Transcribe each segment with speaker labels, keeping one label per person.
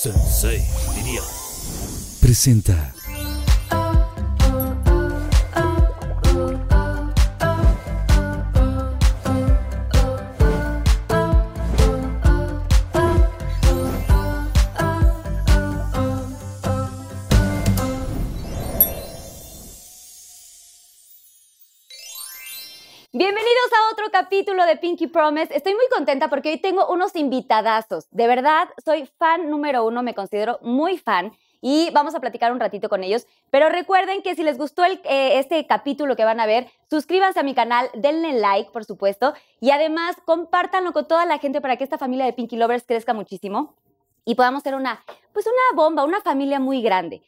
Speaker 1: Sensei, diría. Presenta.
Speaker 2: Bienvenidos a otro capítulo de Pinky Promise. Estoy muy contenta porque hoy tengo unos invitadazos. De verdad, soy fan número uno, me considero muy fan y vamos a platicar un ratito con ellos. Pero recuerden que si les gustó el, eh, este capítulo que van a ver, suscríbanse a mi canal, denle like, por supuesto, y además compártanlo con toda la gente para que esta familia de Pinky Lovers crezca muchísimo y podamos ser una, pues una bomba, una familia muy grande.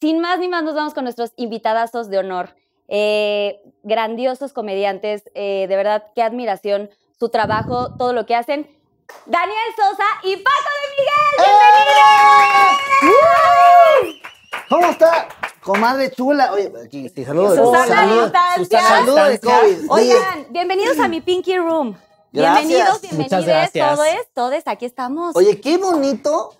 Speaker 2: Sin más ni más, nos vamos con nuestros invitadazos de honor. Eh, grandiosos comediantes, eh, de verdad, qué admiración su trabajo, todo lo que hacen. Daniel Sosa y Paco de Miguel,
Speaker 3: ¡Eh!
Speaker 2: bienvenidos.
Speaker 3: ¿Cómo está? Comadre chula. Oye, aquí, sí, saludos.
Speaker 2: Pues, Susana
Speaker 3: saludos,
Speaker 2: Distancia.
Speaker 3: Saludos de COVID.
Speaker 2: Oigan, bienvenidos a mi Pinky Room.
Speaker 3: Gracias.
Speaker 2: Bienvenidos,
Speaker 3: Muchas
Speaker 2: bienvenidos,
Speaker 4: gracias.
Speaker 2: todos, todos, aquí estamos.
Speaker 3: Oye, qué bonito,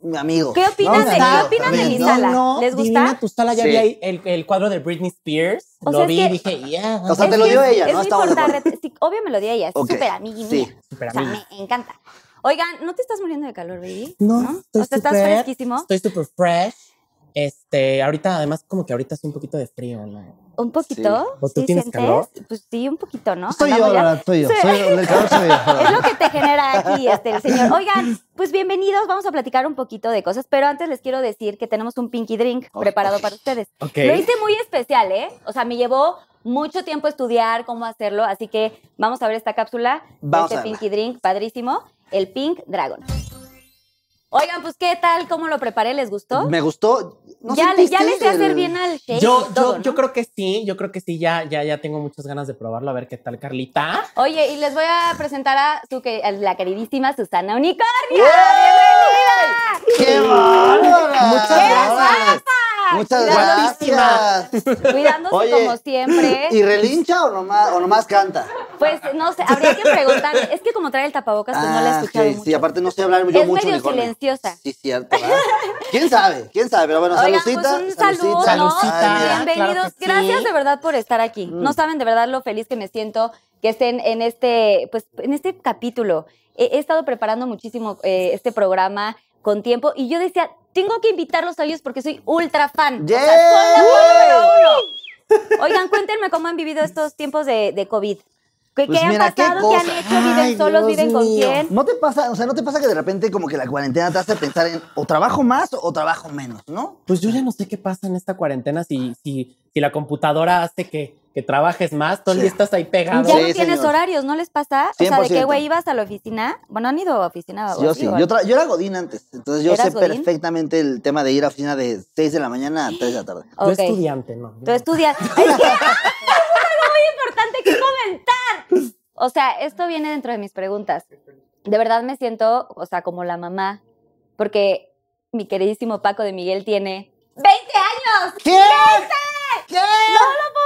Speaker 3: mi amigo.
Speaker 2: ¿Qué opinan
Speaker 3: No,
Speaker 2: de,
Speaker 3: está-
Speaker 2: ¿qué opinan de mi
Speaker 3: también, ¿no?
Speaker 2: sala?
Speaker 4: No, no,
Speaker 2: ¿Les
Speaker 4: Divina
Speaker 2: gusta?
Speaker 4: tu sala, ya
Speaker 3: Sí.
Speaker 4: vi ahí el, el cuadro de Britney Spears.
Speaker 2: O
Speaker 4: lo
Speaker 2: sea, es
Speaker 4: vi
Speaker 2: que-
Speaker 4: y dije, yeah.
Speaker 3: O sea, te
Speaker 2: Es
Speaker 3: lo
Speaker 2: que
Speaker 3: dio
Speaker 2: es-
Speaker 3: ella,
Speaker 2: es
Speaker 3: ¿no?
Speaker 2: muy
Speaker 3: Estamos de acuerdo.
Speaker 2: importante. Sí, obvio me lo dio ella, es
Speaker 3: Ok.
Speaker 2: súper amigui
Speaker 3: Sí.
Speaker 2: mía. O sea, me encanta. Oigan, ¿no te estás muriendo de calor, baby?
Speaker 4: No, estoy
Speaker 2: O sea, estás
Speaker 4: súper-
Speaker 2: fresquísimo.
Speaker 4: Estoy súper fresh. Este, ahorita, además, como que ahorita hace un poquito de frío, ¿no?
Speaker 2: Un poquito.
Speaker 4: ¿O tú tienes calor?
Speaker 2: Pues sí, un poquito, ¿no?
Speaker 3: Soy yo,
Speaker 2: Andamos ya-
Speaker 3: la verdad, soy yo.
Speaker 2: Sí.
Speaker 3: Soy yo, el calor soy yo.
Speaker 2: Es lo que te genera aquí este, el señor. Oigan, pues bienvenidos, vamos a platicar un poquito de cosas, pero antes les quiero decir que tenemos un Pinky Drink
Speaker 3: Oh,
Speaker 2: preparado
Speaker 3: oh.
Speaker 2: para ustedes.
Speaker 4: Ok.
Speaker 2: Lo hice muy especial, ¿eh? O sea, me llevó mucho tiempo estudiar cómo hacerlo, así que vamos a ver esta cápsula de
Speaker 3: Vamos
Speaker 2: este
Speaker 3: a verla.
Speaker 2: Pinky Drink padrísimo, el Pink Dragon. Oigan, pues ¿qué tal? ¿Cómo lo preparé? ¿Les gustó?
Speaker 3: Me gustó. ¿No
Speaker 2: ya, le- ya
Speaker 3: sentiste
Speaker 2: le sé hacer
Speaker 3: el-
Speaker 2: bien al shake.
Speaker 4: Yo,
Speaker 2: y
Speaker 4: yo,
Speaker 2: todo, ¿no?
Speaker 4: yo creo que sí, yo creo que sí, ya, ya, ya tengo muchas ganas de probarlo. A ver qué tal, Carlita.
Speaker 2: Oye, y les voy a presentar a, su que- a la queridísima Susana Unicornio. ¡Bienvenida!
Speaker 3: ¡Qué bárbara!
Speaker 4: Muchas
Speaker 3: ¡Qué
Speaker 4: gracias.
Speaker 3: bárbara! Muchas
Speaker 2: Cuidadosísima.
Speaker 3: gracias.
Speaker 2: Cuidándose
Speaker 3: Oye,
Speaker 2: como siempre.
Speaker 3: ¿Y relincha o nomás, o nomás canta?
Speaker 2: Pues no sé, habría que preguntarle. Es que como trae el tapabocas, pues no la he escuchado
Speaker 3: Ah, ok,
Speaker 2: mucho.
Speaker 3: Sí, aparte no sé hablar yo
Speaker 2: Es
Speaker 3: mucho.
Speaker 2: medio
Speaker 3: unicornio.
Speaker 2: silenciosa.
Speaker 3: Sí, cierto. ¿verdad? ¿Quién sabe? ¿Quién sabe? Pero bueno,
Speaker 2: Oigan,
Speaker 3: saludcita.
Speaker 2: pues un saludo, ¿no?
Speaker 4: Salucita.
Speaker 3: Ay, mira.
Speaker 2: Bienvenidos.
Speaker 4: claro que sí.
Speaker 2: Gracias de verdad por estar aquí.
Speaker 3: Mm.
Speaker 2: No saben de verdad lo feliz que me siento que estén en este, pues, en este capítulo. He, he estado preparando muchísimo eh, este programa con tiempo y yo decía, tengo que invitarlos a ellos porque soy ultra fan. O sea, son la fan número
Speaker 3: Pues
Speaker 2: uno. Oigan, cuéntenme cómo han vivido estos tiempos de, de COVID. ¿Qué,
Speaker 3: Pues
Speaker 2: qué han
Speaker 3: mira, qué
Speaker 2: pasado? ¿Qué, han
Speaker 3: cosa.
Speaker 2: hecho? ¿Viven
Speaker 4: Ay,
Speaker 2: solos?
Speaker 4: Dios
Speaker 2: ¿Viven con
Speaker 4: mío.
Speaker 2: quién?
Speaker 3: ¿No te pasa, o sea, no te pasa que de repente como que la cuarentena te hace pensar en o trabajo más o trabajo menos, ¿no?
Speaker 4: Pues yo ya no sé qué pasa en esta cuarentena si, si, si la computadora hace que, que trabajes más, todo el
Speaker 3: Sí.
Speaker 4: día estás ahí pegado.
Speaker 2: Ya
Speaker 3: Sí,
Speaker 2: no tienes
Speaker 3: señor.
Speaker 2: horarios, ¿no les pasa? O sea, de que,
Speaker 3: 100%.
Speaker 2: güey, ibas a la oficina. Bueno, han ido a oficina. o
Speaker 3: Yo
Speaker 2: así,
Speaker 3: sí,
Speaker 2: o-
Speaker 3: yo, tra- yo era Godín antes, entonces yo
Speaker 2: ¿Eras
Speaker 3: sé
Speaker 2: Godín?
Speaker 3: perfectamente el tema de ir a oficina de 6 de la mañana a 3 de la tarde.
Speaker 4: Yo
Speaker 2: Ok.
Speaker 4: estudiante, ¿no?
Speaker 2: Tú estudias. Es que ¡ay! Eso es algo muy importante que comentar. O sea, esto viene dentro de mis preguntas. De verdad me siento, o sea, como la mamá, porque mi queridísimo Paco de Miguel tiene 20 años.
Speaker 3: ¿Qué? ¿Qué?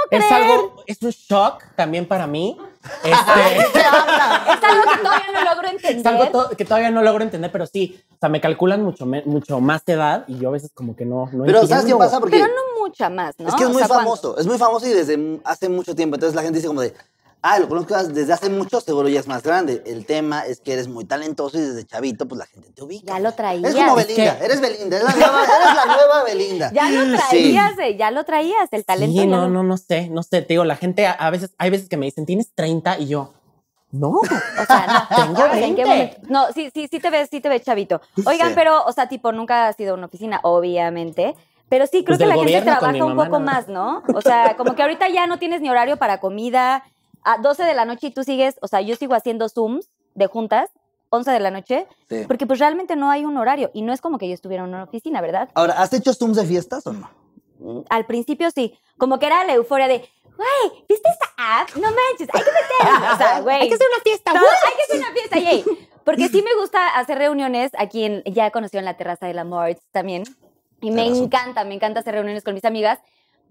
Speaker 4: es
Speaker 2: creer.
Speaker 4: algo, es un shock también para mí. Este,
Speaker 2: Es algo que todavía no logro entender.
Speaker 4: Es algo to- que todavía no logro entender, pero sí, o sea, me calculan mucho, me- mucho más de edad y yo a veces como que no, no
Speaker 3: Pero
Speaker 4: entiendo.
Speaker 3: ¿sabes qué pasa? Porque
Speaker 2: Pero no mucha más, ¿no?
Speaker 3: es que es
Speaker 2: O
Speaker 3: muy
Speaker 2: sea, ¿cuánto?
Speaker 3: famoso, es muy famoso y desde hace mucho tiempo, entonces la gente dice como de, ah, lo conozco desde hace mucho, seguro ya es más grande. El tema es que eres muy talentoso y desde chavito pues la gente te ubica.
Speaker 2: Ya lo traías.
Speaker 3: Es como
Speaker 4: Es
Speaker 3: Belinda,
Speaker 4: que-
Speaker 3: eres Belinda, eres la nueva, eres la nueva Belinda.
Speaker 2: Ya lo
Speaker 3: Sí.
Speaker 2: traías, eh, ya lo traías, el talento.
Speaker 4: Sí,
Speaker 2: ya
Speaker 4: no,
Speaker 2: lo-
Speaker 4: no, no sé, no sé, te digo, la gente a, a veces, hay veces que me dicen, tienes 30 y yo, no,
Speaker 2: O sea, no.
Speaker 4: Tengo
Speaker 2: O sea, ¿en qué
Speaker 4: 20.
Speaker 2: momento? No, sí, sí, sí te ves, sí te ves chavito. Oigan,
Speaker 3: Sí.
Speaker 2: pero, o sea, tipo, nunca has ido a una oficina, obviamente. Pero sí, creo
Speaker 4: Pues
Speaker 2: que
Speaker 4: del
Speaker 2: la gente
Speaker 4: gobierno con
Speaker 2: trabaja
Speaker 4: mi
Speaker 2: un
Speaker 4: mamá,
Speaker 2: poco
Speaker 4: ¿no?
Speaker 2: más, ¿no? O sea, como que ahorita ya no tienes ni horario para comida. A 12 de la noche y tú sigues, o sea, yo sigo haciendo Zooms de juntas, 11 de la noche,
Speaker 3: Sí.
Speaker 2: porque pues realmente no hay un horario. Y no es como que yo estuviera en una oficina, ¿verdad?
Speaker 3: Ahora, ¿has hecho Zooms de fiestas o no?
Speaker 2: Mm, Al principio sí, como que era la euforia de, güey, ¿viste esta app? No manches, hay que meterla. O sea, güey.
Speaker 4: hay que hacer una fiesta,
Speaker 2: No,
Speaker 4: güey.
Speaker 2: hay que hacer una fiesta, yay. Porque sí me gusta hacer reuniones aquí en, ya conoció en la terraza de la Morts también. Y me
Speaker 3: Terrazo.
Speaker 2: encanta, me encanta hacer reuniones con mis amigas.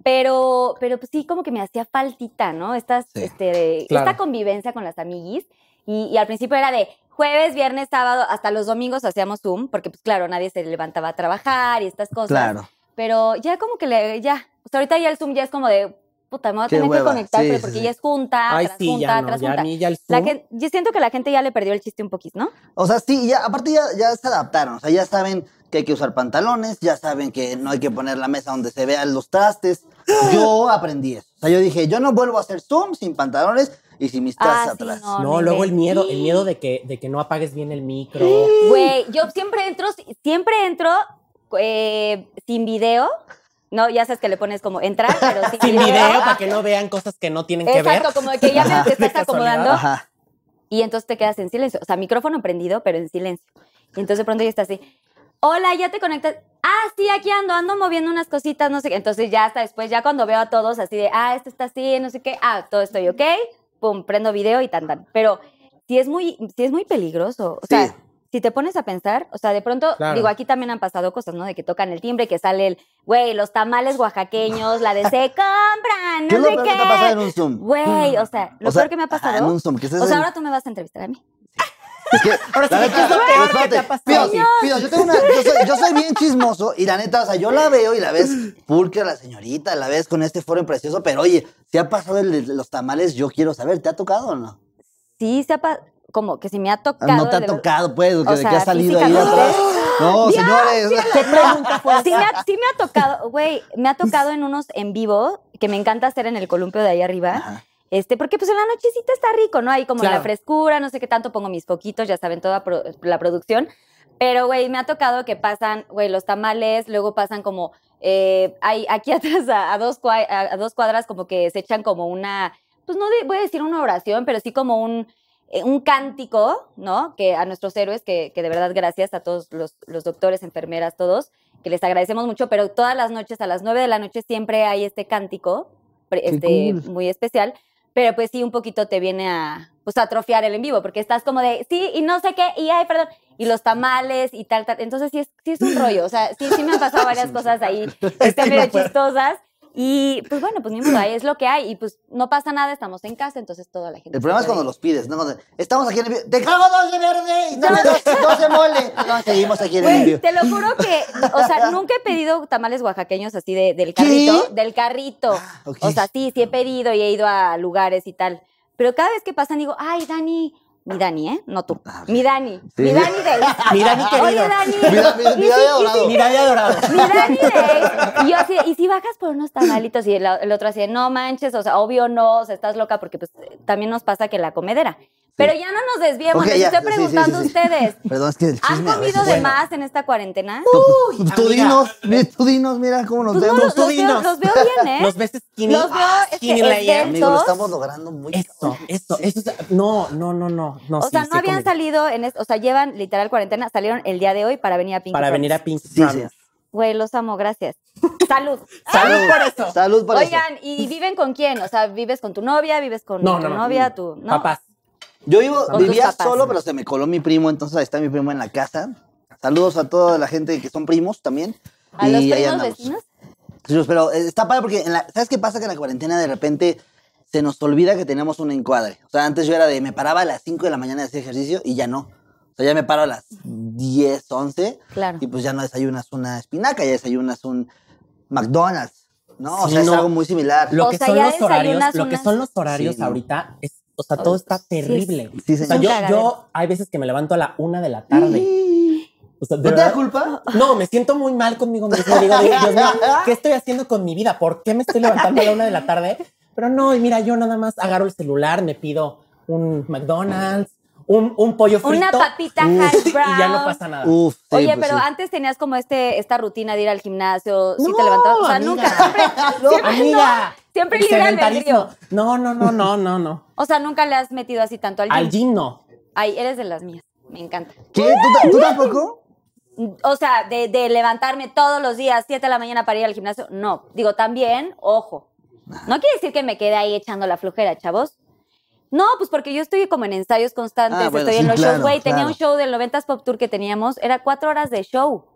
Speaker 2: Pero, pero pues sí, como que me hacía faltita, ¿no? Estas,
Speaker 3: Sí,
Speaker 2: este,
Speaker 4: claro.
Speaker 2: Esta convivencia con las amiguis. Y, y al principio era de jueves, viernes, sábado, hasta los domingos hacíamos Zoom, porque pues claro, nadie se levantaba a trabajar y estas cosas.
Speaker 3: Claro.
Speaker 2: Pero ya como que le, ya, o sea, ahorita ya el Zoom ya es como de, puta, me voy a
Speaker 3: Qué
Speaker 2: tener que
Speaker 3: hueva.
Speaker 2: conectar,
Speaker 3: Sí,
Speaker 2: pero
Speaker 3: sí,
Speaker 2: porque
Speaker 3: sí.
Speaker 2: ya es junta,
Speaker 4: Ay,
Speaker 2: tras
Speaker 4: sí,
Speaker 2: junta,
Speaker 4: ya no,
Speaker 2: tras
Speaker 4: ya a
Speaker 2: junta.
Speaker 4: mí ya el
Speaker 2: La
Speaker 4: Zoom.
Speaker 2: gen- yo siento que la gente ya le perdió el chiste un poquito, ¿no?
Speaker 3: O sea, sí, ya, aparte ya, ya se adaptaron, o sea, ya saben que hay que usar pantalones, ya saben que no hay que poner la mesa donde se vean los trastes. Yo aprendí eso. O sea, yo dije, yo no vuelvo a hacer Zoom sin pantalones y sin mis trastes
Speaker 2: Ah, sí,
Speaker 3: atrás.
Speaker 2: no.
Speaker 4: No,
Speaker 2: ni
Speaker 4: luego
Speaker 2: de-
Speaker 4: el miedo, el miedo de que, de que no apagues bien el micro.
Speaker 2: Güey, yo siempre entro, siempre entro eh, sin video. No, ya sabes que le pones como entrar, pero sin,
Speaker 4: Sin video para que no vean cosas que no tienen que ver.
Speaker 2: Exacto, como de que ya veo que
Speaker 4: De
Speaker 2: estás
Speaker 4: casualidad.
Speaker 2: acomodando
Speaker 3: Ajá.
Speaker 2: y entonces te quedas en silencio. O sea, micrófono prendido, pero en silencio. Y entonces de pronto ya estás así. Hola, ya te conectas. Ah, sí, aquí ando, ando moviendo unas cositas, no sé qué. Entonces ya hasta después, ya cuando veo a todos así de, ah, este está así, no sé qué, ah, todo estoy ok, pum, prendo video y tan, tan. Pero sí es muy, sí es muy peligroso. O sea,
Speaker 3: Sí.
Speaker 2: si te pones a pensar, o sea, de pronto,
Speaker 4: Claro.
Speaker 2: digo, aquí también han pasado cosas, ¿no? De que tocan el timbre, que sale el, güey, los tamales oaxaqueños, la de se compran, no
Speaker 3: ¿Qué es lo
Speaker 2: sé
Speaker 3: peor
Speaker 2: qué.
Speaker 3: que te ha pasado en un Zoom?
Speaker 2: Güey, o sea, lo
Speaker 3: O sea,
Speaker 2: peor que me ha
Speaker 3: ajá,
Speaker 2: pasado.
Speaker 3: en un Zoom, que estés
Speaker 2: o sea,
Speaker 3: en-
Speaker 2: ahora tú me vas a entrevistar a mí.
Speaker 3: Es que,
Speaker 4: Ahora sí,
Speaker 3: la
Speaker 4: ¿qué
Speaker 3: neta,
Speaker 4: es lo peor que te ha
Speaker 3: espérate,
Speaker 4: pasado?
Speaker 3: Pido, Pido, yo, tengo una, yo, soy, yo soy bien chismoso y la neta, o sea, yo la veo y la ves pulcra la señorita, la ves con este foro precioso, pero oye, si ha pasado el de los tamales, yo quiero saber, ¿te ha tocado o no?
Speaker 2: Sí, se ha pa- como que si me ha tocado.
Speaker 3: Ah, No
Speaker 2: el
Speaker 3: te ha
Speaker 2: de los-
Speaker 3: tocado, pues, que, de
Speaker 2: sea,
Speaker 3: que ha salido ahí
Speaker 2: físicamente.
Speaker 3: atrás. No, señores.
Speaker 4: ¿Qué pregunta fue
Speaker 2: Sí me, ha, sí me ha tocado, güey, me ha tocado en unos en vivo que me encanta hacer en el columpio de ahí arriba.
Speaker 3: Ajá.
Speaker 2: Este, porque pues en la nochecita está rico, ¿no? Ahí como la
Speaker 4: Claro.
Speaker 2: frescura, no sé qué tanto pongo mis foquitos, ya saben, toda pro- la producción. Pero, güey, me ha tocado que pasan, güey, los tamales, luego pasan como, eh, hay- aquí atrás a, a dos cua- a, a dos cuadras como que se echan como una, pues no de- voy a decir una oración, pero sí como un, eh, un cántico, ¿no? Que a nuestros héroes, que, que de verdad gracias a todos los, los doctores, enfermeras, todos, que les agradecemos mucho, pero todas las noches, a las 9 de la noche, siempre hay este cántico, pre-
Speaker 3: Qué
Speaker 2: este,
Speaker 3: cool.
Speaker 2: muy especial, pero pues sí, un poquito te viene a pues, a atrofiar el en vivo, porque estás como de, sí, y no sé qué, y ay, perdón, y los tamales y tal, tal. Entonces sí es, sí es un rollo, o sea, sí, sí me han pasado varias cosas ahí, están medio chistosas. Y pues bueno, pues ni modo, ahí es lo que hay. Y pues no pasa nada, estamos en casa, entonces toda la gente.
Speaker 3: El problema es
Speaker 2: se puede-
Speaker 3: cuando los pides, ¿no? Cuando, estamos aquí en el envío. ¡Te cago dos de verde! y dame dos, dos de mole! No, seguimos aquí en el
Speaker 2: Güey,
Speaker 3: envío.
Speaker 2: te lo juro que, o sea, nunca he pedido tamales oaxaqueños así de, del
Speaker 3: ¿Qué?
Speaker 2: carrito. Del carrito.
Speaker 3: ok.
Speaker 2: O sea, sí, sí he pedido y he ido a lugares y tal. Pero cada vez que pasan digo, ay, Dani, mi Dani, ¿eh? No tú.
Speaker 3: Ah,
Speaker 2: Mi Dani. Mi Dani de
Speaker 4: Mi Dani
Speaker 2: Oye,
Speaker 4: querido.
Speaker 2: Dani.
Speaker 3: Mira, mira,
Speaker 2: ¿y si-
Speaker 3: mira, de
Speaker 2: y si-
Speaker 3: dorado.
Speaker 4: Mira, ya adorado.
Speaker 2: Mi Dani de- Y yo así, de, y si bajas por unos tamalitos, y el, el otro así, de, no manches, o sea, obvio no, o sea, estás loca, porque pues también nos pasa que la comedera. Pero ya no nos desviemos,
Speaker 3: Ok,
Speaker 2: les
Speaker 3: ya,
Speaker 2: estoy
Speaker 3: sí, sí, sí,
Speaker 2: preguntando
Speaker 3: sí.
Speaker 2: a ustedes.
Speaker 3: Perdón, es que el
Speaker 2: ¿Han
Speaker 3: chisme. a
Speaker 2: comido
Speaker 3: veces-
Speaker 2: de
Speaker 4: Bueno.
Speaker 2: más en esta cuarentena?
Speaker 3: Tú- tú
Speaker 4: amiga.
Speaker 3: dinos, mira, tú dinos, mira cómo nos
Speaker 2: Pues no,
Speaker 3: vemos.
Speaker 2: los,
Speaker 4: tú
Speaker 2: los veo,
Speaker 4: dinos.
Speaker 2: los veo bien, ¿eh?
Speaker 4: Los ves skinny.
Speaker 2: Los veo,
Speaker 4: ah,
Speaker 2: este,
Speaker 4: skinny
Speaker 2: es
Speaker 4: layer.
Speaker 2: del-
Speaker 3: Amigo, lo
Speaker 2: dos.
Speaker 3: estamos logrando muy
Speaker 4: Eso, eso, eso. es- No, no, no, no. no
Speaker 2: o
Speaker 4: sí,
Speaker 2: sea,
Speaker 4: sí
Speaker 2: no
Speaker 4: he
Speaker 2: habían
Speaker 4: comido.
Speaker 2: salido en esto, o sea, llevan literal cuarentena, salieron el día de hoy para venir a Pinky
Speaker 4: Para
Speaker 2: Promise.
Speaker 4: venir a Pink
Speaker 3: sí.
Speaker 4: Promise.
Speaker 2: Güey, los amo, gracias. Salud.
Speaker 4: Salud por eso.
Speaker 3: Salud por eso.
Speaker 2: Oigan, ¿y viven con quién? O sea, ¿vives con tu novia? ¿Vives con
Speaker 4: No,
Speaker 2: tu
Speaker 4: no, no.
Speaker 2: novia? ¿Tu no?
Speaker 4: Papás.
Speaker 3: Yo vivo-
Speaker 2: Con tus
Speaker 3: vivía
Speaker 2: papás.
Speaker 3: solo, pero se me coló mi primo, entonces ahí está mi primo en la casa. Saludos a toda la gente que son primos también.
Speaker 2: ¿A
Speaker 3: y
Speaker 2: los
Speaker 3: ahí
Speaker 2: primos
Speaker 3: andamos.
Speaker 2: vecinos?
Speaker 3: Sí, pero eh, está padre porque, en la- ¿sabes qué pasa? Que en la cuarentena de repente se nos olvida que tenemos un encuadre. O sea, antes yo era de, me paraba a las 5 de la mañana a hacer ejercicio y ya no. O sea, ya me paro a las 10, 11.
Speaker 2: Claro.
Speaker 3: Y pues ya no desayunas una espinaca, ya desayunas un McDonald's. ¿no, o
Speaker 4: Sí,
Speaker 3: sea, es
Speaker 4: no.
Speaker 3: algo muy similar.
Speaker 4: Lo
Speaker 2: O
Speaker 4: que
Speaker 2: sea,
Speaker 4: son
Speaker 2: ya
Speaker 4: los horarios,
Speaker 2: desayunas
Speaker 4: lo que
Speaker 2: unas-
Speaker 4: son los horarios
Speaker 3: Sí, no.
Speaker 4: ahorita, es, o sea, todo está terrible.
Speaker 3: Sí,
Speaker 4: o sea,
Speaker 2: Es
Speaker 3: señor.
Speaker 4: yo,
Speaker 2: un cagadero.
Speaker 4: yo hay veces que me levanto a la una de la tarde. O sea, de
Speaker 3: ¿No te da
Speaker 4: verdad-
Speaker 3: culpa?
Speaker 4: No, me siento muy mal conmigo mismo. Digo, "Ay, Dios mío, ¿qué estoy haciendo con mi vida? ¿Por qué me estoy levantando a la una de la tarde? Pero no, y mira, yo nada más agarro el celular, me pido un McDonald's, un, un pollo frito.
Speaker 2: Una papita
Speaker 3: Uf.
Speaker 2: hash brown.
Speaker 4: Y ya no pasa nada.
Speaker 3: Uf, sí,
Speaker 2: Oye,
Speaker 3: pues
Speaker 2: pero
Speaker 3: sí.
Speaker 2: antes tenías como este, esta rutina de ir al gimnasio, sí
Speaker 4: No,
Speaker 2: te levantabas, o sea,
Speaker 4: amiga.
Speaker 2: nunca, siempre,
Speaker 4: No,
Speaker 2: siempre
Speaker 4: amiga.
Speaker 2: no, siempre
Speaker 4: el
Speaker 2: libre
Speaker 4: sedentarismo.
Speaker 2: albedrío.
Speaker 4: No, no, no, no, no, no.
Speaker 2: O sea, nunca le has metido así tanto al gym.
Speaker 4: Al gym no.
Speaker 2: Ay, eres de las mías, me encanta.
Speaker 3: ¿Qué? ¿Tú, ta- tú tampoco?
Speaker 2: O sea, de, de levantarme todos los días, 7 de la mañana para ir al gimnasio, no. Digo, también, ojo. No quiere decir que me quede ahí echando la flojera, chavos. No, pues porque yo estoy como en ensayos constantes,
Speaker 3: Ah, bueno,
Speaker 2: estoy
Speaker 3: sí,
Speaker 2: en los
Speaker 3: claro,
Speaker 2: shows, güey. Tenía
Speaker 3: claro.
Speaker 2: un show del 90s Pop Tour que teníamos, era cuatro horas de show.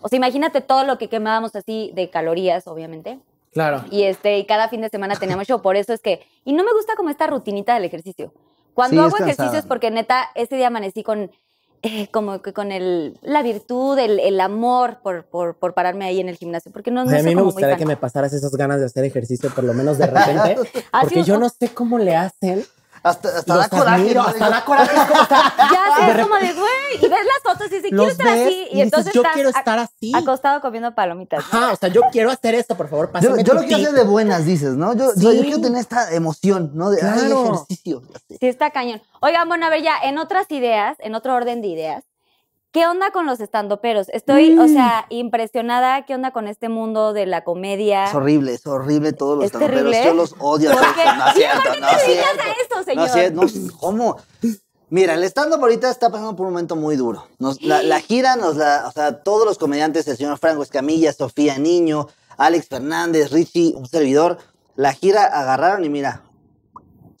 Speaker 2: O sea, imagínate todo lo que quemábamos así de calorías, obviamente.
Speaker 4: Claro.
Speaker 2: Y este, y cada fin de semana teníamos show. Por eso es que. Y no me gusta como esta rutinita del ejercicio. Cuando
Speaker 3: Sí,
Speaker 2: hago
Speaker 3: es cansada.
Speaker 2: ejercicios, porque neta, ese día amanecí con eh, como que con el, la virtud, el, el amor por, por, por pararme ahí en el gimnasio, porque no, no
Speaker 4: Ay, a
Speaker 2: soy
Speaker 4: mí me
Speaker 2: como muy
Speaker 4: gustaría
Speaker 2: fan.
Speaker 4: que me pasaras esas ganas de hacer ejercicio, por lo menos de repente,
Speaker 2: Así
Speaker 4: porque
Speaker 2: un-
Speaker 4: yo no sé cómo le hacen.
Speaker 3: Hasta, hasta
Speaker 4: Los
Speaker 3: da coraje.
Speaker 4: admiro,
Speaker 3: ¿no?
Speaker 4: hasta da coraje. es como estar-
Speaker 2: Ya
Speaker 4: de
Speaker 2: sé, es
Speaker 4: repente
Speaker 2: como de, güey, y ves las fotos y dices, quiero
Speaker 4: los
Speaker 2: estar
Speaker 4: ves
Speaker 2: así.
Speaker 4: y
Speaker 2: Y,
Speaker 4: dices,
Speaker 2: entonces
Speaker 4: yo
Speaker 2: estás
Speaker 4: quiero
Speaker 2: a-
Speaker 4: estar así.
Speaker 2: acostado comiendo palomitas.
Speaker 4: Ajá, o sea, yo quiero hacer esto, por favor,
Speaker 3: Yo,
Speaker 4: pásame
Speaker 3: yo
Speaker 4: tu
Speaker 3: lo quiero
Speaker 4: tip.
Speaker 3: hacer de buenas, dices, ¿no? Yo, o sea, yo
Speaker 4: Sí.
Speaker 3: quiero tener esta emoción, ¿no? De ay,
Speaker 4: Claro.
Speaker 3: ejercicio.
Speaker 2: Sí, está cañón. Oigan, bueno, a ver, ya, en otras ideas, en otro orden de ideas, ¿qué onda con los estandoperos? Estoy,
Speaker 3: Mm.
Speaker 2: o sea, impresionada. ¿Qué onda con este mundo de la comedia?
Speaker 3: Es horrible, es horrible todos los
Speaker 2: Es terrible,
Speaker 3: estandoperos. Yo los odio. a
Speaker 2: ¿Por
Speaker 3: todos.
Speaker 2: qué? Sí,
Speaker 3: No es cierto,
Speaker 2: ¿por qué
Speaker 3: no
Speaker 2: te
Speaker 3: es
Speaker 2: dedicas
Speaker 3: cierto.
Speaker 2: a esto,
Speaker 3: No
Speaker 2: señor?
Speaker 3: es cierto, no, ¿cómo? Mira, el stand-up ahorita está pasando por un momento muy duro. Nos- la, la gira nos la... O sea, todos los comediantes, el señor Franco Escamilla, Sofía Niño, Alex Fernández, Richie, un servidor, la gira agarraron y mira,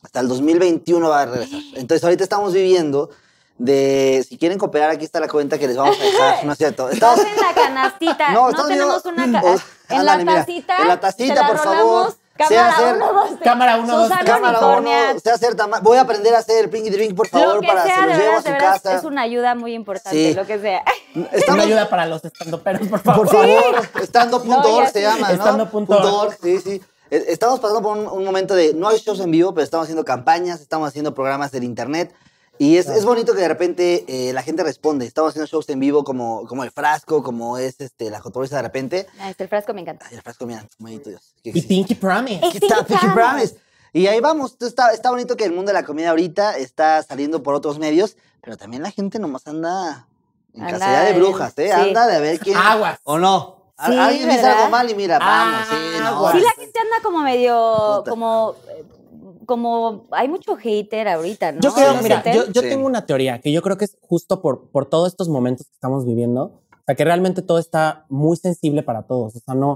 Speaker 3: hasta el 2021 va a regresar. Entonces ahorita estamos viviendo de... Si quieren cooperar, aquí está la cuenta que les vamos a dejar. No es cierto.
Speaker 2: Estás
Speaker 3: Estamos,
Speaker 2: en la canastita.
Speaker 3: No,
Speaker 2: No,
Speaker 3: estamos
Speaker 2: tenemos
Speaker 3: viendo-
Speaker 2: una ca-
Speaker 3: Oh,
Speaker 2: en
Speaker 3: ándale,
Speaker 2: la
Speaker 3: mira,
Speaker 2: tacita.
Speaker 3: en la
Speaker 2: te
Speaker 3: tacita,
Speaker 2: la
Speaker 3: por favor.
Speaker 2: rolamos.
Speaker 3: Sé
Speaker 2: Cámara
Speaker 3: hacer-
Speaker 2: uno, dos, tres.
Speaker 4: Cámara uno, dos,
Speaker 2: Susana
Speaker 4: tres.
Speaker 3: Cámara
Speaker 2: Unicornia.
Speaker 3: uno, se hacer tama- Voy a aprender a hacer el pinky drink, por favor,
Speaker 2: lo que
Speaker 3: para
Speaker 2: sea,
Speaker 3: se
Speaker 2: de
Speaker 3: los llevo a
Speaker 2: veras,
Speaker 3: su
Speaker 2: de veras,
Speaker 3: casa.
Speaker 2: es una ayuda muy importante,
Speaker 3: Sí.
Speaker 2: lo que sea.
Speaker 4: Una
Speaker 3: Estamos-
Speaker 4: ayuda para los estandoperos, por favor.
Speaker 3: por favor, estando.org
Speaker 2: No, ya
Speaker 3: se
Speaker 2: sí.
Speaker 3: llama, ¿no?
Speaker 4: Estando punto org.
Speaker 3: Punto org, sí, sí. Eh, Estamos pasando por un, un momento de no hay shows en vivo, pero estamos haciendo campañas, estamos haciendo programas en internet. Y es, es bonito que de repente eh, la gente responde. Estamos haciendo shows en vivo como, como el frasco, como es este, la cotorriza de repente.
Speaker 2: Ah, este, el frasco me encanta.
Speaker 3: Ay, el frasco, mira, bonito Dios. que
Speaker 4: Y
Speaker 3: existe.
Speaker 4: Pinky Promise.
Speaker 2: Es
Speaker 3: Aquí está
Speaker 2: Pinky
Speaker 3: Pinky
Speaker 2: Promise.
Speaker 3: Promise. Y ahí vamos. Entonces, Está, está bonito que el mundo de la comida ahorita está saliendo por otros medios, pero también la gente nomás anda en
Speaker 2: Anda
Speaker 3: cacería de
Speaker 2: de-
Speaker 3: brujas, ¿eh?
Speaker 2: sí.
Speaker 3: Anda de ver quién.
Speaker 4: Aguas. Ah,
Speaker 3: ¿O no? A-
Speaker 2: Sí,
Speaker 3: Alguien dice
Speaker 2: ¿verdad?
Speaker 3: algo mal y mira, vamos, sí, no. pues,
Speaker 4: Aguas.
Speaker 2: Sí, la gente anda como medio,
Speaker 3: Puta.
Speaker 2: como, eh, como, hay mucho hater ahorita, ¿no?
Speaker 4: Yo creo,
Speaker 2: ¿No
Speaker 4: mira,
Speaker 2: sienten?
Speaker 4: yo, yo
Speaker 3: Sí.
Speaker 4: tengo una teoría que yo creo que es justo por, por todos estos momentos que estamos viviendo. O sea, que realmente todo está muy sensible para todos. O sea, no.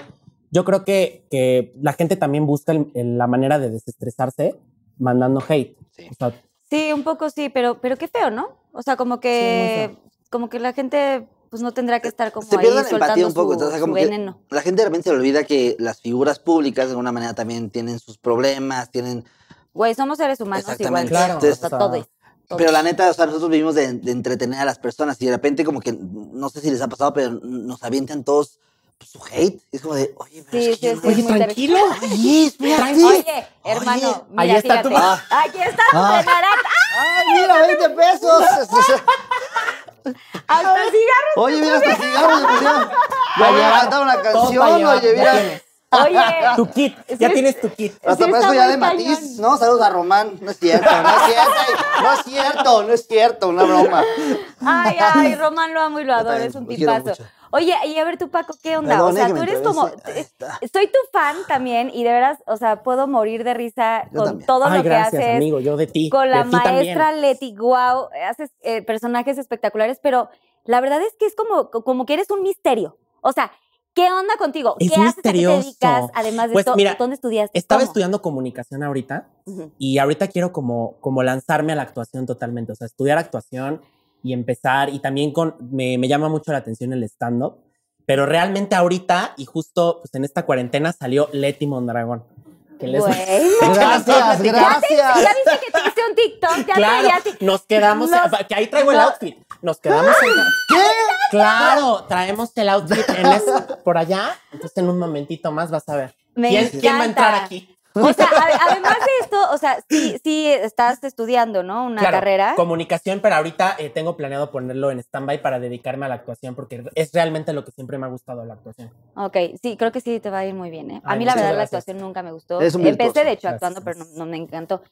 Speaker 4: Yo creo que, que la gente también busca el- el- la manera de desestresarse mandando hate.
Speaker 3: Sí.
Speaker 4: O sea,
Speaker 2: Sí, un poco sí, pero, pero qué feo, ¿no? O sea, como que, como que la gente, pues no tendrá que estar como
Speaker 3: se
Speaker 2: ahí
Speaker 3: pierde la
Speaker 2: soltando
Speaker 3: empatía un poco.
Speaker 2: su,
Speaker 3: entonces,
Speaker 2: su
Speaker 3: como que
Speaker 2: veneno.
Speaker 3: la gente de repente se le olvida que las figuras públicas de alguna manera también tienen sus problemas, tienen
Speaker 2: Güey, somos seres humanos igual.
Speaker 3: Exactamente. ah,
Speaker 4: Claro,
Speaker 2: o sea,
Speaker 4: o sea,
Speaker 2: todos, todos.
Speaker 3: Pero la neta, o sea, nosotros vivimos de, de entretener a las personas y de repente como que, no sé si les ha pasado, pero nos avientan todos pues, su hate. Es como de, oye, pero
Speaker 2: Sí,
Speaker 3: es
Speaker 2: sí,
Speaker 3: que
Speaker 2: sí,
Speaker 3: yo no-
Speaker 2: es
Speaker 4: oye,
Speaker 2: muy
Speaker 4: tranquilo.
Speaker 3: Oye, espérate.
Speaker 2: Oye, hermano,
Speaker 3: Oye,
Speaker 2: mira,
Speaker 4: ahí está tu-
Speaker 2: fíjate.
Speaker 3: Ah.
Speaker 2: Aquí está tu
Speaker 3: Ah.
Speaker 2: naranja.
Speaker 3: ¡Ay, mira, 20 pesos!
Speaker 2: Hasta el cigarro.
Speaker 3: Oye, mira, hasta cigarros le pusieron. Ya voy a
Speaker 4: Para llevar,
Speaker 3: cantar una
Speaker 4: todo para
Speaker 3: canción,
Speaker 4: llevar,
Speaker 3: oye,
Speaker 4: ya
Speaker 3: mira.
Speaker 4: tienes.
Speaker 2: Oye,
Speaker 4: Tu kit, ya
Speaker 2: Sí.
Speaker 4: tienes tu kit.
Speaker 3: Hasta
Speaker 2: Sí,
Speaker 3: parezco
Speaker 2: está
Speaker 3: ya
Speaker 2: muy
Speaker 3: de matiz,
Speaker 2: cañón.
Speaker 3: ¿no? Saludos a Román. No es cierto, no es cierto. No es cierto, no es cierto, una broma.
Speaker 2: Ay, ay, Román lo amo y lo adoro,
Speaker 3: también
Speaker 2: es un
Speaker 3: lo quiero
Speaker 2: tipazo.
Speaker 3: mucho.
Speaker 2: Oye, y a ver tú, Paco, ¿qué onda?
Speaker 3: Perdone
Speaker 2: o sea,
Speaker 3: que
Speaker 2: tú
Speaker 3: me
Speaker 2: eres como... eh,
Speaker 3: atraviese. Ahí está.
Speaker 2: Soy tu fan también y de veras, o sea, puedo morir de risa
Speaker 3: Yo
Speaker 2: con
Speaker 3: también.
Speaker 2: todo
Speaker 4: Ay,
Speaker 2: lo que
Speaker 4: gracias,
Speaker 2: haces.
Speaker 4: amigo. Yo de ti.
Speaker 2: Con la
Speaker 4: de ti también.
Speaker 2: maestra Leti, wow, haces eh, personajes espectaculares, pero la verdad es que es como, como que eres un misterio. O sea, ¿qué onda contigo?
Speaker 4: Es
Speaker 2: ¿Qué haces? ¿A qué te
Speaker 4: misterioso.
Speaker 2: dedicas? Además de
Speaker 4: Pues,
Speaker 2: esto,
Speaker 4: mira,
Speaker 2: ¿dónde estudiaste?
Speaker 4: Estaba
Speaker 2: ¿Cómo?
Speaker 4: estudiando comunicación ahorita.
Speaker 2: Ujú.
Speaker 4: y ahorita quiero como, como lanzarme a la actuación totalmente, o sea, estudiar actuación y empezar, y también con, me, me llama mucho la atención el stand-up, pero realmente ahorita, y justo pues, en esta cuarentena salió Leti Mondragón. Que les-
Speaker 2: Güey, no.
Speaker 3: Gracias,
Speaker 2: Ya
Speaker 3: gracias.
Speaker 2: viste que te hice un TikTok, ya
Speaker 4: Claro,
Speaker 2: traía a ti.
Speaker 4: nos quedamos,
Speaker 2: Nos-
Speaker 4: que ahí traigo el
Speaker 2: nos-
Speaker 4: outfit, nos quedamos en...
Speaker 3: ¿Qué?
Speaker 4: Claro, traemos el outfit en ese- por allá, entonces en un momentito más vas a ver.
Speaker 2: Me
Speaker 4: ¿Quién, quién va a
Speaker 2: encanta. Pues
Speaker 4: entrar aquí?
Speaker 2: O sea, ade- además de esto, o sea, sí, sí estás estudiando, ¿no? Una
Speaker 4: Claro,
Speaker 2: carrera.
Speaker 4: Comunicación, pero ahorita eh, tengo planeado ponerlo en stand-by para dedicarme a la actuación porque es realmente lo que siempre me ha gustado la actuación.
Speaker 2: Ok, sí, creo que sí te va a ir muy bien, ¿eh? A
Speaker 4: Ay,
Speaker 2: mí la
Speaker 4: muchas
Speaker 2: verdad la
Speaker 4: gracias.
Speaker 2: actuación nunca me gustó.
Speaker 3: Eres un
Speaker 2: Empecé
Speaker 3: virtuoso.
Speaker 2: de hecho actuando, pero no, no me encantó.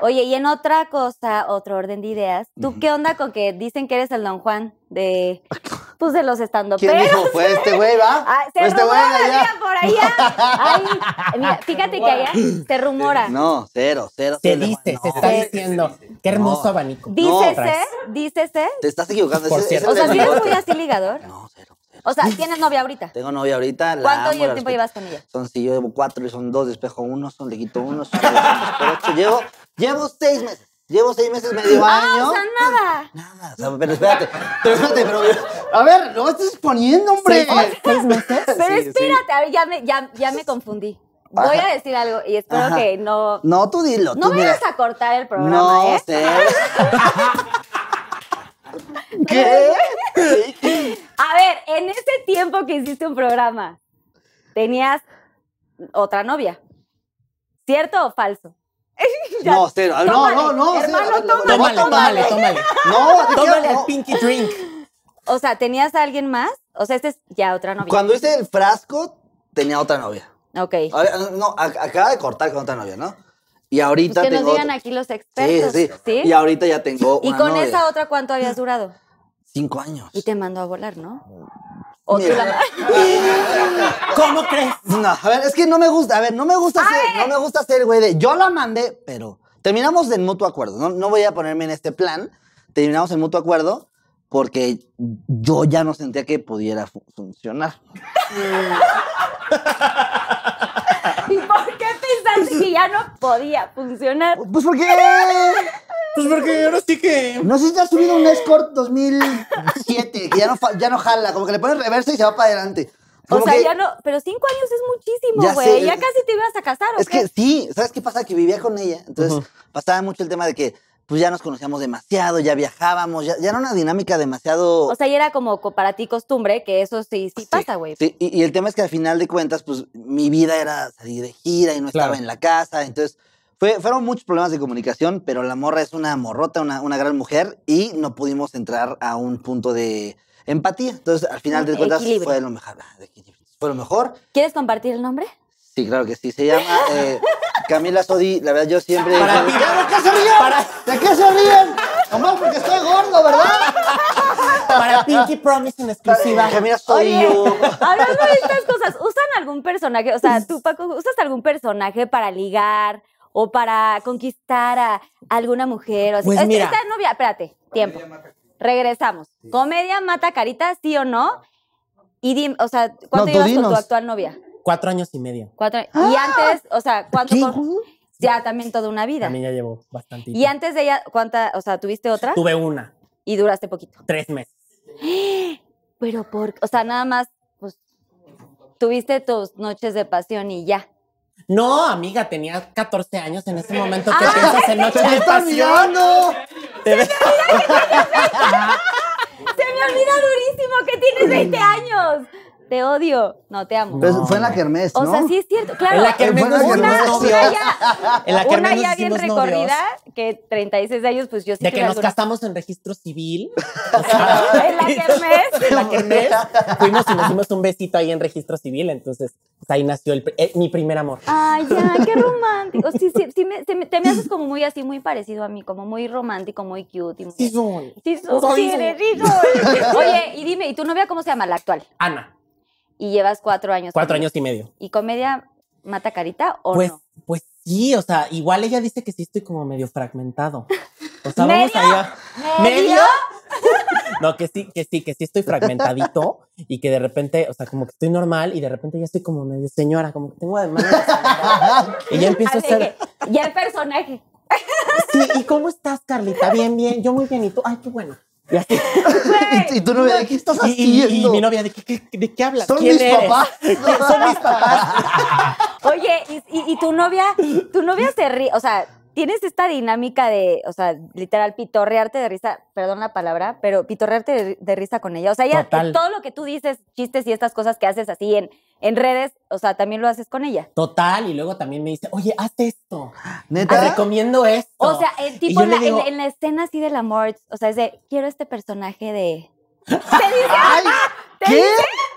Speaker 2: Oye, y en otra cosa, otro orden de ideas, ¿tú qué onda con que dicen que eres el Don Juan de, pues de los estando
Speaker 3: ¿Quién dijo? Fue este güey, ¿va?
Speaker 2: Ah, se
Speaker 3: Fue este güey
Speaker 2: rumora,
Speaker 3: de allá.
Speaker 2: mira, por allá. Ay, mira, fíjate que allá se rumora.
Speaker 3: No, cero, cero.
Speaker 4: Se
Speaker 3: cero de-
Speaker 4: dice,
Speaker 3: no.
Speaker 4: se está
Speaker 2: Sí.
Speaker 4: diciendo. Qué hermoso
Speaker 3: No.
Speaker 4: abanico.
Speaker 2: Dícese,
Speaker 4: traes.
Speaker 2: dícese.
Speaker 3: Te estás equivocando.
Speaker 4: Por
Speaker 3: ese- ese
Speaker 4: cierto.
Speaker 2: O sea,
Speaker 3: es
Speaker 2: si
Speaker 3: el
Speaker 2: eres
Speaker 3: bigote.
Speaker 2: muy así ligador.
Speaker 3: No, cero, cero.
Speaker 2: O sea, tienes novia ahorita.
Speaker 3: Tengo novia ahorita. la
Speaker 2: ¿Cuánto
Speaker 3: amo, la
Speaker 2: tiempo
Speaker 3: respeto.
Speaker 2: llevas con ella?
Speaker 3: Son si yo llevo cuatro y son dos, despejo uno, son le quito uno, son le quito ocho. Llevo, llevo seis meses. Llevo seis meses, medio año.
Speaker 2: Ah, O sea, nada.
Speaker 3: Nada, o sea, pero espérate, pero espérate, pero a ver, no me estás poniendo, hombre.
Speaker 4: pues, ¿Seis meses?
Speaker 2: Pero
Speaker 3: sí.
Speaker 2: espérate, a ver, ya me, ya, ya me confundí. voy a decir algo y espero
Speaker 5: Ajá.
Speaker 2: que no.
Speaker 5: No, tú dilo.
Speaker 2: No
Speaker 5: tú,
Speaker 2: me
Speaker 5: mira.
Speaker 2: vas a cortar el programa,
Speaker 5: No
Speaker 2: ¿eh?
Speaker 5: sé. ¿Qué?
Speaker 2: A ver, en ese tiempo que hiciste un programa, tenías otra novia. ¿Cierto o falso? Ya,
Speaker 5: No, cero. No,
Speaker 2: tómale.
Speaker 5: no, no, cero.
Speaker 2: Hermano,
Speaker 5: A ver, la-
Speaker 2: tómale,
Speaker 4: Tómale,
Speaker 2: tómale.
Speaker 4: tómale, tómale.
Speaker 5: No, te
Speaker 4: Tómale
Speaker 5: quiero-
Speaker 4: el pinky drink.
Speaker 2: O sea, ¿tenías a alguien más? O sea, este es ya otra novia.
Speaker 5: Cuando hice el frasco, tenía otra novia.
Speaker 2: Ok. Pues
Speaker 5: A ver, no, a- acaba de cortar con otra novia, ¿no? Y ahorita
Speaker 2: Pues que nos
Speaker 5: tengo.
Speaker 2: digan
Speaker 5: otra.
Speaker 2: aquí los
Speaker 5: Sí,
Speaker 2: expertos.
Speaker 5: sí,
Speaker 2: Sí,
Speaker 5: sí. Y ahorita ya tengo.
Speaker 2: ¿Y
Speaker 5: una
Speaker 2: con
Speaker 5: novia.
Speaker 2: esa otra cuánto habías durado?
Speaker 5: Cinco años.
Speaker 2: Y te mandó a volar, ¿no? O tú
Speaker 5: Mira.
Speaker 2: la-
Speaker 4: ¿Cómo crees?
Speaker 5: No, a ver, es que no me gusta, a ver, no me gusta ser, no me gusta ser, güey, de yo la mandé, pero terminamos en mutuo acuerdo, no, no voy a ponerme en este plan, terminamos en mutuo acuerdo porque yo ya no sentía que pudiera fu- funcionar.
Speaker 2: ¿Y por qué pensaste que ya no podía funcionar?
Speaker 5: Pues porque
Speaker 4: Pues porque ahora sí que.
Speaker 5: no sé si te has subido un Escort 2007, que ya no, fa- ya no jala, como que le pones reversa y se va para adelante.
Speaker 2: O
Speaker 5: Como
Speaker 2: sea,
Speaker 5: que-
Speaker 2: ya no. Pero cinco años es
Speaker 5: Ya
Speaker 2: muchísimo,
Speaker 5: sé,
Speaker 2: güey. Ya
Speaker 5: es-
Speaker 2: casi te ibas a casar, ¿o
Speaker 5: Es
Speaker 2: qué?
Speaker 5: que sí, ¿sabes qué pasa? Que vivía con ella. Entonces pasaba mucho el tema de que pues ya nos conocíamos demasiado, ya viajábamos, ya, ya era una dinámico demasiado...
Speaker 2: O sea, y era como co- para ti costumbre, que eso sí, sí, pasa, güey.
Speaker 5: Sí, y, y el tema es que al final de cuentas, pues mi vida era salir de gira y no estaba
Speaker 4: Claro.
Speaker 5: en la casa. Entonces, fue- fueron muchos problemas de comunicación, pero la morra es una morrota, una, una gran mujer y no pudimos entrar a un punto de empatía. Entonces, al final de cuentas,
Speaker 2: Equilibrio.
Speaker 5: fue lo mejor. Ah, de equilibrio. Fue lo mejor.
Speaker 2: ¿Quieres compartir el nombre?
Speaker 5: Sí, claro que sí. Se llama eh, Camila Sodi. La verdad, yo siempre.
Speaker 4: Para ti.
Speaker 5: ¿De qué se ríen?
Speaker 4: Para-
Speaker 5: ¿De qué se ríen? Nomás porque estoy gordo, ¿verdad?
Speaker 4: Para Pinky Promise en exclusiva.
Speaker 5: Camila Sodi.
Speaker 2: Oye,
Speaker 5: yo-
Speaker 2: hablando de estas cosas, ¿usan algún personaje? O sea, tú, Paco, ¿usas algún personaje para ligar o para conquistar a alguna mujer? O así?
Speaker 4: Pues
Speaker 2: Es-
Speaker 4: mira.
Speaker 2: Esta novia, espérate, tiempo. Regresamos. ¿Comedia mata carita, sí o no? Y dim- o sea,
Speaker 5: No,
Speaker 2: ¿cuánto
Speaker 5: tú
Speaker 2: llevas con tu
Speaker 5: dinos.
Speaker 2: actual novia?
Speaker 4: Cuatro años y medio.
Speaker 2: Cuatro. Y antes, o sea, ¿cuánto?
Speaker 5: ¿Qué,
Speaker 2: con-
Speaker 5: güey?
Speaker 2: ya también toda una vida.
Speaker 4: También ya llevo bastante.
Speaker 2: Y antes de ella, ¿cuánta? O sea, ¿tuviste otra?
Speaker 4: Tuve una,
Speaker 2: Y duraste poquito.
Speaker 4: tres meses.
Speaker 2: Pero por, o sea, nada más, pues, tuviste tus noches de pasión y ya.
Speaker 4: No, amiga, tenía 14 años en ese momento que
Speaker 2: Ah,
Speaker 4: piensas en noche de
Speaker 5: ¡Estás
Speaker 4: pasión.
Speaker 5: mirando!
Speaker 4: Te ves-
Speaker 2: Se me olvida durísimo que tienes 20 años. Te odio. No, te amo.
Speaker 5: Pero
Speaker 4: No.
Speaker 5: Pues, fue en la kermés, ¿no?
Speaker 2: O sea, sí es cierto. Claro,
Speaker 4: En la que
Speaker 5: Fue
Speaker 4: menos
Speaker 5: la que
Speaker 2: una,
Speaker 5: menos
Speaker 4: hicimos
Speaker 2: una
Speaker 5: novios.
Speaker 2: ya,
Speaker 4: En la que
Speaker 2: una
Speaker 4: menos
Speaker 2: ya bien
Speaker 4: hicimos novios.
Speaker 2: recorrida que 36 años, pues yo sí
Speaker 4: De que
Speaker 2: tuve
Speaker 4: nos
Speaker 2: alguna-
Speaker 4: casamos en registro civil.
Speaker 2: En la kermés.
Speaker 4: En la kermés. Fuimos y nos dimos un besito ahí en registro civil. Entonces, pues ahí nació el pr- eh, mi primer amor.
Speaker 2: Ay, ya, qué romántico. Sí, sí, sí me- se me- te me haces como muy así, muy parecido a mí, como muy romántico, muy cute. y muy-
Speaker 4: Sí, son.
Speaker 2: Sí, so-
Speaker 4: Soy
Speaker 2: sí,
Speaker 4: su-
Speaker 2: eres rico. Oye, y dime, ¿y tu novia cómo se llama la actual?
Speaker 4: Ana,
Speaker 2: Y llevas cuatro años.
Speaker 4: cuatro
Speaker 2: con ella.
Speaker 4: años y medio.
Speaker 2: ¿Y comedia mata carita o
Speaker 4: Pues,
Speaker 2: no?
Speaker 4: pues sí, o sea, igual ella dice que sí estoy como medio fragmentado. O sea, vamos
Speaker 2: ¿Medio?
Speaker 4: allá.
Speaker 2: ¿Medio?
Speaker 4: No, que sí, que sí, que sí estoy fragmentadito y que de repente, o sea, como que estoy normal y de repente ya estoy como medio señora, como que tengo además. y ya empiezo a
Speaker 2: Así que
Speaker 4: ser.
Speaker 2: ya el personaje.
Speaker 4: Sí, ¿y cómo estás, Carlita? Bien, bien, yo muy bien. ¿Y tú? Ay, qué bueno. Y, así.
Speaker 5: ¿Y, y tu novia, ¿de qué estás
Speaker 4: Y- y-
Speaker 5: haciendo?
Speaker 4: y mi novia, ¿de qué, qué- de qué hablas?
Speaker 5: Son
Speaker 4: ¿Quién
Speaker 5: mis
Speaker 4: eres?
Speaker 5: papás.
Speaker 4: Son mis papás.
Speaker 2: Oye, y, y- y tu novia, tu novia se ríe, o sea, tienes esta dinámica de, o sea, literal, pitorrearte de risa, perdón la palabra, pero pitorrearte de, de risa con ella. O sea, ella,
Speaker 4: Total.
Speaker 2: todo lo que tú dices, chistes y estas cosas que haces así en, en redes, o sea, también lo haces con ella.
Speaker 4: Total, y luego también me dice, oye, haz esto. Te
Speaker 5: ¿Neta?
Speaker 4: recomiendo esto.
Speaker 2: O sea, el tipo
Speaker 4: yo
Speaker 2: en
Speaker 4: le
Speaker 2: la, en-
Speaker 4: digo-
Speaker 2: en la escena así del amor, o sea, es de, quiero este personaje de... "Ah,
Speaker 5: ¡Ay! ¿Qué?
Speaker 4: Ah,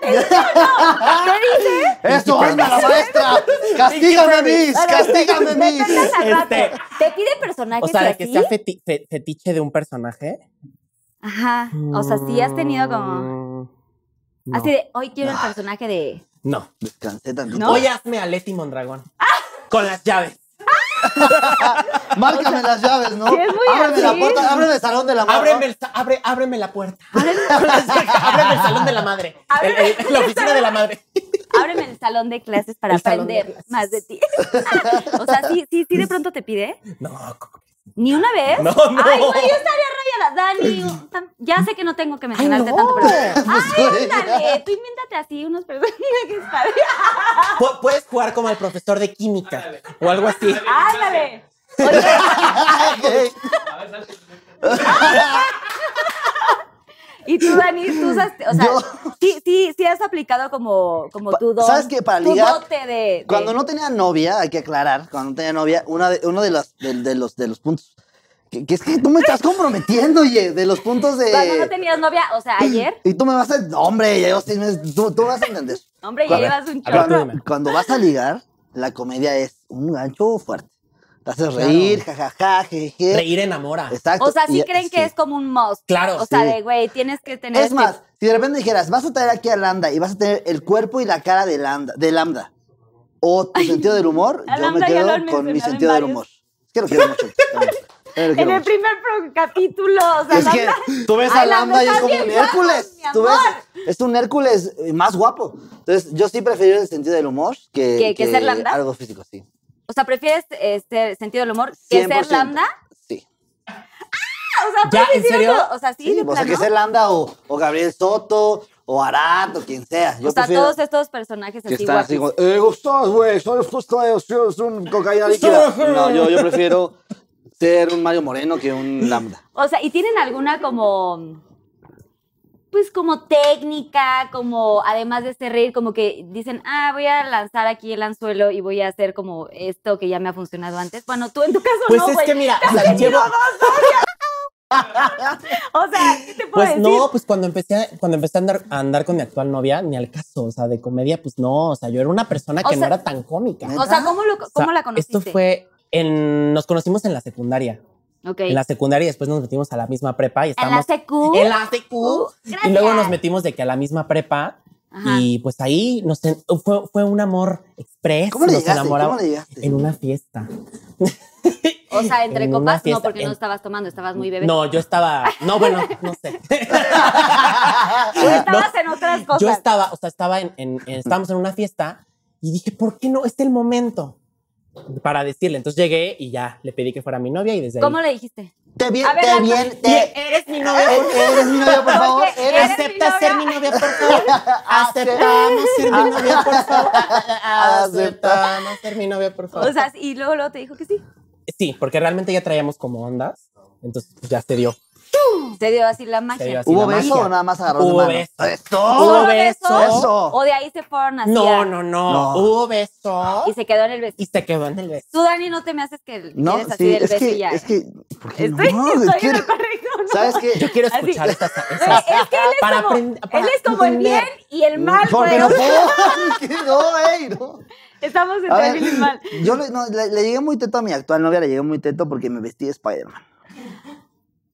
Speaker 2: ¿Qué dices?
Speaker 5: ¡Eso, anda la maestra! ¡Castígame, Miss! ¡Castígame,
Speaker 2: Me
Speaker 5: Miss!
Speaker 2: cuentas al rato.
Speaker 4: Este-
Speaker 2: Te pide personajes
Speaker 4: O sea, de que
Speaker 2: y
Speaker 4: sea
Speaker 2: así.
Speaker 4: feti- fe- fetiche de un personaje.
Speaker 2: Ajá. O sea, sí has tenido como.
Speaker 4: Mm, No, Ah.
Speaker 2: Así de, hoy quiero el personaje de.
Speaker 4: no.
Speaker 5: Descansé tantito.
Speaker 2: ¿No?
Speaker 4: Hoy hazme a Leti Mondragón. Con las llaves.
Speaker 5: Márcame las llaves, ¿no?
Speaker 2: Sí, es muy
Speaker 5: ábreme la
Speaker 2: así.
Speaker 5: puerta, ábreme el salón de la mano.
Speaker 4: Ábreme, el sa- abre, ábreme la puerta. Con las llaves. Ábreme el salón de la madre. El- el- la oficina de la madre.
Speaker 2: Ábreme el salón de clases para
Speaker 4: El salón de
Speaker 2: aprender
Speaker 4: clases.
Speaker 2: más de ti. o sea, sí, sí, sí, de pronto te pide.
Speaker 4: No, ¿cómo crees?
Speaker 2: ¿Ni una vez?
Speaker 4: No, no.
Speaker 2: Ay, güey, yo estaría rayada. Dani, tam- ya sé que no tengo que mencionarte
Speaker 4: no.
Speaker 2: tanto, pero.
Speaker 5: güey.
Speaker 2: Ay, dale, tú invéntate así unos personajes padres.
Speaker 4: Pu- Puedes jugar como al profesor de química o algo así.
Speaker 2: Ándale. Y tú, Dani, tú usas, o sea,
Speaker 5: Yo-
Speaker 2: sí, sí, sí has aplicado como, como
Speaker 5: Pa-
Speaker 2: tu don.
Speaker 5: ¿sabes qué? Para
Speaker 2: tu
Speaker 5: ligar,
Speaker 2: dote de, de-
Speaker 5: Cuando no tenía novia, hay que aclarar, cuando no tenía novia, una de, uno de los, de, de los, de los puntos. Que, que es que tú me estás comprometiendo, oye, de los puntos de.
Speaker 2: Cuando no tenías novia, o sea, ayer,
Speaker 5: Y tú me vas a. no, Hombre, ya llevo seis meses, tú, tú vas a entender.
Speaker 2: hombre,
Speaker 4: A
Speaker 2: ya
Speaker 4: ver,
Speaker 2: llevas un
Speaker 4: a ver, tú
Speaker 2: chorro.
Speaker 4: dime.
Speaker 5: Cuando vas a ligar, la comedia es un gancho fuerte. Te haces reír, jajaja, jejeje.
Speaker 4: Reír enamora.
Speaker 5: Exacto.
Speaker 2: O sea, sí
Speaker 5: Y-
Speaker 2: creen que es como un must.
Speaker 4: Claro,
Speaker 2: O sea,
Speaker 5: sí.
Speaker 2: de güey, tienes que tener.
Speaker 5: Es más, si de repente dijeras, vas a traer aquí a Lambda y vas a tener el cuerpo y la cara de Lambda, de Lambda o tu sentido del humor,
Speaker 2: a
Speaker 5: yo me
Speaker 2: Lambda ya lo
Speaker 5: quedo
Speaker 2: han
Speaker 5: con
Speaker 2: mencionado
Speaker 5: mi
Speaker 2: en
Speaker 5: sentido del
Speaker 2: varios.
Speaker 5: humor. Es que lo quiero mucho. también. También lo
Speaker 2: En
Speaker 5: quiero
Speaker 2: el
Speaker 5: mucho.
Speaker 2: primer pro- capítulo, o sea,
Speaker 5: Es
Speaker 2: la
Speaker 5: que
Speaker 2: verdad-
Speaker 5: tú ves a
Speaker 2: Ay, la
Speaker 5: Lambda y es
Speaker 2: neta,
Speaker 5: como
Speaker 2: bien
Speaker 5: un
Speaker 2: guapos,
Speaker 5: Hércules.
Speaker 2: mi
Speaker 5: Tú ves,
Speaker 2: amor.
Speaker 5: es un Hércules eh, más guapo. Entonces, yo sí prefiero el sentido del humor que,
Speaker 2: ¿Que- que ser Lambda?
Speaker 5: algo físico, sí.
Speaker 2: O sea, prefieres este sentido del humor que ser
Speaker 5: 100%.
Speaker 2: lambda.
Speaker 5: Sí.
Speaker 2: O sea, ¿tú
Speaker 4: ¿Ya?
Speaker 2: prefieres
Speaker 4: ¿En serio?
Speaker 2: lo- O sea, sí,
Speaker 5: Sí,
Speaker 2: de
Speaker 5: o sea,
Speaker 2: plano?
Speaker 5: que ser Lambda o, o Gabriel Soto o Arat o quien sea. Yo
Speaker 2: O sea,
Speaker 5: prefiero
Speaker 2: todos estos personajes
Speaker 5: que
Speaker 2: así
Speaker 5: están así
Speaker 2: guapos.
Speaker 5: como, eh, gustos, güey, son justo es un cocaína líquida. No, yo, yo prefiero ser un Mario Moreno que un Lambda.
Speaker 2: O sea, ¿y tienen alguna como, pues como técnica, como además de este reír, como que dicen, ah, voy a lanzar aquí el anzuelo y voy a hacer como esto que ya me ha funcionado antes? Bueno, tú en tu caso
Speaker 4: Pues
Speaker 2: no,
Speaker 4: es
Speaker 2: güey.
Speaker 4: que mira, o sea, llevo-
Speaker 2: O sea, ¿qué te puedo
Speaker 4: pues
Speaker 2: decir?
Speaker 4: no, pues cuando empecé, a- cuando empecé a andar, a andar con mi actual novia, ni al caso, o sea, de comedia, pues no, o sea, yo era una persona
Speaker 2: O
Speaker 4: que
Speaker 2: sea-
Speaker 4: no era tan cómica.
Speaker 2: O sea, ¿cómo, lo-
Speaker 4: O sea,
Speaker 2: cómo la conociste?
Speaker 4: Esto fue en, nos conocimos en la secundaria.
Speaker 2: Ok.
Speaker 4: En la secundaria y después nos metimos a la misma prepa y
Speaker 2: ¿En la
Speaker 4: estábamos
Speaker 2: secu?
Speaker 4: en la secu.
Speaker 2: gracias.
Speaker 4: y luego nos metimos de que a la misma prepa
Speaker 2: Ajá.
Speaker 4: y pues ahí nos en- fue, fue un amor express.
Speaker 5: ¿Cómo le
Speaker 4: nos
Speaker 5: llegaste?
Speaker 4: enamoramos
Speaker 5: ¿Cómo le llegaste?
Speaker 4: en una fiesta.
Speaker 2: O sea, entre
Speaker 4: en una
Speaker 2: copas, no,
Speaker 4: fiesta,
Speaker 2: porque no
Speaker 4: en-
Speaker 2: estabas tomando, estabas muy bebé.
Speaker 4: No, yo estaba, no, bueno, no sé.
Speaker 2: Tú estabas en otras cosas.
Speaker 4: Yo estaba, o sea, estaba en, en- en- estábamos en una fiesta y dije, ¿por qué no es el momento para decirle? Entonces llegué y ya le pedí que fuera mi novia y desde
Speaker 2: ¿Cómo
Speaker 4: ahí.
Speaker 2: le dijiste?
Speaker 5: Te bien,
Speaker 2: A ver,
Speaker 5: te
Speaker 2: Alma,
Speaker 5: bien,
Speaker 4: Y
Speaker 5: te...
Speaker 4: Eres mi novia.
Speaker 5: Eres, eh, eres mi novia, por favor. Eh,
Speaker 2: Oye,
Speaker 5: Eres-
Speaker 2: eres-
Speaker 4: ¿Aceptas
Speaker 2: mi
Speaker 4: ser mi
Speaker 2: novia?
Speaker 4: novia, por favor? ¿Aceptamos ser mi novia, por favor? ¿Aceptamos ser mi novia, por favor?
Speaker 2: O sea, y luego, luego te dijo que sí.
Speaker 4: sí, porque realmente ya traíamos como ondas. Entonces pues, ya se dio.
Speaker 2: Se dio así la
Speaker 4: Se dio
Speaker 2: magia.
Speaker 4: así
Speaker 5: ¿Hubo
Speaker 4: la
Speaker 5: beso
Speaker 4: magia.
Speaker 5: o nada más agarró
Speaker 4: Hubo
Speaker 5: de mano?
Speaker 4: beso.
Speaker 5: ¡Eso!
Speaker 2: ¿Solo
Speaker 4: Hubo
Speaker 2: beso?
Speaker 5: beso.
Speaker 2: ¿O de ahí se fueron así?
Speaker 4: No,
Speaker 2: a-
Speaker 4: no, no,
Speaker 5: No.
Speaker 4: Hubo beso.
Speaker 2: Y se quedó en el beso.
Speaker 4: Y se quedó en el beso.
Speaker 2: Tú, Dani, no te me haces que
Speaker 5: No,
Speaker 2: eres así
Speaker 5: sí,
Speaker 2: del
Speaker 5: es
Speaker 2: beso y
Speaker 5: que,
Speaker 2: ya.
Speaker 5: es que... ¿Por qué
Speaker 2: Estoy,
Speaker 5: no?
Speaker 2: estoy en
Speaker 5: Quiero-
Speaker 2: lo correcto. ¿no?
Speaker 5: ¿Sabes qué?
Speaker 4: Yo quiero
Speaker 2: Así.
Speaker 4: escuchar estas.
Speaker 2: Güey,
Speaker 4: esas-
Speaker 2: es que él es
Speaker 4: para
Speaker 2: como,
Speaker 4: aprender- para
Speaker 2: él es como el bien
Speaker 4: entender.
Speaker 2: y el mal,
Speaker 5: Porque
Speaker 2: güey.
Speaker 5: no
Speaker 2: O sea,
Speaker 5: puedo. ¿Qué? No, ey, no.
Speaker 2: Estamos entre
Speaker 5: A
Speaker 2: el bien y
Speaker 5: ver,
Speaker 2: el mal.
Speaker 5: yo le, no, le- le llegué muy teto a mi actual novia, le llegué muy teto porque me vestí de Spider-Man.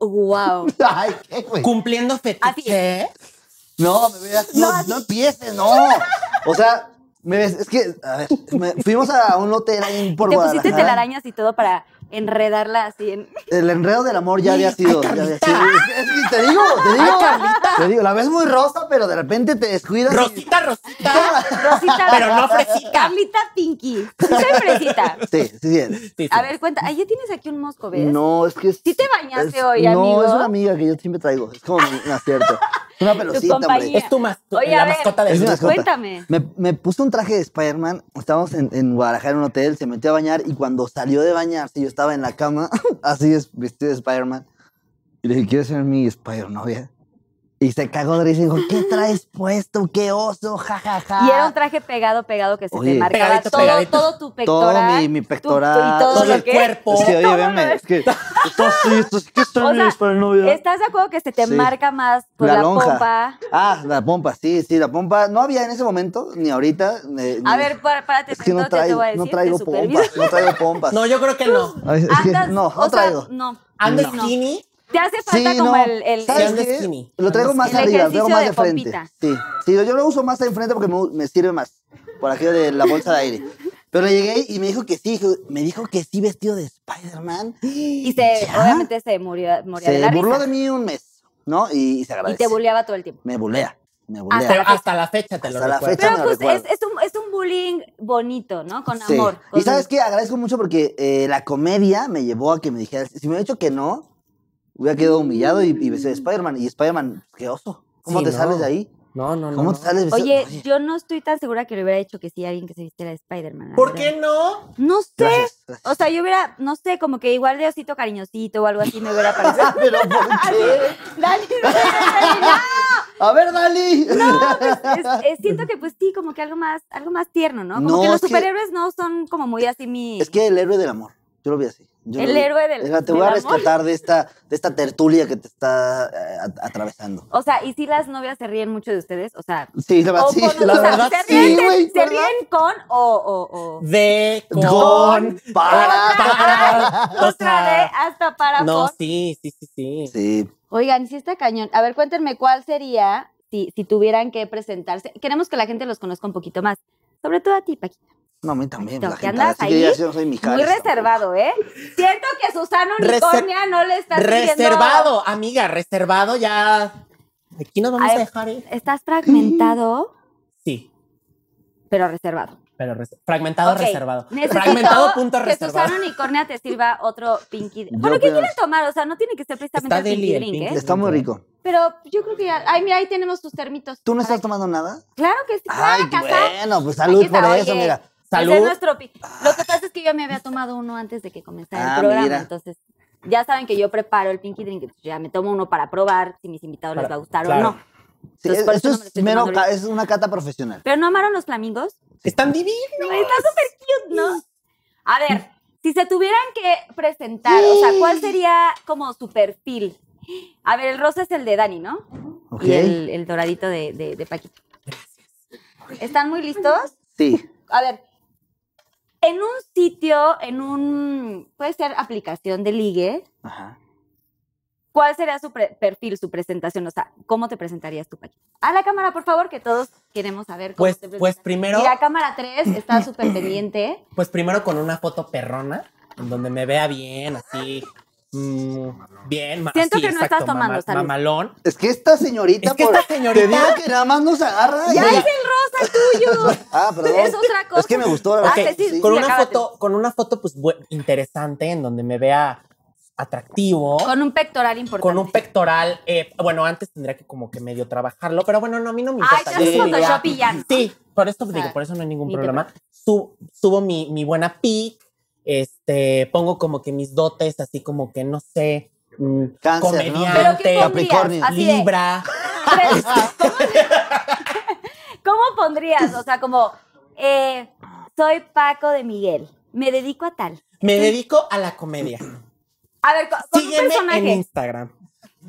Speaker 2: Wow.
Speaker 5: Ay, qué güey.
Speaker 4: Cumpliendo fetiche.
Speaker 5: No, me veas. No, no, empieces, no. O sea, me ves, es que, a ver, me- fuimos a un hotel ahí por
Speaker 2: Te pusiste
Speaker 5: Guadalajara.
Speaker 2: telarañas y todo para enredarla así en...
Speaker 5: El enredo del amor ya había sido. ya había
Speaker 4: Carlita.
Speaker 5: sido. Es que te digo, te digo. Te digo, la ves muy rosa, pero de repente te descuidas. y-
Speaker 4: Rosita, Rosita.
Speaker 2: Rosita.
Speaker 4: Pero no fresita.
Speaker 2: Carlita Pinky. Sí soy fresita.
Speaker 5: Sí, sí, sí. eres.
Speaker 4: Sí, sí.
Speaker 2: A ver, cuenta. Ahí ya tienes aquí un mosco, ¿ves?
Speaker 5: No, es que. es-
Speaker 2: Sí te bañaste
Speaker 5: es-
Speaker 2: hoy,
Speaker 5: no,
Speaker 2: amigo.
Speaker 5: es una amiga que yo siempre traigo. Es como mi- un acierto. Es una pelotita,
Speaker 2: compañía.
Speaker 5: hombre.
Speaker 4: Es tu mas- tu-
Speaker 2: Oye, a
Speaker 4: la
Speaker 2: ver.
Speaker 4: mascota de
Speaker 5: Es
Speaker 4: Disney.
Speaker 5: una mascota.
Speaker 2: Cuéntame.
Speaker 5: Me, me puse un traje de Spider-Man. Estábamos en, en Guadalajara en un hotel, se metió a bañar y cuando salió de bañarse, yo estaba en la cama, así es- vestido de Spider-Man. Y le dije, ¿quieres ser mi Spider-Novia? Y se cagó de risa y dijo, ¿qué traes puesto? ¡Qué oso! ¡Ja, ja, ja!
Speaker 2: Y era un traje pegado, pegado que se te
Speaker 5: Oye.
Speaker 2: marcaba
Speaker 4: Pegadito,
Speaker 2: todo,
Speaker 4: pegadito.
Speaker 2: todo tu
Speaker 5: Todo
Speaker 2: pectoral.
Speaker 5: mi, mi
Speaker 2: tu-
Speaker 5: pectoral.
Speaker 2: y todo,
Speaker 4: todo
Speaker 2: lo
Speaker 4: el
Speaker 2: que-
Speaker 4: cuerpo.
Speaker 5: Es que, oye,
Speaker 2: todo lo
Speaker 5: veme,
Speaker 2: de-
Speaker 5: es que... Esto sí, esto sí que es
Speaker 2: O
Speaker 5: mi
Speaker 2: sea,
Speaker 5: Spider-Novia.
Speaker 2: ¿Estás de acuerdo que se te
Speaker 5: Sí.
Speaker 2: marca más por la,
Speaker 5: La lonja.
Speaker 2: pompa?
Speaker 5: Ah, la pompa, sí, sí, la pompa. No había en ese momento, ni ahorita. eh,
Speaker 2: A
Speaker 5: ni-
Speaker 2: ver, pá- párate,
Speaker 5: es que no
Speaker 2: tantito, te
Speaker 5: traigo,
Speaker 2: voy a decir,
Speaker 5: no traigo
Speaker 2: te
Speaker 5: pompas,
Speaker 2: superviso.
Speaker 5: no traigo pompas.
Speaker 4: No, yo creo que no.
Speaker 5: Ay, es que-
Speaker 2: Andas-
Speaker 5: no,
Speaker 2: o
Speaker 5: no
Speaker 2: sea,
Speaker 5: traigo.
Speaker 2: no.
Speaker 4: Ando
Speaker 2: No.
Speaker 4: skinny.
Speaker 2: Te hace falta
Speaker 5: Sí,
Speaker 2: como
Speaker 5: no.
Speaker 2: el, el-
Speaker 5: ¿Sabes
Speaker 4: el-
Speaker 5: qué?
Speaker 4: el skinny.
Speaker 5: Lo traigo más
Speaker 2: El
Speaker 5: arriba, lo traigo
Speaker 2: ejercicio
Speaker 5: más
Speaker 2: de
Speaker 5: de frente.
Speaker 2: pompita.
Speaker 5: Sí. sí, yo lo uso más enfrente porque me, me sirve más. Por aquello de la bolsa de aire. Pero llegué y me dijo que sí, dijo- me dijo que sí vestido de Spider-Man.
Speaker 2: y se, obviamente se murió, moría de
Speaker 5: Se
Speaker 2: la
Speaker 5: burló
Speaker 2: risa.
Speaker 5: de mí un mes, ¿no? Y, y se
Speaker 2: y Ah,
Speaker 5: agradece.
Speaker 2: te buleaba todo el tiempo.
Speaker 5: me bulea, me bulea.
Speaker 4: Pero hasta la fecha te lo
Speaker 5: Hasta la
Speaker 4: recuerdo.
Speaker 5: fecha.
Speaker 2: Pero
Speaker 5: me
Speaker 2: pues, es,
Speaker 5: recuerdo.
Speaker 2: es un, es un bullying bonito, ¿no? Con
Speaker 5: Sí.
Speaker 2: amor.
Speaker 5: Y sabes qué, agradezco mucho porque eh, la comedia me llevó a que me dijeras, si me hubiera dicho que no, hubiera quedado humillado y, y besé a
Speaker 2: Mm.
Speaker 5: Spider-Man. Y Spider-Man, pues, qué oso. ¿Cómo
Speaker 4: Sí,
Speaker 5: te
Speaker 4: no.
Speaker 5: sales de ahí?
Speaker 4: No, no, no.
Speaker 5: ¿Cómo
Speaker 4: no.
Speaker 5: te sales besando?
Speaker 2: Oye, yo no estoy tan segura que le hubiera hecho que sí a alguien que se vistiera de Spider-Man. la
Speaker 4: ¿Por
Speaker 2: verdad.
Speaker 4: qué no?
Speaker 2: No sé.
Speaker 5: Gracias, gracias.
Speaker 2: O sea, yo hubiera, no sé, como que igual de osito cariñosito o algo así me hubiera parecido.
Speaker 5: Ah, Pero, ¿por qué?
Speaker 2: Dale, dale, dale, dale.
Speaker 5: A ver, Dali.
Speaker 2: pues, Es- es- siento que pues sí, como que algo más, algo más tierno, ¿no? Como
Speaker 5: No,
Speaker 2: que los
Speaker 5: es que-
Speaker 2: superhéroes no son como muy así mi.
Speaker 5: Es que el héroe del amor. Yo lo vi así. Yo lo
Speaker 2: El
Speaker 5: vi.
Speaker 2: héroe del-
Speaker 5: Era, Te
Speaker 2: del
Speaker 5: voy a
Speaker 2: amor.
Speaker 5: rescatar de esta, de esta tertulia que te está eh, at- atravesando.
Speaker 2: O sea, y si las novias se ríen mucho de ustedes, o sea.
Speaker 5: Sí, la verdad,
Speaker 2: o
Speaker 5: sí.
Speaker 2: con- o
Speaker 5: La
Speaker 2: sea,
Speaker 5: verdad,
Speaker 2: se
Speaker 5: sí,
Speaker 2: ríen,
Speaker 5: güey.
Speaker 2: se
Speaker 5: ¿verdad?
Speaker 2: ríen con o, o, o.
Speaker 4: De con,
Speaker 5: Con, para,
Speaker 4: para, Ah, o
Speaker 2: Otra
Speaker 4: sea,
Speaker 2: vez, hasta para
Speaker 4: No,
Speaker 2: por.
Speaker 4: sí, sí, sí, sí.
Speaker 5: Sí.
Speaker 2: Oigan, si está cañón. A ver, cuéntenme cuál sería si, si tuvieran que presentarse. Queremos que la gente los conozca un poquito más. Sobre todo a ti, Paquita.
Speaker 5: No, a mí también.
Speaker 2: Exacto,
Speaker 5: La
Speaker 2: que
Speaker 5: gente,
Speaker 2: andas
Speaker 5: así que
Speaker 2: ahí
Speaker 5: ya yo soy mi
Speaker 2: Muy reservado, ¿eh? Siento que Susana Unicornia no le está sirviendo-
Speaker 4: Reservado, amiga, reservado ya. Aquí nos vamos
Speaker 2: Ay,
Speaker 4: a dejar, ¿eh?
Speaker 2: Estás fragmentado,
Speaker 4: Sí,
Speaker 2: pero reservado.
Speaker 4: pero res- fragmentado,
Speaker 2: Ok,
Speaker 4: reservado.
Speaker 2: necesito
Speaker 4: Fragmentado, punto
Speaker 2: que
Speaker 4: reservado.
Speaker 2: Susana Unicornia te sirva otro pinky.
Speaker 5: Yo
Speaker 2: Bueno, ¿qué
Speaker 5: apenas-
Speaker 2: quieres tomar? O sea, no tiene que ser precisamente
Speaker 4: Está
Speaker 2: el pinky
Speaker 4: deli el
Speaker 2: drink,
Speaker 4: pinky.
Speaker 2: ¿eh?
Speaker 5: Está muy rico.
Speaker 2: Pero yo creo que ya. Ay, mira, ahí tenemos tus termitos.
Speaker 5: ¿Tú no estás
Speaker 2: Ay,
Speaker 5: tomando nada?
Speaker 2: Claro que sí.
Speaker 5: Ay,
Speaker 2: claro, casa.
Speaker 5: bueno, pues salud
Speaker 2: Aquí está,
Speaker 5: por eso,
Speaker 2: oye.
Speaker 5: mira.
Speaker 4: Salud.
Speaker 2: Ese es nuestro pi- Lo que pasa es que yo me había tomado uno antes de que comenzara
Speaker 5: Ah,
Speaker 2: el programa,
Speaker 5: mira.
Speaker 2: entonces ya saben que yo preparo el pinky drink, entonces ya me tomo uno para probar si mis invitados les
Speaker 4: Para-
Speaker 2: va a gustar
Speaker 4: claro.
Speaker 2: o no.
Speaker 5: Sí,
Speaker 2: Entonces, por eso no me
Speaker 5: esto
Speaker 2: lo
Speaker 5: es,
Speaker 2: estoy
Speaker 5: mero
Speaker 2: tomando
Speaker 5: ca- es una cata profesional.
Speaker 2: Pero no amaron los flamingos.
Speaker 4: Están divinos.
Speaker 2: No, está súper cute, ¿no? A ver, si se tuvieran que presentar, o sea, ¿cuál sería como su perfil? A ver, el rosa es el de Dani, ¿no?
Speaker 5: ¿Ok?
Speaker 2: Y el, el doradito de, de, de Paquito. ¿Están muy listos?
Speaker 5: Sí.
Speaker 2: A ver, en un sitio, en un, puede ser aplicación de ligue,
Speaker 5: Ajá.
Speaker 2: ¿cuál sería su pre- perfil, su presentación? O sea, ¿cómo te presentarías tú, Paquito? A la cámara, por favor, que todos queremos saber cómo
Speaker 4: Pues,
Speaker 2: te presentas.
Speaker 4: pues primero,
Speaker 2: Mira, cámara 3 está súper pendiente.
Speaker 4: pues primero con una foto perrona, en donde me vea bien, así. mm, bien, ma-
Speaker 2: Siento
Speaker 4: sí,
Speaker 2: que no
Speaker 4: exacto,
Speaker 2: estás tomando,
Speaker 4: mama-
Speaker 2: salud.
Speaker 4: mamalón.
Speaker 5: Es que esta señorita.
Speaker 4: Es que
Speaker 5: por-
Speaker 4: esta
Speaker 5: Te digo
Speaker 4: señorita.
Speaker 5: que nada más nos agarra. y-
Speaker 2: ¡Ya es el rosa tuyo!
Speaker 5: Ah, perdón.
Speaker 2: Es otra cosa.
Speaker 5: Es que me gustó la
Speaker 2: Ah,
Speaker 5: verdad.
Speaker 2: te-
Speaker 4: Ok,
Speaker 2: sí,
Speaker 4: con
Speaker 2: sí,
Speaker 4: una
Speaker 2: acábatelo.
Speaker 4: foto, con una foto, pues bu- interesante, en donde me vea atractivo.
Speaker 2: Con un pectoral importante.
Speaker 4: con un pectoral, eh, bueno, antes tendría que como que medio trabajarlo, pero bueno, no, a mí no me
Speaker 2: Ay,
Speaker 4: importa.
Speaker 2: ya
Speaker 4: yo
Speaker 2: es
Speaker 4: le diría-
Speaker 2: Photoshop y ya no.
Speaker 4: Sí, por eso
Speaker 2: O sea,
Speaker 4: digo, por eso no hay ningún
Speaker 2: ni te
Speaker 4: problema. Su- subo mi, mi buena pic, este, pongo como que mis dotes, así como que no sé, mm,
Speaker 5: Cáncer, ¿no?
Speaker 2: ¿Pero qué
Speaker 4: comediante,
Speaker 5: Capricornio.
Speaker 2: pondrías? Así de,
Speaker 4: libra.
Speaker 2: tres. ¿Cómo, cómo pondrías? O sea, como, eh, soy Paco de Miguel, me dedico a tal.
Speaker 4: Me dedico a la comedia.
Speaker 2: A ver, con, con un
Speaker 4: Sígueme en
Speaker 2: personaje.
Speaker 4: Instagram.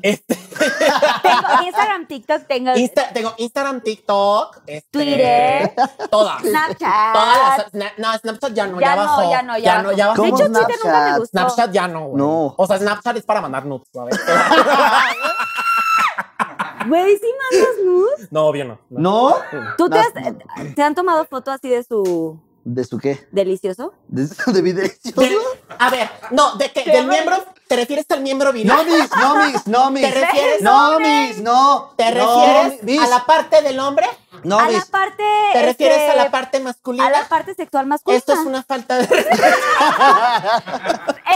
Speaker 4: Este,
Speaker 2: Tengo Instagram, TikTok, tengo
Speaker 4: Insta- tengo Instagram, TikTok, este,
Speaker 2: Twitter.
Speaker 4: todas.
Speaker 2: Snapchat.
Speaker 4: Todas las- Sna- no, Snapchat ya no, ya,
Speaker 2: ya, no,
Speaker 4: bajó.
Speaker 2: ya no, ya,
Speaker 4: ya,
Speaker 2: bajó.
Speaker 4: no, ya bajó.
Speaker 2: De hecho,
Speaker 5: ¿Cómo
Speaker 2: Twitter nunca me
Speaker 5: Snapchat?
Speaker 2: gustó.
Speaker 4: Snapchat ya no, güey.
Speaker 5: No.
Speaker 4: O sea, Snapchat es para mandar nudes, ¿sabes?
Speaker 2: Güey, ¿sí mandas nudes?
Speaker 4: no, obvio no.
Speaker 5: ¿No?
Speaker 2: ¿Tú te,
Speaker 5: No,
Speaker 2: has, te han tomado foto así de su
Speaker 5: ¿De su qué?
Speaker 2: delicioso?
Speaker 5: ¿De, su- de mi delicioso?
Speaker 4: Del- a ver, no, de que, del miembro, ¿te refieres al miembro
Speaker 5: No,
Speaker 4: viril?
Speaker 5: mis, no, mis, no, mis.
Speaker 4: ¿Te refieres?
Speaker 5: No, mis, no.
Speaker 4: ¿Te
Speaker 5: No,
Speaker 4: refieres
Speaker 5: mis,
Speaker 4: a la parte del hombre?
Speaker 5: No,
Speaker 2: a la
Speaker 5: mis.
Speaker 2: parte.
Speaker 4: ¿Te refieres
Speaker 2: este,
Speaker 4: a la parte masculina?
Speaker 2: a la parte sexual masculina.
Speaker 4: Esto es una falta de respeto.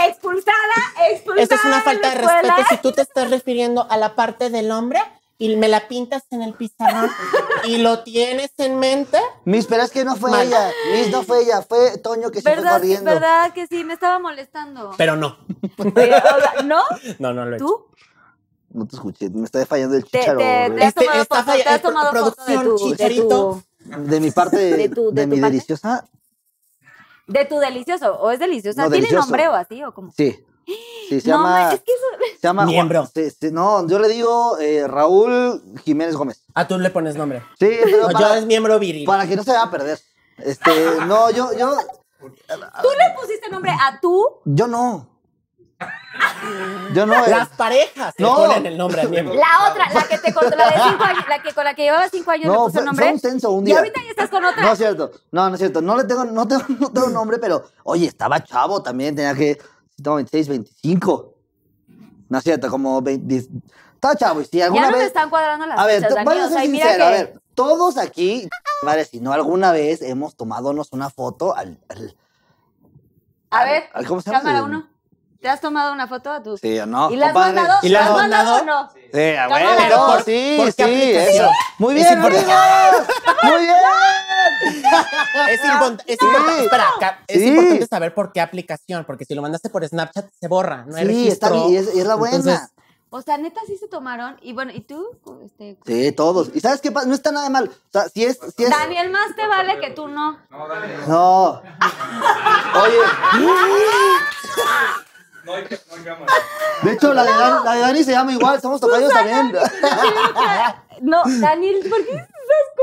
Speaker 2: Expulsada, expulsada.
Speaker 4: Esto es una falta de
Speaker 2: la escuela.
Speaker 4: respeto. Si tú te estás refiriendo a la parte del hombre y me la pintas en el pizarrón y lo tienes en mente,
Speaker 5: Mis, pero es que no fue
Speaker 4: Mal.
Speaker 5: ella. Mis no fue ella, fue Toño que se fue
Speaker 2: ¿Verdad,
Speaker 5: corriendo.
Speaker 2: verdad que sí, me estaba molestando.
Speaker 4: pero no.
Speaker 2: Pero, o sea, ¿No?
Speaker 4: No, no lo he hecho.
Speaker 2: ¿Tú?
Speaker 5: No te escuché, me está fallando el
Speaker 2: Te, te,
Speaker 5: chicharo.
Speaker 2: te has
Speaker 4: Este,
Speaker 2: tomado
Speaker 4: esta
Speaker 2: foto, te
Speaker 4: falla-
Speaker 2: has tomado foto de
Speaker 4: producción,
Speaker 2: tu, de, tu,
Speaker 4: chicharito.
Speaker 5: de mi parte, de,
Speaker 2: de tu- de tu
Speaker 5: mi
Speaker 2: parte.
Speaker 5: deliciosa,
Speaker 2: de tu delicioso. ¿O es deliciosa?
Speaker 5: No,
Speaker 2: ¿Tiene
Speaker 5: delicioso.
Speaker 2: nombre o así? ¿O como?
Speaker 5: sí. Sí, se
Speaker 2: no,
Speaker 5: llama.
Speaker 2: ma- es que eso.
Speaker 5: Se llama. Juan-
Speaker 4: Miembro.
Speaker 5: sí, sí, no, yo le digo eh, Raúl Jiménez Gómez.
Speaker 4: A Ah, tú le pones nombre.
Speaker 5: Sí, pero
Speaker 4: No, yo
Speaker 5: para,
Speaker 4: es miembro viril.
Speaker 5: para que no se vaya a perder. Este, no, yo, yo, Ah.
Speaker 2: Tú le pusiste nombre a tú.
Speaker 5: yo no. Yo no. eh,
Speaker 4: Las parejas
Speaker 5: No.
Speaker 4: le ponen el nombre al miembro.
Speaker 2: La otra, la que te contó, la de cinco años, la que con la que llevaba cinco años le
Speaker 5: Ah. no,
Speaker 2: puso
Speaker 5: fue,
Speaker 2: nombre.
Speaker 5: fue un tenso un
Speaker 2: y
Speaker 5: día.
Speaker 2: ahorita ya estás con otra.
Speaker 5: No es cierto. No, no es cierto. No le tengo, no tengo, no tengo nombre, pero oye, estaba chavo también, tenía que. Tengo 26, 25. No es cierto, como 20. Estaba chavo, y si
Speaker 2: ya
Speaker 5: alguna
Speaker 2: no me
Speaker 5: vez.
Speaker 2: están cuadrando las
Speaker 5: A ver,
Speaker 2: fechas,
Speaker 5: tú-
Speaker 2: Dani,
Speaker 5: vaya a
Speaker 2: o sea,
Speaker 5: ser
Speaker 2: y mira
Speaker 5: sincero, a
Speaker 2: que-
Speaker 5: ver, todos aquí madre si no alguna vez hemos tomadonos una foto al. al-
Speaker 2: A ver,
Speaker 5: al- ¿Cómo se llama?
Speaker 2: cámara uno. ¿Te has tomado una foto a tus?
Speaker 5: Sí, ¿o no?
Speaker 2: ¿Y la has
Speaker 5: Compadre.
Speaker 2: mandado?
Speaker 4: ¿Y la has
Speaker 2: ¿La has mandado o
Speaker 4: mandado?
Speaker 2: no?
Speaker 5: Sí, a
Speaker 2: Cámara
Speaker 5: huevo,
Speaker 2: dos.
Speaker 5: no, sí,
Speaker 4: ¿Por qué
Speaker 5: sí,
Speaker 4: aplicación?
Speaker 5: eso. Muy
Speaker 4: Es
Speaker 5: bien, amigos.
Speaker 4: importante.
Speaker 5: Muy bien.
Speaker 4: Es, impon- es importante, espera, ca- es
Speaker 5: Sí.
Speaker 4: importante saber por qué aplicación, porque si lo mandaste por Snapchat se borra, no hay
Speaker 5: Sí, está
Speaker 4: registro.
Speaker 5: bien, y es- y es la buena.
Speaker 4: Entonces,
Speaker 2: O sea, neta sí se tomaron. Y bueno, ¿y tú? Este,
Speaker 5: Sí, todos. ¿Y sabes qué pasa? No está nada de mal. O sea, si es, si es.
Speaker 2: Daniel, más te vale que tú no.
Speaker 5: No. Oye.
Speaker 6: No hay, no hay cámara.
Speaker 5: De hecho, la de, Dan- la de Dani se llama igual, somos tocayos también.
Speaker 2: No, Daniel, ¿por qué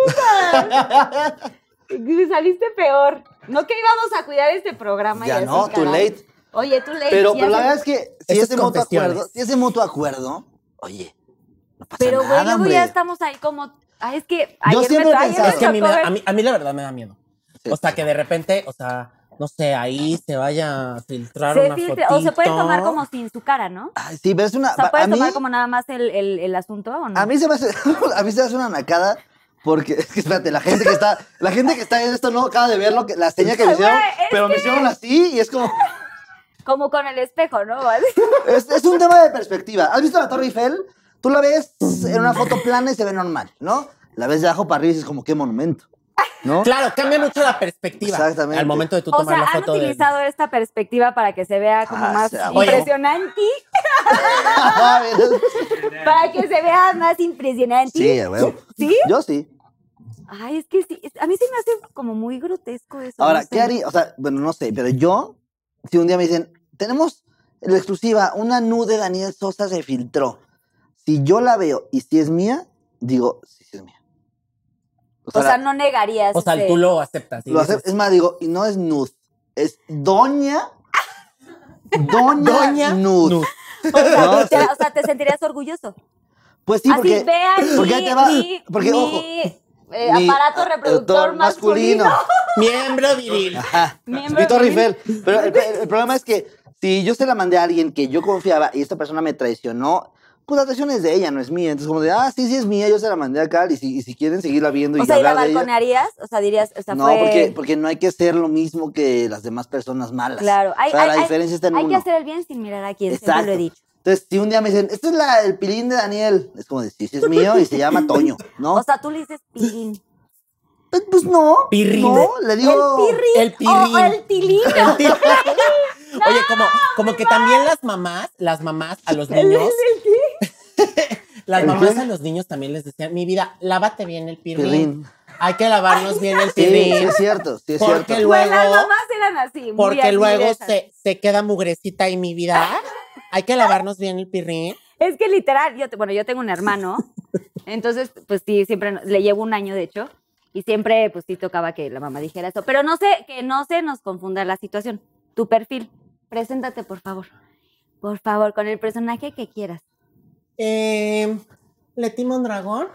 Speaker 2: esas cosas? Saliste peor. No que íbamos a cuidar este programa. y
Speaker 5: Ya
Speaker 2: así,
Speaker 5: no, too
Speaker 2: caray.
Speaker 5: late.
Speaker 2: Oye, too late.
Speaker 5: Pero,
Speaker 2: sí,
Speaker 5: pero la
Speaker 2: hace-
Speaker 5: verdad es que si
Speaker 4: Esas
Speaker 5: es de mutuo
Speaker 4: confesiones.
Speaker 5: acuerdo, si es de mutuo acuerdo, oye, no pasa
Speaker 2: Pero,
Speaker 5: nada,
Speaker 2: güey, luego
Speaker 5: hombre.
Speaker 2: ya estamos ahí como... Ah, es que ayer
Speaker 5: siempre
Speaker 2: me
Speaker 5: he
Speaker 2: ayer
Speaker 5: pensado-
Speaker 2: me
Speaker 4: es que a mí, me
Speaker 2: tocó
Speaker 4: da-
Speaker 2: ver-
Speaker 4: a, mí, a mí la verdad me da miedo.
Speaker 5: Sí.
Speaker 4: O sea, que de repente, o sea, no sé, ahí se vaya a filtrar
Speaker 2: se
Speaker 4: una
Speaker 2: filtra- O se puede
Speaker 4: fotito.
Speaker 2: tomar como sin su cara, ¿no?
Speaker 5: Ay, sí, pero es una.
Speaker 2: O sea,
Speaker 5: a,
Speaker 2: puedes
Speaker 5: mí,
Speaker 2: tomar como nada más el, el, el asunto o no.
Speaker 5: a mí se me hace. A mí se me hace una nacada. Porque, es que espérate, la gente que está, la gente que está en esto no acaba de ver lo que, la seña que me
Speaker 2: Güey,
Speaker 5: hicieron,
Speaker 2: es
Speaker 5: pero me hicieron así y es como,
Speaker 2: Como con el espejo, ¿no?
Speaker 5: es, es un tema de perspectiva. ¿Has visto la Torre Eiffel? Tú la ves en una foto plana y se ve normal, ¿no? La ves de abajo para arriba y es como, qué monumento, ¿no?
Speaker 4: Claro, cambia mucho la perspectiva.
Speaker 5: Exactamente.
Speaker 4: Al momento de tú
Speaker 2: O
Speaker 4: tomar
Speaker 2: sea,
Speaker 4: la
Speaker 2: han
Speaker 4: foto de-
Speaker 2: utilizado esta perspectiva para que se vea como
Speaker 5: Ah,
Speaker 2: más
Speaker 5: sea,
Speaker 4: oye.
Speaker 2: impresionante.
Speaker 5: A ver,
Speaker 2: Para que se vea más impresionante.
Speaker 5: Sí, a huevo.
Speaker 2: ¿Sí?
Speaker 5: Yo sí.
Speaker 2: Ay, es que sí. es- A mí sí me hace como muy grotesco eso.
Speaker 5: Ahora,
Speaker 2: no sé.
Speaker 5: ¿qué haría? O sea, bueno, no sé, pero yo, si un día me dicen, tenemos en la exclusiva, una nude de Daniel Sosa se filtró. Si yo la veo y si es mía, digo, sí, sí es mía.
Speaker 2: O
Speaker 5: O sea,
Speaker 2: sea,
Speaker 5: la-
Speaker 2: no negarías.
Speaker 4: O sea,
Speaker 2: ese-
Speaker 4: tú lo aceptas. y
Speaker 5: lo
Speaker 4: dices,
Speaker 5: acep- es más, digo, y no es nude, es doña. Doña,
Speaker 4: Doña
Speaker 5: nude.
Speaker 4: Nude.
Speaker 2: O sea,
Speaker 5: No,
Speaker 2: te-
Speaker 5: sí.
Speaker 2: o sea, te sentirías orgulloso.
Speaker 5: Pues sí,
Speaker 2: Así
Speaker 5: porque.
Speaker 2: vean
Speaker 5: porque
Speaker 2: mi,
Speaker 5: ahí te va.
Speaker 2: mi-
Speaker 5: porque,
Speaker 2: mi,
Speaker 5: ojo.
Speaker 2: eh,
Speaker 5: mi
Speaker 2: aparato reproductor
Speaker 5: reproductor
Speaker 2: masculino.
Speaker 4: Miembro viril.
Speaker 5: Ajá.
Speaker 2: Miembro
Speaker 5: Mi Torre
Speaker 2: viril.
Speaker 5: Eiffel. ah, Pero el, el problema es que si yo se la mandé a alguien que yo confiaba y esta persona me traicionó, pues la traición es de ella, no es mía. Entonces, como de, ah, sí, sí es mía, yo se la mandé acá y si, y si quieren seguirla viendo y
Speaker 2: O sea, ¿y la
Speaker 5: hablar de ella.
Speaker 2: balconearías? O sea, dirías, o sea,
Speaker 5: No,
Speaker 2: fue...
Speaker 5: porque, porque no hay que ser lo mismo que las demás personas malas.
Speaker 2: Claro. Hay,
Speaker 5: O sea,
Speaker 2: hay-
Speaker 5: la
Speaker 2: hay-
Speaker 5: diferencia está en
Speaker 2: hay que
Speaker 5: uno.
Speaker 2: hacer el bien sin mirar a quién, siempre
Speaker 5: Exacto.
Speaker 2: lo he dicho.
Speaker 5: Entonces, si un día me dicen, este es la- el pilín de Daniel, es como de, sí, sí es mío y se llama Toño, ¿no?
Speaker 2: O sea, tú le dices pilín.
Speaker 5: pues, pues no.
Speaker 4: Pirrín.
Speaker 5: No, le digo.
Speaker 2: el pirrín.
Speaker 4: el pirrín.
Speaker 2: O el tilín.
Speaker 4: El tío- Oye, como, como que también las mamás, las mamás a los niños, las mamás a los niños también les decían, mi vida, lávate bien el pirrín.
Speaker 5: Pirrín.
Speaker 4: Hay que lavarnos bien el
Speaker 5: Sí, sí
Speaker 4: pirrín.
Speaker 5: es cierto, sí es
Speaker 4: Porque
Speaker 5: cierto.
Speaker 4: luego-
Speaker 2: Pues las mamás eran así. muy
Speaker 4: Porque
Speaker 2: así de
Speaker 4: luego
Speaker 2: esas.
Speaker 4: se, se queda mugrecita y mi vida. Hay que lavarnos bien el pirrín.
Speaker 2: Es que literal, yo te- bueno, yo tengo un hermano, entonces, pues sí, siempre no- le llevo un año, de hecho, y siempre, pues sí, tocaba que la mamá dijera eso. Pero no sé, que no se nos confunda la situación. Tu perfil, preséntate, por favor. Por favor, con el personaje que quieras.
Speaker 4: Eh, Leti Mondragón,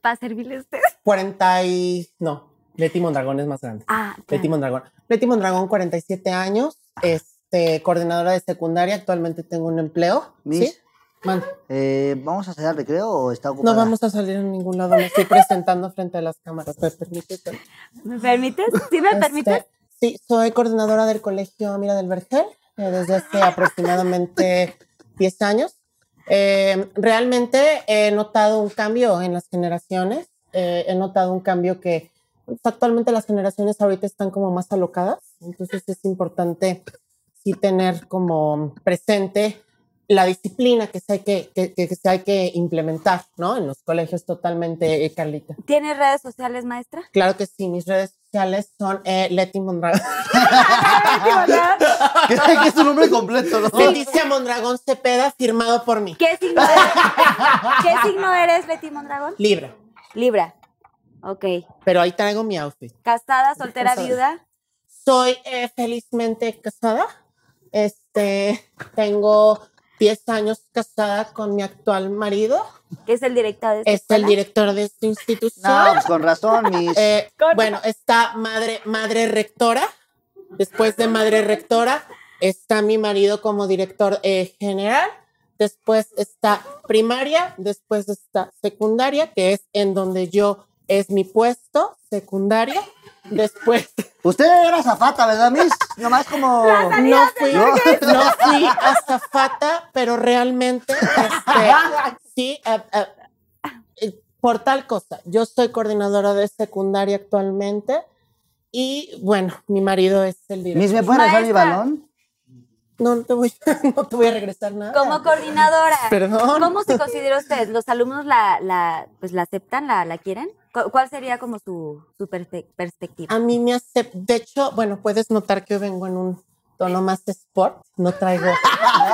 Speaker 2: Para servirle a usted.
Speaker 4: 40 y... No, Leti Mondragón es más grande.
Speaker 2: Ah, claro.
Speaker 4: Leti Mondragón. Leti Mondragón, 47 años, este, coordinadora de secundaria, actualmente tengo un empleo.
Speaker 5: Miss.
Speaker 4: ¿Sí? Man,
Speaker 5: Eh, ¿Vamos a hacer el recreo o está ocupada?
Speaker 4: no vamos a salir en ningún lado, me estoy presentando frente a las cámaras, ¿me permites?
Speaker 2: ¿Me permites? ¿Sí me
Speaker 4: Este,
Speaker 2: permites?
Speaker 4: Sí, soy coordinadora del colegio Mira del Vergel eh, desde hace aproximadamente 10 años. Eh, realmente he notado un cambio en las generaciones. eh, he notado un cambio que pues, actualmente las generaciones ahorita están como más alocadas. Entonces es importante sí tener como presente la disciplina que se hay que, que- que- que se hay que implementar, ¿no? En los colegios totalmente, eh, Carlita.
Speaker 2: ¿Tienes redes sociales, maestra?
Speaker 4: Claro que sí, mis redes sociales son eh, Leti Mondragón.
Speaker 5: que que es su nombre completo, ¿no?
Speaker 4: Leticia Mondragón Cepeda, firmado por mí.
Speaker 2: ¿Qué signo eres? ¿Qué signo eres, Betty Mondragón?
Speaker 4: Libra.
Speaker 2: Libra. Ok.
Speaker 4: Pero ahí traigo mi outfit.
Speaker 2: ¿Casada, soltera,
Speaker 4: Casada.
Speaker 2: viuda?
Speaker 4: Soy eh, felizmente casada. Este, tengo 10 años casada con mi actual marido.
Speaker 2: que es el director de esta
Speaker 4: Es el
Speaker 2: escuela?
Speaker 4: director de esta
Speaker 5: No,
Speaker 4: institución.
Speaker 5: pues con razón, mis.
Speaker 4: Eh,
Speaker 2: Con-
Speaker 4: bueno, está madre, madre rectora. Después de madre rectora está mi marido como director eh, general. Después está primaria, después está secundaria, que es en donde yo es mi puesto secundario. Después
Speaker 5: Usted era zafata, ¿verdad, Miss? Nomás como.
Speaker 4: no fui, no fui azafata, pero realmente este, sí, eh, eh, eh, por tal cosa. Yo soy coordinadora de secundaria actualmente y bueno, mi marido es el
Speaker 5: Miss,
Speaker 4: director.
Speaker 5: ¿me puede regresar mi
Speaker 2: Maestra.
Speaker 5: balón?
Speaker 4: No, no te voy, no te voy a regresar nada.
Speaker 2: Como coordinadora,
Speaker 4: Perdón.
Speaker 2: ¿cómo se considera usted? ¿Los alumnos la, la, pues, la aceptan, la, la quieren? ¿Cu- ¿Cuál sería como su, su perfe- perspectiva?
Speaker 4: A mí me hace, de hecho, bueno, puedes notar que yo vengo en un tono más sport. No traigo,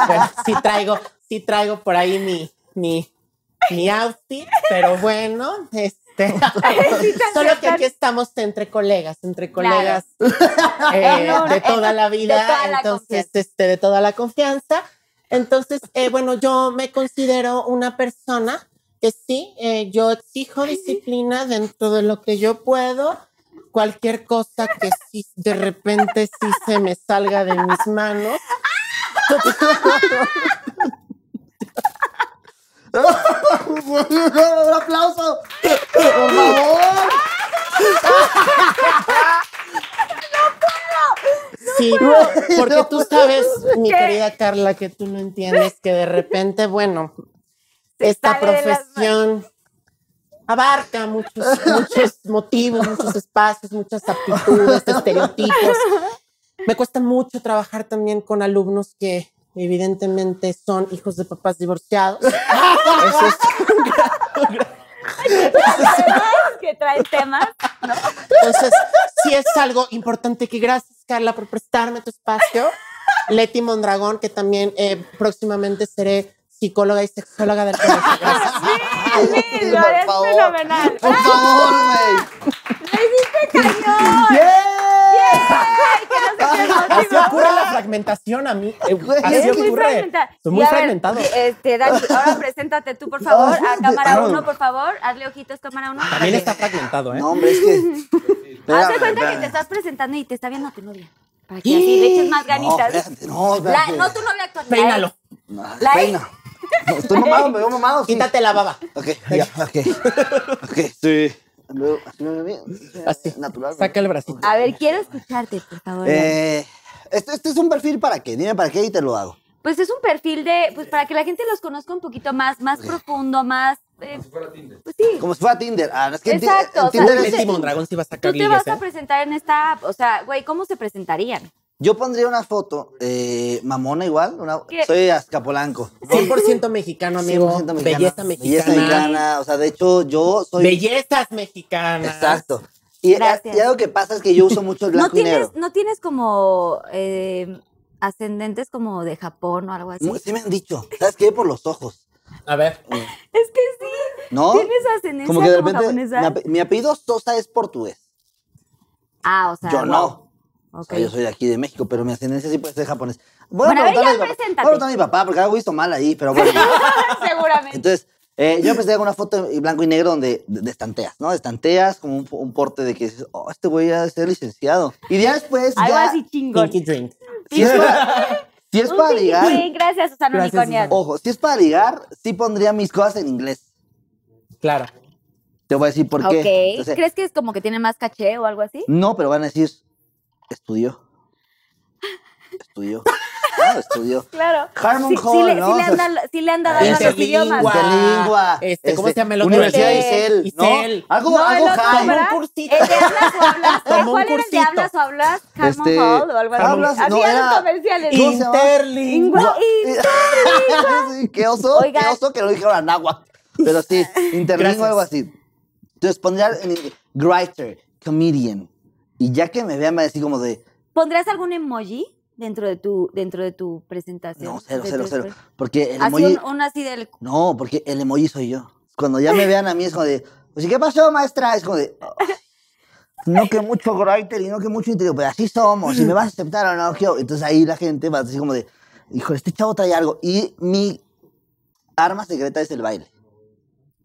Speaker 4: bueno, sí traigo, sí traigo por ahí mi, mi, mi outfit, pero bueno, este, solo que aquí estamos entre colegas, entre colegas eh,
Speaker 2: No, no,
Speaker 4: de toda la vida,
Speaker 2: de toda la
Speaker 4: entonces,
Speaker 2: confianza.
Speaker 4: este, de toda la confianza. Entonces, eh, bueno, yo me considero una persona que sí, eh, yo exijo disciplina dentro de lo que yo puedo. Cualquier cosa que sí, de repente sí se me salga de mis manos.
Speaker 5: ¡Un aplauso! ¡Por favor!
Speaker 4: Sí, porque
Speaker 5: no
Speaker 4: tú sabes, mi querida Carla, que tú no entiendes que de repente, bueno, esta
Speaker 2: sale de las
Speaker 4: profesión abarca muchos, muchos motivos, muchos espacios, muchas aptitudes, estereotipos. Me cuesta mucho trabajar también con alumnos que evidentemente son hijos de papás divorciados. Eso
Speaker 5: este.
Speaker 4: es
Speaker 2: que trae temas.
Speaker 4: Entonces, sí es algo importante que gracias, Carla, por prestarme tu espacio. Leti Mondragón, que también eh, próximamente seré psicóloga y sexóloga del colegio. Gracias.
Speaker 2: Sí, lo eres
Speaker 5: favor.
Speaker 2: fenomenal.
Speaker 5: ¡Por favor, güey!
Speaker 2: ¡Cañón!
Speaker 5: ¡Yeah!
Speaker 2: ¡Eh! ¡Ay, que no se te emocionó!
Speaker 4: Así ocurre la fragmentación a mí. eh,
Speaker 5: Güey,
Speaker 4: así
Speaker 5: eres
Speaker 2: Eres muy
Speaker 4: ocurre.
Speaker 2: fragmentada.
Speaker 4: Soy
Speaker 2: Y
Speaker 4: muy
Speaker 2: a ver,
Speaker 4: fragmentado.
Speaker 2: Este, Dani, ahora preséntate tú, por favor, a
Speaker 5: Ay,
Speaker 2: cámara
Speaker 5: claro.
Speaker 2: uno, por favor. Hazle ojitos, cámara uno.
Speaker 4: También está fragmentado, ¿eh?
Speaker 5: No, hombre, es que.
Speaker 2: Haz
Speaker 5: Espérame,
Speaker 2: de cuenta que
Speaker 5: espérame.
Speaker 2: te estás presentando y te está viendo tu novia. Para que así le eches más
Speaker 5: No,
Speaker 2: ganitas.
Speaker 5: espérate, no,
Speaker 2: La-
Speaker 5: espérate.
Speaker 2: no, tu novia actual. la
Speaker 4: Peínalo.
Speaker 5: No,
Speaker 2: La-
Speaker 5: peina. No, estoy mamado, me veo mamado. sí.
Speaker 4: Quítate la baba.
Speaker 5: Ok, ya, ok. Ok, sí. Luego, así me veo bien.
Speaker 4: Así.
Speaker 5: Natural. güey.
Speaker 4: Saca el bracito.
Speaker 2: A ver, quiero escucharte, por favor.
Speaker 5: Eh, este, este es un perfil para qué. Dime para qué y te lo hago.
Speaker 2: Pues es un perfil de, pues para que la gente los conozca un poquito más, más profundo, más. eh, pues sí.
Speaker 5: Como si fuera Tinder. Ah, es que en ti-
Speaker 2: Exacto,
Speaker 5: en
Speaker 2: o sea,
Speaker 5: Tinder
Speaker 2: tú
Speaker 5: es-
Speaker 2: te-
Speaker 4: Leti Mondragón sí va a sacar
Speaker 2: Tú te
Speaker 4: ligues,
Speaker 2: vas a
Speaker 4: ¿eh?
Speaker 2: presentar en esta app. O sea, güey, ¿cómo se presentarían?
Speaker 5: Yo pondría una foto eh, mamona igual. Una,
Speaker 2: ¿Qué?
Speaker 5: soy Azcapolanco.
Speaker 4: 100% mexicano, amigo.
Speaker 5: 100% mexicana.
Speaker 4: Belleza
Speaker 5: Belleza
Speaker 4: mexicana.
Speaker 5: mexicana. O sea, de hecho, yo soy.
Speaker 4: Bellezas mexicanas.
Speaker 5: Exacto. Y,
Speaker 2: Gracias.
Speaker 5: y algo que pasa es que yo uso mucho el
Speaker 2: ¿No
Speaker 5: blanco y negro.
Speaker 2: tienes, ¿No tienes como eh, ascendentes como de Japón o algo así?
Speaker 5: Mu- Sí me han dicho. ¿Sabes qué? Por los ojos.
Speaker 4: A ver.
Speaker 2: Es que sí.
Speaker 5: ¿No?
Speaker 2: ¿Tienes ascendencia
Speaker 5: Como que de
Speaker 2: como
Speaker 5: repente.
Speaker 2: japonesa?
Speaker 5: mi ape- Mi apellido Sosa es portugués.
Speaker 2: Ah, o sea.
Speaker 5: Yo
Speaker 2: wow.
Speaker 5: no. O
Speaker 2: Ok.
Speaker 5: sea, yo soy de aquí de México, pero mi ascendencia sí puede ser japonés. Voy
Speaker 2: Bueno, a ver,
Speaker 5: preguntarle
Speaker 2: ya
Speaker 5: a mi papá-
Speaker 2: preséntate.
Speaker 5: voy a preguntarle a mi papá, porque algo hizo mal ahí, pero bueno.
Speaker 2: Seguramente.
Speaker 5: Entonces, eh, yo empecé con una foto en blanco y negro donde de- destanteas, ¿no? Destanteas como un, un porte de que dices, oh, este güey ya debe ser licenciado. Y ya después,
Speaker 2: Algo
Speaker 5: ya,
Speaker 2: así chingón.
Speaker 4: Pinky drink.
Speaker 5: si es para, si es
Speaker 2: Un
Speaker 5: para
Speaker 2: pinky
Speaker 5: ligar,
Speaker 2: drink, Gracias, Susana
Speaker 4: Gracias,
Speaker 2: Unicornia.
Speaker 4: Susana.
Speaker 5: ojo, si es para ligar, sí pondría mis cosas en inglés.
Speaker 4: Claro.
Speaker 5: Te voy a decir por qué.
Speaker 2: Ok.
Speaker 5: Entonces,
Speaker 2: ¿Crees que es como que tiene más caché o algo así?
Speaker 5: no, pero van a decir, estudió. Estudió. Ah, estudió.
Speaker 2: Claro.
Speaker 5: Harmon
Speaker 2: Sí, sí
Speaker 5: Hall,
Speaker 2: le,
Speaker 5: ¿no?
Speaker 2: sí le
Speaker 5: O sea,
Speaker 2: anda, sí le anda dando a los
Speaker 4: Interlingua.
Speaker 2: idiomas.
Speaker 4: Guau.
Speaker 5: Interlingua.
Speaker 4: Este, ¿cómo se llama el otro?
Speaker 5: Universidad de
Speaker 2: Este,
Speaker 5: Isel, ¿no? Ah,
Speaker 4: Isel.
Speaker 5: Algo,
Speaker 2: No, el
Speaker 5: algo
Speaker 2: otro,
Speaker 5: high.
Speaker 2: ¿verdad?
Speaker 4: Como un cursito.
Speaker 2: El de hablas o hablas.
Speaker 4: Como un
Speaker 2: ¿Cuál era el de
Speaker 4: cursito.
Speaker 2: hablas o hablas? Harmon
Speaker 5: Este,
Speaker 2: Hall o algo así.
Speaker 5: hablas,
Speaker 2: Así
Speaker 5: no,
Speaker 2: eran los
Speaker 5: era-
Speaker 2: comerciales.
Speaker 5: ¿Cómo se llama?
Speaker 4: Interlingua.
Speaker 2: Ingua-
Speaker 5: Sí, qué oso,
Speaker 2: Oigan.
Speaker 5: qué oso que lo dijeron a náhuatl. Pero sí, interlingo
Speaker 4: Gracias.
Speaker 5: algo así. Entonces pondría en el- writer, comedian. Y ya que me vean, me va a decir como de,
Speaker 2: ¿Pondrás algún emoji dentro de tu, dentro de tu presentación?
Speaker 5: no, cero,
Speaker 2: De
Speaker 5: cero,
Speaker 2: tu
Speaker 5: cero.
Speaker 2: expresión.
Speaker 5: Porque el
Speaker 2: Así
Speaker 5: emoji,
Speaker 2: un, un así del...
Speaker 5: no, porque el emoji soy yo. Cuando ya me vean a mí es como de, pues, ¿y ¿qué pasó, maestra? Es como de, "Ay, no que mucho writer y no que mucho interior, pero así somos. Si me vas a aceptar o no, ¿qué? entonces ahí la gente va a decir como de, hijo, este chavo trae algo. Y mi arma secreta es el baile.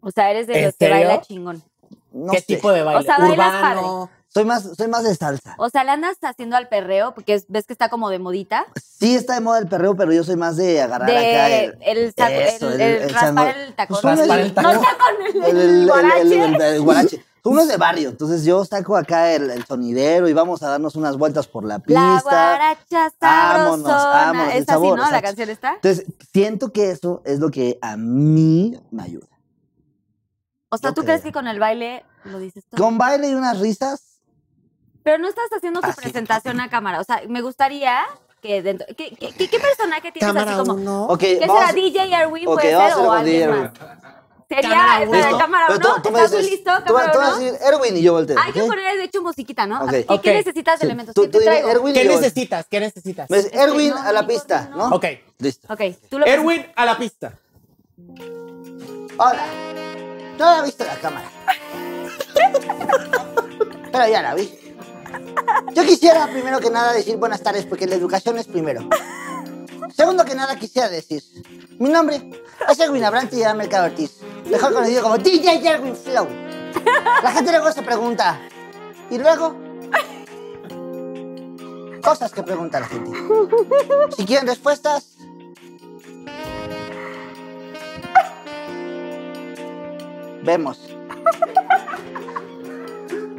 Speaker 2: O sea, eres de
Speaker 4: ¿En
Speaker 2: los que
Speaker 4: serio?
Speaker 2: baila chingón.
Speaker 5: No
Speaker 4: ¿Qué
Speaker 5: sé.
Speaker 4: tipo de baile?
Speaker 2: O sea, bailas
Speaker 4: Urbano.
Speaker 5: Soy más, soy más de salsa.
Speaker 2: O sea, le andas haciendo al perreo porque es- ves que está como de modita.
Speaker 5: Sí está de moda el perreo, pero yo soy más de agarrar acá
Speaker 2: De
Speaker 5: el...
Speaker 2: el, saco- el-
Speaker 5: eso,
Speaker 2: el
Speaker 5: el- el
Speaker 2: raspar
Speaker 5: sandal.
Speaker 2: el tacón.
Speaker 5: Pues,
Speaker 4: Raspar el
Speaker 2: No
Speaker 4: tacón.
Speaker 2: está con el,
Speaker 5: el- el- el-
Speaker 2: guarache.
Speaker 5: el- el guarache. Uno es de barrio, entonces yo saco acá el, el sonidero y vamos a darnos unas vueltas por la pista.
Speaker 2: La guaracha
Speaker 5: Vámonos, vámonos,
Speaker 2: sabrosona.
Speaker 5: el
Speaker 2: Es así, ¿no?
Speaker 5: sabor,
Speaker 2: La
Speaker 5: exacto.
Speaker 2: canción está.
Speaker 5: Entonces, siento que eso es lo que a mí me ayuda.
Speaker 2: O sea,
Speaker 5: yo
Speaker 2: ¿tú crees que
Speaker 5: creo.
Speaker 2: con el baile lo dices todo?
Speaker 5: Con baile y unas risas,
Speaker 2: Pero no estás haciendo tu
Speaker 5: Así.
Speaker 2: presentación a cámara. O sea, me gustaría que dentro... ¿Qué, qué, qué- qué personaje tienes
Speaker 4: Cámara
Speaker 2: así como...
Speaker 4: uno.
Speaker 5: ok,
Speaker 2: ¿Qué
Speaker 5: vamos-
Speaker 2: será? ¿DJ Erwin
Speaker 5: ok,
Speaker 2: puede ser
Speaker 5: vamos a hacerlo
Speaker 2: o
Speaker 5: con
Speaker 2: alguien
Speaker 5: DJ
Speaker 2: más? Sería cámara uno.
Speaker 4: Cámara uno.
Speaker 2: Cámara
Speaker 5: Pero tú-
Speaker 2: uno.
Speaker 5: tú me
Speaker 2: ¿Estás muy
Speaker 5: dices-
Speaker 2: listo?
Speaker 5: Tú,
Speaker 2: Cámara
Speaker 5: tú vas a
Speaker 2: uno.
Speaker 5: decir Erwin y yo volteo.
Speaker 2: Hay que
Speaker 5: ¿ok?
Speaker 2: poner de hecho musiquita, ¿no? A
Speaker 5: Ok.
Speaker 2: ver, ¿Qué,
Speaker 4: Ok.
Speaker 2: qué necesitas de
Speaker 5: Sí,
Speaker 2: elementos?
Speaker 5: tú-
Speaker 2: ¿Qué
Speaker 5: tú
Speaker 2: te
Speaker 5: di
Speaker 2: traigo?
Speaker 5: Erwin y
Speaker 4: ¿Qué
Speaker 5: yo volteo.
Speaker 4: necesitas? ¿Qué necesitas?
Speaker 5: Me dices,
Speaker 2: que
Speaker 5: Erwin
Speaker 2: no,
Speaker 5: a la
Speaker 2: no,
Speaker 5: pista,
Speaker 2: no.
Speaker 5: ¿no?
Speaker 4: Ok.
Speaker 5: Listo.
Speaker 2: Ok, tú lo
Speaker 4: Erwin a la pista.
Speaker 5: Hola. No la he visto la cámara. Pero ya la vi. Yo quisiera primero que nada decir buenas tardes porque la educación es primero. Segundo que nada quisiera decir, mi nombre es Erwin Abranti de Mercado Ortiz, mejor conocido como DJ Erwin Flow. La gente luego se pregunta, ¿y luego? Cosas que pregunta la gente. Si quieren respuestas, vemos.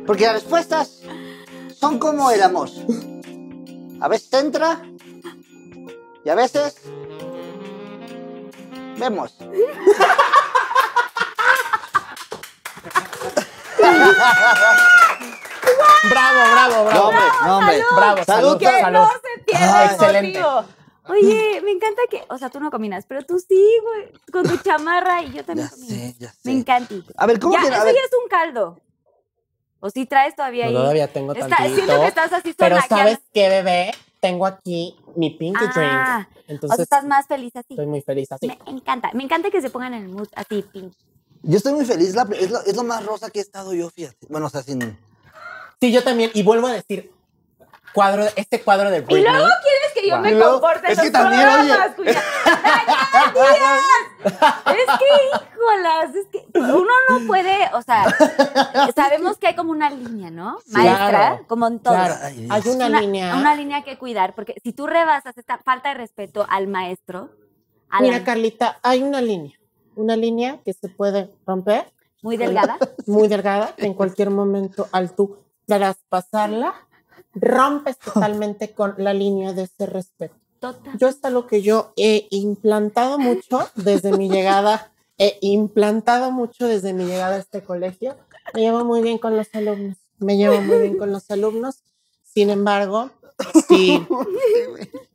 Speaker 5: Porque las respuestas son como el amor. A veces entra y a veces vemos.
Speaker 4: Bravo, bravo, bravo.
Speaker 5: no, hombre.
Speaker 4: Bravo,
Speaker 5: Salud.
Speaker 4: salud,
Speaker 2: que
Speaker 4: salud.
Speaker 2: no se pierda
Speaker 4: Ah,
Speaker 2: el
Speaker 4: excelente.
Speaker 2: conmigo. Oye, me encanta que, o sea, tú no combinas, pero tú sí, güey, con tu chamarra y yo también
Speaker 5: Ya
Speaker 2: comino.
Speaker 5: sé, ya
Speaker 2: Me
Speaker 5: sé.
Speaker 2: encanta.
Speaker 5: A ver, ¿cómo
Speaker 2: ya,
Speaker 5: que- a
Speaker 2: eso
Speaker 5: ver.
Speaker 2: ya es un caldo. O si traes todavía
Speaker 4: No,
Speaker 2: ahí.
Speaker 4: todavía tengo
Speaker 2: Está-
Speaker 4: tantito.
Speaker 2: siento que estás así
Speaker 4: Pero
Speaker 2: sonaqueando.
Speaker 4: ¿sabes qué, bebé? Tengo aquí mi pinky
Speaker 2: Ah, o
Speaker 4: drink.
Speaker 2: sea,
Speaker 4: Entonces,
Speaker 2: estás más feliz así.
Speaker 4: estoy muy feliz así.
Speaker 2: Me encanta, me encanta que se pongan en el mood así, pink.
Speaker 5: Yo estoy muy feliz. la- es, lo, es lo más rosa que he estado yo, fíjate. Bueno, o sea, sin...
Speaker 4: Sí, yo también. Y vuelvo a decir, cuadro, este cuadro del
Speaker 2: Y
Speaker 4: Britney.
Speaker 2: luego quieres que yo
Speaker 4: Wow.
Speaker 2: me
Speaker 5: Y luego-
Speaker 2: comporte
Speaker 5: es
Speaker 2: en
Speaker 5: que
Speaker 2: los
Speaker 5: también, oye.
Speaker 2: programas, cuñada. ¡Ay, Dios! Es que, híjolas, es que uno no puede, o sea, sabemos que hay como una línea, ¿no? Maestra,
Speaker 4: Claro,
Speaker 2: como en todo.
Speaker 4: Claro,
Speaker 5: Ay, Dios.
Speaker 4: hay una, línea.
Speaker 2: Una línea que cuidar, porque si tú rebasas esta falta de respeto al maestro, a la-
Speaker 4: Mira, Carlita, hay una línea. Una línea que se puede romper,
Speaker 2: muy delgada,
Speaker 4: muy delgada, que en cualquier momento al tú traspasarla, rompes totalmente con la línea de ese respeto.
Speaker 2: total.
Speaker 4: Yo es algo que yo he implantado mucho desde mi llegada, he implantado mucho desde mi llegada a este colegio. Me llevo muy bien con los alumnos, me llevo muy bien con los alumnos. Sin embargo, sí,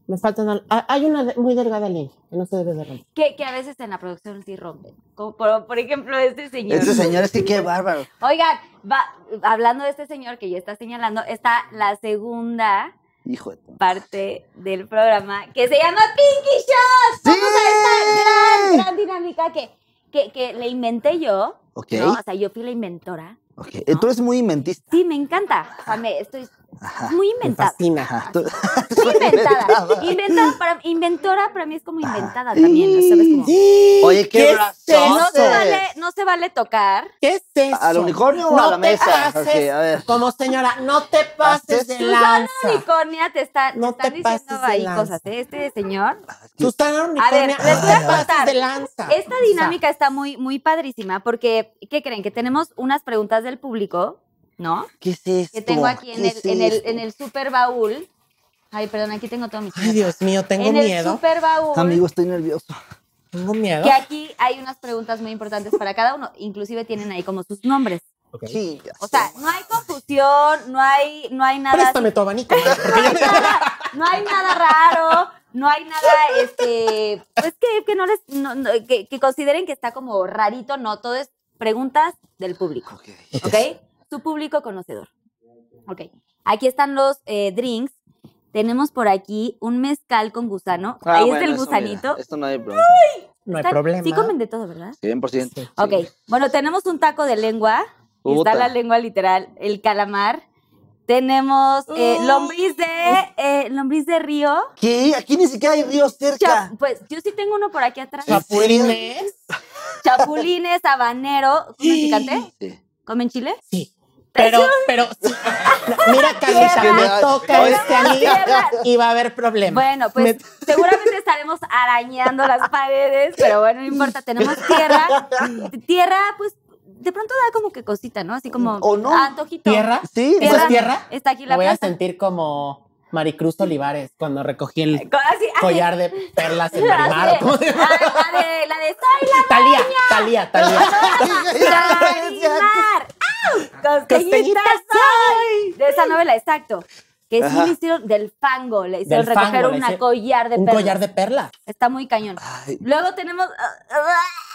Speaker 4: me faltan, al- ha- hay una de- muy delgada línea que no se debe de romper.
Speaker 2: Que, que a veces en la producción sí rompen. Como por, por ejemplo, este señor.
Speaker 5: Este señor es que qué bárbaro.
Speaker 2: Oigan, va, hablando de este señor que ya está señalando, está la segunda
Speaker 5: Hijo de...
Speaker 2: parte del programa que se llama Pinky Shots. Vamos a esta gran, gran dinámica que, que, que le inventé yo.
Speaker 5: Ok.
Speaker 2: ¿no? O sea, yo fui la inventora.
Speaker 5: Ok. Eh, Tú eres muy inventista.
Speaker 2: Sí, me encanta. O sea, me- estoy muy
Speaker 4: Me
Speaker 2: inventada.
Speaker 4: fascina.
Speaker 5: Tú-
Speaker 2: Muy inventada. Inventada para, inventora para mí es como inventada también. ¿no? ¿Sabes? Como,
Speaker 5: Oye, qué
Speaker 4: es
Speaker 5: brazote.
Speaker 2: no, se
Speaker 4: eso?
Speaker 2: vale, no se vale tocar.
Speaker 4: ¿Qué es eso?
Speaker 5: ¿Al unicornio o a la
Speaker 4: te
Speaker 5: mesa?
Speaker 4: pases,
Speaker 5: Ok, a ver.
Speaker 4: Como señora, no te pases de
Speaker 2: Susana
Speaker 4: lanza.
Speaker 2: Unicornia te está te
Speaker 4: No
Speaker 2: están
Speaker 4: te
Speaker 2: diciendo
Speaker 4: pases de
Speaker 2: ahí
Speaker 4: lanza.
Speaker 2: cosas. ¿eh? Este señor
Speaker 4: Susana
Speaker 2: A ver,
Speaker 4: Unicornia,
Speaker 2: les
Speaker 4: no
Speaker 2: voy a
Speaker 4: te pases
Speaker 2: contar.
Speaker 4: de lanza.
Speaker 2: Esta
Speaker 4: O sea,
Speaker 2: dinámica está muy, muy padrísima porque, ¿qué creen? Que tenemos unas preguntas del público, ¿no?
Speaker 5: ¿Qué es esto?
Speaker 2: Que tengo aquí en
Speaker 5: ¿Qué
Speaker 2: el,
Speaker 5: es
Speaker 2: en el,
Speaker 5: esto?
Speaker 2: en el super baúl. Ay, perdón, aquí tengo todo mi
Speaker 4: Ay,
Speaker 2: chisme.
Speaker 4: Dios mío, tengo
Speaker 2: En el
Speaker 4: miedo.
Speaker 2: super baúl,
Speaker 5: Amigo, estoy nervioso.
Speaker 4: Tengo miedo.
Speaker 2: que aquí hay unas preguntas muy importantes para cada uno. Inclusive tienen ahí como sus nombres.
Speaker 4: Ok.
Speaker 5: Sí, ya
Speaker 2: O
Speaker 5: sé.
Speaker 2: sea, no hay confusión, no hay, no hay nada. así
Speaker 4: Préstame tu abanico. ¿no? Porque ya-
Speaker 2: nada- no hay nada raro, no hay nada, este, pues que, que no les, no- no, que, que consideren que está como rarito, no, todo es preguntas del público,
Speaker 5: Ok.
Speaker 2: ¿ok? Su público conocedor, ¿ok? Aquí están los eh, drinks, tenemos por aquí un mezcal con gusano,
Speaker 5: Ah,
Speaker 2: ahí
Speaker 5: bueno,
Speaker 2: está el
Speaker 5: eso,
Speaker 2: gusanito.
Speaker 5: mira, esto no hay problema.
Speaker 4: No hay
Speaker 2: Está-
Speaker 4: problema.
Speaker 2: Sí comen de todo, ¿verdad?
Speaker 5: 100%. Sí.
Speaker 2: Ok, bueno, tenemos un taco de lengua, y
Speaker 5: Puta.
Speaker 2: está la lengua literal, el calamar, tenemos eh,
Speaker 5: Mm.
Speaker 2: lombriz de, eh, lombriz de río,
Speaker 5: ¿Qué? Aquí ni siquiera hay ríos
Speaker 2: Cha-
Speaker 5: cerca.
Speaker 2: pues yo sí tengo uno por aquí atrás.
Speaker 5: ¿En serio?
Speaker 4: Chapulines.
Speaker 2: Chapulines, habanero. ¿Comen picante?
Speaker 5: Sí.
Speaker 2: ¿Comen chile?
Speaker 4: Sí. Pero, pero, mira, Carlita,
Speaker 5: Tierra.
Speaker 4: me toca
Speaker 5: Oye.
Speaker 4: este amigo y va a haber problemas.
Speaker 2: Bueno, pues seguramente estaremos arañando las paredes, pero bueno, no importa, tenemos tierra. Tierra, pues de pronto da como que cosita, ¿no? Así como
Speaker 5: O no.
Speaker 2: antojito.
Speaker 4: ¿Tierra?
Speaker 5: Sí, pues,
Speaker 4: ¿Eso
Speaker 2: Tierra.
Speaker 4: es tierra?
Speaker 2: Está aquí
Speaker 4: Me
Speaker 2: la
Speaker 4: voy a
Speaker 2: planta.
Speaker 4: sentir como Maricruz Olivares cuando recogí el
Speaker 2: Co- Así, así.
Speaker 4: collar de perlas
Speaker 2: Así
Speaker 4: en Marimar. ¿Cómo se
Speaker 2: de-
Speaker 4: llama?
Speaker 2: la, la de la de soy la
Speaker 4: Talía, Talía, Talía.
Speaker 2: Marimar. ¡Au! Costeñita
Speaker 4: Costeñita
Speaker 2: soy. De esa novela, exacto. Que sí
Speaker 5: Ajá.
Speaker 2: le hicieron del fango, le hicieron
Speaker 4: Del
Speaker 2: recoger
Speaker 4: fango, le
Speaker 2: una
Speaker 4: hice-
Speaker 2: collar de
Speaker 4: Un
Speaker 2: perlas.
Speaker 4: collar de perlas.
Speaker 2: Está muy cañón.
Speaker 5: Ay.
Speaker 2: Luego tenemos. ah, ah,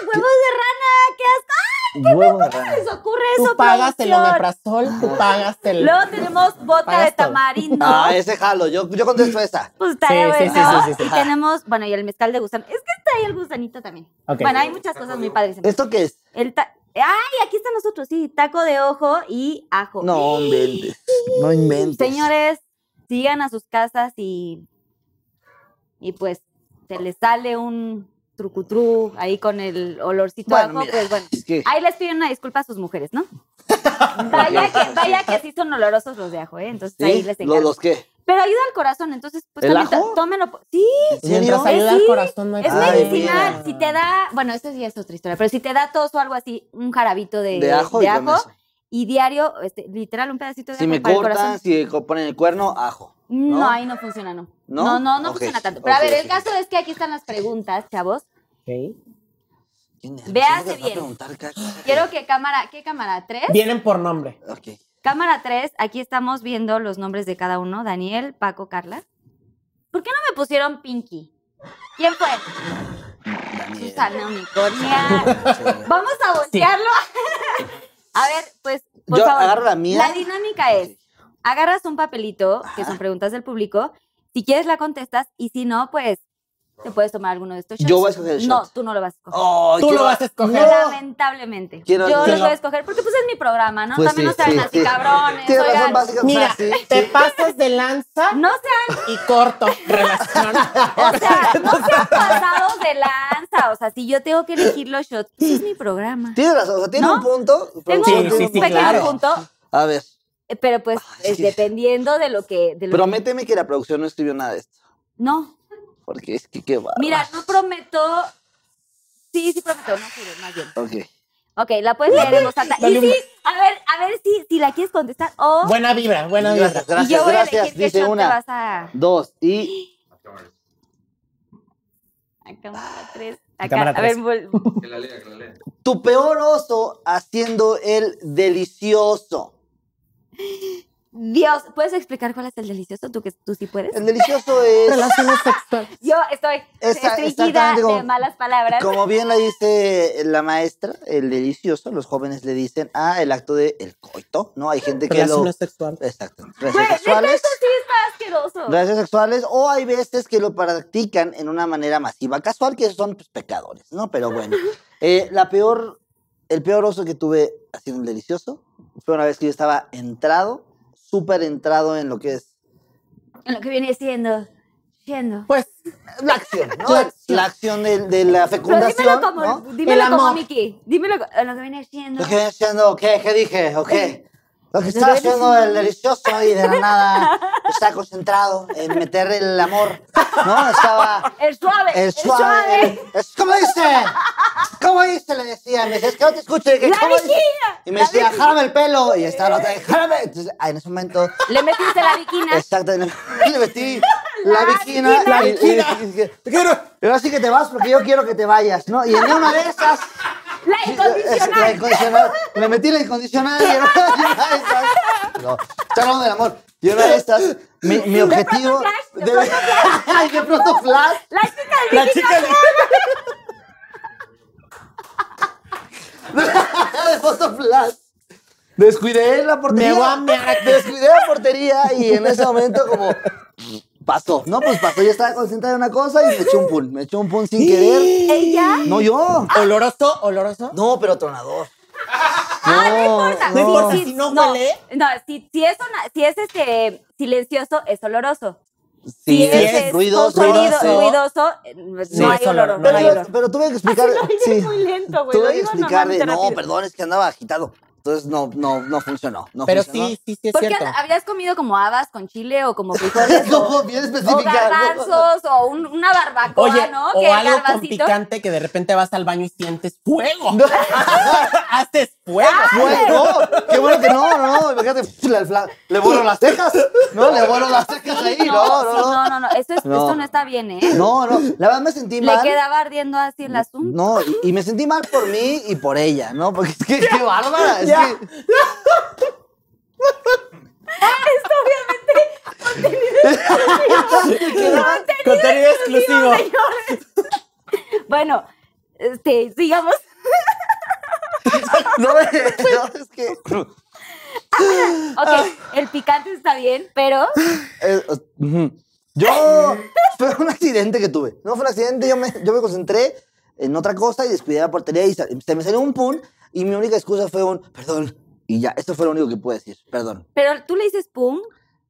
Speaker 2: ¡Huevos de rana! ¡Qué asco!
Speaker 5: Huevo de
Speaker 2: ¿Cómo
Speaker 5: rana.
Speaker 2: les ocurre eso, Ah.
Speaker 4: Tú pagas el
Speaker 2: producción?
Speaker 4: omeprazol, tú pagas el...
Speaker 2: Luego tenemos bota de
Speaker 4: Pagas todo.
Speaker 2: tamarindo.
Speaker 5: Ah, ese jalo. Yo, yo contesto esa.
Speaker 2: Pues estaría
Speaker 4: Sí, sí,
Speaker 2: bueno.
Speaker 4: sí, sí, sí, sí.
Speaker 2: Y tenemos, bueno, y el mezcal de gusano. Es que está ahí el gusanito también.
Speaker 4: Ok.
Speaker 2: Bueno, hay muchas cosas muy padres.
Speaker 5: ¿Esto qué es?
Speaker 2: El ta- ¡Ay! Aquí están nosotros, sí. Taco de ojo y ajo.
Speaker 5: No inventes. No inventes.
Speaker 2: Señores, sigan a sus casas y. Y pues, se les sale un trucutru ahí con el olorcito a
Speaker 5: Bueno,
Speaker 2: ajo,
Speaker 5: mira,
Speaker 2: pues bueno.
Speaker 5: es que-
Speaker 2: Ahí les piden una disculpa a sus mujeres, ¿no? vaya, que, vaya que sí son olorosos los de ajo, ¿eh? Entonces
Speaker 5: ¿Sí?
Speaker 2: ahí les
Speaker 5: ¿Los,
Speaker 2: encargo.
Speaker 5: los qué?
Speaker 2: Pero ayuda al corazón, entonces, pues
Speaker 5: ¿El
Speaker 2: también to-
Speaker 5: ajo?
Speaker 2: tómenlo. po- Sí,
Speaker 5: ¿En serio?
Speaker 4: Mientras ayuda
Speaker 2: Sí,
Speaker 4: al corazón, no hay
Speaker 2: es
Speaker 5: Ay,
Speaker 4: problema.
Speaker 2: medicinal.
Speaker 5: mira.
Speaker 2: Si te da, bueno, esta sí es otra historia, pero si te da tos o algo así, un jarabito de,
Speaker 5: De ajo
Speaker 2: de
Speaker 5: y con
Speaker 2: ajo,
Speaker 5: eso.
Speaker 2: y diario, este, literal, un pedacito de
Speaker 5: Si
Speaker 2: ajo
Speaker 5: me
Speaker 2: para el corazón.
Speaker 5: cortan, si co- ponen el cuerno, ajo.
Speaker 2: No,
Speaker 5: ¿no?
Speaker 2: ahí no funciona, no.
Speaker 5: ¿No?
Speaker 2: no, no, no
Speaker 5: Ok,
Speaker 2: funciona tanto. Pero
Speaker 5: ok,
Speaker 2: a ver, el
Speaker 5: ok.
Speaker 2: caso es que aquí están las preguntas, chavos.
Speaker 4: Ok.
Speaker 5: ¿Qué nervios?
Speaker 2: Véase
Speaker 5: Luego les va a
Speaker 2: bien.
Speaker 5: preguntar cada cosa.
Speaker 2: Quiero que cámara, ¿qué cámara? ¿Tres?
Speaker 4: Vienen por nombre.
Speaker 5: Ok.
Speaker 2: Cámara 3, aquí estamos viendo los nombres de cada uno. Daniel, Paco, Carla. ¿Por qué no me pusieron Pinky? ¿Quién fue?
Speaker 5: Daniel.
Speaker 2: Susana Unicornia. Vamos a voltearlo. a ver, pues, por
Speaker 5: Yo
Speaker 2: favor.
Speaker 5: agarro la mía.
Speaker 2: La dinámica es, agarras un papelito, que son preguntas del público. Si quieres la contestas y si no, pues, te puedes tomar alguno de estos shots.
Speaker 5: Yo voy a escoger el
Speaker 2: No,
Speaker 5: shot.
Speaker 2: tú no lo vas a escoger.
Speaker 5: Oh,
Speaker 4: Tú
Speaker 5: quiero-
Speaker 4: lo vas a escoger.
Speaker 2: Lamentablemente.
Speaker 5: Quiero-
Speaker 2: Yo
Speaker 5: Sí,
Speaker 2: los
Speaker 4: no.
Speaker 2: voy a escoger porque pues es mi programa, ¿no?
Speaker 5: Pues
Speaker 2: También
Speaker 5: sí,
Speaker 2: no sean
Speaker 5: sí,
Speaker 2: así
Speaker 5: sí.
Speaker 2: cabrones.
Speaker 5: Tienes razón
Speaker 2: oigan.
Speaker 5: básica.
Speaker 4: Mira,
Speaker 5: o sea, sí,
Speaker 4: te
Speaker 5: sí.
Speaker 4: pasas de lanza
Speaker 2: No sean,
Speaker 4: y corto relación.
Speaker 2: o sea, no sean pasados de lanza. O sea, si yo tengo que elegir los shots, pues es mi programa.
Speaker 5: Tienes razón, o sea, tiene
Speaker 2: ¿No?
Speaker 5: un punto.
Speaker 2: Tengo
Speaker 4: Sí,
Speaker 2: un
Speaker 4: sí, sí,
Speaker 2: pequeño
Speaker 4: claro.
Speaker 2: punto,
Speaker 5: A ver,
Speaker 2: eh, pero pues
Speaker 5: Ay,
Speaker 2: es
Speaker 5: Ah, sí.
Speaker 2: dependiendo de lo que... De lo que-
Speaker 5: prométeme que la producción no escribió nada de esto.
Speaker 2: no,
Speaker 5: Porque es que qué va.
Speaker 2: mira, no prometo... Sí, sí prometo, no juro, más bien.
Speaker 5: Ok.
Speaker 2: Ok, la puedes leer en voz alta. Y
Speaker 4: Dale un-
Speaker 2: sí, a ver, a ver si, si la quieres contestar o...
Speaker 4: Buena vibra, buena vibra.
Speaker 5: Gracias, gracias,
Speaker 2: y yo voy a
Speaker 5: gracias.
Speaker 2: elegir qué
Speaker 5: Dice
Speaker 2: shot te
Speaker 5: una,
Speaker 2: vas a...
Speaker 5: dos y.
Speaker 2: A cámara 3. Acá,
Speaker 4: cámara
Speaker 2: a ver,
Speaker 4: tres.
Speaker 2: vol-
Speaker 6: Que la lea, que la lea.
Speaker 5: Tu peor oso haciendo el delicioso.
Speaker 2: Dios, ¿puedes explicar cuál es el delicioso? Tú que tú sí puedes.
Speaker 5: El delicioso es,
Speaker 4: Relaciones sexuales.
Speaker 2: Yo estoy
Speaker 5: Esa-
Speaker 2: restringida
Speaker 5: exactamente
Speaker 2: de
Speaker 5: como-
Speaker 2: malas palabras.
Speaker 5: como bien la dice la maestra, el delicioso. Los jóvenes le dicen ah, el acto de el coito, ¿no? Hay gente que lo.
Speaker 4: Relaciones sexuales.
Speaker 5: Exacto.
Speaker 2: Güey,
Speaker 5: Relaciones
Speaker 2: neta,
Speaker 5: sexuales.
Speaker 2: eso sí está asqueroso.
Speaker 5: Relaciones sexuales, o hay veces que lo practican en una manera masiva, casual, que son pues, pecadores, ¿no? Pero bueno, Eh, la peor, el peor oso que tuve haciendo el delicioso fue una vez que yo estaba entrado, súper entrado en lo que es
Speaker 2: En lo que viene siendo. Siendo.
Speaker 4: Pues
Speaker 5: la acción, ¿no?
Speaker 4: La
Speaker 5: La
Speaker 4: acción.
Speaker 5: acción, de, de la
Speaker 2: Pero dímelo
Speaker 5: fecundación,
Speaker 2: como,
Speaker 5: ¿no?
Speaker 2: dímelo
Speaker 4: El
Speaker 2: como
Speaker 4: amor.
Speaker 2: Miki. Dímelo co- en lo que viene siendo.
Speaker 5: Lo que venía haciendo, ¿qué? ¿Qué dije? ¿O qué? Lo que
Speaker 2: Lo
Speaker 5: estaba
Speaker 2: que viene
Speaker 5: haciendo el delicioso y de la nada estaba concentrado en meter el amor, ¿no? Estaba...
Speaker 2: El suave.
Speaker 5: El suave. el- es- ¿Cómo dice? ¿Cómo dice? Le decía. Me decía, es que no te escucho. Y, que,
Speaker 2: La
Speaker 5: "¿Cómo dice?".
Speaker 2: viejilla,
Speaker 5: y me
Speaker 2: la
Speaker 5: decía,
Speaker 2: viejilla.
Speaker 5: jálame el pelo. Y estaba la otra, jálame. Entonces, ah, en ese momento,
Speaker 2: Le metiste la bikini.
Speaker 5: exacto, le, le metí la bikina.
Speaker 4: La
Speaker 5: y- y-
Speaker 4: bikina.
Speaker 5: y dije, "Y ahora sí que te vas porque yo quiero que te vayas, ¿no? Y en una de esas,
Speaker 2: La
Speaker 5: la
Speaker 2: incondicional.
Speaker 5: incondicional, me metí la incondicional y en una de esas, no, está hablando del amor. Y en una de estas, mi, mi objetivo.
Speaker 2: flash, de
Speaker 5: de, Ay, de pronto flash.
Speaker 2: La chica del
Speaker 4: la
Speaker 2: bikini.
Speaker 4: chica
Speaker 5: de foto flash. Descuidé la portería.
Speaker 4: Me voy a mear.
Speaker 5: Descuidé la portería y en ese momento como pasó. No, pues pasó. Yo estaba concentrada en una cosa y me echó un pun. Me echó un pun sin querer.
Speaker 2: Ella.
Speaker 5: No yo.
Speaker 4: oloroso, oloroso.
Speaker 5: No, pero tronador.
Speaker 2: Ah, no importa.
Speaker 4: No importa,
Speaker 2: Sí,
Speaker 4: si no
Speaker 2: no,
Speaker 4: huele.
Speaker 2: No, si, si es, una- si es este, silencioso, es oloroso.
Speaker 5: Sí,
Speaker 2: si es,
Speaker 5: es
Speaker 2: es
Speaker 5: ruidoso.
Speaker 2: consumido-
Speaker 4: ruidoso.
Speaker 2: ruidoso, eh,
Speaker 4: Sí,
Speaker 2: no hay
Speaker 4: es
Speaker 2: olor.
Speaker 4: olor,
Speaker 2: no
Speaker 4: no
Speaker 5: Pero,
Speaker 2: hay
Speaker 4: hay
Speaker 2: olor.
Speaker 5: pero tuve que explicar.
Speaker 2: Ay, no,
Speaker 5: sí.
Speaker 2: eres muy lento, güey, lo
Speaker 5: Tuve que
Speaker 2: digo
Speaker 5: explicarle.
Speaker 2: normalmente
Speaker 5: No,
Speaker 2: rápido.
Speaker 5: perdón, es que andaba agitado. Entonces no, no, no funcionó. pues, No
Speaker 4: Pero
Speaker 5: funcionó.
Speaker 4: sí, sí, sí es
Speaker 2: ¿Por qué
Speaker 4: cierto.
Speaker 2: habías comido como habas con chile o como frijoles? o,
Speaker 5: No, bien
Speaker 2: o
Speaker 5: específica.
Speaker 2: garbanzos o un- una barbacoa,
Speaker 4: Oye,
Speaker 2: ¿no?
Speaker 4: o
Speaker 2: Que el
Speaker 4: algo con
Speaker 2: garbancito-
Speaker 4: picante que de repente vas al baño y sientes fuego. Haces fuego.
Speaker 2: Ah.
Speaker 5: Bueno, qué bueno que no, no, no, imagínate, le, fla- le vuelo las cejas, no, le vuelo las cejas ahí, no,
Speaker 2: sí,
Speaker 5: no, no.
Speaker 2: no, no, Esto, es-
Speaker 5: No.
Speaker 2: esto no está bien, ¿eh?
Speaker 5: No, no, la verdad me sentí
Speaker 2: Le
Speaker 5: mal.
Speaker 2: quedaba ardiendo así el asunto.
Speaker 5: No, y, y me sentí mal por mí y por ella, ¿no? Porque es que, qué bárbara, es
Speaker 4: Ya.
Speaker 5: que...
Speaker 4: Contenido exclusivo.
Speaker 2: Bueno, este, sigamos.
Speaker 5: No, no, es que... Ah.
Speaker 2: Ok, el picante está bien, pero
Speaker 5: Eh, eh, ujú. yo fue un accidente que tuve. No fue un accidente, yo me, yo me concentré en otra cosa y descuidé la portería y sa- se me salió un pun y mi única excusa fue un perdón y ya, esto fue lo único que pude decir, perdón.
Speaker 2: pero tú le dices pum,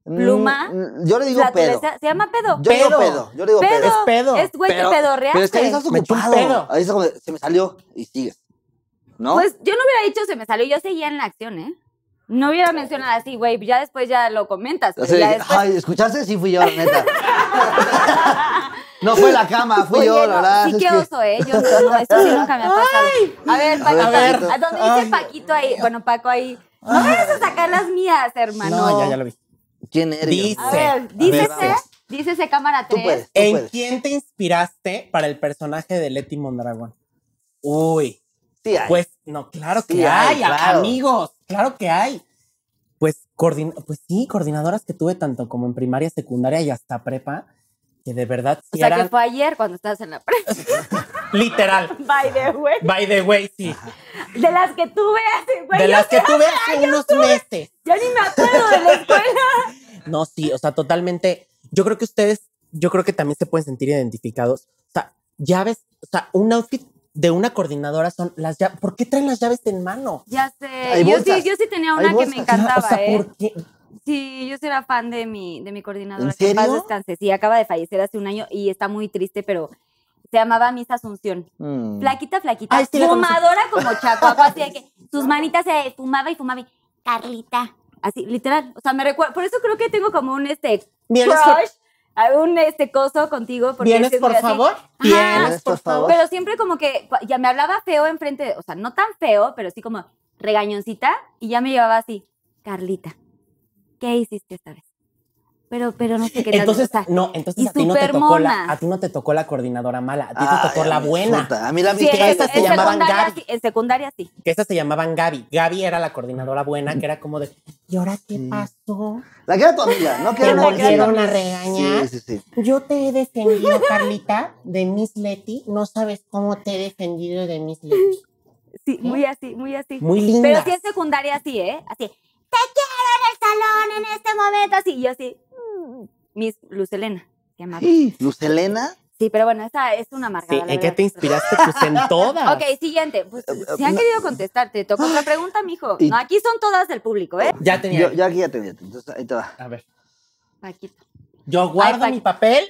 Speaker 2: Pluma,
Speaker 5: Mm, Yo le digo pedo.
Speaker 2: flatuleza. Se llama pedo.
Speaker 5: Yo le digo
Speaker 4: Pedo.
Speaker 5: pedo, yo le digo pedo.
Speaker 2: Pedo.
Speaker 4: Es pedo.
Speaker 2: Es güey que
Speaker 5: Pero-
Speaker 2: pedorreaste.
Speaker 5: Pero es que ahí estás
Speaker 4: Me eché un
Speaker 5: ocupado.
Speaker 4: pedo.
Speaker 5: Ahí es cuando se me salió y sigues. ¿No?
Speaker 2: Pues yo no hubiera dicho se me salió, yo seguía en la acción, ¿eh? No hubiera mencionado así, güey, ya después ya lo comentas. pero
Speaker 5: Así de
Speaker 2: ya
Speaker 5: que,
Speaker 2: después-
Speaker 5: Ay, ¿escuchaste? Sí fui yo, la neta. no fue la cama, fui
Speaker 2: Oye,
Speaker 5: yo,
Speaker 2: no,
Speaker 5: la verdad.
Speaker 2: sí
Speaker 5: es
Speaker 2: que oso, ¿eh? Yo no, no, eso sí nunca me ha pasado. A ver, Paquito, a,
Speaker 5: A ver,
Speaker 4: Paquito.
Speaker 2: donde dice
Speaker 4: Ay.
Speaker 2: Paquito ahí, bueno, Paco ahí. No me vayas a sacar las mías, hermano.
Speaker 4: No, ya, ya lo vi.
Speaker 5: ¿Quién eres?
Speaker 4: Dice.
Speaker 2: A ver,
Speaker 5: A ver,
Speaker 2: dícese,
Speaker 5: vamos.
Speaker 2: dícese cámara
Speaker 5: Tú
Speaker 2: 3.
Speaker 5: puedes, tú
Speaker 4: ¿En
Speaker 5: puedes.
Speaker 4: quién te inspiraste para el personaje de Leti Mondragón? Uy,
Speaker 5: Sí, hay.
Speaker 4: pues no, claro que
Speaker 5: Sí hay,
Speaker 4: hay,
Speaker 5: claro.
Speaker 4: amigos, claro que hay. Pues, coordin- pues sí, coordinadoras que tuve tanto como en primaria, secundaria y hasta prepa, que de verdad
Speaker 2: O
Speaker 4: sí
Speaker 2: sea, que
Speaker 4: eran
Speaker 2: fue ayer cuando estabas en la prensa.
Speaker 4: literal.
Speaker 2: By the way.
Speaker 4: By the way, sí.
Speaker 2: De las que tuve hace, güey.
Speaker 4: De
Speaker 2: yo
Speaker 4: las que
Speaker 2: sé-
Speaker 4: tuve hace unos meses.
Speaker 2: Yo ni me acuerdo de la escuela.
Speaker 4: No, sí, o sea, totalmente. Yo creo que ustedes, yo creo que también se pueden sentir identificados. O sea, llaves, o sea, un outfit de una coordinadora son las llaves. ¿Por qué traen las llaves en mano?
Speaker 2: Ya
Speaker 5: Hay
Speaker 2: sé. Yo sí,
Speaker 5: bolsas.
Speaker 2: yo sí tenía
Speaker 5: Hay
Speaker 2: una que me
Speaker 5: bolsas.
Speaker 2: encantaba,
Speaker 4: o sea,
Speaker 2: ¿eh?
Speaker 4: ¿por qué?
Speaker 2: Sí, yo sí era fan de mi, de mi coordinadora.
Speaker 5: ¿En
Speaker 2: Que en paz
Speaker 5: serio?
Speaker 2: descanse. Sí, acaba de fallecer hace un año y está muy triste, pero se llamaba Miss Asunción.
Speaker 5: Mm.
Speaker 2: Flaquita, flaquita.
Speaker 4: Ay, sí la conocí.
Speaker 2: fumadora como chacuaco, así de que sus manitas se fumaba y fumaba y Carlita. Así, literal. O sea, me recuerdo. Por eso creo que tengo como un este
Speaker 4: ¿Vienes por-
Speaker 2: crush, a un este coso contigo. Porque
Speaker 4: ¿Vienes
Speaker 2: sí es
Speaker 4: por
Speaker 2: muy así.
Speaker 4: favor?
Speaker 2: Ajá.
Speaker 5: ¿Vienes por favor?
Speaker 2: Pero siempre como que cua- ya me hablaba feo enfrente, de- o sea, no tan feo, pero sí como regañoncita y ya me llevaba así, Carlita, ¿qué hiciste esta vez? Pero, pero no sé qué tal.
Speaker 4: Entonces,
Speaker 2: o sea,
Speaker 4: no, entonces
Speaker 2: y
Speaker 4: a ti no te
Speaker 2: súper
Speaker 4: tocó la,
Speaker 2: mona.
Speaker 4: a ti no te tocó la coordinadora mala, a ti te
Speaker 5: Ay,
Speaker 4: tocó la
Speaker 5: a mí,
Speaker 4: buena.
Speaker 5: puta, A mí la
Speaker 2: sí, en,
Speaker 5: viste.
Speaker 4: esas se
Speaker 2: en
Speaker 4: llamaban
Speaker 2: secundaria,
Speaker 4: Gaby.
Speaker 2: sí, en secundaria sí.
Speaker 4: Que esas se llamaban Gaby. Gaby era la coordinadora buena, que era como de, ¿y ahora qué pasó?
Speaker 5: La que era tu amiga, no que
Speaker 4: Te
Speaker 5: era la que era tu
Speaker 4: volvieron a
Speaker 5: amiga.
Speaker 4: regañar.
Speaker 5: Sí, sí, sí.
Speaker 4: Yo te he defendido, Carlita, de Miss Leti. No sabes cómo te he defendido de Miss Leti. Ah,
Speaker 2: Sí, muy así, muy así.
Speaker 4: Muy linda.
Speaker 2: Pero sí en secundaria sí, ¿eh? Así, te quiero en el salón en este momento, así. Y yo así, mm, Miss Lucelena, se llamaba.
Speaker 5: Luz Helena.
Speaker 2: Sí, pero bueno, esa es una
Speaker 4: Sí,
Speaker 2: amargada. la
Speaker 4: ¿en qué
Speaker 2: verdad.
Speaker 4: te inspiraste? Pues en todas.
Speaker 2: Ok, siguiente. Pues, si
Speaker 5: eh,
Speaker 2: han
Speaker 5: no.
Speaker 2: querido contestar, te toca otra pregunta, mijo.
Speaker 5: Y-
Speaker 2: No, aquí son todas del público, ¿eh?
Speaker 4: Ya tenía.
Speaker 5: Yo, yo aquí ya te vi. Entonces ahí te va.
Speaker 4: a ver.
Speaker 2: Aquí.
Speaker 4: Yo guardo
Speaker 2: Ay,
Speaker 4: mi papel.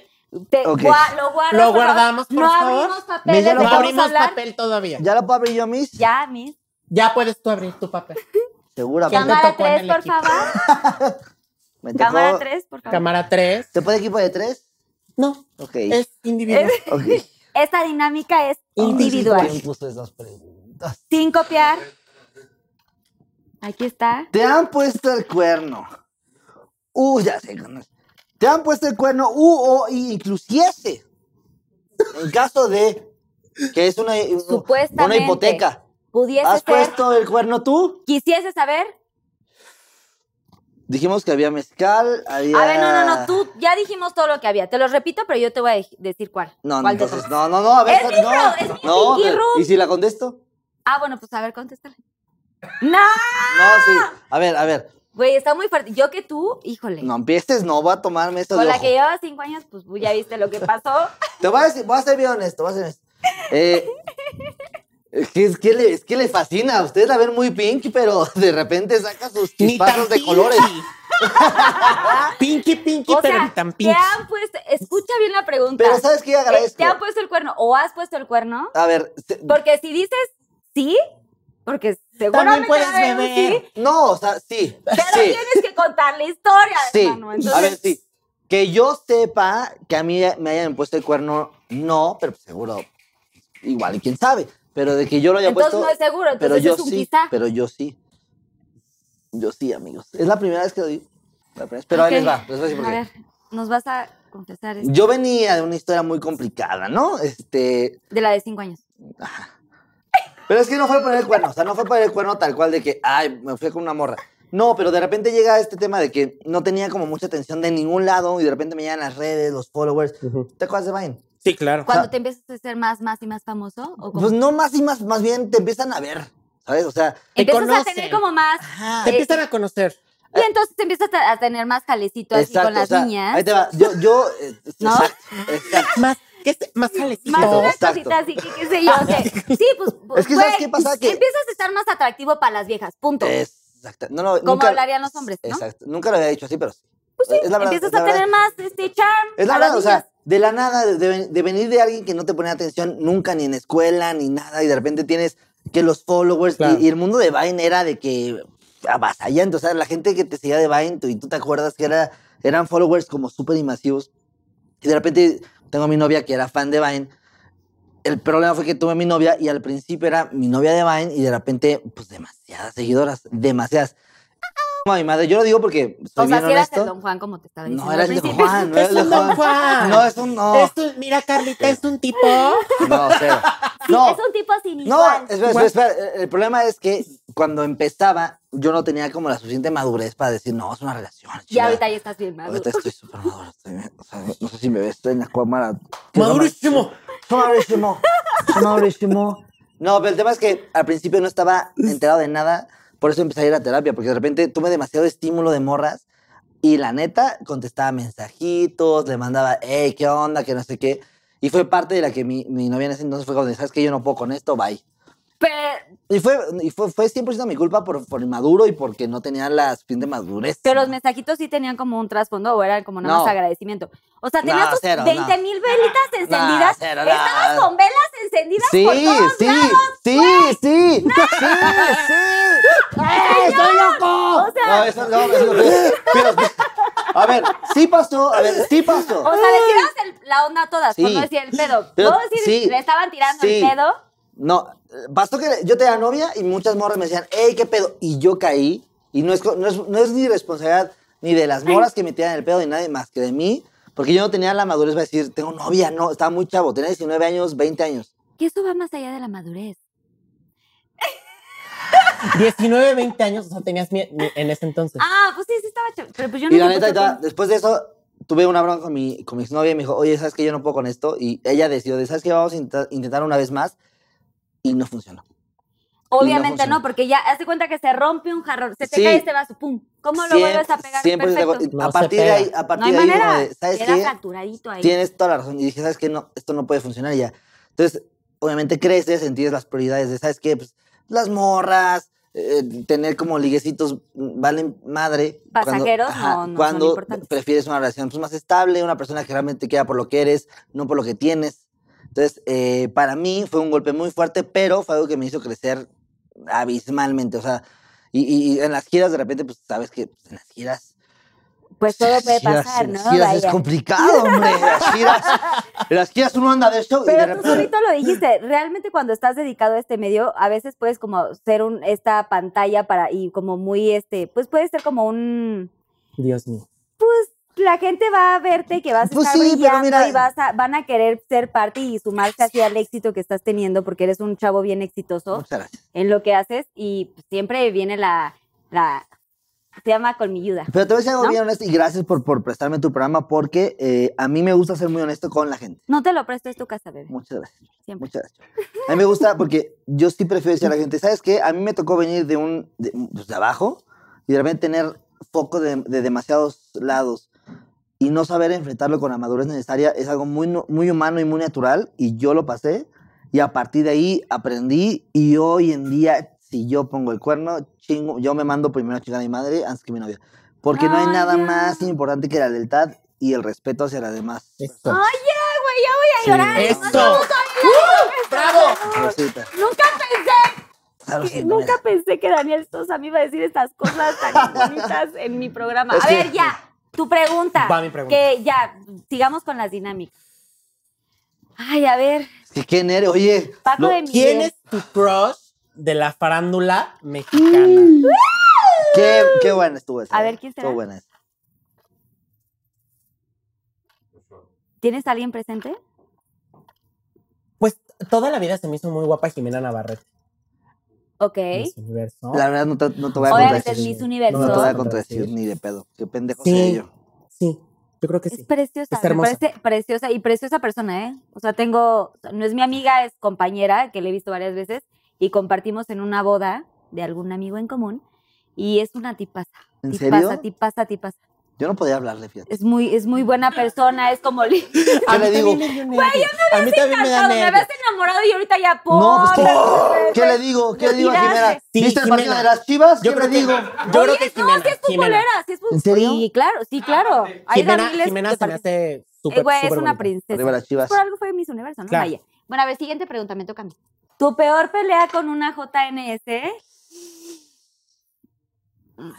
Speaker 2: Te-
Speaker 5: Ok.
Speaker 2: gua- lo guardas, por
Speaker 4: Lo
Speaker 2: favor.
Speaker 4: guardamos, por
Speaker 2: No
Speaker 4: favor.
Speaker 2: abrimos papeles,
Speaker 5: Mira,
Speaker 2: de
Speaker 5: lo
Speaker 4: No
Speaker 2: vamos a
Speaker 4: abrimos
Speaker 2: hablar.
Speaker 4: papel todavía. Ya.
Speaker 5: ¿Ya la puedo abrir yo, Miss?
Speaker 2: Ya, mis.
Speaker 4: puedes tú abrir tu papel. Ya
Speaker 5: Seguramente.
Speaker 4: me
Speaker 2: Cámara
Speaker 4: tocó en
Speaker 2: 3,
Speaker 4: el
Speaker 2: por
Speaker 4: equipo.
Speaker 2: favor.
Speaker 5: Me tocó-
Speaker 2: Cámara 3, por favor.
Speaker 4: Cámara 3.
Speaker 5: ¿Se puede equipo de tres?
Speaker 4: No,
Speaker 5: Ok.
Speaker 4: es individual.
Speaker 5: Ok.
Speaker 2: Esta dinámica es
Speaker 5: ¿Quién
Speaker 2: individual.
Speaker 5: puso esas preguntas?
Speaker 2: Sin copiar. Aquí está.
Speaker 5: Te han puesto el cuerno. Uh, ya sé. con- Te han puesto el cuerno u o i- inclusiese. En caso de que es una,
Speaker 2: Supuestamente.
Speaker 5: una hipoteca.
Speaker 2: Pudiese
Speaker 5: ¿Has
Speaker 2: ser.
Speaker 5: puesto el cuerno tú?
Speaker 2: Quisiese saber.
Speaker 5: Dijimos que había mezcal, había...
Speaker 2: A ver, no, no, no. Tú ya dijimos todo lo que había. Te lo repito, pero yo te voy a de- decir cuál.
Speaker 5: No, no,
Speaker 2: cuál de
Speaker 5: entonces,
Speaker 2: todas.
Speaker 5: no, no, no, a ver,
Speaker 2: Es mi
Speaker 5: no,
Speaker 2: pro- es mi
Speaker 5: no,
Speaker 2: Pinky Room.
Speaker 5: ¿y si la contesto?
Speaker 2: Ah, bueno, pues a ver, contéstale. ¡No!
Speaker 5: No,
Speaker 2: Ah.
Speaker 5: sí, a ver, a ver,
Speaker 2: Güey, está muy fuerte. Yo que tú, híjole.
Speaker 5: no empieces, no va a tomarme esto
Speaker 2: Con
Speaker 5: de
Speaker 2: la
Speaker 5: ojo.
Speaker 2: que llevaba cinco años, pues ya viste lo que pasó.
Speaker 5: Te voy a decir, voy a ser bien honesto, voy a ser honesto. Eh, es, que, es, que le, es que le fascina, ustedes la ven muy pinky, pero de repente saca sus chispazos de
Speaker 4: pinky.
Speaker 5: colores.
Speaker 4: Pinky, pinky,
Speaker 2: o
Speaker 4: pero
Speaker 2: sea,
Speaker 4: ni tan
Speaker 2: te
Speaker 4: pinky.
Speaker 2: han puesto, escucha bien la pregunta.
Speaker 5: Pero ¿sabes qué?
Speaker 2: Eh,
Speaker 5: Agradezco.
Speaker 2: ¿Te han puesto el cuerno o has puesto el cuerno?
Speaker 5: A ver, se-
Speaker 2: Porque si dices sí, porque
Speaker 4: También
Speaker 2: Seguramente
Speaker 4: puedes
Speaker 2: va a haber un
Speaker 4: beber.
Speaker 2: sí,
Speaker 5: No, o sea, sí.
Speaker 2: pero
Speaker 5: sí.
Speaker 2: tienes que contar la historia,
Speaker 5: Sí,
Speaker 2: hermano.
Speaker 5: a
Speaker 2: Entonces,
Speaker 5: ver, sí. Que yo sepa que a mí me hayan puesto el cuerno, no, pero seguro, igual, y quién sabe. Pero de que yo lo haya
Speaker 2: Entonces
Speaker 5: puesto.
Speaker 2: no es seguro, entonces
Speaker 5: pero yo
Speaker 2: es un
Speaker 5: sí,
Speaker 2: quizá.
Speaker 5: pero yo sí. Yo sí, amigos. Es la primera vez que lo digo. La primera vez. Pero
Speaker 2: Ok.
Speaker 5: ahí les va, les voy a decir por
Speaker 2: A
Speaker 5: qué.
Speaker 2: ver, nos vas a este, confesar esto.
Speaker 5: Yo venía de una historia muy complicada, ¿no? Este,
Speaker 2: De la de cinco años.
Speaker 5: pero es que no fue poner el cuerno, o sea, no fue poner el cuerno tal cual de que, ay, me fui con una morra. No, pero de repente llega este tema de que no tenía como mucha atención de ningún lado y de repente me llegan las redes, los followers. ¿Te acuerdas de Vine?
Speaker 4: Sí, claro.
Speaker 2: Cuando
Speaker 5: Ah.
Speaker 2: te empiezas a ser más, más y más famoso, o como
Speaker 5: Pues no más y más, más bien te empiezan a ver, ¿sabes? O sea,
Speaker 4: te
Speaker 2: empiezas a
Speaker 4: conocen.
Speaker 2: tener como más.
Speaker 4: Te
Speaker 2: eh,
Speaker 4: empiezan a conocer.
Speaker 2: Y entonces te empiezas a a tener más jalecito así
Speaker 5: exacto,
Speaker 2: con las
Speaker 5: o sea,
Speaker 2: niñas.
Speaker 5: Ahí te va. Yo, yo, eh,
Speaker 2: ¿No?
Speaker 5: exacto, exacto.
Speaker 4: Más, ¿qué es? Más jalecito.
Speaker 2: Más una
Speaker 5: Exacto.
Speaker 2: cosita así, que qué sé yo, que- Sí, pues.
Speaker 5: Es
Speaker 2: güey, pues,
Speaker 5: que ¿sabes qué pasa? Que-
Speaker 2: Empiezas a estar más atractivo para las viejas, punto.
Speaker 5: Exacto. No, no,
Speaker 2: Como
Speaker 5: nunca-
Speaker 2: hablarían los hombres, ¿no?
Speaker 5: Exacto. Nunca lo había dicho así, pero sí.
Speaker 2: Pues sí,
Speaker 5: Es la verdad,
Speaker 2: empiezas
Speaker 5: es la
Speaker 2: a tener más este charm.
Speaker 5: Es la
Speaker 2: a las
Speaker 5: verdad, o sea,
Speaker 2: niñas.
Speaker 5: de la nada, de, de- de venir de alguien que no te ponía atención nunca, ni en escuela, ni nada, y de repente tienes que los followers, y-
Speaker 4: Claro.
Speaker 5: y, el mundo de Vine era de que avasallante, o sea, la gente que te seguía de Vine, tú, y tú te acuerdas que era, eran followers como súper invasivos, y de repente tengo a mi novia que era fan de Vine, el problema fue que tuve a mi novia y al principio era mi novia de Vine y de repente, pues demasiadas seguidoras, demasiadas. A mi madre, yo lo digo porque soy
Speaker 2: O sea,
Speaker 5: bien
Speaker 2: si eras
Speaker 5: honesto.
Speaker 2: el Don Juan, como te estaba diciendo.
Speaker 5: No, era
Speaker 2: al
Speaker 5: el de
Speaker 2: principio.
Speaker 5: Juan, no era
Speaker 4: Es
Speaker 5: el de
Speaker 4: un don
Speaker 5: Juan.
Speaker 4: Juan.
Speaker 5: No, es un no.
Speaker 4: Es un- mira, Carlita, es un tipo.
Speaker 5: No, cero. No,
Speaker 2: Es un tipo sin
Speaker 5: no,
Speaker 2: igual.
Speaker 5: espera, espera, espera. El- El problema es que cuando empezaba, yo no tenía como la suficiente madurez para decir, no, es una relación.
Speaker 2: Y
Speaker 5: chingada.
Speaker 2: ahorita ya estás bien maduro.
Speaker 5: Ahorita estoy súper maduro. estoy bien, o sea, no sé si me ves, estoy en la cámara.
Speaker 4: Madurísimo.
Speaker 5: Soy madurísimo. soy madurísimo. No, pero el tema es que al principio no estaba enterado de nada, por eso empecé a ir a terapia, porque de repente tuve demasiado estímulo de morras y la neta contestaba mensajitos, le mandaba, hey, ¿qué onda? Que no sé qué. Y fue parte de la que mi, mi novia en ese entonces fue como, de, ¿sabes qué? Yo no puedo con esto, bye.
Speaker 2: Pero,
Speaker 5: Y fue, y fue, fue 100% mi culpa por, por inmaduro y porque no tenía la suficiente madurez.
Speaker 2: pero los mensajitos sí tenían como un trasfondo o eran como nada más
Speaker 5: No.
Speaker 2: agradecimiento. O sea, tenías
Speaker 5: No,
Speaker 2: tus
Speaker 5: cero,
Speaker 2: 20 mil velitas encendidas.
Speaker 5: cero, no.
Speaker 2: Estabas con velas encendidas
Speaker 5: Sí,
Speaker 2: por todos
Speaker 5: sí,
Speaker 2: lados.
Speaker 5: sí, sí, sí, ¡Eh, sí.
Speaker 4: ¡Estoy loco!
Speaker 2: O sea,
Speaker 5: No, eso no, eso no. Pero, a ver, sí pasó, a ver, sí pasó.
Speaker 2: O sea, le tiras el- la onda a todas, por
Speaker 5: Sí.
Speaker 2: no decir el pedo.
Speaker 5: Pero-
Speaker 2: ¿Puedo decir
Speaker 5: sí.
Speaker 2: le estaban tirando
Speaker 5: Sí.
Speaker 2: el pedo?
Speaker 5: No, pasó que yo tenía novia y muchas morras me decían, hey, qué pedo. Y yo caí, y no es, co- no es, no es ni responsabilidad ni de las morras que me tiran el pedo, ni nadie más que de mí, porque yo no tenía la madurez para decir, tengo novia, no, estaba muy chavo, tenía 19 años, 20 años.
Speaker 2: Que eso va más allá de la madurez.
Speaker 4: 19, 20 años, o sea, tenías mi- mi- en ese entonces.
Speaker 2: Ah, pues sí, sí estaba chévere. Pero pues yo no
Speaker 5: Y la
Speaker 2: le puse
Speaker 5: neta, ahorita,
Speaker 2: cuidado.
Speaker 5: después de eso, tuve una bronca con mi, con mi exnovia y me dijo, oye, ¿sabes qué? Yo no puedo con esto. Y ella decidió, de, ¿sabes qué? Vamos a intenta- intentar una vez más. Y no funcionó.
Speaker 2: Obviamente
Speaker 5: funcionó.
Speaker 2: no, porque ya hace cuenta que se rompe un jarrón, se te
Speaker 5: Sí.
Speaker 2: cae este vaso, pum. ¿Cómo lo
Speaker 5: Cien-
Speaker 2: vuelves a pegar?
Speaker 5: 100% de
Speaker 2: Perfecto.
Speaker 5: acuerdo.
Speaker 4: No
Speaker 5: a
Speaker 4: se
Speaker 5: partir de
Speaker 4: pega.
Speaker 5: ahí, a
Speaker 2: No
Speaker 5: partir
Speaker 2: hay
Speaker 5: de ahí, como
Speaker 2: manera.
Speaker 5: de, ¿sabes
Speaker 2: Queda
Speaker 5: qué?
Speaker 2: fracturadito ahí.
Speaker 5: Tienes toda la razón. Y dije, ¿sabes qué? No, esto no puede funcionar y ya. Entonces, obviamente creces, entiendes las prioridades de, ¿sabes qué? Pues, las morras, eh, tener como liguecitos mm, valen madre. cuando-
Speaker 2: Pasajeros, no- no son
Speaker 5: cuando
Speaker 2: importantes.
Speaker 5: prefieres una relación pues, más estable, una persona que realmente te queda por lo que eres, no por lo que tienes. Entonces, eh, para mí fue un golpe muy fuerte, pero fue algo que me hizo crecer abismalmente. O sea, y, y- y en las giras, de repente, pues, sabes que pues, en las giras
Speaker 2: Pues todo puede
Speaker 5: giras-
Speaker 2: pasar,
Speaker 5: las
Speaker 2: ¿no?
Speaker 5: giras es
Speaker 2: Vaya.
Speaker 5: complicado, hombre. Las giras, las giras uno anda de show y de
Speaker 2: Pero tú
Speaker 5: repente.
Speaker 2: solito lo dijiste, realmente cuando estás dedicado a este medio, a veces puedes como ser un, esta pantalla para, y como muy este, pues puede ser como un,
Speaker 4: Dios mío.
Speaker 2: pues la gente va a verte que vas a
Speaker 5: Pues
Speaker 2: estar
Speaker 5: sí, pero
Speaker 2: brillando
Speaker 5: mira-
Speaker 2: y vas a, van a querer ser parte y sumarse hacia el éxito que estás teniendo porque eres un chavo bien exitoso
Speaker 5: Muchas gracias.
Speaker 2: en lo que haces y siempre viene la, la se llama colmilluda.
Speaker 5: Pero te voy a decir algo
Speaker 2: ¿No?
Speaker 5: bien honesto y gracias por, por prestarme tu programa porque eh, a mí me gusta ser muy honesto con la gente.
Speaker 2: No te lo presto, es tu casa, bebé.
Speaker 5: Muchas gracias.
Speaker 2: Siempre.
Speaker 5: Muchas gracias. A mí me gusta porque yo sí prefiero decir a la gente, ¿sabes qué? A mí me tocó venir de un de, pues, de abajo y de repente tener foco de, de demasiados lados y no saber enfrentarlo con la madurez necesaria es algo muy, nu- muy humano y muy natural y yo lo pasé y a partir de ahí aprendí y hoy en día si yo pongo el cuerno, chingo, yo me mando primero a chingar a mi madre antes que mi novia. Porque no hay
Speaker 2: Ay,
Speaker 5: nada
Speaker 2: ya.
Speaker 5: más importante que la lealtad y el respeto hacia las demás.
Speaker 4: Eso.
Speaker 2: Ay, ya, güey, ya voy a llorar.
Speaker 4: Eso. ¡Uh! ¡Bravo!
Speaker 5: Rosita.
Speaker 2: Nunca pensé
Speaker 5: Claro,
Speaker 2: que
Speaker 5: Ah, sí, no,
Speaker 2: nunca
Speaker 5: mira.
Speaker 2: pensé que Daniel Sosa me iba a decir estas cosas tan bonitas en mi programa.
Speaker 5: Es
Speaker 2: a
Speaker 5: que-
Speaker 2: ver, ya, tu pregunta.
Speaker 4: Va mi pregunta.
Speaker 2: Que ya, sigamos con las dinámicas. Ay, a ver,
Speaker 5: Sí, ¿Quién eres? Oye,
Speaker 2: Paco
Speaker 5: lo-
Speaker 2: de Miguel.
Speaker 4: ¿Quién es tu crush de la farándula
Speaker 2: Mm.
Speaker 4: mexicana?
Speaker 5: qué, qué buena estuvo esa.
Speaker 2: A
Speaker 5: eh.
Speaker 2: ver, ¿quién será?
Speaker 5: Estuvo buena esa.
Speaker 2: ¿Tienes a alguien presente?
Speaker 4: Pues toda la vida se me hizo muy guapa Jimena Navarrete.
Speaker 2: Ok.
Speaker 4: Miss Universo.
Speaker 5: La verdad, no te, no te voy a
Speaker 2: Obviamente
Speaker 5: contradecir.
Speaker 2: es Miss
Speaker 5: pues, No te voy
Speaker 2: Universo.
Speaker 5: a contradecir ni de pedo. Qué pendejo
Speaker 4: Sí.
Speaker 5: soy yo.
Speaker 4: Sí, yo creo que
Speaker 2: Es
Speaker 4: sí.
Speaker 2: preciosa,
Speaker 4: Está
Speaker 2: me
Speaker 4: hermosa.
Speaker 2: parece preciosa y preciosa persona, ¿eh? O sea, tengo, no es mi amiga, es compañera, que le he visto varias veces, y compartimos en una boda de algún amigo en común, y es una tipaza.
Speaker 5: ¿En
Speaker 2: tipaza,
Speaker 5: serio?
Speaker 2: tipaza, tipaza.
Speaker 5: Yo no podía hablarle, fíjate.
Speaker 2: Es muy, es muy buena persona, es como... li-
Speaker 4: A
Speaker 5: ¿Qué
Speaker 4: mí
Speaker 5: le digo?
Speaker 4: también me dio nervios. A mí también me da
Speaker 2: Encantado, me
Speaker 4: nervios.
Speaker 2: habías enamorado y ahorita ya...
Speaker 5: No, pues, ¿qué,
Speaker 2: pobre,
Speaker 5: ¿qué le digo? ¿Qué le digo a
Speaker 2: Miraste.
Speaker 5: Jimena?
Speaker 4: Sí,
Speaker 5: ¿Viste el partido
Speaker 4: Jimena.
Speaker 5: de las chivas?
Speaker 4: Yo
Speaker 5: ¿Qué le
Speaker 4: creo que
Speaker 5: digo?
Speaker 4: Yo creo
Speaker 2: Oye,
Speaker 4: que
Speaker 2: no,
Speaker 4: Jimena.
Speaker 2: si es
Speaker 4: Jimena. Ah,
Speaker 2: futbolera, si es
Speaker 5: ¿En
Speaker 2: futbolera.
Speaker 5: serio?
Speaker 2: Sí, claro, sí, claro. Hay
Speaker 4: Jimena,
Speaker 2: Daniles
Speaker 4: Jimena
Speaker 2: que
Speaker 4: se me
Speaker 2: parecen-
Speaker 4: hace
Speaker 2: Eh,
Speaker 4: súper,
Speaker 2: güey, es
Speaker 4: súper
Speaker 2: una
Speaker 4: bonita.
Speaker 2: princesa.
Speaker 5: Arriba las chivas.
Speaker 2: Por algo fue Miss Universo, ¿no?
Speaker 4: Claro.
Speaker 2: Vaya. Bueno, a ver, siguiente pregunta, me toca a mí. ¿Tu peor pelea con una JNS?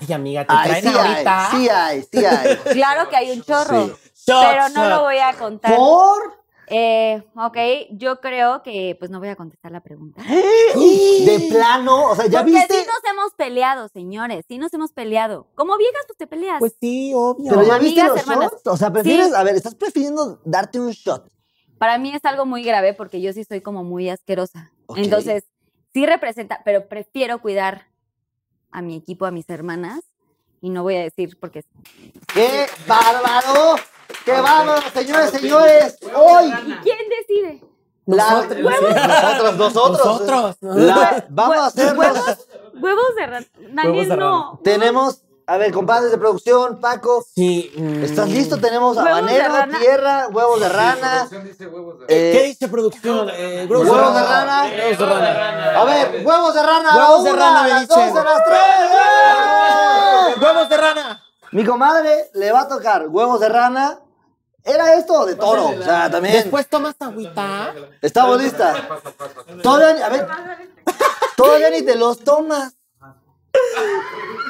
Speaker 4: Ay, amiga, te
Speaker 5: Ay,
Speaker 4: traen
Speaker 5: sí
Speaker 4: ahorita.
Speaker 5: hay, sí hay, sí hay.
Speaker 2: Claro que hay un chorro,
Speaker 5: Sí.
Speaker 4: Shot,
Speaker 2: pero no
Speaker 4: shot.
Speaker 2: lo voy a contar.
Speaker 5: ¿Por?
Speaker 2: Eh, ok, yo creo que pues no voy a contestar la pregunta.
Speaker 5: De plano, o sea, ¿ya
Speaker 2: Porque
Speaker 5: viste?
Speaker 2: sí nos hemos peleado, señores, sí nos hemos peleado. Como viejas, pues te peleas.
Speaker 4: Pues sí, obvio.
Speaker 5: Pero ya
Speaker 2: Amigas,
Speaker 5: viste los
Speaker 2: hermanas.
Speaker 5: shots. O sea, prefieres,
Speaker 2: Sí.
Speaker 5: a ver, estás prefiriendo darte un shot.
Speaker 2: Para mí es algo muy grave porque yo sí soy como muy asquerosa.
Speaker 5: Ok.
Speaker 2: Entonces, sí representa, pero prefiero cuidar a mi equipo, a mis hermanas. Y no voy a decir porque
Speaker 5: ¡Qué bárbaro! ¡Qué bárbaro, señores, señores! Hoy,
Speaker 2: ¿Quién decide?
Speaker 5: la,
Speaker 4: Nosotros.
Speaker 5: nosotros, nosotros.
Speaker 4: Nosotros.
Speaker 5: La- vamos a hacernos.
Speaker 2: ¿Huevos? Huevos de rat- Daniel,
Speaker 4: de
Speaker 2: no.
Speaker 5: Tenemos, a ver, compadres de producción, Paco,
Speaker 4: Sí. mm.
Speaker 5: ¿estás listo? Tenemos
Speaker 2: Huevos de
Speaker 5: habanero,
Speaker 2: rana.
Speaker 5: tierra, huevos de rana.
Speaker 6: Producción dice huevos de
Speaker 5: eh,
Speaker 4: ¿Qué dice producción? Eh,
Speaker 5: Huevos
Speaker 4: Grosso.
Speaker 5: de rana.
Speaker 4: Huevos de rana.
Speaker 5: A ver, huevos de rana.
Speaker 4: Huevos
Speaker 5: a
Speaker 4: de
Speaker 5: la una,
Speaker 4: rana,
Speaker 5: a
Speaker 4: me ¡Eh,
Speaker 5: las dos,
Speaker 4: dicen.
Speaker 5: a las tres. ¡Eh!
Speaker 4: Huevos de rana.
Speaker 5: Mi comadre le va a tocar huevos de rana. ¿Era esto o de toro? O sea, también.
Speaker 4: Después tomas agüita.
Speaker 5: Estamos listas. Todavía, ni- a ver. Todavía ni te los tomas.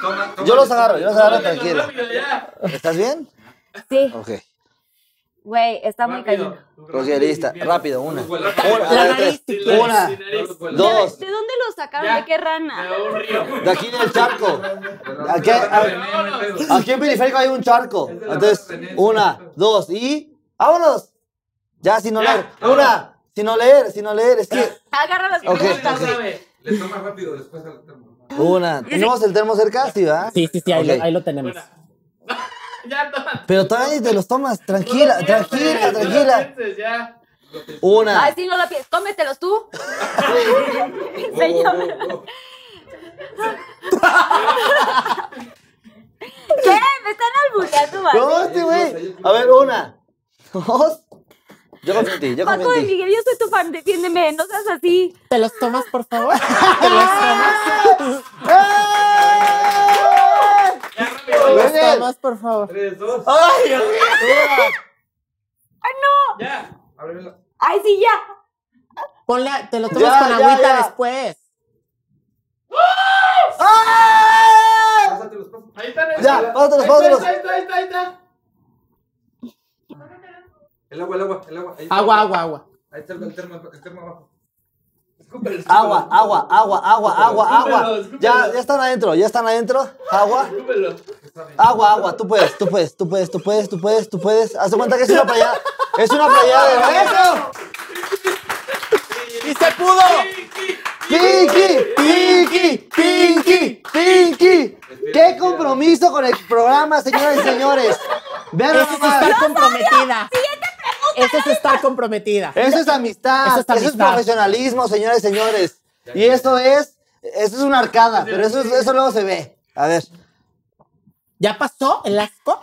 Speaker 6: Toma, toma.
Speaker 5: Yo los agarro, yo los agarro tranquilo. ¿Estás bien?
Speaker 2: Sí,
Speaker 5: Ok.
Speaker 2: güey, está muy cañón.
Speaker 5: Ok, lista. Rápido, una. Una, a
Speaker 4: La
Speaker 5: ver,
Speaker 4: nariz,
Speaker 5: tres.
Speaker 4: si quieres.
Speaker 5: Una.
Speaker 2: ¿De,
Speaker 5: Dos.
Speaker 2: de dónde lo sacaron?
Speaker 6: Ya.
Speaker 2: ¿De qué rana?
Speaker 5: De aquí del charco. Aquí, a- aquí en periférico hay un charco. Entonces, una, dos y. ¡Vámonos! Ya, sin oler. Una, sin oler, sin oler. Es que.
Speaker 2: Agarra las
Speaker 5: Ok,
Speaker 2: preguntas.
Speaker 5: ok.
Speaker 6: Le toma rápido después al termo.
Speaker 5: Una. ¿Tenemos el termo cerca? Sí, ¿verdad?
Speaker 4: Sí, sí, sí, ahí,
Speaker 5: Ok.
Speaker 4: lo, ahí lo tenemos.
Speaker 7: Ya, toma.
Speaker 5: Pero todavía ni te los tomas. Tranquila, tranquila, tranquila.
Speaker 7: Ya.
Speaker 2: Ay,
Speaker 5: Una.
Speaker 2: sí, no la piensas. Cómetelos tú. Señor. ¿Qué? Me están albureando, ¿vale?
Speaker 5: No, este güey. A ver, una. Dos. Yo confío en ti, yo
Speaker 2: Paco
Speaker 5: confío
Speaker 2: de
Speaker 5: en ti.
Speaker 2: Miguel, yo soy tu fan, defiéndeme, no seas así.
Speaker 4: ¿Te los tomas, por favor? ¿Te los tomas?
Speaker 5: ¡Eh!
Speaker 4: ¿Te los
Speaker 5: Venga.
Speaker 4: tomas, por favor?
Speaker 6: Tres, dos.
Speaker 5: ¡Ay, Dios mío!
Speaker 2: ¡Ay, no!
Speaker 6: Ya. Ábrelo.
Speaker 2: ¡Ay, sí, ya!
Speaker 4: Ponle, a- te lo tomas
Speaker 5: Ya,
Speaker 4: con
Speaker 5: ya,
Speaker 4: agüita
Speaker 5: ya.
Speaker 4: después.
Speaker 5: ¡Ah!
Speaker 6: Pásate los pasos.
Speaker 7: Ahí está.
Speaker 5: Ya,
Speaker 7: ahí está.
Speaker 5: pásatelos,
Speaker 7: Ahí está,
Speaker 5: pásatelos.
Speaker 7: Ahí está, ahí está, ahí está.
Speaker 6: El agua, el agua, el agua. Ahí está.
Speaker 4: Agua, agua, agua.
Speaker 6: Ahí está el el termo, el termo abajo. Escúpelo, escúpelo.
Speaker 5: Agua, agua, agua, agua, agua, agua.
Speaker 7: Escúpelo,
Speaker 5: Ya,
Speaker 7: escúpelo.
Speaker 5: ya están adentro, ya están adentro. Agua,
Speaker 7: Escúpelo.
Speaker 5: agua, agua. Tú puedes, tú puedes, tú puedes, tú puedes, tú puedes, tú puedes. Haz de cuenta que es una playada. Es una playada de beso.
Speaker 4: ¡Y se pudo!
Speaker 5: Pinky, Pinky, Pinky, Pinky. Qué compromiso con el programa, señoras y señores. Vean
Speaker 4: Eso es
Speaker 5: nomás.
Speaker 4: estar comprometida. Eso es estar comprometida.
Speaker 5: Eso es amistad,
Speaker 4: Eso
Speaker 5: eso
Speaker 4: es
Speaker 5: es,
Speaker 4: amistad.
Speaker 5: profesionalismo, señores y señores. Y eso es, eso es una arcada, pero eso, es- eso luego se ve. A ver.
Speaker 4: ¿Ya pasó el asco?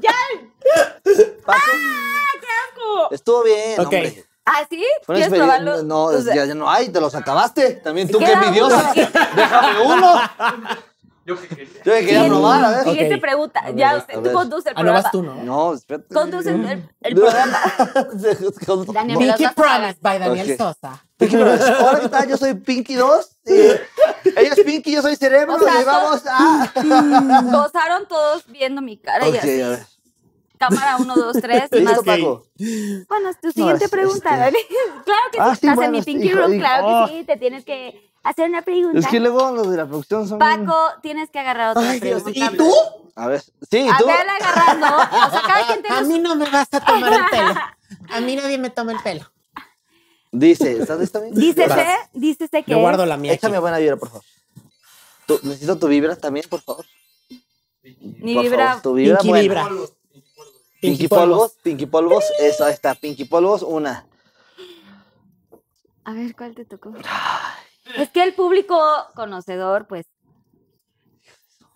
Speaker 2: ¡Ya!
Speaker 5: Paco,
Speaker 2: ¡Ah, qué asco!
Speaker 5: estuvo bien,
Speaker 4: Ok.
Speaker 5: hombre.
Speaker 2: ¿Ah, sí?
Speaker 5: Fue una
Speaker 2: ¿Quieres
Speaker 5: experiencia-
Speaker 2: probarlo? Pues
Speaker 5: No,
Speaker 2: O sea,
Speaker 5: ya, ya no hay, te los acabaste. También tú, qué
Speaker 2: queda uno,
Speaker 5: envidiosa.
Speaker 2: sí.
Speaker 5: Déjame uno.
Speaker 7: Yo que quería.
Speaker 5: Yo me quería
Speaker 2: Siguiente-
Speaker 5: probar, a ver.
Speaker 2: Siguiente
Speaker 4: Ok.
Speaker 2: pregunta.
Speaker 5: A ver,
Speaker 2: ya
Speaker 5: a
Speaker 2: usted,
Speaker 5: ver.
Speaker 2: tú conduces el
Speaker 4: Ah, no
Speaker 2: programa.
Speaker 4: vas tú, ¿no?
Speaker 5: No, espérate.
Speaker 2: Conduces el, el
Speaker 5: No.
Speaker 2: programa. Daniel,
Speaker 5: Daniel,
Speaker 2: me lo-
Speaker 4: Pinky
Speaker 2: vas a
Speaker 4: Promise by Daniel
Speaker 5: Ok.
Speaker 4: Sosa.
Speaker 5: Pinky Promise. Hola, ¿qué tal? Yo soy Pinky 2. eh, ella es Pinky, yo soy Cerebro.
Speaker 2: O sea,
Speaker 5: y vamos a...
Speaker 2: Gozaron todos viendo mi cara
Speaker 5: Ok,
Speaker 2: y
Speaker 5: a
Speaker 2: así.
Speaker 5: ver.
Speaker 2: Cámara 1, 2, 3. Más.
Speaker 5: ¿Listo, Paco?
Speaker 2: Bueno, tu siguiente
Speaker 5: es-
Speaker 2: pregunta,
Speaker 5: este-
Speaker 2: Daniel. Claro que sí,
Speaker 5: Ah, sí,
Speaker 2: estás en
Speaker 5: bueno,
Speaker 2: mi
Speaker 5: es-
Speaker 2: Pinky
Speaker 5: hijo,
Speaker 2: Room,
Speaker 5: hijo,
Speaker 2: claro
Speaker 5: oh.
Speaker 2: que sí, te tienes que hacer una pregunta.
Speaker 5: Es que luego los de la producción son...
Speaker 2: Paco, tienes que agarrar otra
Speaker 4: Ay, Dios,
Speaker 2: pregunta.
Speaker 4: ¿Y tú?
Speaker 5: A ver, sí,
Speaker 2: A
Speaker 5: tú.
Speaker 2: ver, agarrando. O sea, cada quien tiene
Speaker 4: A
Speaker 2: su-
Speaker 4: mí no me vas a tomar el pelo. A mí nadie me toma el pelo.
Speaker 5: Dice, ¿estás lista? amigo?
Speaker 2: Dícese,
Speaker 4: Vas.
Speaker 2: dícese que.
Speaker 4: Yo guardo la mía. aquí.
Speaker 5: Échame buena vibra, por favor. Tú- necesito tu vibra también, por favor.
Speaker 2: Mi
Speaker 5: por
Speaker 2: vibra.
Speaker 5: favor, tu vibra
Speaker 4: Pinky
Speaker 5: buena.
Speaker 4: vibra.
Speaker 7: Polvos.
Speaker 5: Pinky polvos, Pinky polvos, eso, ahí está, Pinky polvos, una.
Speaker 2: A ver, ¿cuál te tocó? Es que el público conocedor, pues.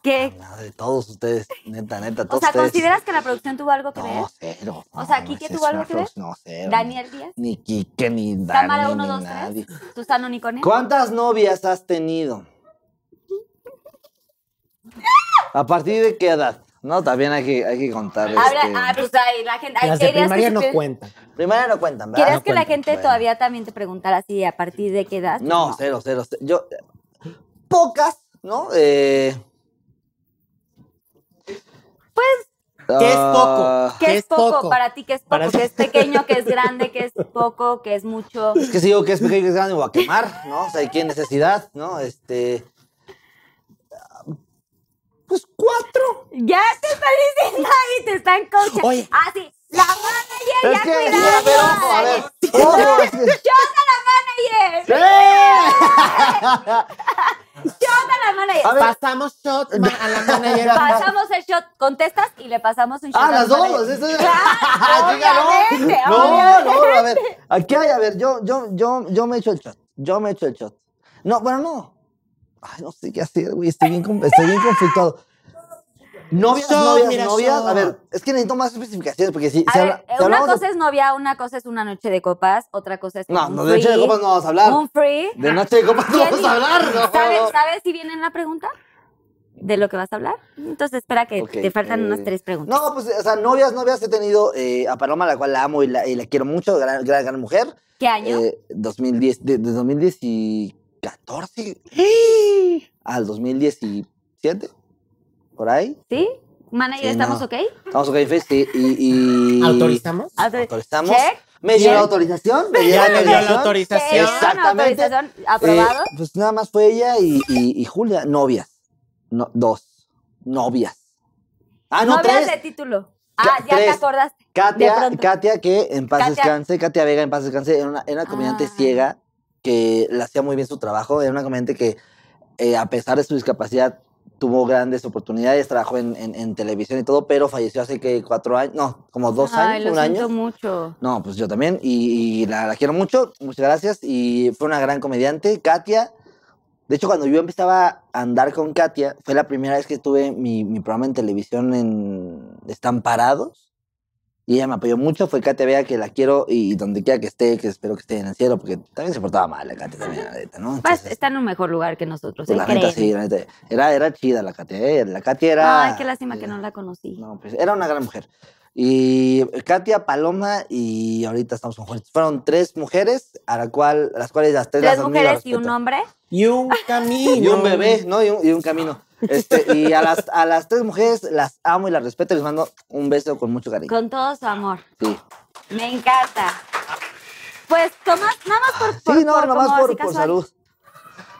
Speaker 2: ¿Qué?
Speaker 5: Nada de todos ustedes, neta, neta,
Speaker 2: O
Speaker 5: todos
Speaker 2: sea,
Speaker 5: Ah, ustedes.
Speaker 2: ¿consideras que la producción tuvo algo que ver?
Speaker 5: No, cero.
Speaker 2: O sea,
Speaker 5: no,
Speaker 2: ¿Quique
Speaker 5: esa
Speaker 2: tuvo
Speaker 5: es
Speaker 2: algo
Speaker 5: una
Speaker 2: que ver?
Speaker 5: producción, No, cero.
Speaker 2: Daniel Díaz,
Speaker 5: Ni Quique, ni Dani,
Speaker 2: cámara 1,
Speaker 5: ni
Speaker 2: 2,
Speaker 5: nadie.
Speaker 2: 3. Susana Unicornio.
Speaker 5: ¿Cuántas novias has tenido? ¿A partir de qué edad? No, también hay que, hay que contar.
Speaker 2: Habla,
Speaker 5: este,
Speaker 2: ah, pues ahí la gente. ahí
Speaker 4: Las de
Speaker 2: querías que
Speaker 4: primaria no
Speaker 2: supiera-
Speaker 4: cuentan.
Speaker 5: Primero no cuentan, ¿verdad?
Speaker 2: ¿Quieres
Speaker 5: ah, No
Speaker 2: que la
Speaker 5: cuentan.
Speaker 2: gente
Speaker 5: Bueno.
Speaker 2: todavía también te preguntara así a partir de qué edad?
Speaker 5: No, cero, cero, cero. Yo, eh, pocas, ¿no? Eh, pues.
Speaker 4: ¿Qué es poco?
Speaker 2: ¿Qué es poco? Para ti, ¿qué es poco?
Speaker 4: Para
Speaker 2: ¿Qué
Speaker 4: ti-
Speaker 2: es pequeño? ¿Qué es grande? ¿Qué es poco? ¿Qué es mucho?
Speaker 5: Es que si digo que es pequeño, que es grande, me voy a quemar, ¿no? O sea, ¿y ¿qué necesidad, no? Este. Pues cuatro.
Speaker 2: Ya te están diciendo ahí, te están coachando.
Speaker 4: Oye.
Speaker 2: Ah, sí. La manager
Speaker 5: es
Speaker 2: ya
Speaker 5: que.
Speaker 2: cuidando.
Speaker 5: a ver, ojo, a ver. Ojo, es que-
Speaker 2: Shot a la manager. Shot a la manager.
Speaker 5: A ver.
Speaker 4: Pasamos shots ma- a la manager.
Speaker 2: Pasamos el shot, contestas y le pasamos un shot.
Speaker 5: Ah,
Speaker 2: a
Speaker 5: las
Speaker 2: la
Speaker 5: dos.
Speaker 2: manager.
Speaker 5: eso es-
Speaker 2: Claro,
Speaker 5: Diga, no.
Speaker 2: obviamente,
Speaker 5: no,
Speaker 2: obviamente.
Speaker 5: no, a ver. Aquí hay, a ver, yo, yo, yo, yo me echo el shot. Yo me echo el shot. No, bueno, no. Ay, no sé qué hacer, güey. Estoy bien, con- estoy bien conflictuado. Novias,
Speaker 4: Shot,
Speaker 5: novias,
Speaker 4: mira,
Speaker 5: novias.
Speaker 4: shot.
Speaker 5: A ver, es que necesito más especificaciones porque si.
Speaker 2: A
Speaker 5: si
Speaker 2: ver,
Speaker 5: habla- si
Speaker 2: eh, una
Speaker 5: hablamos de-
Speaker 2: cosa es novia, una cosa es una noche de copas, otra cosa es.
Speaker 5: No,
Speaker 2: un
Speaker 5: no, de noche de
Speaker 2: free,
Speaker 5: copas no vamos a hablar.
Speaker 2: Un free.
Speaker 5: De noche de copas no
Speaker 2: ¿Quién
Speaker 5: vamos a hablar, no.
Speaker 2: ¿Sabes, ¿Sabes si viene en la pregunta? ¿De lo que vas a hablar? Entonces espera que
Speaker 5: Ok,
Speaker 2: te faltan
Speaker 5: eh,
Speaker 2: unas tres preguntas.
Speaker 5: No, pues, o sea, novias, novias he tenido eh, a Paloma, la cual la amo y la, y la quiero mucho, gran, gran, gran mujer.
Speaker 2: ¿Qué año?
Speaker 5: Eh, 2010, de, de 2014 al 2017, por ahí.
Speaker 2: ¿Sí? ¿Manager,
Speaker 5: sí,
Speaker 2: estamos
Speaker 5: no.
Speaker 2: ok?
Speaker 5: Estamos ok, Fest, y, y, y-
Speaker 4: ¿Autorizamos?
Speaker 2: Autor-
Speaker 5: Autorizamos.
Speaker 2: Check.
Speaker 5: Me dio
Speaker 4: Bien.
Speaker 5: la autorización. Me dio
Speaker 4: Ya
Speaker 5: la
Speaker 4: me dio la
Speaker 5: autorización.
Speaker 2: Check.
Speaker 4: autorización.
Speaker 5: Exactamente.
Speaker 2: Autorización, ¿Aprobado?
Speaker 5: Eh, pues nada más fue ella y, y- y Julia, novias. No, dos. Novias. Ah, no,
Speaker 2: Novias
Speaker 5: tres.
Speaker 2: de título.
Speaker 5: Ca-
Speaker 2: Ah, ya te
Speaker 5: tres.
Speaker 2: acordaste. De
Speaker 5: Katia,
Speaker 2: pronto.
Speaker 5: Katia, que en paz
Speaker 2: Katia.
Speaker 5: descanse, Katia Vega en paz descanse, era una, era una comediante
Speaker 2: Ah.
Speaker 5: ciega que le hacía muy bien su trabajo, era una comediante que eh, a pesar de su discapacidad tuvo grandes oportunidades, trabajó en, en- en televisión y todo, pero falleció hace que cuatro años, no, como dos
Speaker 2: Ay,
Speaker 5: años,
Speaker 2: lo
Speaker 5: un
Speaker 2: siento
Speaker 5: año.
Speaker 2: mucho.
Speaker 5: No, pues yo también, y, y la, la quiero mucho, muchas gracias, y fue una gran comediante, Katia. De hecho, cuando yo empezaba a andar con Katia, fue la primera vez que tuve mi, mi programa en televisión en Estamparados, y ella me apoyó mucho, fue Katia Vea, que la quiero, y donde quiera que esté, que espero que esté en el cielo, porque también se portaba mal la Katia, también, la neta, ¿no?
Speaker 2: Vas-
Speaker 5: Entonces,
Speaker 2: Pues, está en un mejor lugar que nosotros,
Speaker 5: pues,
Speaker 2: ¿eh?
Speaker 5: la
Speaker 2: Créeme.
Speaker 5: neta, sí, la neta, era, era chida la Katia, ¿eh? la Katia era...
Speaker 2: Ay, qué lástima que no la conocí.
Speaker 5: No, pues era una gran mujer. Y eh, Katia, Paloma y ahorita estamos con Juanita. Fueron tres mujeres, a la cual, a las cuales las tres
Speaker 2: Tres
Speaker 5: las admiro y
Speaker 2: mujeres y
Speaker 5: respeto.
Speaker 2: un hombre.
Speaker 4: Y un camino.
Speaker 5: Y un bebé, ¿no? Y un, y un camino. Este, y a las, a las tres mujeres las amo y las respeto y les mando un beso con mucho cariño.
Speaker 2: Con todo su amor.
Speaker 5: Sí.
Speaker 2: Me encanta. Pues Tomás, nada más por, por,
Speaker 5: Ah, Sí, no,
Speaker 2: por-
Speaker 5: nomás
Speaker 2: como
Speaker 5: por,
Speaker 2: así
Speaker 5: por
Speaker 2: casual.
Speaker 5: salud.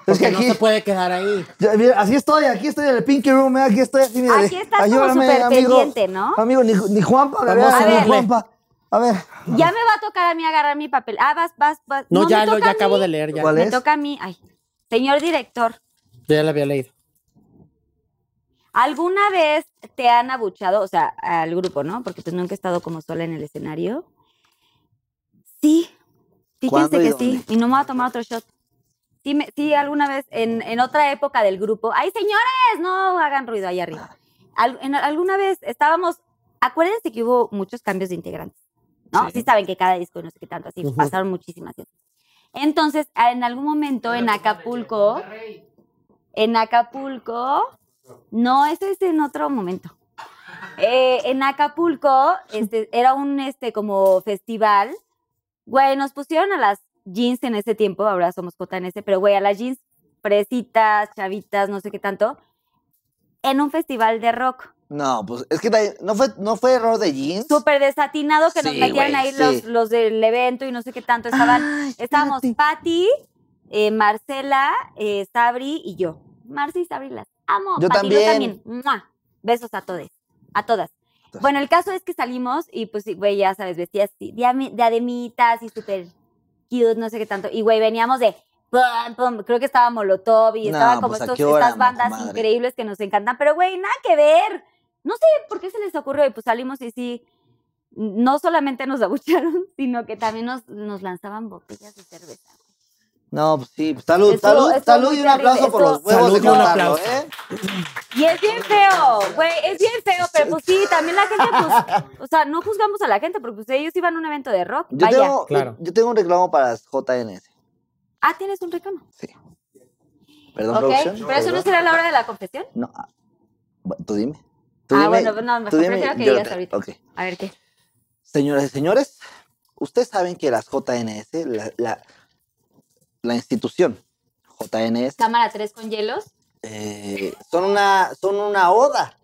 Speaker 5: Es que
Speaker 4: Porque no
Speaker 5: aquí,
Speaker 4: se puede quedar ahí.
Speaker 5: ya, mira, así estoy, aquí estoy en el Pinky Room, eh, aquí estoy así, mira.
Speaker 2: Aquí estás como
Speaker 5: ayúdame,
Speaker 2: superpendiente, ¿no?
Speaker 5: Amigo, Ah. ni, ni Juanpa, me
Speaker 4: Vamos
Speaker 2: a
Speaker 5: vea, ni
Speaker 2: verle.
Speaker 5: Juanpa. A ver,
Speaker 2: Ya me va a tocar a mí agarrar mi papel. Ah, vas, vas, vas.
Speaker 4: No,
Speaker 2: me
Speaker 4: ya lo
Speaker 2: toca
Speaker 4: ya
Speaker 2: a mí.
Speaker 4: acabo de leer. Ya,
Speaker 5: ¿Cuál
Speaker 2: Me
Speaker 5: es?
Speaker 2: toca a mí. Ay, señor director,
Speaker 4: Yo ya la había leído.
Speaker 2: ¿alguna vez te han abuchado, o sea, al grupo, ¿no? Porque pues nunca he estado como sola en el escenario. Sí, fíjense
Speaker 5: ¿Cuándo y
Speaker 2: que
Speaker 5: dónde?
Speaker 2: sí. Y no me voy a tomar otro shot. Sí, me- sí, alguna vez en, en otra época del grupo. ¡Ay, señores! No hagan ruido ahí arriba. Al- en- alguna vez estábamos. Acuérdense que hubo muchos cambios de integrantes. ¿No? Sí, saben que cada disco y no sé qué tanto, así
Speaker 4: Ujú.
Speaker 2: pasaron muchísimas cosas. Entonces, a- en algún momento en Acapulco, en Acapulco, No, ese es en otro momento. Eh, en Acapulco este, era un este, como festival. Güey, nos pusieron a las jeans en ese tiempo, ahora somos JNS, pero güey, a las jeans fresitas, chavitas, no sé qué tanto, en un festival de rock.
Speaker 5: No, pues es que también- no fue, no fue error de jeans.
Speaker 2: Súper desatinado que nos
Speaker 5: Sí,
Speaker 2: metieran
Speaker 5: güey,
Speaker 2: ahí
Speaker 5: sí.
Speaker 2: los, los del evento y no sé qué tanto. Estaban, estábamos Patti, eh, Marcela, eh, Sabri y yo. Marci y Sabri las amo.
Speaker 5: Yo
Speaker 2: Pati,
Speaker 5: también.
Speaker 2: ¡Mua! Besos a todos, a todas. Bueno, el caso es que salimos y pues, sí, güey, ya sabes, vestidas así, diami- de ademitas y súper cute, no sé qué tanto. Y, güey, veníamos de... pum, pum, creo que estaba Molotov y
Speaker 5: No,
Speaker 2: estaba como
Speaker 5: pues, ¿a
Speaker 2: estos-
Speaker 5: qué hora,
Speaker 2: estas bandas
Speaker 5: comadre?
Speaker 2: increíbles que nos encantan, pero, güey, nada que ver. No sé por qué se les ocurrió y pues salimos y sí, no solamente nos abucharon, sino que también nos, nos lanzaban botellas de cerveza.
Speaker 5: No, pues sí. pues, Salud,
Speaker 2: Estuvo-
Speaker 5: salud,
Speaker 2: estuvo
Speaker 5: salud
Speaker 2: muy
Speaker 5: y un aplauso
Speaker 2: terrible,
Speaker 5: por los
Speaker 2: estuvo-
Speaker 5: huevos de
Speaker 4: Salud y un
Speaker 5: contarlo,
Speaker 4: aplauso.
Speaker 5: ¿eh?
Speaker 2: Y es bien feo, güey, es bien feo, pero pues sí, también la gente, pues, o sea, no juzgamos a la gente, porque pues ellos iban a un evento de rock,
Speaker 5: Yo
Speaker 2: vaya.
Speaker 5: tengo,
Speaker 4: Claro.
Speaker 5: yo tengo un reclamo para las JNS.
Speaker 2: Ah, tienes un reclamo.
Speaker 5: Perdón,
Speaker 2: Ok,
Speaker 5: producción.
Speaker 2: pero eso no
Speaker 5: perdón.
Speaker 2: será la hora de la confesión.
Speaker 5: No, ah, bu- tú dime. Tú
Speaker 2: Ah,
Speaker 5: dime,
Speaker 2: bueno, no, mejor
Speaker 5: tú dime,
Speaker 2: prefiero que
Speaker 5: yo lo
Speaker 2: digas
Speaker 5: te-
Speaker 2: ahorita.
Speaker 5: ok.
Speaker 2: A ver qué.
Speaker 5: Señoras y señores, ustedes saben que las JNS, la, la, la institución JNS,
Speaker 2: Cámara 3 con hielos.
Speaker 5: eh, son, una, son una oda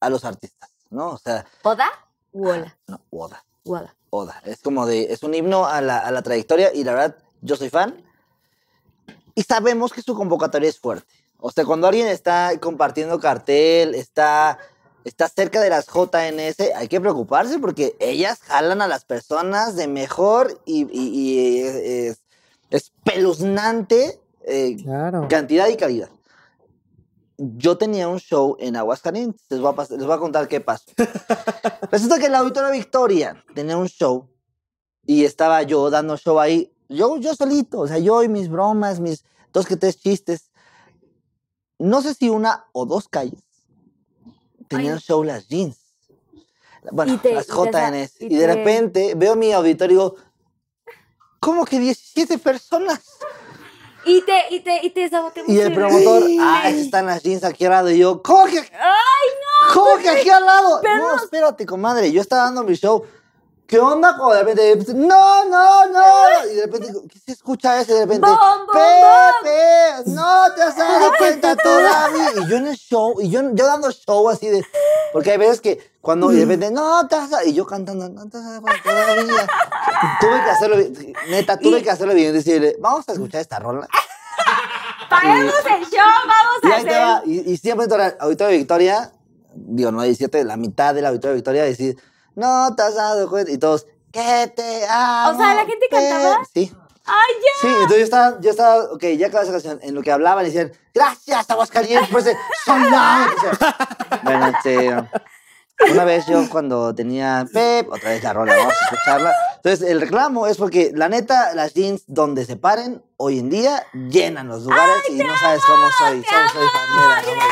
Speaker 5: a los artistas, ¿no? O sea,
Speaker 2: ¿Oda? u Ola.
Speaker 5: no, oda,
Speaker 2: u Ola.
Speaker 5: oda. Es como de, es un himno a la, a la trayectoria y la verdad, yo soy fan. Y sabemos que su convocatoria es fuerte. O sea, cuando alguien está compartiendo cartel, está, está cerca de las JNS, hay que preocuparse porque ellas jalan a las personas de mejor y, y- y es, es espeluznante eh,
Speaker 4: Claro.
Speaker 5: cantidad y calidad. Yo tenía un show en Aguascalientes, les voy a, pas- les voy a contar qué pasó. Resulta que la Auditora Victoria tenía un show y estaba yo dando show ahí, yo, yo solito, o sea, yo y mis bromas, mis dos que tres chistes. No sé si una o dos calles tenían
Speaker 2: Ay.
Speaker 5: show las jeans. Bueno,
Speaker 2: Y te-
Speaker 5: las
Speaker 2: y te sa-
Speaker 5: JNs.
Speaker 2: y
Speaker 5: y de
Speaker 2: te-
Speaker 5: repente veo mi auditorio y digo, ¿cómo que 17 personas?
Speaker 2: Y te, y te, y te saboteé
Speaker 5: Y
Speaker 2: mucho.
Speaker 5: el promotor, ah, están las jeans aquí al lado. Y yo, ¿cómo que? ¿Cómo que aquí al lado? No, espérate, comadre, yo estaba dando mi show. ¿Qué onda? Como de repente, pues, no, no, no. Y de repente, ¿qué se escucha eso? Y de repente,
Speaker 2: Bom, bom, bom.
Speaker 5: Pepe, no te has dado cuenta todavía. Y yo en el show, y yo, yo dando show así de. Porque hay veces que cuando y de repente, no te has dado-", Y yo cantando, no te has dado cuenta todavía. Tuve que hacerlo, bien, neta, tuve que hacerlo bien. Decirle, vamos a escuchar esta rola.
Speaker 2: Paguemos el show, vamos
Speaker 5: Y
Speaker 2: a
Speaker 5: ahí te
Speaker 2: hacer.
Speaker 5: va, y, y siempre entra el Auditorio Victoria, digo, no 17, la mitad del Auditorio Victoria, decir, no te has dado cuenta, y todos, que te amo.
Speaker 2: O sea, ¿la gente
Speaker 5: te-".
Speaker 2: cantaba?
Speaker 5: Sí,
Speaker 2: Ay, ya.
Speaker 5: sí, entonces yo estaba, yo estaba, ok, ya acabó esa canción, en lo que hablaban decían, gracias, Aguascalientes, por ese soldado. O sea, bueno, este, una vez yo cuando tenía Pep, otra vez la rola, vamos a escucharla. Entonces, el reclamo es porque, la neta, las jeans donde se paren, hoy en día, llenan los lugares y no sabes cómo soy,
Speaker 2: te
Speaker 5: soy, soy
Speaker 2: amo,
Speaker 5: fan de la rola.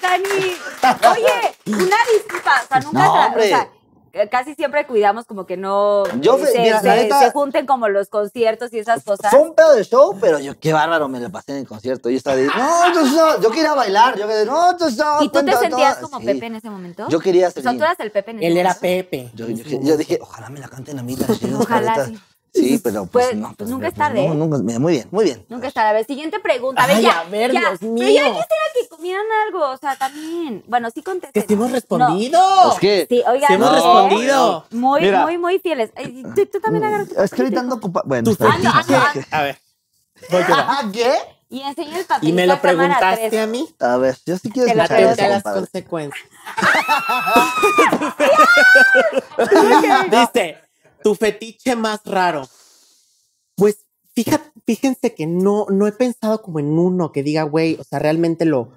Speaker 2: gracias, Dani. Oye, una disculpa, o sea, nunca,
Speaker 5: No,
Speaker 2: tra-
Speaker 5: hombre.
Speaker 2: o sea, eh, casi siempre cuidamos como que no
Speaker 5: Yo
Speaker 2: eh,
Speaker 5: fe-
Speaker 2: se,
Speaker 5: mira, la
Speaker 2: se-
Speaker 5: neta-
Speaker 2: se junten como los conciertos y esas cosas.
Speaker 5: Fue un pedo de show, pero yo qué bárbaro me la pasé en el concierto. Yo estaba de, no, yo no, yo quería bailar, yo quería, no, yo no.
Speaker 2: ¿Y tú te
Speaker 5: cuenta
Speaker 2: sentías
Speaker 5: toda".
Speaker 2: como
Speaker 5: Sí.
Speaker 2: Pepe en ese momento?
Speaker 5: Yo quería ser
Speaker 2: O sea, tú
Speaker 5: jean.
Speaker 2: eras el Pepe en ese
Speaker 4: Él era
Speaker 2: momento.
Speaker 4: Pepe.
Speaker 5: Yo, yo- yo dije, ojalá me la canten a mí las chinas,
Speaker 2: Ojalá,
Speaker 5: caretas".
Speaker 2: sí.
Speaker 5: Sí, pero pues,
Speaker 2: Pues,
Speaker 5: no. pues,
Speaker 2: nunca
Speaker 5: mira,
Speaker 2: es tarde,
Speaker 5: no,
Speaker 2: ¿eh?
Speaker 5: nunca- mira, muy bien, muy bien.
Speaker 2: Nunca está. A ver, siguiente pregunta. A ver,
Speaker 4: Ay,
Speaker 2: ya.
Speaker 4: a ver,
Speaker 2: ya.
Speaker 4: Dios
Speaker 2: Pero ya
Speaker 4: mío.
Speaker 2: quisiera que comieran algo, o sea, también. Bueno, sí contesté.
Speaker 4: Que sí hemos respondido.
Speaker 5: Es que,
Speaker 2: Sí, oigan.
Speaker 4: Sí hemos
Speaker 2: ¿eh?
Speaker 4: respondido. Mm.
Speaker 2: Muy,
Speaker 5: Mira.
Speaker 2: muy, muy fieles. Ay, ¿Tú, tú también agarras.
Speaker 5: mm, es que ahorita ando ocupado. Bueno,
Speaker 4: Tú
Speaker 5: está bien.
Speaker 2: Ah, no, ah, no, ah,
Speaker 4: A ver. voy yo.
Speaker 5: Ah, ¿Qué?
Speaker 2: Y enseñé el papel.
Speaker 4: Y me lo preguntaste a mí.
Speaker 5: A ver, yo sí quiero
Speaker 2: Te la Claro,
Speaker 5: escuchar
Speaker 4: Atenta
Speaker 5: eso,
Speaker 4: a las
Speaker 5: compadre.
Speaker 4: consecuencias. Dice, tu fetiche más raro. Pues fíjate, fíjense que no, no he pensado como en uno que diga, güey, o sea, realmente lo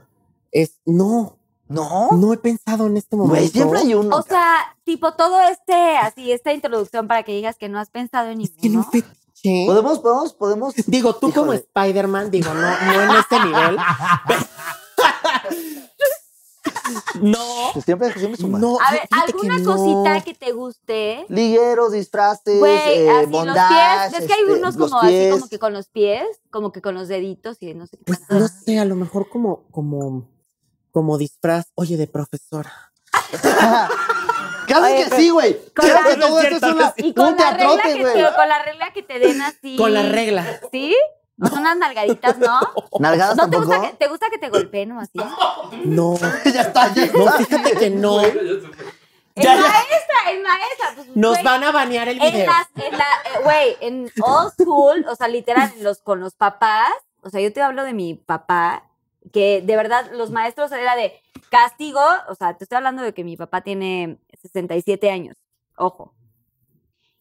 Speaker 4: es. No,
Speaker 5: No,
Speaker 4: no he pensado en este momento.
Speaker 5: güey, siempre hay uno.
Speaker 2: O sea, tipo todo este, así, esta introducción para que digas que no has pensado en
Speaker 4: es que no
Speaker 2: ninguno.
Speaker 4: fetiche.
Speaker 5: podemos, podemos, podemos.
Speaker 4: Digo, tú como
Speaker 5: Híjole.
Speaker 4: Spider-Man, digo, no, no en este nivel. no,
Speaker 5: pues, Siempre, siempre sumar.
Speaker 4: no.
Speaker 2: A ver,
Speaker 4: fíjate que
Speaker 2: alguna
Speaker 4: no.
Speaker 2: cosita que te guste.
Speaker 5: Ligueros, disfraces,
Speaker 2: Güey,
Speaker 5: eh,
Speaker 2: así los
Speaker 5: bondage,
Speaker 2: pies. Es que hay
Speaker 5: este,
Speaker 2: unos
Speaker 5: los
Speaker 2: como así,
Speaker 5: pies.
Speaker 2: como que con los pies, como que con los deditos y no sé qué.
Speaker 4: Pues
Speaker 2: tanto.
Speaker 4: no sé, a lo mejor como, como, como disfraz, oye, de profesora.
Speaker 5: Casi
Speaker 2: Oye,
Speaker 5: que
Speaker 2: pero-
Speaker 5: sí, güey.
Speaker 2: con
Speaker 5: Claro
Speaker 2: la-
Speaker 5: que todo
Speaker 4: No es
Speaker 5: esto es
Speaker 4: cierto,
Speaker 5: una,
Speaker 4: no
Speaker 2: Y con
Speaker 5: un
Speaker 2: la, regla
Speaker 5: teatrote,
Speaker 2: que
Speaker 5: güey.
Speaker 2: te, con la regla que te den así.
Speaker 4: Con la regla.
Speaker 2: ¿Sí? No son unas nalgaditas, ¿no?
Speaker 5: ¿Nalgadas
Speaker 2: ¿No te
Speaker 5: tampoco?
Speaker 2: gusta, que, te gusta que te golpeen o así?
Speaker 4: No,
Speaker 5: ya está, ya
Speaker 4: no,
Speaker 5: está.
Speaker 4: fíjate que no.
Speaker 2: Es
Speaker 4: Ya, ya.
Speaker 2: maestra, es maestra. Pues,
Speaker 4: Nos
Speaker 2: güey,
Speaker 4: van a banear el
Speaker 2: En
Speaker 4: video.
Speaker 2: las, en la, eh, güey, en old school, o sea, literal, en los, con los papás, o sea, yo te hablo de mi papá, que de verdad los maestros era de castigo, o sea, te estoy hablando de que mi papá tiene 67 años, ojo.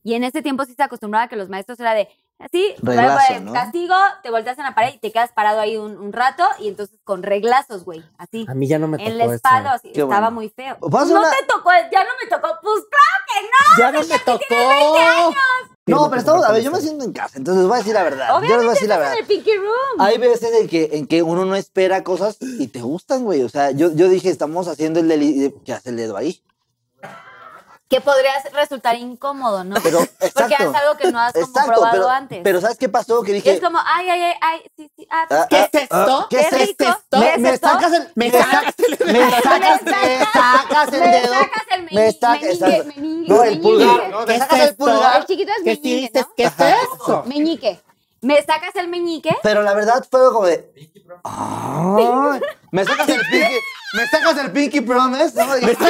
Speaker 2: Y en ese tiempo sí se acostumbraba que los maestros era de, así,
Speaker 5: Reglazo,
Speaker 2: luego, eh,
Speaker 5: ¿no?
Speaker 2: castigo, te volteas en la pared y te quedas parado ahí un, un rato, y entonces con reglazos, güey, así.
Speaker 4: A mí ya no me tocó
Speaker 2: En la
Speaker 4: eso. ¿eh?
Speaker 2: espalda, así,
Speaker 5: Qué
Speaker 2: estaba
Speaker 5: bueno.
Speaker 2: muy feo.
Speaker 5: Vas a
Speaker 2: no
Speaker 5: una-
Speaker 2: te tocó, ya no me tocó. Pues claro que no.
Speaker 4: ya no me tocó.
Speaker 5: No, pero estamos, a ver, yo me siento en casa, entonces les voy a decir la verdad. yo les voy a
Speaker 2: Obviamente
Speaker 5: decir la
Speaker 2: estás
Speaker 5: verdad. Ah.
Speaker 2: en el Pinky Room.
Speaker 5: Hay veces en que, en que uno no espera cosas y te gustan, güey. O sea, yo, yo dije, estamos haciendo el deli... ¿Qué hace el dedo ahí?
Speaker 2: Que podría resultar incómodo, ¿no?
Speaker 5: Pero,
Speaker 2: Porque
Speaker 5: exacto.
Speaker 2: es algo que no has como
Speaker 5: Exacto,
Speaker 2: probado
Speaker 5: pero,
Speaker 2: antes.
Speaker 5: pero ¿sabes qué pasó? Que
Speaker 2: Y
Speaker 5: dije...
Speaker 2: es como, ay, ay, ay, ay, sí, sí, ah,
Speaker 5: ah,
Speaker 4: ¿Qué
Speaker 5: ah,
Speaker 4: es esto?
Speaker 5: ah, ¿Qué es
Speaker 2: qué
Speaker 5: esto?
Speaker 2: rico.
Speaker 5: Me,
Speaker 2: ¿Qué
Speaker 5: me
Speaker 2: es esto?
Speaker 5: sacas el...
Speaker 4: Me
Speaker 5: sa-
Speaker 4: sacas el dedo.
Speaker 5: Me sacas,
Speaker 2: Me
Speaker 5: me sacas el
Speaker 2: me
Speaker 5: dedo.
Speaker 2: sacas el meñique,
Speaker 5: Me sacas...
Speaker 2: meñique,
Speaker 5: exacto.
Speaker 2: meñique,
Speaker 5: No, el
Speaker 2: meñique.
Speaker 5: pulgar. ¿no?
Speaker 4: ¿Qué
Speaker 5: Me
Speaker 4: es
Speaker 5: sacas el
Speaker 4: esto?
Speaker 5: pulgar.
Speaker 2: el chiquito es
Speaker 4: ¿Qué sí
Speaker 2: meñique,
Speaker 4: dices?
Speaker 2: ¿no?
Speaker 4: ¿Qué es eso?
Speaker 2: Meñique. Me sacas el meñique.
Speaker 5: Pero la verdad fue como de... "Ay, me sacas el pinky... Me sacas el pinky promise, ¿no? Y, este,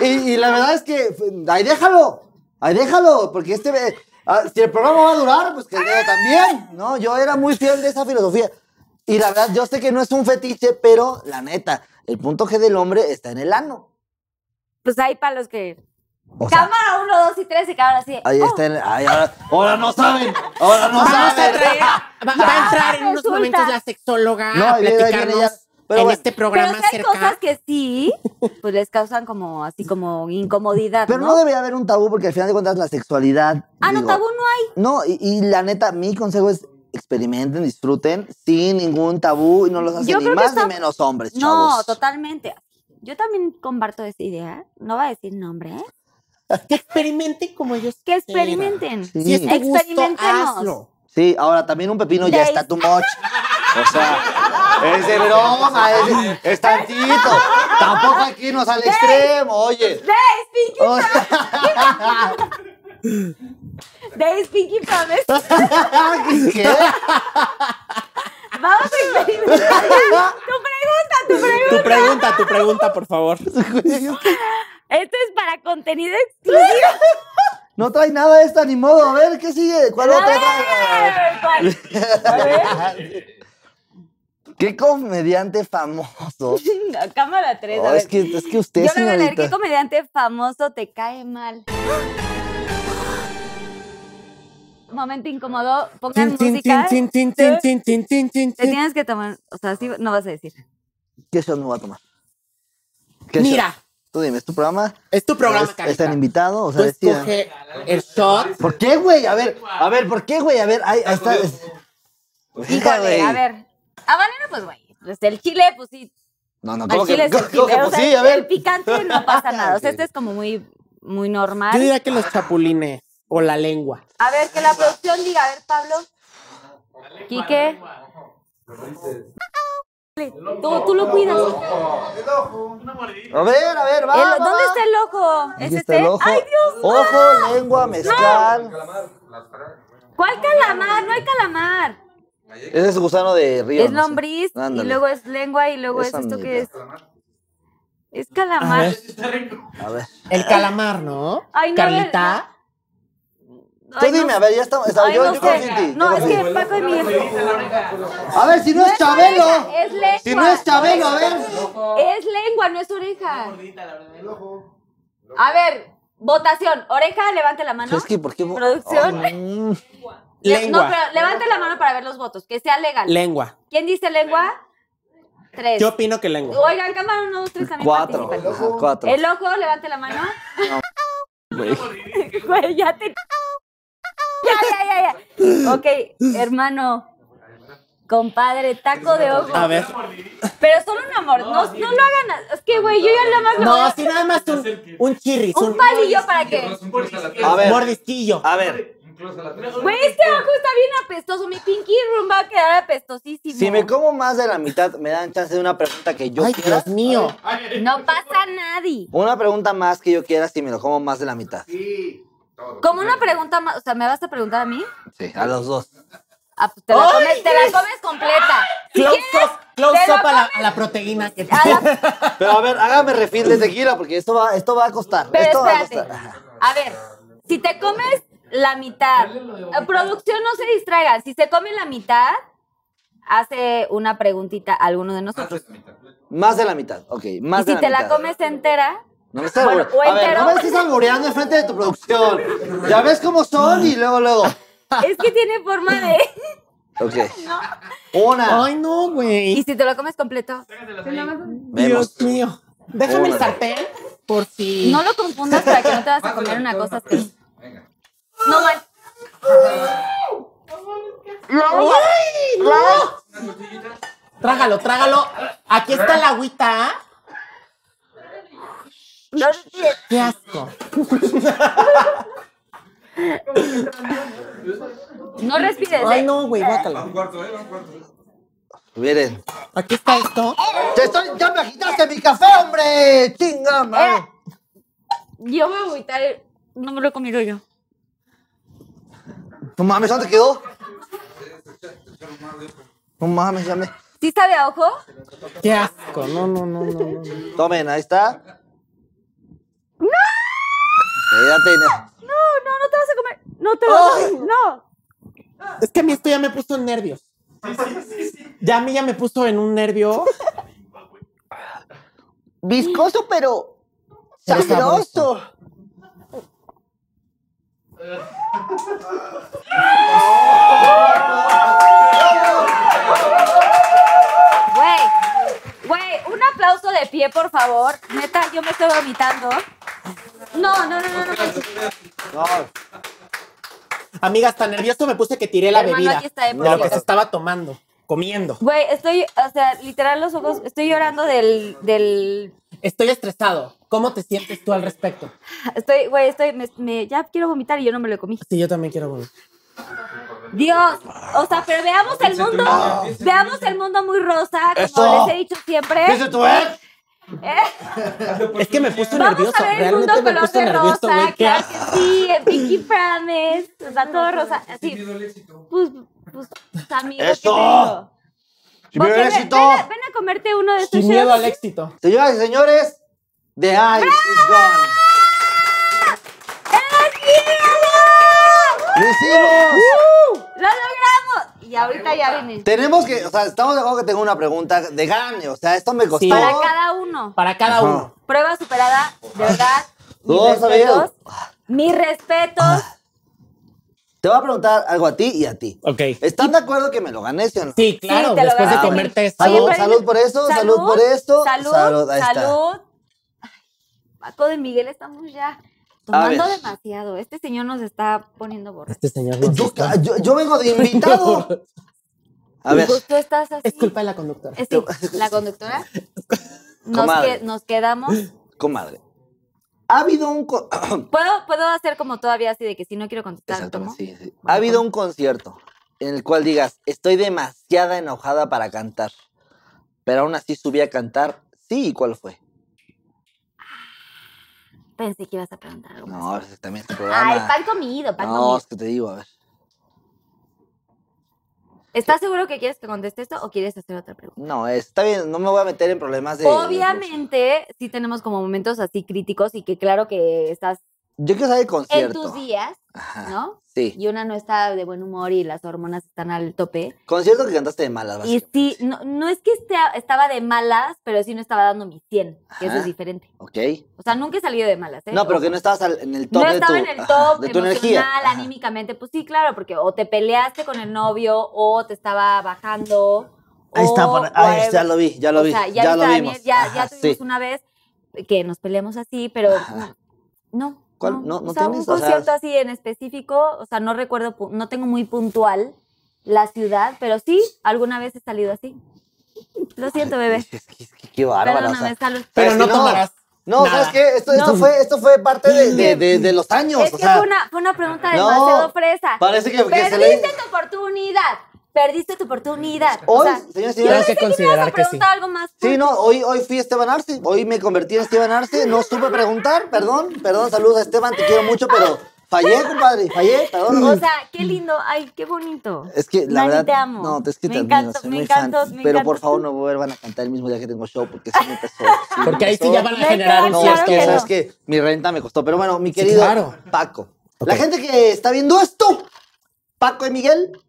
Speaker 5: y- y la verdad es que... Ahí déjalo. Ahí déjalo. Porque este... ve- ah, si el programa va a durar, pues que el dedo también, ¿no? Yo era muy fiel de esa filosofía. Y la verdad, yo sé que no es un fetiche, pero la neta, el punto G del hombre está en el ano.
Speaker 2: Pues hay palos que.
Speaker 5: O sea,
Speaker 2: cámara 1, 2 y 3 y cámara así. de,
Speaker 5: ahí
Speaker 2: oh,
Speaker 5: está en el... ay, ahora, ahora no saben. Ahora no
Speaker 4: Vamos a
Speaker 5: saben.
Speaker 4: traer, va, va a entrar en unos
Speaker 2: Resulta.
Speaker 4: momentos la sexóloga
Speaker 5: No,
Speaker 4: a
Speaker 5: ahí viene, ahí viene
Speaker 4: platicarnos
Speaker 5: ella. Pero
Speaker 4: en
Speaker 5: bueno.
Speaker 4: este
Speaker 2: Pero
Speaker 4: programa
Speaker 2: si hay
Speaker 4: cerca.
Speaker 2: cosas que sí, pues les causan como así como incomodidad.
Speaker 5: Pero no debería haber un tabú porque al final de cuentas la sexualidad...
Speaker 2: Ah, no,
Speaker 5: digo,
Speaker 2: tabú no hay.
Speaker 5: No, y, y la neta, mi consejo es experimenten, disfruten sin ningún tabú y no los hacen
Speaker 2: Yo
Speaker 5: ni
Speaker 2: creo que
Speaker 5: más
Speaker 2: está-
Speaker 5: ni menos hombres,
Speaker 2: No,
Speaker 5: chavos.
Speaker 2: totalmente. Yo también comparto esa idea. No va a decir nombre, ¿eh?
Speaker 4: Que experimenten como ellos
Speaker 2: Que
Speaker 4: quieran.
Speaker 2: experimenten.
Speaker 5: Sí.
Speaker 4: Si es tu gusto,
Speaker 2: Experimentemos.
Speaker 4: hazlo.
Speaker 5: Sí, ahora también un pepino ya
Speaker 2: Ley.
Speaker 5: está too much. O sea, es de broma, es, es tantito. Tampoco aquí nos al extremo, oye.
Speaker 2: Days Pinky,
Speaker 5: O sea,
Speaker 2: Days Pinky Promise.
Speaker 5: ¿qué?
Speaker 2: Vamos a experimentar. tu pregunta, tu pregunta.
Speaker 4: Tu pregunta, tu pregunta, por favor.
Speaker 2: Esto es para contenido exclusivo.
Speaker 5: No trae nada esta, ni modo. A ver, ¿qué sigue? ¿Cuál
Speaker 2: A
Speaker 5: otra?
Speaker 2: ver, ¿cuál?
Speaker 5: ¿Qué comediante famoso?
Speaker 2: Chinga, Cámara 3,
Speaker 5: Oh,
Speaker 2: a ver.
Speaker 5: es, que, es que usted,
Speaker 2: Yo le voy a leer
Speaker 5: señorita.
Speaker 2: qué comediante famoso te cae mal. Momento incómodo, pongan
Speaker 4: Tin, tin,
Speaker 2: música.
Speaker 4: tin, tin, tin, tin, tin, tin, tin,
Speaker 2: Te
Speaker 4: tin.
Speaker 2: tienes que tomar, o sea, sí, no vas a decir.
Speaker 5: ¿Qué shot me voy a tomar? ¿Qué
Speaker 4: Mira,
Speaker 5: shot? Tú dime, ¿es tu programa?
Speaker 4: es tu programa,
Speaker 5: ¿Es- ¿Están
Speaker 4: Carita.
Speaker 5: invitados? O
Speaker 4: Tú
Speaker 5: sea, decida.
Speaker 4: escoge el shot.
Speaker 5: ¿Por qué, güey? A ver, a ver, ¿por qué, güey? A ver, ahí, ahí está. es- Hija,
Speaker 2: Híjole,
Speaker 5: güey.
Speaker 2: a ver. Habanero, pues, güey. Pues el chile, pues sí.
Speaker 5: No, no,
Speaker 2: El
Speaker 5: ¿cómo que,
Speaker 2: chile es el
Speaker 5: cómo
Speaker 2: chile.
Speaker 5: que
Speaker 2: o
Speaker 5: pues
Speaker 2: sea,
Speaker 5: sí? A
Speaker 2: El
Speaker 5: ver.
Speaker 2: picante no pasa nada. O sea,
Speaker 5: Sí.
Speaker 2: este es como muy, muy
Speaker 4: Yo
Speaker 2: normal.
Speaker 4: diría que los chapulines o la lengua.
Speaker 2: A ver, que la producción diga, a ver, Pablo. Quique. Tú, tú lo cuidas.
Speaker 5: A ver, a ver, va.
Speaker 2: El- Eh, ¿Dónde está el ojo? ¿Es
Speaker 5: está
Speaker 2: este?
Speaker 5: el ojo? Oh.
Speaker 2: ¡Ay, Dios!
Speaker 5: Ojo, lengua, mezcal.
Speaker 2: ¿Cuál calamar? No hay calamar.
Speaker 5: Ese es gusano de río.
Speaker 2: Es
Speaker 5: no sé.
Speaker 2: lombriz y
Speaker 5: Ándale.
Speaker 2: luego es lengua y luego es
Speaker 5: Esa
Speaker 2: esto
Speaker 5: ni
Speaker 2: que
Speaker 5: idea.
Speaker 2: es. Es calamar.
Speaker 5: A ver.
Speaker 4: El calamar, ¿no?
Speaker 2: Ay, no,
Speaker 4: Carlita.
Speaker 5: Tú
Speaker 2: Ay, no
Speaker 5: dime,
Speaker 2: sé.
Speaker 5: a ver, ya estamos. está-
Speaker 2: Ay,
Speaker 5: yo,
Speaker 2: no
Speaker 5: yo confío
Speaker 2: sé.
Speaker 5: en ti.
Speaker 2: No,
Speaker 5: yo
Speaker 2: es
Speaker 5: confío en
Speaker 2: que Paco y Miguel.
Speaker 5: ti. A ver, si no es Chabelo.
Speaker 2: Es lengua.
Speaker 5: Si no es Chabelo, a ver.
Speaker 2: Es lengua, no es oreja. A ver, votación. Oreja, levante la mano.
Speaker 5: Es que, ¿por qué? bo-
Speaker 2: Producción.
Speaker 5: Mm.
Speaker 2: Le- No,
Speaker 4: Lengua.
Speaker 2: pero levante la mano para ver los votos, que sea legal.
Speaker 4: Lengua.
Speaker 2: ¿Quién dice lengua? Tres.
Speaker 4: Yo opino que lengua.
Speaker 2: Oigan, cámara uno, dos, tres también
Speaker 5: Cuatro.
Speaker 2: participan.
Speaker 5: ajá, Cuatro.
Speaker 2: El ojo, levante la mano.
Speaker 5: güey.
Speaker 2: Güey, ya te. Ya, ya, ya, ya. Ok, hermano. Compadre, taco de ojo.
Speaker 4: A ver.
Speaker 2: Pero solo un amor. No, no lo hagan. a- Es que, güey, yo ya nada más lo voy
Speaker 4: No,
Speaker 2: a-
Speaker 4: si nada más un, un chirris,
Speaker 2: Un
Speaker 4: un
Speaker 2: palillo para que.
Speaker 6: Por
Speaker 5: A ver. Ah,
Speaker 4: mordisquillo.
Speaker 5: A ver,
Speaker 6: incluso la tres.
Speaker 2: Güey, es que abajo está bien apestoso. Mi pinky room va a quedar apestosísimo.
Speaker 5: Si me como más de la mitad, me dan chance de una pregunta que yo
Speaker 4: Ay,
Speaker 5: quiera.
Speaker 4: Dios mío.
Speaker 7: Ay, ay,
Speaker 2: No pasa nadie.
Speaker 5: Una pregunta más que yo quiera si me lo como más de la mitad.
Speaker 7: Sí. todo.
Speaker 2: Como una pregunta más, o sea, ¿me vas a preguntar a mí?
Speaker 5: Sí, a los dos.
Speaker 2: Ah, pues te, la
Speaker 4: ¡Ay,
Speaker 2: comes, te
Speaker 4: yes!
Speaker 2: la comes completa.
Speaker 4: Close
Speaker 2: ¿Quieres?
Speaker 4: up, close
Speaker 2: Te lo
Speaker 4: up a la, a la proteína que
Speaker 2: A la-
Speaker 5: Pero a ver, hágame refil de tequila porque esto va, esto va a costar.
Speaker 2: Pero
Speaker 5: esto va a
Speaker 2: espérate.
Speaker 5: costar.
Speaker 2: A ver, si te comes la mitad, eh, producción no se distraiga. Si se come la mitad, hace una preguntita a alguno de nosotros.
Speaker 5: Más de la mitad, ok. Más
Speaker 2: Y si
Speaker 5: de la
Speaker 2: te
Speaker 5: mitad.
Speaker 2: la comes entera,
Speaker 5: No me estés
Speaker 2: Bueno,
Speaker 5: albureando.
Speaker 2: o
Speaker 5: A ver,
Speaker 2: entero.
Speaker 5: no me estés albureando enfrente de tu producción. Ya ves cómo son y luego, luego.
Speaker 2: es que tiene forma de.
Speaker 5: Ok.
Speaker 2: ¿no?
Speaker 5: Una.
Speaker 4: Ay, no,
Speaker 2: Y
Speaker 4: güey.
Speaker 2: si te lo comes completo,
Speaker 5: Vemos.
Speaker 4: Dios mío. Déjame el
Speaker 5: Órale.
Speaker 4: sartén por si.
Speaker 2: no lo confundas para que no te vas a comer una cosa así.
Speaker 6: Venga.
Speaker 2: No man.
Speaker 4: Trágalo, trágalo. Aquí está la agüita. ¿ah? Qué asco.
Speaker 2: No respires.
Speaker 4: Ay,
Speaker 2: eh.
Speaker 4: no, güey,
Speaker 6: Va un
Speaker 4: guácala.
Speaker 6: cuarto, ¿eh? Va un cuarto.
Speaker 5: Miren.
Speaker 4: Aquí está esto.
Speaker 5: ¡Te estoy, ¡Ya me quitaste mi café, hombre! ¡Chinga, madre!
Speaker 2: Era- Yo me voy a agüitar. No me lo he comido yo.
Speaker 5: No mames, ¿dónde quedó? No mames, ya me...
Speaker 2: ¿Sí sabe a ojo?
Speaker 4: Qué asco. No, no, no, no. no.
Speaker 5: Tomen, ahí está. Espérate, Inés.
Speaker 2: No, no, no te vas a comer. No te vas a comer. No.
Speaker 4: Es que a mí esto ya me puso en nervios. Ya a mí ya me puso en un nervio.
Speaker 5: Viscoso, pero...
Speaker 4: Pero sabroso.
Speaker 5: ¡Sabroso!
Speaker 2: Güey. Güey, un aplauso de pie, por favor. Neta, yo me estoy vomitando. No, no, no, no, no.
Speaker 5: No,
Speaker 4: Amiga, tan nervioso me puse que tiré la
Speaker 2: Hermano,
Speaker 4: bebida
Speaker 2: aquí está, eh,
Speaker 4: de
Speaker 2: por
Speaker 4: lo
Speaker 2: si
Speaker 4: que se
Speaker 2: acaso.
Speaker 4: estaba tomando, comiendo.
Speaker 2: Güey, estoy, o sea, literal los ojos, estoy llorando del, del,
Speaker 4: Estoy estresado. ¿Cómo te sientes tú al respecto?
Speaker 2: estoy, güey, estoy, me, me- ya quiero vomitar y yo no me lo comí.
Speaker 4: Sí, yo también quiero volver.
Speaker 2: Dios, o sea, pero veamos el mundo, veamos el mundo muy rosa, como
Speaker 5: Eso.
Speaker 2: les he dicho siempre. Eh,
Speaker 5: ¿Viste tu ex?
Speaker 4: Es que me puso nervioso.
Speaker 2: Vamos a ver el mundo
Speaker 4: Realmente me
Speaker 2: color
Speaker 4: puso
Speaker 2: de
Speaker 4: nervioso,
Speaker 2: rosa,
Speaker 4: güey. ¿Qué
Speaker 2: claro
Speaker 4: asco.
Speaker 2: que sí, en Pinky Promise, o sea, todo rosa, así,
Speaker 6: Tenido el éxito.
Speaker 2: pues, pues, amigo, ¿qué te
Speaker 5: Eso.
Speaker 2: digo?
Speaker 5: ¡Si me
Speaker 2: Porque
Speaker 5: hubiera
Speaker 2: ven-
Speaker 5: éxito!
Speaker 2: Ven, a- ven a comerte uno de estos
Speaker 4: Sin miedo
Speaker 2: shows.
Speaker 4: al éxito.
Speaker 5: Señoras y señores, The Ice is Gone.
Speaker 2: ¡Eh,
Speaker 5: ¡Lo hicimos!
Speaker 2: ¡Lo logramos! Y ahorita ya viene.
Speaker 5: Tenemos que, o sea, estamos de acuerdo que tengo una pregunta de gane, o sea, esto me costó.
Speaker 4: Sí.
Speaker 2: Para cada uno.
Speaker 4: Para cada
Speaker 5: Ajá.
Speaker 4: uno.
Speaker 2: Prueba superada, de verdad. Mis
Speaker 5: No, está bien.
Speaker 2: respetos. Mis respetos.
Speaker 5: Te voy a preguntar algo a ti y a ti.
Speaker 4: Ok.
Speaker 5: ¿Están de acuerdo que me lo gané, sí o no?
Speaker 4: Sí, claro,
Speaker 2: Sí, te lo
Speaker 4: después de
Speaker 2: ganas.
Speaker 4: comerte esto.
Speaker 2: Oye,
Speaker 5: Salud,
Speaker 2: pero-
Speaker 5: salud por eso, salud por esto,
Speaker 2: Salud,
Speaker 5: salud, ahí está.
Speaker 2: salud. Ay, Paco de Miguel, estamos ya
Speaker 5: A ver.
Speaker 2: tomando demasiado. Este señor nos está poniendo borracho.
Speaker 4: Este señor no
Speaker 5: Yo,
Speaker 4: está-
Speaker 5: yo- yo vengo de invitado. A ver,
Speaker 2: Pues tú estás así.
Speaker 4: Es culpa de la conductora.
Speaker 2: Eh, sí, la conductora. Nos,
Speaker 5: Comadre.
Speaker 2: que- nos quedamos.
Speaker 5: comadre. Ha habido un co-
Speaker 2: ¿Puedo, puedo hacer como todavía así de que si no quiero contestar,
Speaker 5: Exactamente,
Speaker 2: tomo?
Speaker 5: sí, sí. Ha habido un concierto en el cual digas, estoy demasiada enojada para cantar. Pero aún así subí a cantar. Sí, ¿y cuál fue?
Speaker 2: Pensé que ibas a preguntar algo. más.
Speaker 5: No, es- también
Speaker 2: ah,
Speaker 5: este programa.
Speaker 2: Ay, pan comido, pan
Speaker 5: no,
Speaker 2: comido.
Speaker 5: es que te digo, a ver.
Speaker 2: ¿Estás seguro que quieres que conteste esto o quieres hacer otra pregunta?
Speaker 5: No, está bien, no me voy a meter en problemas de.
Speaker 2: Obviamente, sí tenemos como momentos así críticos y que claro que estás
Speaker 5: Yo quiero saber el
Speaker 2: en
Speaker 5: concierto.
Speaker 2: tus días,
Speaker 5: Ajá,
Speaker 2: ¿no?
Speaker 5: Sí.
Speaker 2: Y una no está de buen humor y las hormonas están al tope.
Speaker 5: Concierto que cantaste de malas,
Speaker 2: Y
Speaker 5: básicamente.
Speaker 2: sí, no, no es que esté- estaba de malas, pero sí no estaba dando mi 100, que eso
Speaker 5: Ajá.
Speaker 2: es diferente.
Speaker 5: ¿Ok?
Speaker 2: O sea, nunca he salido de malas, ¿eh?
Speaker 5: No, pero
Speaker 2: Ojo.
Speaker 5: que no estabas al- en el top
Speaker 2: No
Speaker 5: de tu,
Speaker 2: estaba en el
Speaker 5: ajá,
Speaker 2: top
Speaker 5: de tu
Speaker 2: emocional,
Speaker 5: energía. Ajá.
Speaker 2: anímicamente. Pues sí, claro, porque o te peleaste con el novio o te estaba bajando.
Speaker 5: Ahí está,
Speaker 2: o
Speaker 5: por- ahí
Speaker 2: whatever.
Speaker 5: ya lo vi, ya lo
Speaker 2: O
Speaker 5: vi,
Speaker 2: sea,
Speaker 5: ya,
Speaker 2: viste,
Speaker 5: lo
Speaker 2: Daniel,
Speaker 5: vimos.
Speaker 2: ya, ya
Speaker 5: Ajá,
Speaker 2: tuvimos
Speaker 5: sí.
Speaker 2: una vez que nos peleamos así, pero
Speaker 5: Ajá.
Speaker 2: no.
Speaker 5: ¿Cuál? No,
Speaker 2: No,
Speaker 5: no
Speaker 2: o sea, un
Speaker 5: tienes, o sea-
Speaker 2: concierto así en específico, o sea, no recuerdo, pu- no tengo muy puntual la ciudad, pero sí, alguna vez he salido así. Lo siento, bebé.
Speaker 5: Es que, es que qué bárbara. o sea.
Speaker 2: Perdóname, salud.
Speaker 5: Pero
Speaker 4: Pero
Speaker 5: si
Speaker 4: no
Speaker 5: no-
Speaker 4: tomarás.
Speaker 5: No,
Speaker 4: Nada.
Speaker 5: ¿sabes qué? Esto, esto
Speaker 2: No.
Speaker 5: fue, esto fue parte de, de- de- de los años.
Speaker 2: Es
Speaker 5: o
Speaker 2: que
Speaker 5: sea,
Speaker 2: fue una, fue una pregunta
Speaker 5: No,
Speaker 2: demasiado fresa.
Speaker 5: parece que- que se
Speaker 2: Perdiste
Speaker 5: le-
Speaker 2: tu oportunidad. Perdiste tu oportunidad. O
Speaker 5: hoy,
Speaker 2: sea,
Speaker 5: señores y
Speaker 2: yo
Speaker 5: señores,
Speaker 4: que
Speaker 2: pensé que, me ibas
Speaker 4: considerar
Speaker 2: a
Speaker 4: que
Speaker 2: preguntar algo más.
Speaker 5: Sí, no, hoy, hoy fui Esteban Arce, hoy me convertí en Esteban Arce, no supe preguntar, perdón, perdón, saludos a Esteban, te quiero mucho, pero fallé, compadre, fallé, perdón.
Speaker 2: O sea, qué lindo. Ay, qué bonito.
Speaker 5: Es que la
Speaker 2: Dani,
Speaker 5: verdad.
Speaker 2: te amo.
Speaker 5: No, es que
Speaker 2: me
Speaker 5: te admiro,
Speaker 2: encanta,
Speaker 5: soy
Speaker 2: me
Speaker 5: muy
Speaker 2: encanta,
Speaker 5: fan.
Speaker 2: me
Speaker 5: pero
Speaker 2: encanta.
Speaker 5: por favor, no vuelvan a cantar el mismo día que tengo show porque sí me pesó. sí me
Speaker 4: Porque ahí sí
Speaker 5: pesó.
Speaker 4: ya van a
Speaker 2: Me
Speaker 4: generar un
Speaker 2: queda
Speaker 5: No,
Speaker 2: claro
Speaker 5: es
Speaker 4: fiasco.
Speaker 5: que
Speaker 2: que
Speaker 5: sabes
Speaker 2: no.
Speaker 5: que mi renta me costó. Pero bueno, mi querido
Speaker 4: claro.
Speaker 5: Paco.
Speaker 4: Ok.
Speaker 5: La gente que está viendo esto, Paco y Miguel.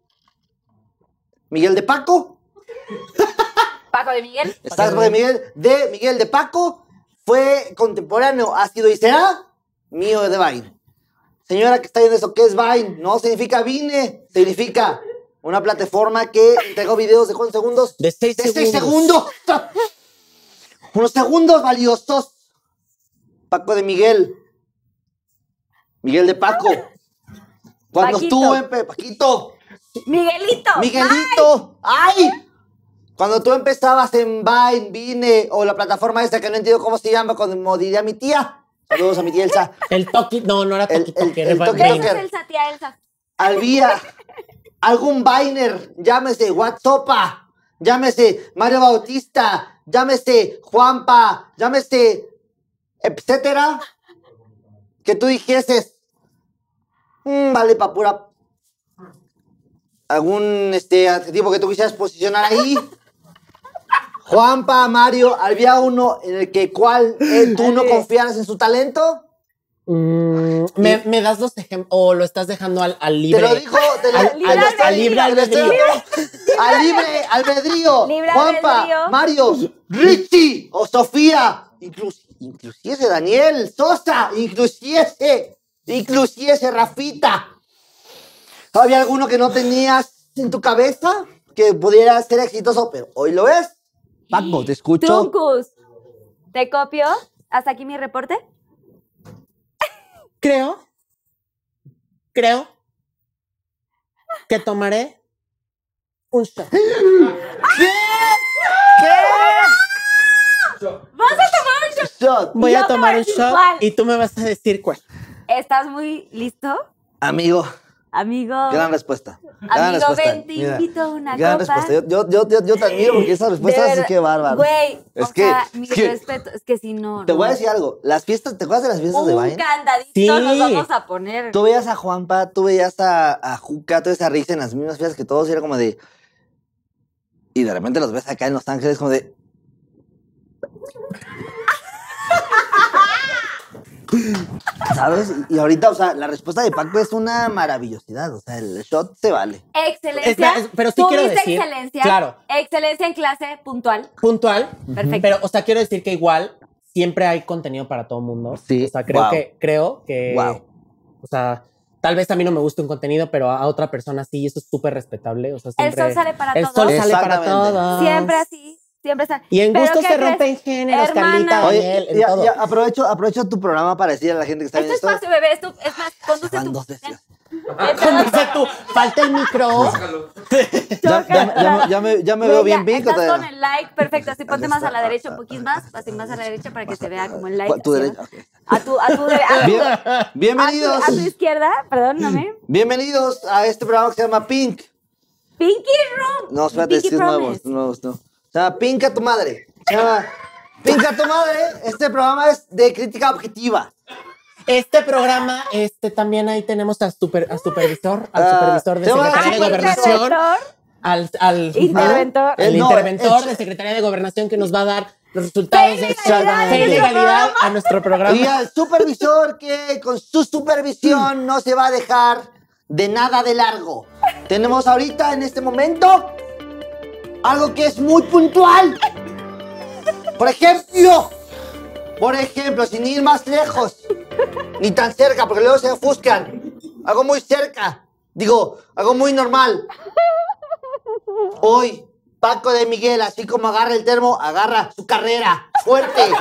Speaker 5: Miguel de Paco.
Speaker 2: Paco de Miguel.
Speaker 5: Estás de Miguel de Miguel de Paco. Fue contemporáneo, ha sido y será mío de Vine. Señora que está viendo eso, ¿qué es Vine? No significa Vine, significa una plataforma que entregó videos de cuántos segundos?
Speaker 4: De seis
Speaker 5: seis
Speaker 4: segundos.
Speaker 5: segundos. Unos segundos valiosos. Paco de Miguel. Miguel de Paco. Cuando eh,
Speaker 2: Paquito.
Speaker 5: estuvo en Pe- Paquito.
Speaker 2: Miguelito.
Speaker 5: Miguelito, ¡ay! Cuando tú empezabas en Vine, Vine o la plataforma esta que no entiendo cómo se llama, como diría mi tía. Saludos a mi tía Elsa.
Speaker 4: El toque, no, no era
Speaker 5: El-
Speaker 4: toque,
Speaker 5: el-
Speaker 4: toque,
Speaker 5: el
Speaker 4: era
Speaker 5: toque,
Speaker 4: vaina.
Speaker 5: toque.
Speaker 2: Besos, Elsa, tía Elsa.
Speaker 5: Había algún Viner, llámese WhatsAppa, llámese Mario Bautista, llámese Juanpa, llámese etcétera, que tú dijeses, "Mm, vale pa' pura... Algún este, adjetivo que tú quisieras posicionar ahí. Juanpa, Mario, había uno en el que cual eh, tú no confiaras en su talento.
Speaker 4: Mm, ¿me, me das los ejemplos o lo estás dejando al, al
Speaker 5: Te
Speaker 4: libre?
Speaker 5: lo dijo, te lo
Speaker 4: Al-
Speaker 5: al-
Speaker 2: al-
Speaker 5: al-
Speaker 2: al
Speaker 4: libre
Speaker 5: al-
Speaker 4: albedrío.
Speaker 5: Al libre albedrío.
Speaker 2: Libre
Speaker 5: Juanpa,
Speaker 2: albedrío.
Speaker 5: Mario, Richie o Sofía. Incluso, inclusiese Daniel, Sosa, inclusiese, inclusiese Rafita. ¿Había alguno que no tenías en tu cabeza que pudiera ser exitoso? Pero hoy lo es. Paco, te escucho.
Speaker 2: Tuncus. ¿Te copio? ¿Hasta aquí mi reporte?
Speaker 4: Creo, creo que tomaré un shot.
Speaker 2: ¡Vas a tomar un shot!
Speaker 5: Shot.
Speaker 4: Voy
Speaker 2: Yo
Speaker 4: a tomar
Speaker 2: tomaré
Speaker 4: un shot
Speaker 2: igual.
Speaker 4: y tú me vas a decir cuál.
Speaker 2: ¿Estás muy listo,
Speaker 5: Amigo,
Speaker 2: amigo?
Speaker 5: gran respuesta. Gran
Speaker 2: Amigo,
Speaker 5: respuesta.
Speaker 2: ven, te
Speaker 5: Mira,
Speaker 2: invito a una
Speaker 5: gran
Speaker 2: copa.
Speaker 5: respuesta. Yo, yo, yo, yo- yo te admiro porque esas
Speaker 2: De
Speaker 5: respuestas sí
Speaker 2: verdad.
Speaker 5: que bárbaro.
Speaker 2: Güey,
Speaker 5: Es
Speaker 2: o
Speaker 5: que-
Speaker 2: sea,
Speaker 5: es
Speaker 2: mi
Speaker 5: que-
Speaker 2: respeto, es que si no.
Speaker 5: Te
Speaker 2: no.
Speaker 5: voy a decir algo. Las fiestas, ¿te acuerdas de las fiestas de
Speaker 2: Un
Speaker 5: Vine?
Speaker 2: candadito
Speaker 4: Sí.
Speaker 2: nos vamos a poner.
Speaker 5: Tú veías a Juanpa, tú veías a, a Juca, tú veías a Risa en las mismas fiestas que todos y era como de. Y de repente los ves acá en Los Ángeles como de. ¿Sabes? Y ahorita, o sea, la respuesta de Paco es una maravillosidad. O sea, el shot se vale.
Speaker 2: Excelencia.
Speaker 4: Espera, es- pero sí
Speaker 2: Tú
Speaker 4: quiero
Speaker 2: viste
Speaker 4: decir-
Speaker 2: excelencia.
Speaker 4: claro.
Speaker 2: Excelencia en clase puntual.
Speaker 4: Puntual.
Speaker 2: Perfecto.
Speaker 4: Pero, o sea, quiero decir que igual siempre hay contenido para todo mundo.
Speaker 5: Sí,
Speaker 4: O sea, creo
Speaker 5: wow.
Speaker 4: que, creo que.
Speaker 5: Wow.
Speaker 4: O sea, tal vez a mí no me guste un contenido, pero a otra persona sí, y eso es súper respetable. O sea, siempre-
Speaker 2: sol sale para
Speaker 4: el
Speaker 2: todos.
Speaker 4: sol sale para
Speaker 5: Exactamente.
Speaker 4: todos.
Speaker 2: Siempre así. Siempre así.
Speaker 4: Y en
Speaker 2: Pero
Speaker 4: gusto
Speaker 2: ¿qué
Speaker 4: se
Speaker 2: crees?
Speaker 4: rompen géneros,
Speaker 2: Hermana.
Speaker 4: Carlita,
Speaker 2: Oye,
Speaker 4: Daniel, en
Speaker 5: ya-
Speaker 4: todo.
Speaker 5: ya aprovecho, aprovecho tu programa para decir a la gente que está
Speaker 2: Es tu
Speaker 5: viendo esto.
Speaker 2: Este espacio, bebé. Es, tu- es más, conduce
Speaker 5: Van
Speaker 2: tu-
Speaker 5: dos veces.
Speaker 4: Entonces tú, falta el micro.
Speaker 6: Sácalo.
Speaker 5: Ya, ya- ya me- ya me, ya me
Speaker 2: Güey,
Speaker 5: veo
Speaker 2: ya,
Speaker 5: bien bien.
Speaker 2: Estás
Speaker 5: todavía
Speaker 2: con
Speaker 5: no.
Speaker 2: el like, perfecto. Así ponte
Speaker 5: Ahí
Speaker 2: más a
Speaker 5: está.
Speaker 2: la derecha, un poquito más. Así más a la derecha para que se vea como el like.
Speaker 5: ¿Cuál- tu
Speaker 2: así,
Speaker 5: derecha?
Speaker 2: ¿no?
Speaker 5: Ok.
Speaker 2: A tu, a tu, de- a tu-
Speaker 5: Bien-
Speaker 2: a tu-
Speaker 5: bienvenidos.
Speaker 2: a tu izquierda, perdóname.
Speaker 5: Bienvenidos a este programa que se llama Pink.
Speaker 2: Pinky Room.
Speaker 5: No, espérate,
Speaker 2: Pinky
Speaker 5: es que es nuevo,
Speaker 2: Promise.
Speaker 5: es nuevo, es nuevo. Se llama Pink a tu madre. Se llama Pink a tu madre. Este programa es de crítica objetiva.
Speaker 4: Este programa, este también ahí tenemos a, super, a supervisor, al
Speaker 5: Ah,
Speaker 4: supervisor de
Speaker 5: te voy a
Speaker 4: Secretaría de
Speaker 5: decir-
Speaker 4: Gobernación,
Speaker 2: Interventor.
Speaker 4: al, al
Speaker 2: Interventor.
Speaker 4: el
Speaker 5: Eh, no,
Speaker 4: interventor
Speaker 5: eh,
Speaker 4: de Secretaría de Gobernación que nos va a dar los resultados de
Speaker 2: Legalidad
Speaker 4: Fe y
Speaker 5: a nuestro
Speaker 4: legalidad a nuestro
Speaker 5: Y
Speaker 4: programa.
Speaker 5: al supervisor que con su supervisión no se va a dejar de nada de largo. Tenemos ahorita en este momento algo que es muy puntual. Por ejemplo, por ejemplo, sin ir más lejos, ni tan cerca, porque luego se ofuscan. Algo muy cerca, digo, algo muy normal. Hoy, Paco de Miguel, así como agarra el termo, agarra su carrera. Fuerte,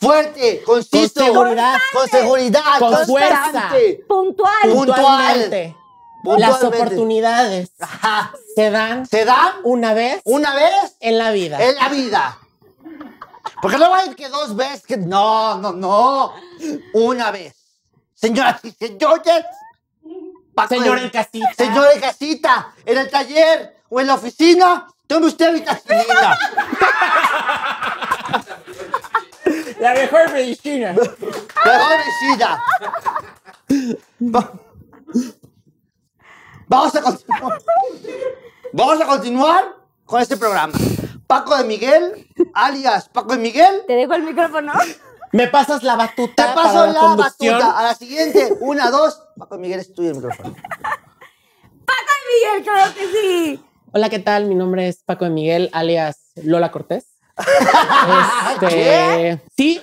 Speaker 5: fuerte, conciso.
Speaker 4: Con seguridad.
Speaker 5: Con seguridad,
Speaker 4: Con
Speaker 5: constante,
Speaker 2: Puntual.
Speaker 5: Puntual.
Speaker 4: Puntualmente, las
Speaker 5: puntualmente.
Speaker 4: oportunidades
Speaker 5: Ajá.
Speaker 4: se dan
Speaker 5: Se dan
Speaker 4: una vez
Speaker 5: una vez
Speaker 4: en la vida.
Speaker 5: en la vida. Porque no va a ir que dos veces. Que... No, no, no. Una vez. Señoras y señores. Paco
Speaker 4: Señor
Speaker 5: de-
Speaker 4: en casita.
Speaker 5: Señor de casita, en el taller o en la oficina, tome usted vitacilina.
Speaker 4: La mejor medicina.
Speaker 5: Mejor visita. Va- Vamos a continuar. Vamos a continuar con este programa. Paco de Miguel, alias Paco de Miguel.
Speaker 2: Te dejo el micrófono.
Speaker 4: Me pasas la
Speaker 5: Te
Speaker 4: batuta.
Speaker 5: paso
Speaker 4: para la,
Speaker 5: la
Speaker 4: conducción.
Speaker 5: batuta. A la siguiente, una, dos. Paco de Miguel es tuyo el micrófono.
Speaker 2: ¡Ay, Miguel, claro que sí!
Speaker 4: Hola, ¿qué tal? Mi nombre es Paco de Miguel, alias Lola Cortés. Este,
Speaker 5: ¿Qué?
Speaker 4: Sí.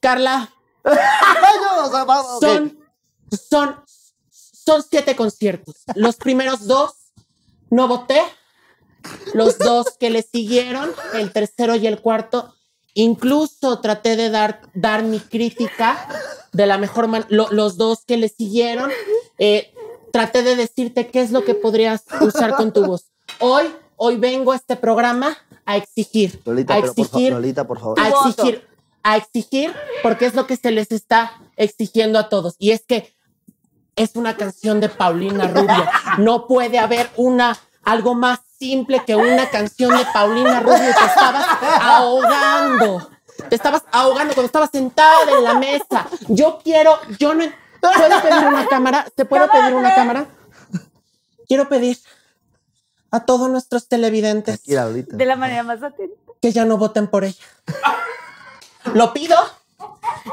Speaker 4: Carla,
Speaker 5: No, o sea, vamos, ok.
Speaker 4: son, son, son siete conciertos. Los primeros dos no voté. Los dos que le siguieron, el tercero y el cuarto, incluso traté de dar, dar mi crítica de la mejor manera. los dos que le siguieron, eh, traté de decirte qué es lo que podrías usar con tu voz. Hoy, hoy vengo a este programa a exigir,
Speaker 5: Lolita,
Speaker 4: a
Speaker 5: pero por favor,
Speaker 4: exigir
Speaker 5: Lolita, por favor.
Speaker 4: a
Speaker 2: Tu voto.
Speaker 4: exigir, a exigir, porque es lo que se les está exigiendo a todos. Y es que es una canción de Paulina Rubio. No puede haber una algo más simple que una canción de Paulina Rubio. Te estabas ahogando. Te estabas ahogando cuando estabas sentada en la mesa. Yo quiero, yo no. ¿Puedo pedir una cámara? ¿Te puedo pedir una cámara? Quiero pedir a todos nuestros televidentes
Speaker 5: Tranquila, Lolita.
Speaker 2: De la manera más atenta.
Speaker 4: que ya no voten por ella. Lo pido.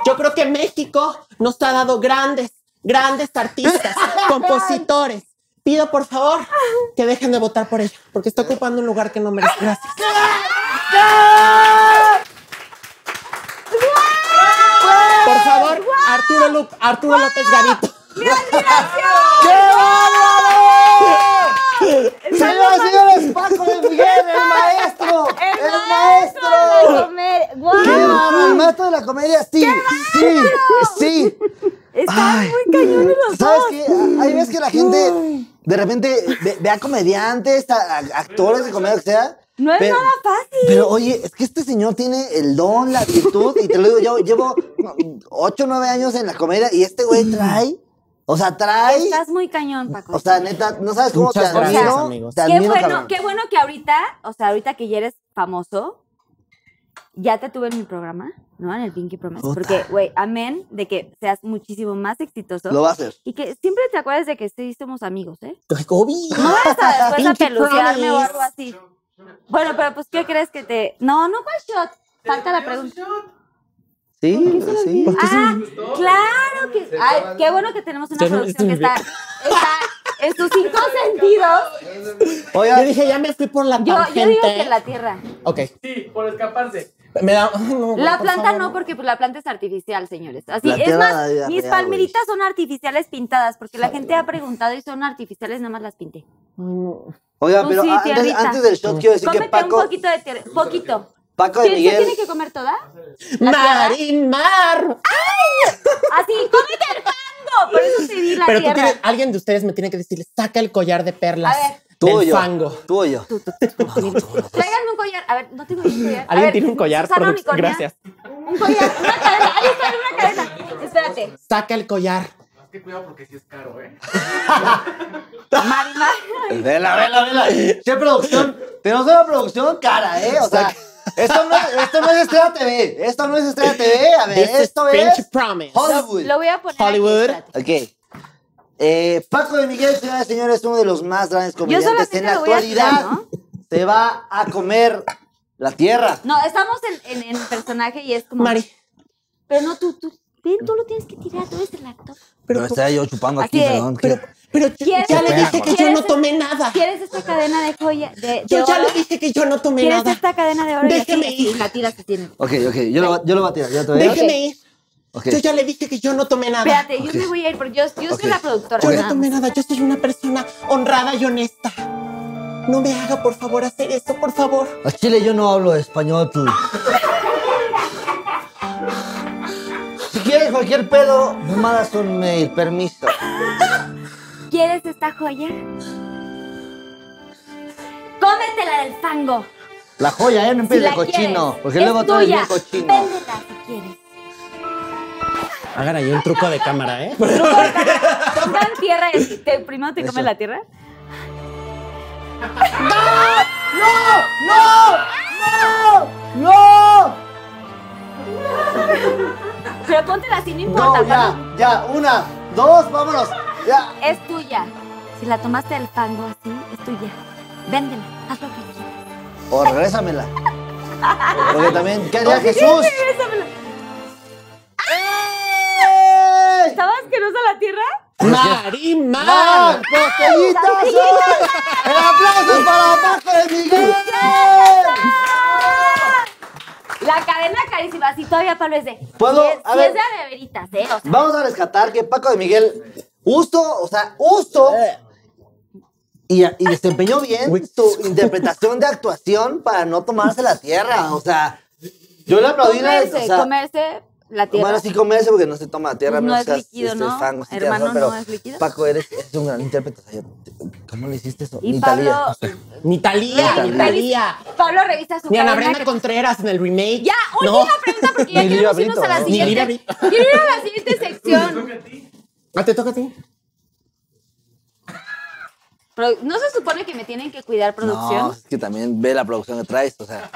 Speaker 4: Yo creo que México nos ha dado grandes, grandes artistas, compositores. Pido por favor que dejen de votar por ella, porque está ocupando un lugar que no merece. Gracias. Por favor, Arturo, Lu- Arturo López Gavito.
Speaker 5: ¡Qué bárbaro! Señoras y señores, Paco de Miguel, el maestro. El, maestro. ¡Qué
Speaker 2: ¡Guau!
Speaker 5: bárbaro! El maestro de la comedia, sí. Sí, sí.
Speaker 2: Están
Speaker 5: Ay.
Speaker 2: muy cañones los
Speaker 5: ¿Sabes
Speaker 2: dos.
Speaker 5: qué? Hay veces que la gente de repente ve, ve a comediantes, a, a actores de comedia, o sea.
Speaker 2: No es nada fácil.
Speaker 5: Pero oye, es que este señor tiene el don, la virtud, y te lo digo, yo llevo 8 o 9 años en la comedia y este güey trae, o sea, trae,
Speaker 2: Estás muy cañón, Paco.
Speaker 5: o sea, neta, no sabes cómo
Speaker 4: Muchas
Speaker 5: te admiro,
Speaker 4: gracias, amigos.
Speaker 5: te
Speaker 2: qué
Speaker 5: admiro,
Speaker 2: bueno,
Speaker 5: cabrón.
Speaker 2: qué bueno que ahorita, o sea, ahorita que ya eres famoso, ya te tuve en mi programa, ¿no? En el Pinky Promise.
Speaker 5: Puta.
Speaker 2: Porque, güey, amén de que seas muchísimo más exitoso.
Speaker 5: Lo va a hacer.
Speaker 2: Y que siempre te acuerdes de que sí somos amigos, ¿eh?
Speaker 4: Gobi.
Speaker 2: No vayas a después a
Speaker 4: Pinky
Speaker 2: peluciarme o
Speaker 4: Promise.
Speaker 2: algo así. Bueno, pero pues, ¿qué crees que te...? No, no, ¿cuál shot? Falta la pregunta.
Speaker 5: Sí, sí.
Speaker 2: Ah, claro que... Ay, qué bueno que tenemos una
Speaker 4: Ya no-
Speaker 2: producción que está, está en sus cinco sentidos.
Speaker 4: Yo
Speaker 5: Oigan,
Speaker 4: dije, ya me fui por la
Speaker 2: Yo,
Speaker 4: tangente.
Speaker 2: yo digo que la tierra.
Speaker 4: Ok.
Speaker 7: Sí, por escaparse.
Speaker 4: Me da... Ay, no, güey,
Speaker 2: La
Speaker 4: por
Speaker 2: planta
Speaker 4: favor,
Speaker 2: no, porque pues, la planta es artificial, señores. Así
Speaker 5: La
Speaker 2: es
Speaker 5: tierra
Speaker 2: más,
Speaker 5: da vida
Speaker 2: mis
Speaker 5: real,
Speaker 2: palmeritas son artificiales pintadas, porque la gente ha preguntado y son artificiales, nada más las pinté.
Speaker 4: No.
Speaker 5: oigan,
Speaker 2: Tú Ah, pues
Speaker 5: pero
Speaker 2: sí,
Speaker 5: antes,
Speaker 2: tierrita.
Speaker 5: antes del shot quiero decir que
Speaker 2: Cómete un
Speaker 5: Paco,
Speaker 2: poquito de tierra, poquito.
Speaker 5: Paco de
Speaker 2: ¿Quién se
Speaker 5: Miguel,
Speaker 2: tiene que comer toda?
Speaker 4: Marín Mar.
Speaker 2: Así, cómete el fango. Por eso te di la
Speaker 4: Pero tú
Speaker 2: Ah, tierra.
Speaker 4: tienes, alguien de ustedes me tiene que decirle, saca el collar de perlas
Speaker 2: A ver.
Speaker 5: tú y
Speaker 4: del
Speaker 5: yo,
Speaker 4: fango.
Speaker 5: tú y yo.
Speaker 2: Tráiganme un collar. A ver, no tengo ningún collar. A
Speaker 4: Alguien
Speaker 2: ver,
Speaker 4: tiene un collar,
Speaker 2: Susana
Speaker 4: produc-
Speaker 2: Unicornia.
Speaker 4: gracias.
Speaker 2: Un collar, una cadena. Ahí está, una cadena. Espérate.
Speaker 4: Saca el collar.
Speaker 7: Más que cuidado porque sí es caro, ¿eh?
Speaker 2: Marimar.
Speaker 5: Vela, vela, vela. Qué producción. Tenemos una producción cara, ¿eh? O sea, esto no, esto no es Estrella TV. Esto no es Estrella TV. A ver,
Speaker 4: This is
Speaker 2: Pues
Speaker 5: esto
Speaker 4: Pinch
Speaker 5: es
Speaker 4: Promise.
Speaker 2: Oh,
Speaker 5: Hollywood.
Speaker 2: Lo voy a poner.
Speaker 4: Hollywood.
Speaker 2: Aquí, espérate.
Speaker 5: Ok. Eh, Paco de Miguel, señoras y señores, uno de los más grandes comediantes
Speaker 2: solamente
Speaker 5: en la
Speaker 2: lo voy a
Speaker 5: actualidad.
Speaker 2: tirar, ¿no?
Speaker 5: Se va a comer la tierra.
Speaker 2: No, estamos en, en, en personaje y es como.
Speaker 4: Mari.
Speaker 2: Pero no, tú, tú, ven, tú lo tienes que tirar, tú eres el actor.
Speaker 5: Pero,
Speaker 4: Pero,
Speaker 5: estaba yo chupando
Speaker 2: Así
Speaker 5: aquí,
Speaker 2: de-
Speaker 5: perdón.
Speaker 4: pero,
Speaker 5: que-
Speaker 4: pero yo-
Speaker 2: ¿Quieres-
Speaker 4: ya le
Speaker 5: Espera,
Speaker 4: dije que
Speaker 2: ¿Quieres-
Speaker 4: yo no tomé nada.
Speaker 2: ¿Quieres esta cadena de joya? De, de
Speaker 4: Yo ya
Speaker 2: oro?
Speaker 4: le dije que yo no tomé
Speaker 2: ¿Quieres
Speaker 4: nada.
Speaker 2: esta cadena de oro?
Speaker 4: Déjeme
Speaker 2: y así, así,
Speaker 4: ir.
Speaker 2: la tiras que tiene.
Speaker 5: Ok, ok, yo lo, yo lo voy a tirar. Yo te voy a-
Speaker 4: Déjeme
Speaker 2: Ok.
Speaker 4: ir.
Speaker 5: Ok.
Speaker 4: Yo ya le dije que yo no tomé nada.
Speaker 2: Espérate, yo me voy a ir porque yo, yo
Speaker 5: Ok.
Speaker 2: soy la productora.
Speaker 4: Yo no
Speaker 2: nada
Speaker 4: tomé
Speaker 2: más.
Speaker 4: nada. Yo soy una persona honrada y honesta. No me haga, por favor, hacer esto, por favor.
Speaker 5: A Chile yo no hablo español. tú. Si quieres cualquier pedo, no mandas un mail, permiso.
Speaker 2: ¿Quieres esta joya? Cómetela del fango.
Speaker 5: La joya, ¿eh? No
Speaker 2: Si
Speaker 5: empieces
Speaker 2: la
Speaker 5: de cochino.
Speaker 2: quieres,
Speaker 5: porque
Speaker 2: es
Speaker 5: luego todo es
Speaker 2: tuya.
Speaker 5: bien cochino.
Speaker 2: Véndela si quieres.
Speaker 4: Hagan ahí un truco de cámara, ¿eh?
Speaker 2: Pongan tierra en te, Primero te
Speaker 5: Eso.
Speaker 2: comes la tierra.
Speaker 5: ¡No!
Speaker 2: Pero póntela así, no importa.
Speaker 5: No, ya, ya. Una, dos, vámonos. Ya.
Speaker 2: Es tuya. Si la tomaste del fango así, es tuya. Véndela. Haz lo que quieras.
Speaker 5: O regrésamela. Porque también, ¿qué haría Jesús? ¡Ey!
Speaker 2: ¿Estabas que no la tierra?
Speaker 4: ¡Marimar!
Speaker 5: ¡Más botellitas! ¡El aplauso para Paco de Miguel!
Speaker 2: ¡Ah! La cadena carísima. Así todavía Pablo es de.
Speaker 5: ¿Puedo?
Speaker 2: Si es,
Speaker 5: A
Speaker 2: si
Speaker 5: ver.
Speaker 2: es de averitas, ¿eh? O sea,
Speaker 5: Vamos a rescatar que Paco de Miguel, justo, o sea, justo, y, y desempeñó bien su interpretación de actuación para no tomarse la tierra. O sea, yo le aplaudí la.
Speaker 2: comerse,
Speaker 5: O sea,
Speaker 2: comerse la tierra.
Speaker 5: Bueno, sí comerse porque no se toma la tierra,
Speaker 2: No
Speaker 5: menos
Speaker 2: es
Speaker 5: seas,
Speaker 2: líquido,
Speaker 5: este,
Speaker 2: ¿no?
Speaker 5: fango, sí tienes
Speaker 2: Hermano,
Speaker 5: razón, pero
Speaker 2: ¿no es líquido?
Speaker 5: Paco, eres, eres un gran intérprete. o sea, yo- ¿Cómo le hiciste eso?
Speaker 2: y
Speaker 5: Ni
Speaker 2: Pablo.
Speaker 5: Thalía.
Speaker 4: Ni Talía, ni Talía.
Speaker 2: Pablo revisa su
Speaker 4: Ni Ana
Speaker 2: cadena
Speaker 4: Brenda
Speaker 2: que-
Speaker 4: Contreras en el remake.
Speaker 2: Ya,
Speaker 4: No.
Speaker 2: última pregunta porque ya
Speaker 5: Ni
Speaker 2: quiero
Speaker 5: Lidia
Speaker 2: irnos a la
Speaker 5: Brito, ¿no?
Speaker 4: Ni Lidia
Speaker 2: siguiente.
Speaker 4: Brito.
Speaker 2: Quiero ir a la siguiente sección.
Speaker 7: Toca a ti.
Speaker 4: Ah, te toca a ti.
Speaker 2: Pero, ¿No se supone que me tienen que cuidar producción?
Speaker 5: No, es que también ve la producción que traes, o sea.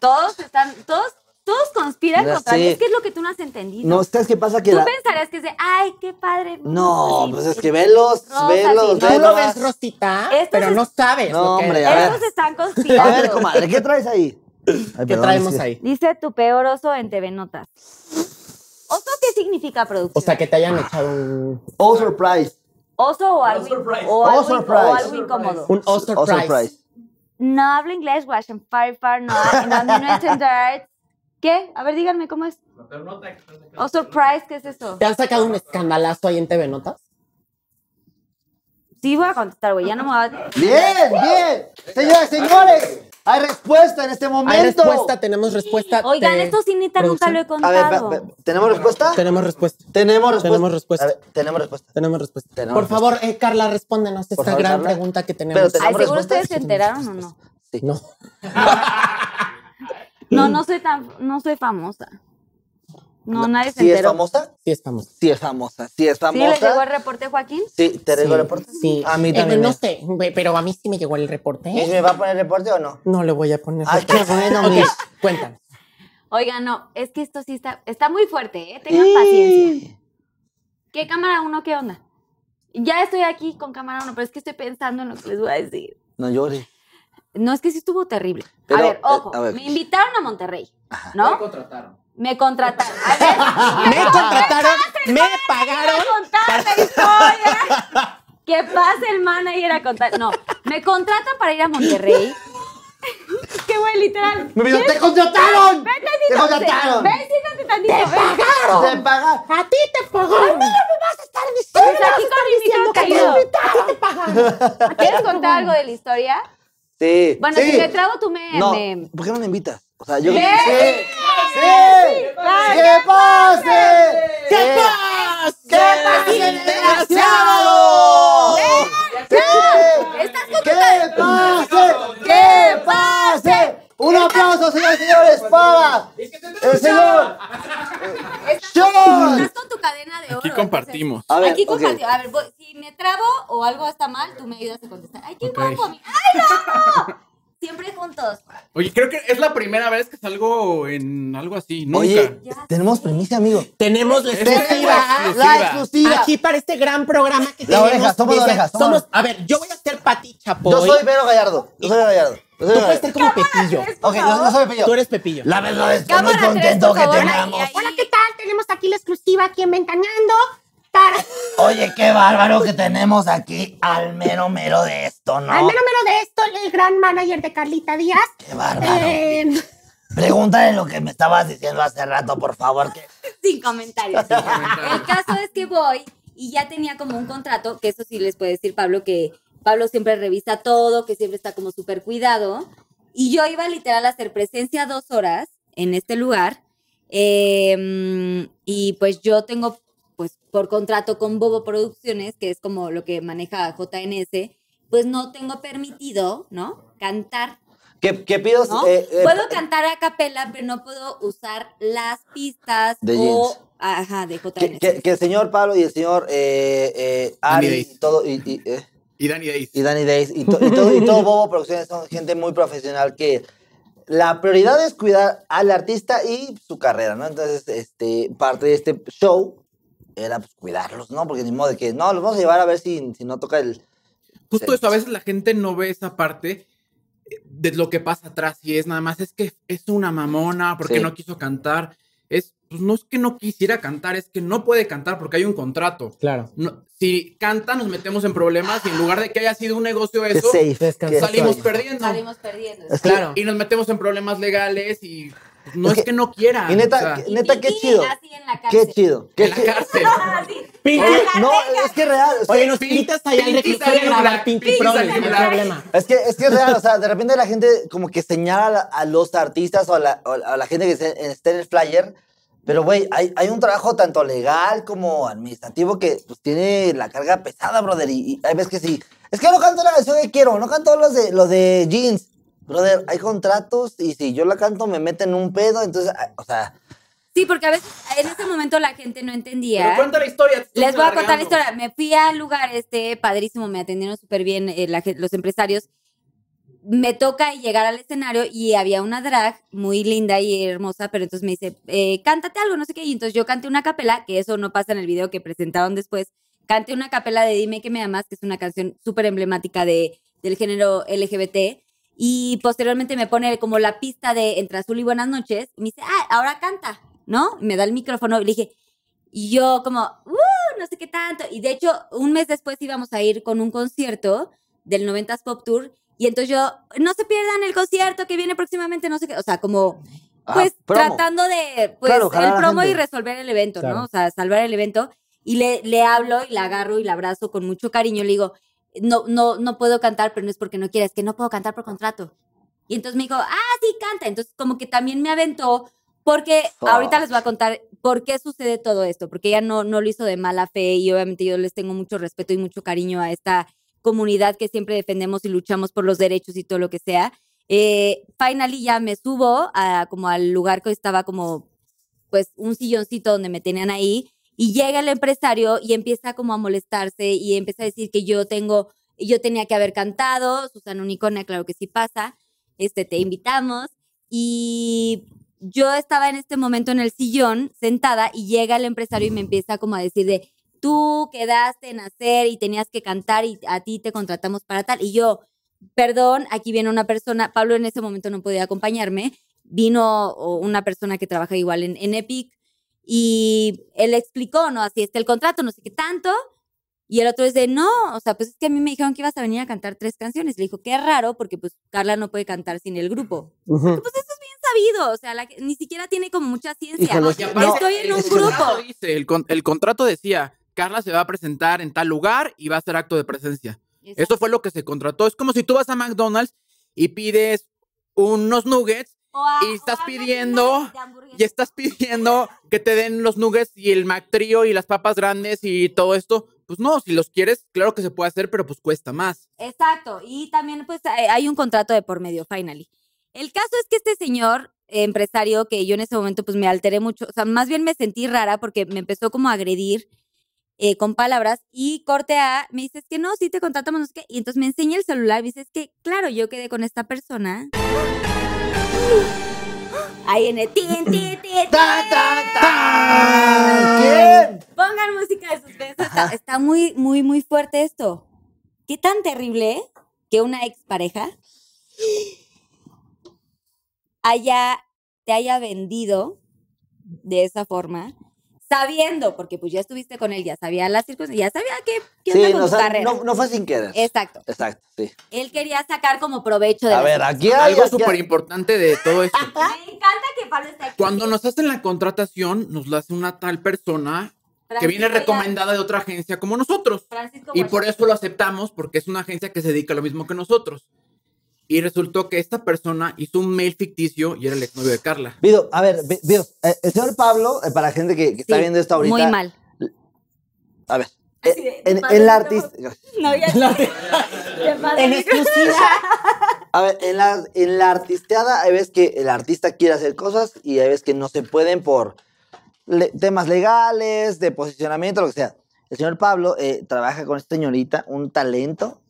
Speaker 2: Todos están, todos, todos conspiran
Speaker 5: Ya
Speaker 2: contra mí.
Speaker 5: sé.
Speaker 2: Es que es lo que tú no has entendido.
Speaker 5: No, ¿sabes qué pasa? Que
Speaker 2: tú
Speaker 5: la-
Speaker 2: pensarías que es de, ay, qué padre.
Speaker 5: No,
Speaker 2: así,
Speaker 5: pues es que velos,
Speaker 2: Rosa,
Speaker 5: velos,
Speaker 2: sí, no,
Speaker 4: Tú lo ves,
Speaker 5: velos.
Speaker 4: Rosita,
Speaker 2: Esto
Speaker 4: pero
Speaker 2: es-
Speaker 4: no sabes.
Speaker 5: No,
Speaker 4: lo que-
Speaker 5: hombre, ah, a ver.
Speaker 2: Estos están
Speaker 5: A ver,
Speaker 2: conspirando.
Speaker 5: comadre, ¿qué traes ahí? Ay,
Speaker 4: ¿Qué
Speaker 5: perdón,
Speaker 4: traemos
Speaker 5: es que-
Speaker 4: ahí?
Speaker 2: Dice tu peor oso en TV Notas. ¿Oso qué significa producción?
Speaker 4: O sea, que te hayan echado un,
Speaker 5: Oh, surprise.
Speaker 2: ¿Oso o algo,
Speaker 7: surprise.
Speaker 2: o
Speaker 5: Oh,
Speaker 2: algo,
Speaker 5: surprise.
Speaker 2: o algo incómodo?
Speaker 4: un oh, surprise.
Speaker 5: Oh, surprise.
Speaker 2: No hablo inglés, wash and fire, far no, y no, no entender. ¿Qué? A ver, díganme, ¿cómo es?
Speaker 7: No, pero no te-
Speaker 2: ¿O surprise? ¿Qué es eso?
Speaker 4: ¿Te han sacado un escandalazo ahí en TV Notas?
Speaker 2: Sí voy a contestar, güey, ya no me va a...
Speaker 5: Bien, bien. Señoras, señores, hay respuesta en este momento.
Speaker 4: Hay respuesta, tenemos respuesta.
Speaker 2: Oigan,
Speaker 4: te-
Speaker 2: esto sí neta nunca
Speaker 4: producción.
Speaker 2: lo he
Speaker 5: Este, A ver,
Speaker 2: contado.
Speaker 5: ve- ve- ¿tenemos respuesta?
Speaker 4: Tenemos respuesta.
Speaker 5: Tenemos respuesta.
Speaker 4: Tenemos respuesta.
Speaker 5: A ver, tenemos respuesta.
Speaker 4: Tenemos respuesta.
Speaker 5: Tenemos
Speaker 4: Por favor, eh, Carla, respóndenos esta
Speaker 5: favor,
Speaker 4: gran
Speaker 5: Carla.
Speaker 4: pregunta que
Speaker 5: Pero
Speaker 4: tenemos.
Speaker 5: te-
Speaker 2: Ay,
Speaker 5: tenemos
Speaker 2: seguro
Speaker 5: respuesta.
Speaker 2: ustedes se enteraron o no.
Speaker 5: Sí.
Speaker 4: No.
Speaker 2: No, no soy tan, no soy famosa. No, nadie se
Speaker 5: ¿Sí es
Speaker 2: enteró.
Speaker 5: famosa?
Speaker 4: Sí, estamos.
Speaker 5: Sí es famosa. Sí es
Speaker 2: ¿Sí les llegó
Speaker 5: famosa.
Speaker 2: el reporte, Joaquín?
Speaker 5: Sí, ¿te llegó el reporte?
Speaker 4: Sí.
Speaker 5: A mí
Speaker 4: Eh,
Speaker 5: también.
Speaker 4: no
Speaker 5: me-
Speaker 4: sé, güey, pero a mí sí me llegó el reporte.
Speaker 5: ¿Y
Speaker 4: ¿eh?
Speaker 5: me va a poner reporte o no?
Speaker 4: No le voy a poner.
Speaker 5: Ay, qué bueno,
Speaker 4: Ok,
Speaker 5: Miss.
Speaker 4: Cuéntanos.
Speaker 2: Oigan, no, es que esto sí está, está muy fuerte, ¿eh? Tengan paciencia. ¿Qué cámara uno? ¿Qué onda? Ya estoy aquí con cámara uno, pero es que estoy pensando en lo que les voy a decir.
Speaker 5: No llores.
Speaker 2: No, es que sí estuvo terrible.
Speaker 5: Pero,
Speaker 2: a ver,
Speaker 5: eh,
Speaker 2: ojo,
Speaker 5: a ver.
Speaker 2: me invitaron a Monterrey,
Speaker 7: Te
Speaker 2: ¿no?
Speaker 7: contrataron.
Speaker 2: Me contrataron. A ver,
Speaker 4: Me contrataron,
Speaker 2: Ah,
Speaker 4: me pagaron.
Speaker 2: a contar la historia. Que pase el manager a contar. No, me contratan para ir a Monterrey. Qué güey, literal.
Speaker 5: ¡Me vieron, ¡Te contrataron!
Speaker 2: Vete,
Speaker 5: ¡Te
Speaker 2: siéntate.
Speaker 5: contrataron!
Speaker 2: Ven, siéntate tantito. ven.
Speaker 5: ¡Te pagan!
Speaker 4: A ti te pagaron.
Speaker 2: Pues aquí con mi micro caído. ¿Quieres contar algo de la historia?
Speaker 5: Sí.
Speaker 2: Bueno,
Speaker 5: sí.
Speaker 2: si me trago, tú me...
Speaker 5: No,
Speaker 2: me-
Speaker 5: ¿por qué no me invitas? O sea, yo...
Speaker 2: ¿Qué?
Speaker 5: ¡Sí! ¡Sí!
Speaker 2: Ay,
Speaker 5: ¡Que pase! Eh,
Speaker 4: ¡Qué paz!
Speaker 5: ¡Que pase, desgraciado! ¡Sí!
Speaker 2: Estás con-
Speaker 5: ¡Que pase! ¡Que pase! Un aplauso, señores y señores, para el señor
Speaker 2: estás-
Speaker 5: Sean.
Speaker 2: Estás con tu cadena de oro.
Speaker 8: Aquí
Speaker 2: entonces-
Speaker 8: compartimos.
Speaker 5: A ver,
Speaker 2: aquí
Speaker 5: ok.
Speaker 2: compartimos. A ver, voy- si me trabo o algo está mal, tú me ayudas a contestar. ¡Ay, qué
Speaker 8: Ok.
Speaker 2: guapo! amigo. ¡Ay, lo amo! Siempre juntos.
Speaker 8: Oye, creo que es la primera vez que salgo en algo así. Nunca.
Speaker 5: Oye,
Speaker 2: Ya.
Speaker 5: tenemos premisa, amigo.
Speaker 4: Tenemos la
Speaker 8: Esta es
Speaker 4: exclusiva.
Speaker 5: La exclusiva.
Speaker 4: Aquí para este gran programa que
Speaker 5: La
Speaker 4: tenemos.
Speaker 5: oreja, somos
Speaker 4: desde-
Speaker 5: orejas, somos-
Speaker 4: somos- a ver, yo voy a ser Pati Chapoy.
Speaker 5: Yo soy Vero Gallardo. Yo soy Vero Gallardo. Yo soy
Speaker 4: Tú
Speaker 5: Vero
Speaker 4: puedes
Speaker 5: Gallardo.
Speaker 4: ser como Pepillo.
Speaker 5: Ok, yo no soy
Speaker 4: Tú
Speaker 5: Pepillo.
Speaker 4: eres Pepillo.
Speaker 5: La verdad es que
Speaker 2: Cámara
Speaker 5: muy
Speaker 2: tres,
Speaker 5: contento
Speaker 2: por
Speaker 5: que
Speaker 2: favor, ahí,
Speaker 5: tengamos.
Speaker 2: ahí.
Speaker 9: Hola, ¿qué tal? Tenemos aquí la exclusiva aquí en Ventaneando. Para...
Speaker 5: Oye, qué bárbaro que tenemos aquí al mero mero de esto, ¿no?
Speaker 9: Al menos menos de esto, el gran manager de Carlita Díaz.
Speaker 5: Qué bárbaro.
Speaker 9: Eh,
Speaker 5: Pregúntale lo que me estabas diciendo hace rato, por favor. Que...
Speaker 2: Sin comentarios. El caso es que voy y ya tenía como un contrato, que eso sí les puede decir Pablo, que Pablo siempre revisa todo, que siempre está como súper cuidado. Y yo iba literal a hacer presencia dos horas en este lugar. eh, y pues yo tengo, pues por contrato con Bobo Producciones, que es como lo que maneja JNS, pues no tengo permitido, ¿no? Cantar.
Speaker 5: ¿Qué, qué pido?
Speaker 2: ¿no?
Speaker 5: Eh, eh,
Speaker 2: puedo cantar a capela, pero no puedo usar las pistas
Speaker 5: De
Speaker 2: o
Speaker 5: jeans.
Speaker 2: ajá, de
Speaker 5: que,
Speaker 2: JNS.
Speaker 5: que- que el señor Pablo y el señor eh, eh, Ari
Speaker 8: Danny Days.
Speaker 5: y todo, y, y, eh,
Speaker 8: Y Danny Days.
Speaker 5: y Danny Days y, to- y todo, y todo Bobo Producciones son gente muy profesional que la prioridad es cuidar al artista y su carrera, ¿no? Entonces, este, parte de este show era pues, cuidarlos, ¿no? Porque ni modo de que, no, los vamos a llevar a ver si, si no toca el...
Speaker 8: Justo eso, a veces la gente no ve esa parte eh, de lo que pasa atrás y es nada más, es que es una mamona, porque
Speaker 5: Sí.
Speaker 8: no quiso cantar. Es, pues no es que no quisiera cantar, es que no puede cantar porque hay un contrato.
Speaker 4: Claro.
Speaker 8: No, si canta, nos metemos en problemas y en lugar de que haya sido un negocio
Speaker 5: que
Speaker 8: eso, pues,
Speaker 5: safe,
Speaker 4: descansar.
Speaker 5: que
Speaker 8: salimos
Speaker 5: safe.
Speaker 8: perdiendo.
Speaker 2: Salimos perdiendo.
Speaker 5: Es que-
Speaker 4: Claro.
Speaker 8: Y nos metemos en problemas legales y pues, no
Speaker 5: Es
Speaker 8: es,
Speaker 5: que-
Speaker 8: que, no quiera.
Speaker 5: y neta,
Speaker 8: o sea,
Speaker 5: que- neta,
Speaker 2: Y
Speaker 5: qué
Speaker 2: Pinky
Speaker 5: chido.
Speaker 2: Así en la
Speaker 5: Qué
Speaker 2: cárcel.
Speaker 5: chido. Qué
Speaker 8: en la
Speaker 5: chido.
Speaker 8: cárcel.
Speaker 4: Pinky.
Speaker 5: No, es que es real. o sea,
Speaker 4: Oye, nos invitas allá al
Speaker 8: Pinky
Speaker 4: reclusorio a
Speaker 8: celular,
Speaker 4: grabar Pinky
Speaker 8: Pinky
Speaker 4: Promise, no hay
Speaker 8: celular.
Speaker 4: problema.
Speaker 5: Es que, es que es real, o sea, de repente la gente como que señala a la- a los artistas o a la, o a la gente que se- esté en el flyer, pero güey, hay, hay un trabajo tanto legal como administrativo que pues tiene la carga pesada, brother, y, y hay veces que sí, es que no canto la canción que quiero, no canto los de, los de jeans, brother, hay contratos y si yo la canto me meten un pedo, entonces, a- o sea,
Speaker 2: Sí, porque a veces en ese momento la gente no entendía.
Speaker 8: Pero cuenta la historia. te
Speaker 2: Les
Speaker 8: estamos
Speaker 2: voy a contar la
Speaker 8: alargando.
Speaker 2: historia. Me fui al lugar este padrísimo, me atendieron súper bien eh, la gen- los empresarios. Me toca llegar al escenario y había una drag muy linda y hermosa, pero entonces me dice, eh, cántate algo, no sé qué. Y entonces yo canté una capela, que eso no pasa en el video que presentaron después. Canté una capela de Dime que me amas, que es una canción súper emblemática de, del género LGBT. Y posteriormente me pone como la pista de Entre Azul y Buenas noches. Y me dice, ah, ahora canta, ¿no? Me da el micrófono y le dije, y yo como, "Uh, no sé qué tanto. Y de hecho, un mes después íbamos a ir con un concierto del 90s Pop Tour. Y entonces yo, no se pierdan el concierto que viene próximamente, no sé qué. O sea, como,
Speaker 5: ah,
Speaker 2: pues,
Speaker 5: promo.
Speaker 2: tratando de, pues,
Speaker 5: Claro, jalar
Speaker 2: el
Speaker 5: a la
Speaker 2: promo y
Speaker 5: gente.
Speaker 2: resolver el evento,
Speaker 4: Claro.
Speaker 2: ¿no? O sea, salvar el evento. Y le, le hablo y la agarro y la abrazo con mucho cariño. Le digo, no, no, no puedo cantar, pero no es porque no quiera, es que no puedo cantar por contrato. Y entonces me dijo, ah, sí, canta. Entonces, como que también me aventó, porque
Speaker 5: Fuck.
Speaker 2: ahorita les voy a contar por qué sucede todo esto, porque ella no, no lo hizo de mala fe y obviamente yo les tengo mucho respeto y mucho cariño a esta comunidad que siempre defendemos y luchamos por los derechos y todo lo que sea. Eh, finally ya me subo a, como al lugar que estaba como pues un silloncito donde me tenían ahí y llega el empresario y empieza como a molestarse y empieza a decir que yo tengo, yo tenía que haber cantado, Susana Unicornia, claro que sí pasa, este, te invitamos y yo estaba en este momento en el sillón sentada y llega el empresario y me empieza como a decir de, tú quedaste en hacer y tenías que cantar y a ti te contratamos para tal y yo, perdón, aquí viene una persona, Pablo en ese momento no podía acompañarme, vino o, una persona que trabaja igual en, en Epic y él explicó, ¿no? Así está el contrato, no sé qué tanto. Y el otro es de, no, o sea, pues es que a mí me dijeron que ibas a venir a cantar tres canciones. Le dijo, qué raro, porque pues Carla no puede cantar sin el grupo.
Speaker 4: Ujú.
Speaker 2: Sabido, o sea, la que- ni siquiera tiene como mucha ciencia.
Speaker 5: Híjole,
Speaker 8: Y
Speaker 5: No,
Speaker 8: aparte,
Speaker 2: estoy en
Speaker 8: el
Speaker 2: un
Speaker 8: contrato
Speaker 2: grupo.
Speaker 8: dice, el, con- el contrato decía, Carla se va a presentar en tal lugar y va a hacer acto de presencia. Eso fue lo que se contrató. Es como si tú vas a McDonald's y pides unos nuggets
Speaker 2: O a-
Speaker 8: y estás
Speaker 2: o a una
Speaker 8: pidiendo-
Speaker 2: tienda de hamburguesas.
Speaker 8: y estás pidiendo que te den los nuggets y el McTrío y las papas grandes y todo esto. Pues no, si los quieres, claro que se puede hacer, pero pues cuesta más.
Speaker 2: Exacto, y también pues hay hay un contrato de por medio, finally. El caso es que este señor eh, empresario, que yo en ese momento pues me alteré mucho, o sea, más bien me sentí rara porque me empezó como a agredir eh, con palabras y corte A, me dice, es que no, sí te contratamos, no sé qué, y entonces me enseña el celular, me dice, es que claro, yo quedé con esta persona. Ahí en el tin, tin, tin, tin.
Speaker 5: ¡Tan, tan, tan! ¿Quién?
Speaker 2: Pongan música de suspenso. Está, está muy, muy, muy fuerte esto. Qué tan terrible que una expareja haya, te haya vendido de esa forma, sabiendo, porque pues ya estuviste con él, ya sabía las circunstancias, ya sabía qué, qué onda
Speaker 5: Sí,
Speaker 2: con
Speaker 5: no, o
Speaker 2: tu
Speaker 5: sea,
Speaker 2: carrera.
Speaker 5: no- no fue sin querer.
Speaker 2: Exacto.
Speaker 5: Exacto, sí.
Speaker 2: Él quería sacar como provecho de
Speaker 5: A
Speaker 2: la
Speaker 5: ver, aquí hay...
Speaker 8: Algo
Speaker 5: aquí hay-
Speaker 8: súper importante de todo esto.
Speaker 2: situación. Me encanta que Pablo esté aquí.
Speaker 8: Cuando nos hacen la contratación, nos la hace una tal persona que
Speaker 2: Francisco,
Speaker 8: viene
Speaker 2: ya-
Speaker 8: recomendada de otra agencia como nosotros.
Speaker 2: Francisco
Speaker 8: Y
Speaker 2: Guachani.
Speaker 8: por eso lo aceptamos, porque es una agencia que se dedica a lo mismo que nosotros. Y resultó que esta persona hizo un mail ficticio y era el exnovio de Carla.
Speaker 5: Vido, a ver, Vi- Vido, eh, el señor Pablo, eh, para gente que, que está
Speaker 2: Sí,
Speaker 5: viendo esto ahorita.
Speaker 2: Muy mal.
Speaker 5: A ver, eh,
Speaker 2: Así de-
Speaker 5: en,
Speaker 2: padre,
Speaker 5: en la
Speaker 2: no.
Speaker 5: artista.
Speaker 2: No, ya.
Speaker 4: En exclusiva.
Speaker 5: A ver, en la, en la artisteada hay veces que el artista quiere hacer cosas y hay veces que no se pueden por le- temas legales, de posicionamiento, lo que sea. El señor Pablo eh, trabaja con esta señorita, un talento,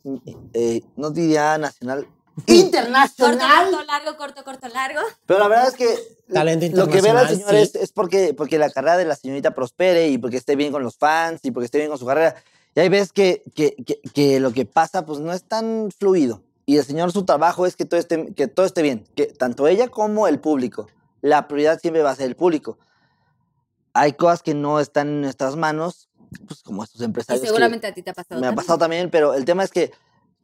Speaker 5: eh, no diría nacional,
Speaker 2: Corto,
Speaker 5: internacional.
Speaker 2: corto, largo, corto, corto, largo.
Speaker 5: Pero la verdad es que
Speaker 4: Talento
Speaker 5: lo que ve la
Speaker 4: internacional,
Speaker 5: señora
Speaker 4: sí.
Speaker 5: es, es porque, porque la carrera de la señorita prospere y porque esté bien con los fans y porque esté bien con su carrera. Y ahí ves que, que, que- que lo que pasa pues no es tan fluido. Y el señor su trabajo es que todo esté, que todo esté bien, que tanto ella como el público. La prioridad siempre va a ser el público. Hay cosas que no están en nuestras manos, pues como estos
Speaker 2: Y
Speaker 5: empresarios. que-
Speaker 2: seguramente a ti te ha pasado.
Speaker 5: me ha
Speaker 2: también.
Speaker 5: pasado también, pero el tema es que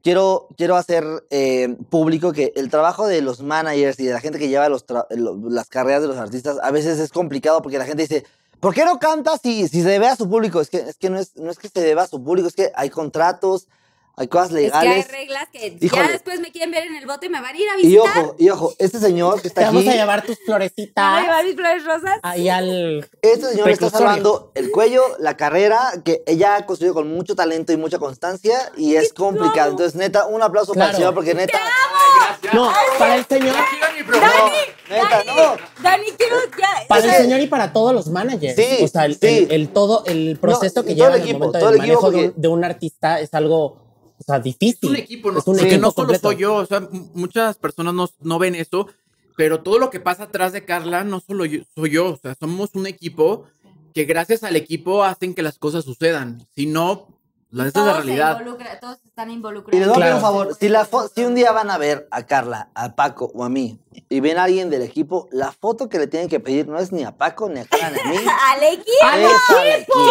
Speaker 5: quiero, quiero hacer eh, público que el trabajo de los managers y de la gente que lleva los tra- lo- las carreras de los artistas a veces es complicado porque la gente dice, ¿por qué no canta si, si se debe a su público? Es que, es que no, es, no es que se deba a su público, es que hay contratos, hay cosas
Speaker 2: Es que hay
Speaker 5: legales.
Speaker 2: reglas que
Speaker 5: Híjole.
Speaker 2: ya después me quieren ver en el bote y me van a ir a
Speaker 5: y
Speaker 2: visitar.
Speaker 5: ojo, y ojo, este señor que
Speaker 4: Te
Speaker 5: está
Speaker 4: vamos
Speaker 5: aquí,
Speaker 4: a llevar tus
Speaker 2: Me van a
Speaker 4: florecitas
Speaker 2: llevar mis flores rosas.
Speaker 5: Ah,
Speaker 4: ahí al.
Speaker 5: este señor le está
Speaker 4: Preclusorio.
Speaker 5: salvando el cuello, la carrera, que ella ha construido con mucho talento y mucha constancia y es complicado. Entonces, neta, un aplauso para el
Speaker 4: Claro.
Speaker 5: señor porque neta...
Speaker 4: No, para el señor,
Speaker 10: Quiero mi programa.
Speaker 5: Neta, no.
Speaker 2: Dani, quiero ya.
Speaker 4: para el
Speaker 5: Sí.
Speaker 4: señor y para todos los managers.
Speaker 5: Sí,
Speaker 4: o sea, el,
Speaker 5: sí.
Speaker 4: el- el todo el proceso
Speaker 5: No,
Speaker 4: que
Speaker 5: todo el
Speaker 4: lleva en el
Speaker 5: equipo,
Speaker 4: momento
Speaker 5: todo
Speaker 4: del
Speaker 5: el equipo
Speaker 4: manejo de un,
Speaker 5: porque-
Speaker 4: de un artista es algo, o sea,
Speaker 8: Es
Speaker 4: difícil.
Speaker 8: un equipo, ¿no?
Speaker 4: Es un
Speaker 8: Porque
Speaker 4: equipo
Speaker 8: no solo
Speaker 4: completo.
Speaker 8: soy yo, o sea, m- muchas personas no, no ven eso, pero todo lo que pasa atrás de Carla no solo yo- soy yo, o sea, somos un equipo que gracias al equipo hacen que las cosas sucedan. Si no, la, esa es la
Speaker 2: Todos, se
Speaker 8: realidad.
Speaker 2: involucra- todos están involucrados.
Speaker 5: Y les voy a pedir
Speaker 4: Claro.
Speaker 5: un favor. Si, la fo- si un día van a ver a Carla, a Paco o a mí y ven a alguien del equipo, la foto que le tienen que pedir no es ni a Paco, ni a Carla, ni a mí.
Speaker 2: ¡Al equipo!
Speaker 5: Es al equipo.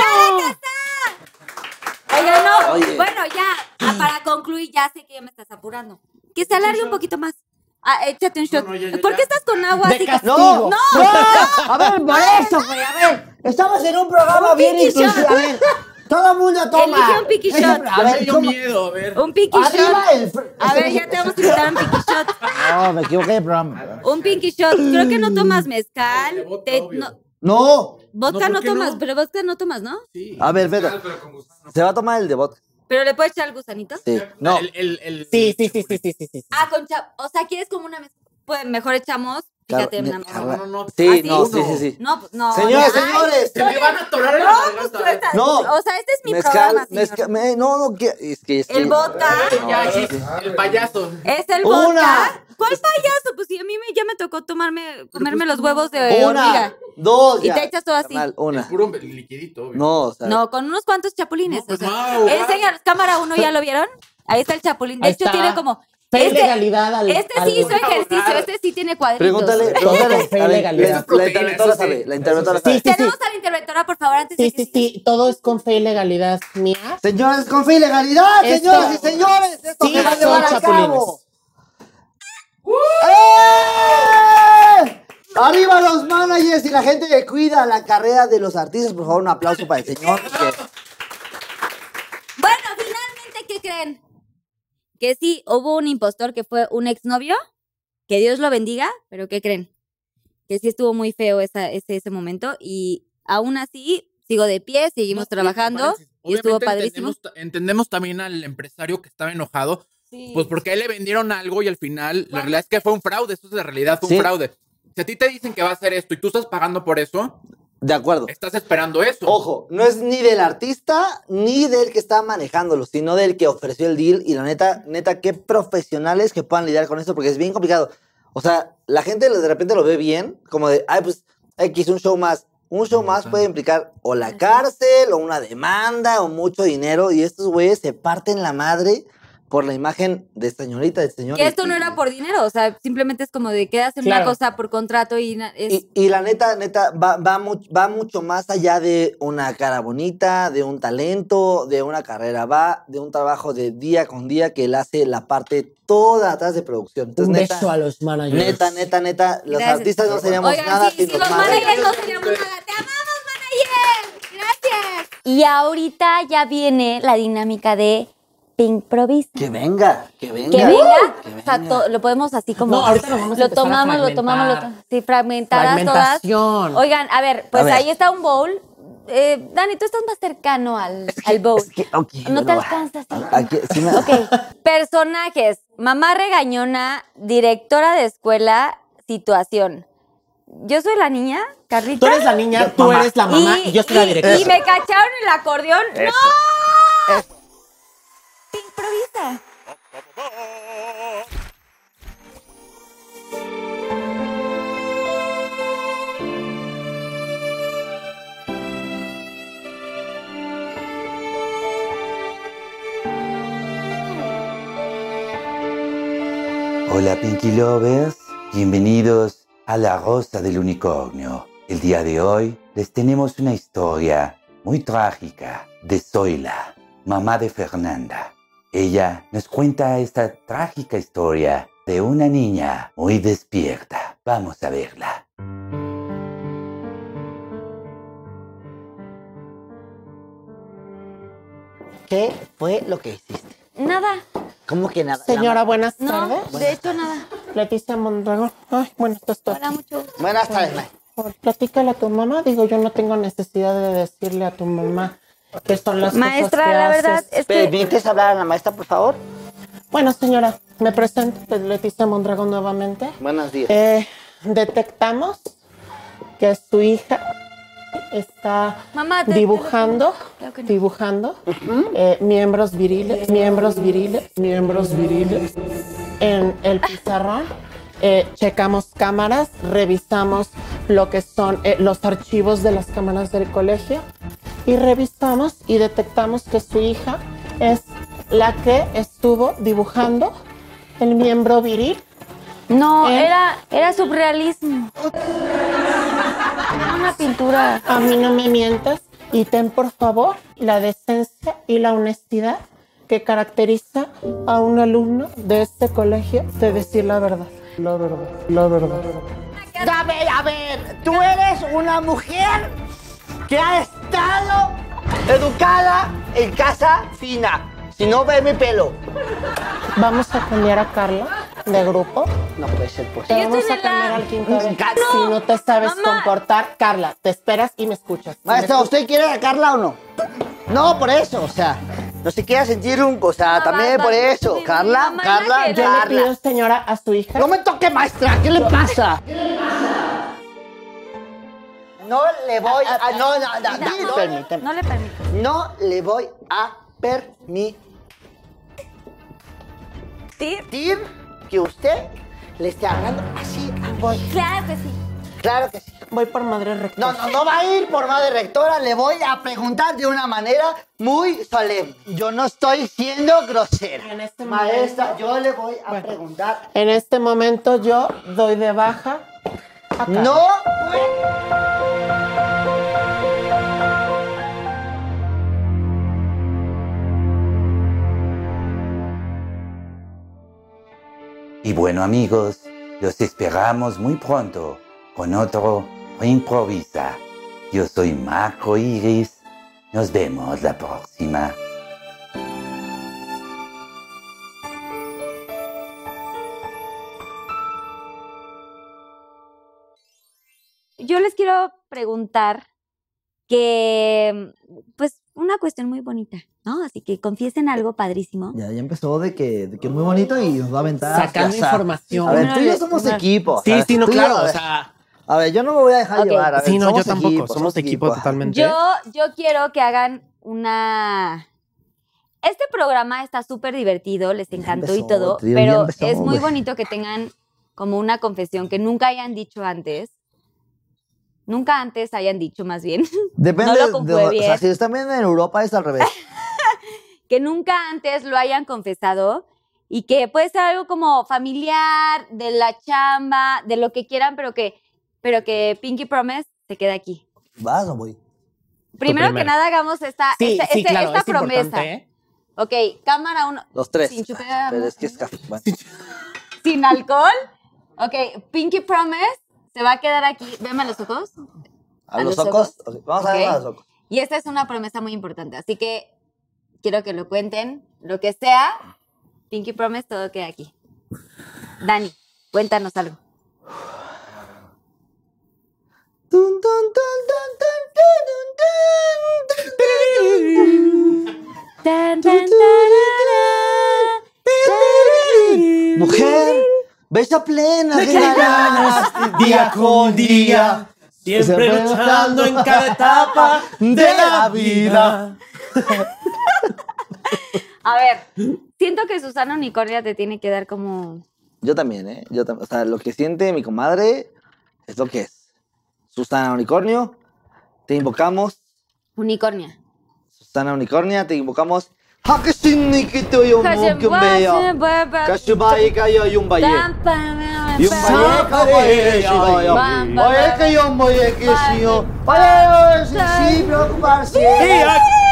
Speaker 2: Oiga, no.
Speaker 5: Oye.
Speaker 2: Bueno, ya, ah, para concluir, ya sé que ya me estás apurando. Que se alargue un poquito más. Ah, échate un shot.
Speaker 8: No, no, ya, ya,
Speaker 2: ¿Por
Speaker 8: ya.
Speaker 2: qué estás con agua
Speaker 4: De
Speaker 2: así?
Speaker 4: castigo.
Speaker 5: ¡No!
Speaker 4: ¡No!
Speaker 5: A ver, por eso, güey, a ver. Estamos en un programa bien
Speaker 2: pinky shot.
Speaker 5: inclusivo. A ver, todo el mundo toma.
Speaker 2: Elige un pinky
Speaker 5: Ese-
Speaker 2: shot.
Speaker 5: A ver,
Speaker 8: yo
Speaker 5: ¿cómo?
Speaker 8: miedo, a ver.
Speaker 2: Un pinky
Speaker 5: Arriba
Speaker 2: shot.
Speaker 5: el... fr-
Speaker 2: A ver, ya te vamos a invitar un pinky shot.
Speaker 5: No, me equivoqué de programa.
Speaker 2: Un pinky shot. Creo que no tomas mezcal.
Speaker 8: Vodka,
Speaker 2: te-
Speaker 8: obvio.
Speaker 2: no,
Speaker 5: No.
Speaker 2: vodka
Speaker 8: No,
Speaker 2: no,
Speaker 8: ¿por qué no?
Speaker 2: tomas, pero vodka no tomas, ¿no?
Speaker 8: Sí.
Speaker 3: Ah,
Speaker 5: A ver, vete.
Speaker 11: Pero con gusano.
Speaker 5: Se va a tomar el de vodka.
Speaker 2: Pero le puedes echar el gusanito.
Speaker 5: Sí. No.
Speaker 8: El- el- el-
Speaker 4: Sí, sí, sí, sí, sí, sí, sí.
Speaker 2: Ah, con chap. O sea, ¿quieres como una mezcla? Pues mejor echamos.
Speaker 5: Claro,
Speaker 2: Fíjate,
Speaker 5: de-
Speaker 2: una
Speaker 5: a
Speaker 2: mezcla.
Speaker 5: ver.
Speaker 8: No, no, no.
Speaker 5: Sí,
Speaker 2: ¿Ah,
Speaker 5: no,
Speaker 2: sí?
Speaker 5: sí, sí, sí.
Speaker 2: No, pues, no.
Speaker 5: Señores,
Speaker 2: Ay,
Speaker 5: señores.
Speaker 8: Se me van a atorar en la
Speaker 2: No, pues
Speaker 8: garganta,
Speaker 2: tú
Speaker 8: a ver.
Speaker 2: estás-
Speaker 5: No.
Speaker 2: O sea, este es mi
Speaker 5: Mezcal,
Speaker 2: programa, señor.
Speaker 5: mezcal- me- no, no, que- es que estoy-
Speaker 2: El vodka.
Speaker 8: Ya, sí, el payaso.
Speaker 2: Es el
Speaker 5: Una.
Speaker 2: vodka. ¿Cuál payaso? Pues si a mí me, ya me tocó tomarme, comerme los huevos de
Speaker 5: Una,
Speaker 2: hormiga.
Speaker 5: dos,
Speaker 2: Y
Speaker 5: ya.
Speaker 2: te echas todo así.
Speaker 5: Carnal, una.
Speaker 8: Puro liquidito, obvio.
Speaker 5: No, o sea.
Speaker 2: No, con unos cuantos chapulines.
Speaker 8: No, pues,
Speaker 2: o sea.
Speaker 8: wow, wow.
Speaker 2: Enséñanos, cámara uno, ¿ya lo vieron? Ahí está el chapulín. De
Speaker 4: Ahí
Speaker 2: hecho,
Speaker 4: está.
Speaker 2: tiene como.
Speaker 4: Fe y
Speaker 2: Este-
Speaker 4: legalidad al.
Speaker 2: Este
Speaker 4: al-
Speaker 2: sí hizo ejercicio, este sí tiene cuadritos.
Speaker 5: Pregúntale,
Speaker 4: Todo
Speaker 5: pregúntale.
Speaker 4: con fe y
Speaker 5: a ver,
Speaker 4: legalidad.
Speaker 5: la-
Speaker 8: Eso es
Speaker 5: La interventora
Speaker 8: proteína,
Speaker 5: sabe,
Speaker 8: eso
Speaker 5: la
Speaker 8: sí.
Speaker 5: interventora
Speaker 4: Sí,
Speaker 5: sabe.
Speaker 4: sí, sí.
Speaker 2: Tenemos a la interventora, por favor, antes de
Speaker 4: Sí,
Speaker 2: que
Speaker 4: sí,
Speaker 2: siga.
Speaker 4: sí. Todo es con fe y legalidad mía.
Speaker 5: Señores, con fe y legalidad,
Speaker 4: Esto-
Speaker 5: señoras y señores, esto
Speaker 4: Sí,
Speaker 5: se va a
Speaker 4: son
Speaker 5: llevar a
Speaker 4: chapulines.
Speaker 5: cabo. ¡Eh! Arriba los managers y la gente que cuida la carrera de los artistas. Por favor, un aplauso para el señor. que-
Speaker 2: Bueno, finalmente, ¿qué creen? Que sí, hubo un impostor que fue un exnovio, que Dios lo bendiga, pero ¿qué creen? Que sí estuvo muy feo esa- ese, ese momento y aún así sigo de pie, seguimos
Speaker 8: No,
Speaker 2: trabajando.
Speaker 8: paréntesis.
Speaker 2: y estuvo
Speaker 8: Obviamente
Speaker 2: padrísimo.
Speaker 8: Entendemos, ta- entendemos también al empresario que estaba enojado, pues porque a él le vendieron algo y al final la realidad es que fue un fraude, eso es la realidad, fue
Speaker 5: Sí.
Speaker 8: un fraude. Si a ti te dicen que va a hacer esto y tú estás pagando por eso,
Speaker 5: De acuerdo.
Speaker 8: estás esperando eso.
Speaker 5: Ojo, no es ni del artista ni del que está manejándolo, sino del que ofreció el deal. Y la neta, neta, qué profesionales que puedan lidiar con esto, porque es bien complicado. O sea, la gente de repente lo ve bien, como de, ay, pues, X, un show más. Un show más puede implicar o la cárcel, o una demanda, o mucho dinero. Y estos güeyes se parten la madre por la imagen de esta señorita, de este señor.
Speaker 2: Que esto no era por dinero, o sea, simplemente es como de que hacen
Speaker 4: Claro.
Speaker 2: una cosa por contrato y na- es-
Speaker 5: Y, y la neta, neta, va, va, mu- va mucho más allá de una cara bonita, de un talento, de una carrera. Va de un trabajo de día con día que él hace la parte toda atrás de producción.
Speaker 4: Un
Speaker 5: Entonces,
Speaker 4: beso
Speaker 5: neta,
Speaker 4: a los managers.
Speaker 5: neta, neta, neta, los
Speaker 2: Gracias.
Speaker 5: artistas no seríamos
Speaker 2: Oigan,
Speaker 5: nada
Speaker 2: sí,
Speaker 5: sin
Speaker 2: sí,
Speaker 5: los
Speaker 2: los
Speaker 5: managers.
Speaker 2: managers no seríamos nada. ¡Te amamos, managers! ¡Gracias!
Speaker 12: Y ahorita ya viene la dinámica de Pink Provisa.
Speaker 5: Que venga, que venga.
Speaker 12: Que venga,
Speaker 5: que
Speaker 12: o sea,
Speaker 5: venga.
Speaker 12: to- lo podemos así como.
Speaker 4: No, ahorita lo vamos a empezar a
Speaker 12: tomamos, lo tomamos, lo
Speaker 4: fragmentar.
Speaker 12: tomamos. Sí, fragmentadas todas.
Speaker 4: Fragmentación.
Speaker 12: Oigan, a ver, pues
Speaker 5: A ver.
Speaker 12: ahí está un bowl.
Speaker 2: eh, Dani, tú estás más cercano al, al bowl.
Speaker 3: Es que, ok,
Speaker 2: no te
Speaker 3: bueno, Ah,
Speaker 2: alcanzas.
Speaker 3: Aquí, sí me-
Speaker 2: Ok, personajes. Mamá regañona, directora de escuela, situación. Yo soy la niña, Carlita.
Speaker 4: Tú eres la niña, tú
Speaker 3: mamá.
Speaker 4: eres la mamá y, yo soy la
Speaker 2: y-
Speaker 4: directora.
Speaker 2: Y me cacharon el acordeón. ¡No! Improvisa.
Speaker 5: Hola Pinky Lovers, bienvenidos a La Rosa del Unicornio. El día de hoy les tenemos una historia muy trágica de Zoila, mamá de Fernanda. Ella nos cuenta esta trágica historia de una niña muy despierta. Vamos a verla.
Speaker 3: ¿Qué fue lo que hiciste?
Speaker 2: Nada.
Speaker 3: ¿Cómo que nada?
Speaker 4: Señora, buenas
Speaker 2: No,
Speaker 4: tardes.
Speaker 2: de hecho nada.
Speaker 4: Leticia Mondragón. Ay, bueno, esto es todo.
Speaker 2: Hola, mucho gusto.
Speaker 3: Buenas tardes, ma.
Speaker 4: Por- Pues, Platícale a tu mamá. Digo, yo no tengo necesidad de decirle a tu mamá qué son las
Speaker 2: Maestra,
Speaker 4: cosas que
Speaker 2: la verdad
Speaker 4: haces.
Speaker 2: es que
Speaker 3: ¿Permites hablar a la maestra, por favor?
Speaker 4: Bueno, señora, me presento Leticia Mondragón nuevamente.
Speaker 3: Buenos días.
Speaker 4: Eh, detectamos que su hija está
Speaker 2: Mamá, te-
Speaker 4: dibujando,
Speaker 2: Claro que no.
Speaker 4: dibujando eh, miembros viriles, miembros viriles, miembros viriles en el pizarrón. Eh, checamos cámaras, revisamos lo que son eh, los archivos de las cámaras del colegio y revisamos y detectamos que su hija es la que estuvo dibujando el miembro viril
Speaker 2: no,
Speaker 4: ¿Eh?
Speaker 2: era, era surrealismo. Era Una pintura.
Speaker 4: A mí no me mientas y ten por favor la decencia y la honestidad que caracteriza a un alumno de este colegio de decir la verdad. La verdad, la verdad.
Speaker 3: Dame, a ver, tú eres una mujer que ha estado educada en casa fina. Si no, ve mi pelo.
Speaker 4: Vamos a cambiar a Carla de grupo.
Speaker 3: No puede ser posible.
Speaker 4: Te
Speaker 2: Yo
Speaker 4: vamos
Speaker 2: estoy
Speaker 4: a
Speaker 2: de
Speaker 4: cambiar
Speaker 2: la-
Speaker 4: al quinto B.
Speaker 3: Ca-
Speaker 4: Si no te sabes
Speaker 2: mamá.
Speaker 4: comportar, Carla, te esperas y me escuchas. Si me
Speaker 3: Maestra, ¿usted quiere a Carla o no? No, por eso, o sea, no se quiera sentir un... O sea,
Speaker 2: Mamá,
Speaker 3: también por
Speaker 2: mamá,
Speaker 3: eso.
Speaker 2: mi-
Speaker 3: Carla,
Speaker 2: mi mamá
Speaker 3: Carla,
Speaker 2: ya que-
Speaker 4: escuchas. le
Speaker 3: Carla.
Speaker 4: pido, señora, a su hija.
Speaker 3: No me toque, maestra, ¿qué le pasa? No le voy a... No, no, no, no, permíteme.
Speaker 2: No le permito.
Speaker 3: No le voy a permitir
Speaker 2: ¿Sí?
Speaker 3: que usted le esté hablando así a mí.
Speaker 2: Claro que pues sí.
Speaker 3: Claro que sí.
Speaker 4: Voy por madre recta.
Speaker 3: No, no, no va a ir por madre rectora, le voy a preguntar de una manera muy solemne. Yo no estoy siendo grosera.
Speaker 4: En este
Speaker 3: Maestra, yo le voy a preguntar.
Speaker 4: En este momento yo doy de baja a Carla.
Speaker 3: No,
Speaker 5: Y bueno amigos, los esperamos muy pronto con otro Improvisa. Yo soy Marco Iris. Nos vemos la próxima.
Speaker 2: Yo les quiero preguntar que, pues, una cuestión muy bonita, ¿no? Así que confiesen algo padrísimo.
Speaker 3: Ya, ya empezó de que, de que es muy bonito y nos va a aventar.
Speaker 4: Sacando
Speaker 3: o sea,
Speaker 4: información.
Speaker 3: A ver,
Speaker 2: Una
Speaker 3: tú y yo
Speaker 2: vez,
Speaker 3: somos
Speaker 2: una-
Speaker 3: equipo.
Speaker 4: Sí,
Speaker 3: ¿sabes?
Speaker 4: sí, no,
Speaker 3: Tú y yo,
Speaker 4: claro,
Speaker 3: a
Speaker 4: o
Speaker 3: ver,
Speaker 4: sea.
Speaker 3: A ver, yo no me voy a dejar
Speaker 2: Ok.
Speaker 3: llevar. A ver,
Speaker 4: Sí, no, yo
Speaker 3: somos
Speaker 4: tampoco.
Speaker 3: equipo,
Speaker 4: somos equipo, totalmente.
Speaker 2: Yo, yo quiero que hagan una. Este programa está súper divertido, les encantó y
Speaker 3: empezó,
Speaker 2: todo,
Speaker 3: tío, ya
Speaker 2: pero
Speaker 3: empezó,
Speaker 2: es muy
Speaker 3: güey.
Speaker 2: bonito que tengan como una confesión que nunca hayan dicho antes. Nunca antes hayan dicho, más bien,
Speaker 3: Depende
Speaker 2: No lo conjugué
Speaker 3: de, O sea,
Speaker 2: bien.
Speaker 3: si están viendo en Europa es al revés.
Speaker 2: que nunca antes lo hayan confesado y que puede ser algo como familiar, de la chamba, de lo que quieran, pero que, pero que Pinky Promise se quede aquí.
Speaker 3: Vas o Ah, voy.
Speaker 2: Primero que
Speaker 4: primero.
Speaker 2: nada hagamos esta,
Speaker 4: Sí,
Speaker 2: esta-
Speaker 4: sí,
Speaker 2: este-
Speaker 4: claro,
Speaker 2: esta
Speaker 4: es
Speaker 2: promesa.
Speaker 4: importante, ¿eh?
Speaker 2: Ok, cámara uno.
Speaker 3: Los tres.
Speaker 2: Sin chupear,
Speaker 3: Pero
Speaker 2: ¿no?
Speaker 3: es que es café. Bueno.
Speaker 2: sin alcohol. Ok, Pinky Promise se va a quedar aquí. Veme a los ojos.
Speaker 3: A, los ojos. ok, Vamos a ver a
Speaker 2: Ok.
Speaker 3: los ojos.
Speaker 2: Y esta es una promesa muy importante. Así que quiero que lo cuenten. Lo que sea, Pinky Promise, todo queda aquí. Dani, cuéntanos algo.
Speaker 3: Tun, tun, tun, tun, tun, tun, tun, tun. Bella plena,
Speaker 4: Le echan ganas día con día, siempre
Speaker 3: Siempre
Speaker 4: luchando en cada etapa de la vida.
Speaker 2: A ver, siento que Susana Unicornia te tiene que dar como.
Speaker 3: Yo también, ¿eh? Yo tam- o sea, lo que siente mi comadre es lo que es. Susana Unicornio, te invocamos.
Speaker 2: Unicornia.
Speaker 3: Susana Unicornia, te invocamos. Hakeshinnikitoyomukyumbeya. Kashibaikayoyumbaye. Yumbayekabayeshibayo. Oyekeyomoyekeshiyo. Oye, oye, sin- sin preocuparse.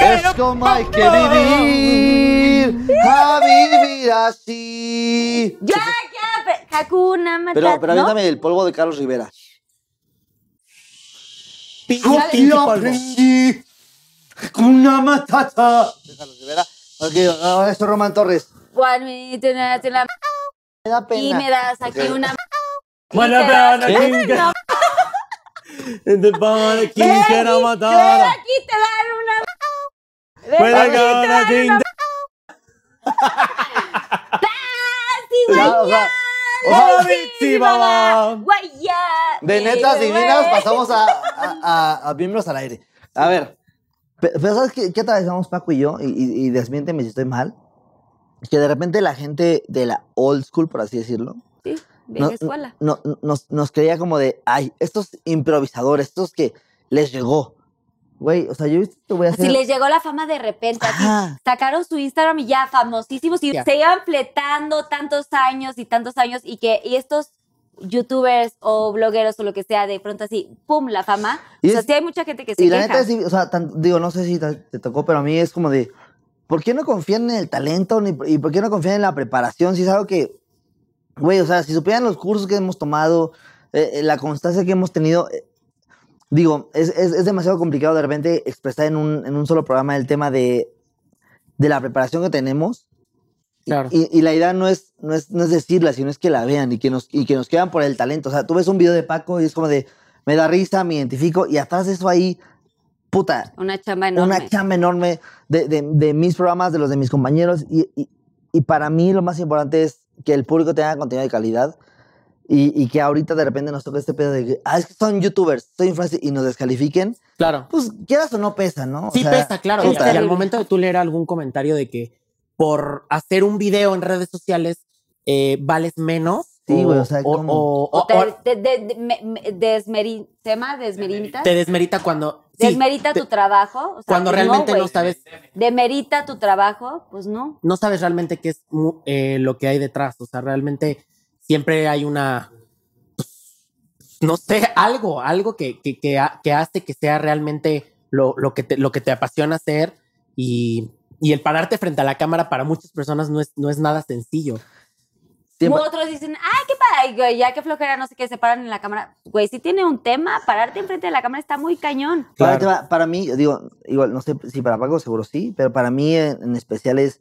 Speaker 3: Es como hay que vivir. A vivir así.
Speaker 2: Ya, ya, pe- Hakuna Matata.
Speaker 3: Pero, pero
Speaker 2: ¿no?
Speaker 3: aviéntame el polvo de Carlos Rivera.
Speaker 4: Una matata.
Speaker 3: De Carlos Rivera. Ok, ahora es Román Torres.
Speaker 2: Juan, mi- te das la-
Speaker 3: Me da pena.
Speaker 2: Y me das aquí
Speaker 3: Ok.
Speaker 2: una.
Speaker 4: Bueno,
Speaker 2: Y te das-
Speaker 4: pero ¿quién que- Te pone quien quiera
Speaker 2: Ven
Speaker 4: matar.
Speaker 2: aquí te dan una. Ven
Speaker 4: Puede
Speaker 2: aquí te
Speaker 4: ganar
Speaker 2: dan
Speaker 4: quien-
Speaker 2: una.
Speaker 3: O sea, o sea, o sea,
Speaker 4: ¡Hola, Bitsy, mamá!
Speaker 2: Guaya.
Speaker 3: de netas divinas pasamos a, a, a- a miembros al aire. A ver. pe- Pero ¿sabes qué, qué atravesamos Paco y yo? Y, y, y desmiénteme si estoy mal. Que de repente la gente de la old school, por así decirlo,
Speaker 2: Sí, vieja
Speaker 3: no-
Speaker 2: escuela.
Speaker 3: no- no- nos, nos creía como de, ay, estos improvisadores, estos que les llegó. Güey, o sea, yo te voy a hacer...
Speaker 2: Así les llegó la fama de repente. así,
Speaker 3: Ajá.
Speaker 2: sacaron su Instagram y ya famosísimos y
Speaker 4: Ya.
Speaker 2: se iban fletando tantos años y tantos años y que y estos youtubers o blogueros o lo que sea de pronto así, pum, la fama.
Speaker 3: Y
Speaker 2: o sea,
Speaker 3: es-
Speaker 2: sí hay mucha gente que se
Speaker 3: Y la
Speaker 2: queja.
Speaker 3: neta, sí, o sea, tan- digo, no sé si ta- te tocó, pero a mí es como de, ¿por qué no confían en el talento ni, y por qué no confían en la preparación? Si es algo que, güey, o sea, si supieran los cursos que hemos tomado, eh, eh, la constancia que hemos tenido, eh, digo, es, es- es demasiado complicado de repente expresar en un, en un solo programa el tema de, de la preparación que tenemos. Y-
Speaker 4: Claro.
Speaker 3: Y, y la idea no es, no, es, no es decirla, sino es que la vean y que, nos, y que nos quedan por el talento. O sea, tú ves un video de Paco y es como de, me da risa, me identifico, y atrás de eso ahí, puta,
Speaker 2: Una chamba enorme.
Speaker 3: una chamba enorme de, de- de mis programas, de los de mis compañeros. Y, y- y para mí lo más importante es que el público tenga contenido de calidad y, y que ahorita de repente nos toque este pedo de que, ah, es que son youtubers, soy influencer y nos descalifiquen.
Speaker 4: Claro.
Speaker 3: Pues quieras o no pesa, ¿no? O
Speaker 4: Sí
Speaker 3: sea,
Speaker 4: pesa, claro.
Speaker 3: puta.
Speaker 4: Y, y al
Speaker 2: terrible.
Speaker 4: momento de tú leer algún comentario de que por hacer un video en redes sociales eh, vales menos.
Speaker 3: Sí,
Speaker 4: o-
Speaker 3: güey, o sea,
Speaker 4: o,
Speaker 3: ¿cómo?
Speaker 4: o-
Speaker 2: O
Speaker 4: o-
Speaker 2: te,
Speaker 4: o
Speaker 2: te- de- de- me- me- desmeri- ¿se llama? ¿Desmeritas?
Speaker 4: te desmerita cuando... sí,
Speaker 2: ¿Desmerita
Speaker 4: te-
Speaker 2: tu trabajo? O sea,
Speaker 4: Cuando
Speaker 2: pues
Speaker 4: realmente
Speaker 2: güey.
Speaker 4: no sabes
Speaker 2: ¿Demerita tu trabajo? Pues no.
Speaker 4: no sabes realmente qué es mu- eh, lo que hay detrás. O sea, realmente siempre hay una, no sé, algo, algo que, que, que ha- que hace que sea realmente lo, lo, que, te, lo que te apasiona hacer y, y el pararte frente a la cámara para muchas personas no es, no es nada sencillo.
Speaker 2: U
Speaker 3: Siempre-
Speaker 2: otros dicen, ay, qué padre, güey, ya que flojera, no sé qué, se paran en la cámara. Güey, si tiene un tema, pararte enfrente de la cámara está muy cañón.
Speaker 3: Ahora
Speaker 4: Claro.
Speaker 3: te va- para mí, digo, igual, no sé si para Paco seguro sí, pero para mí en, en especial es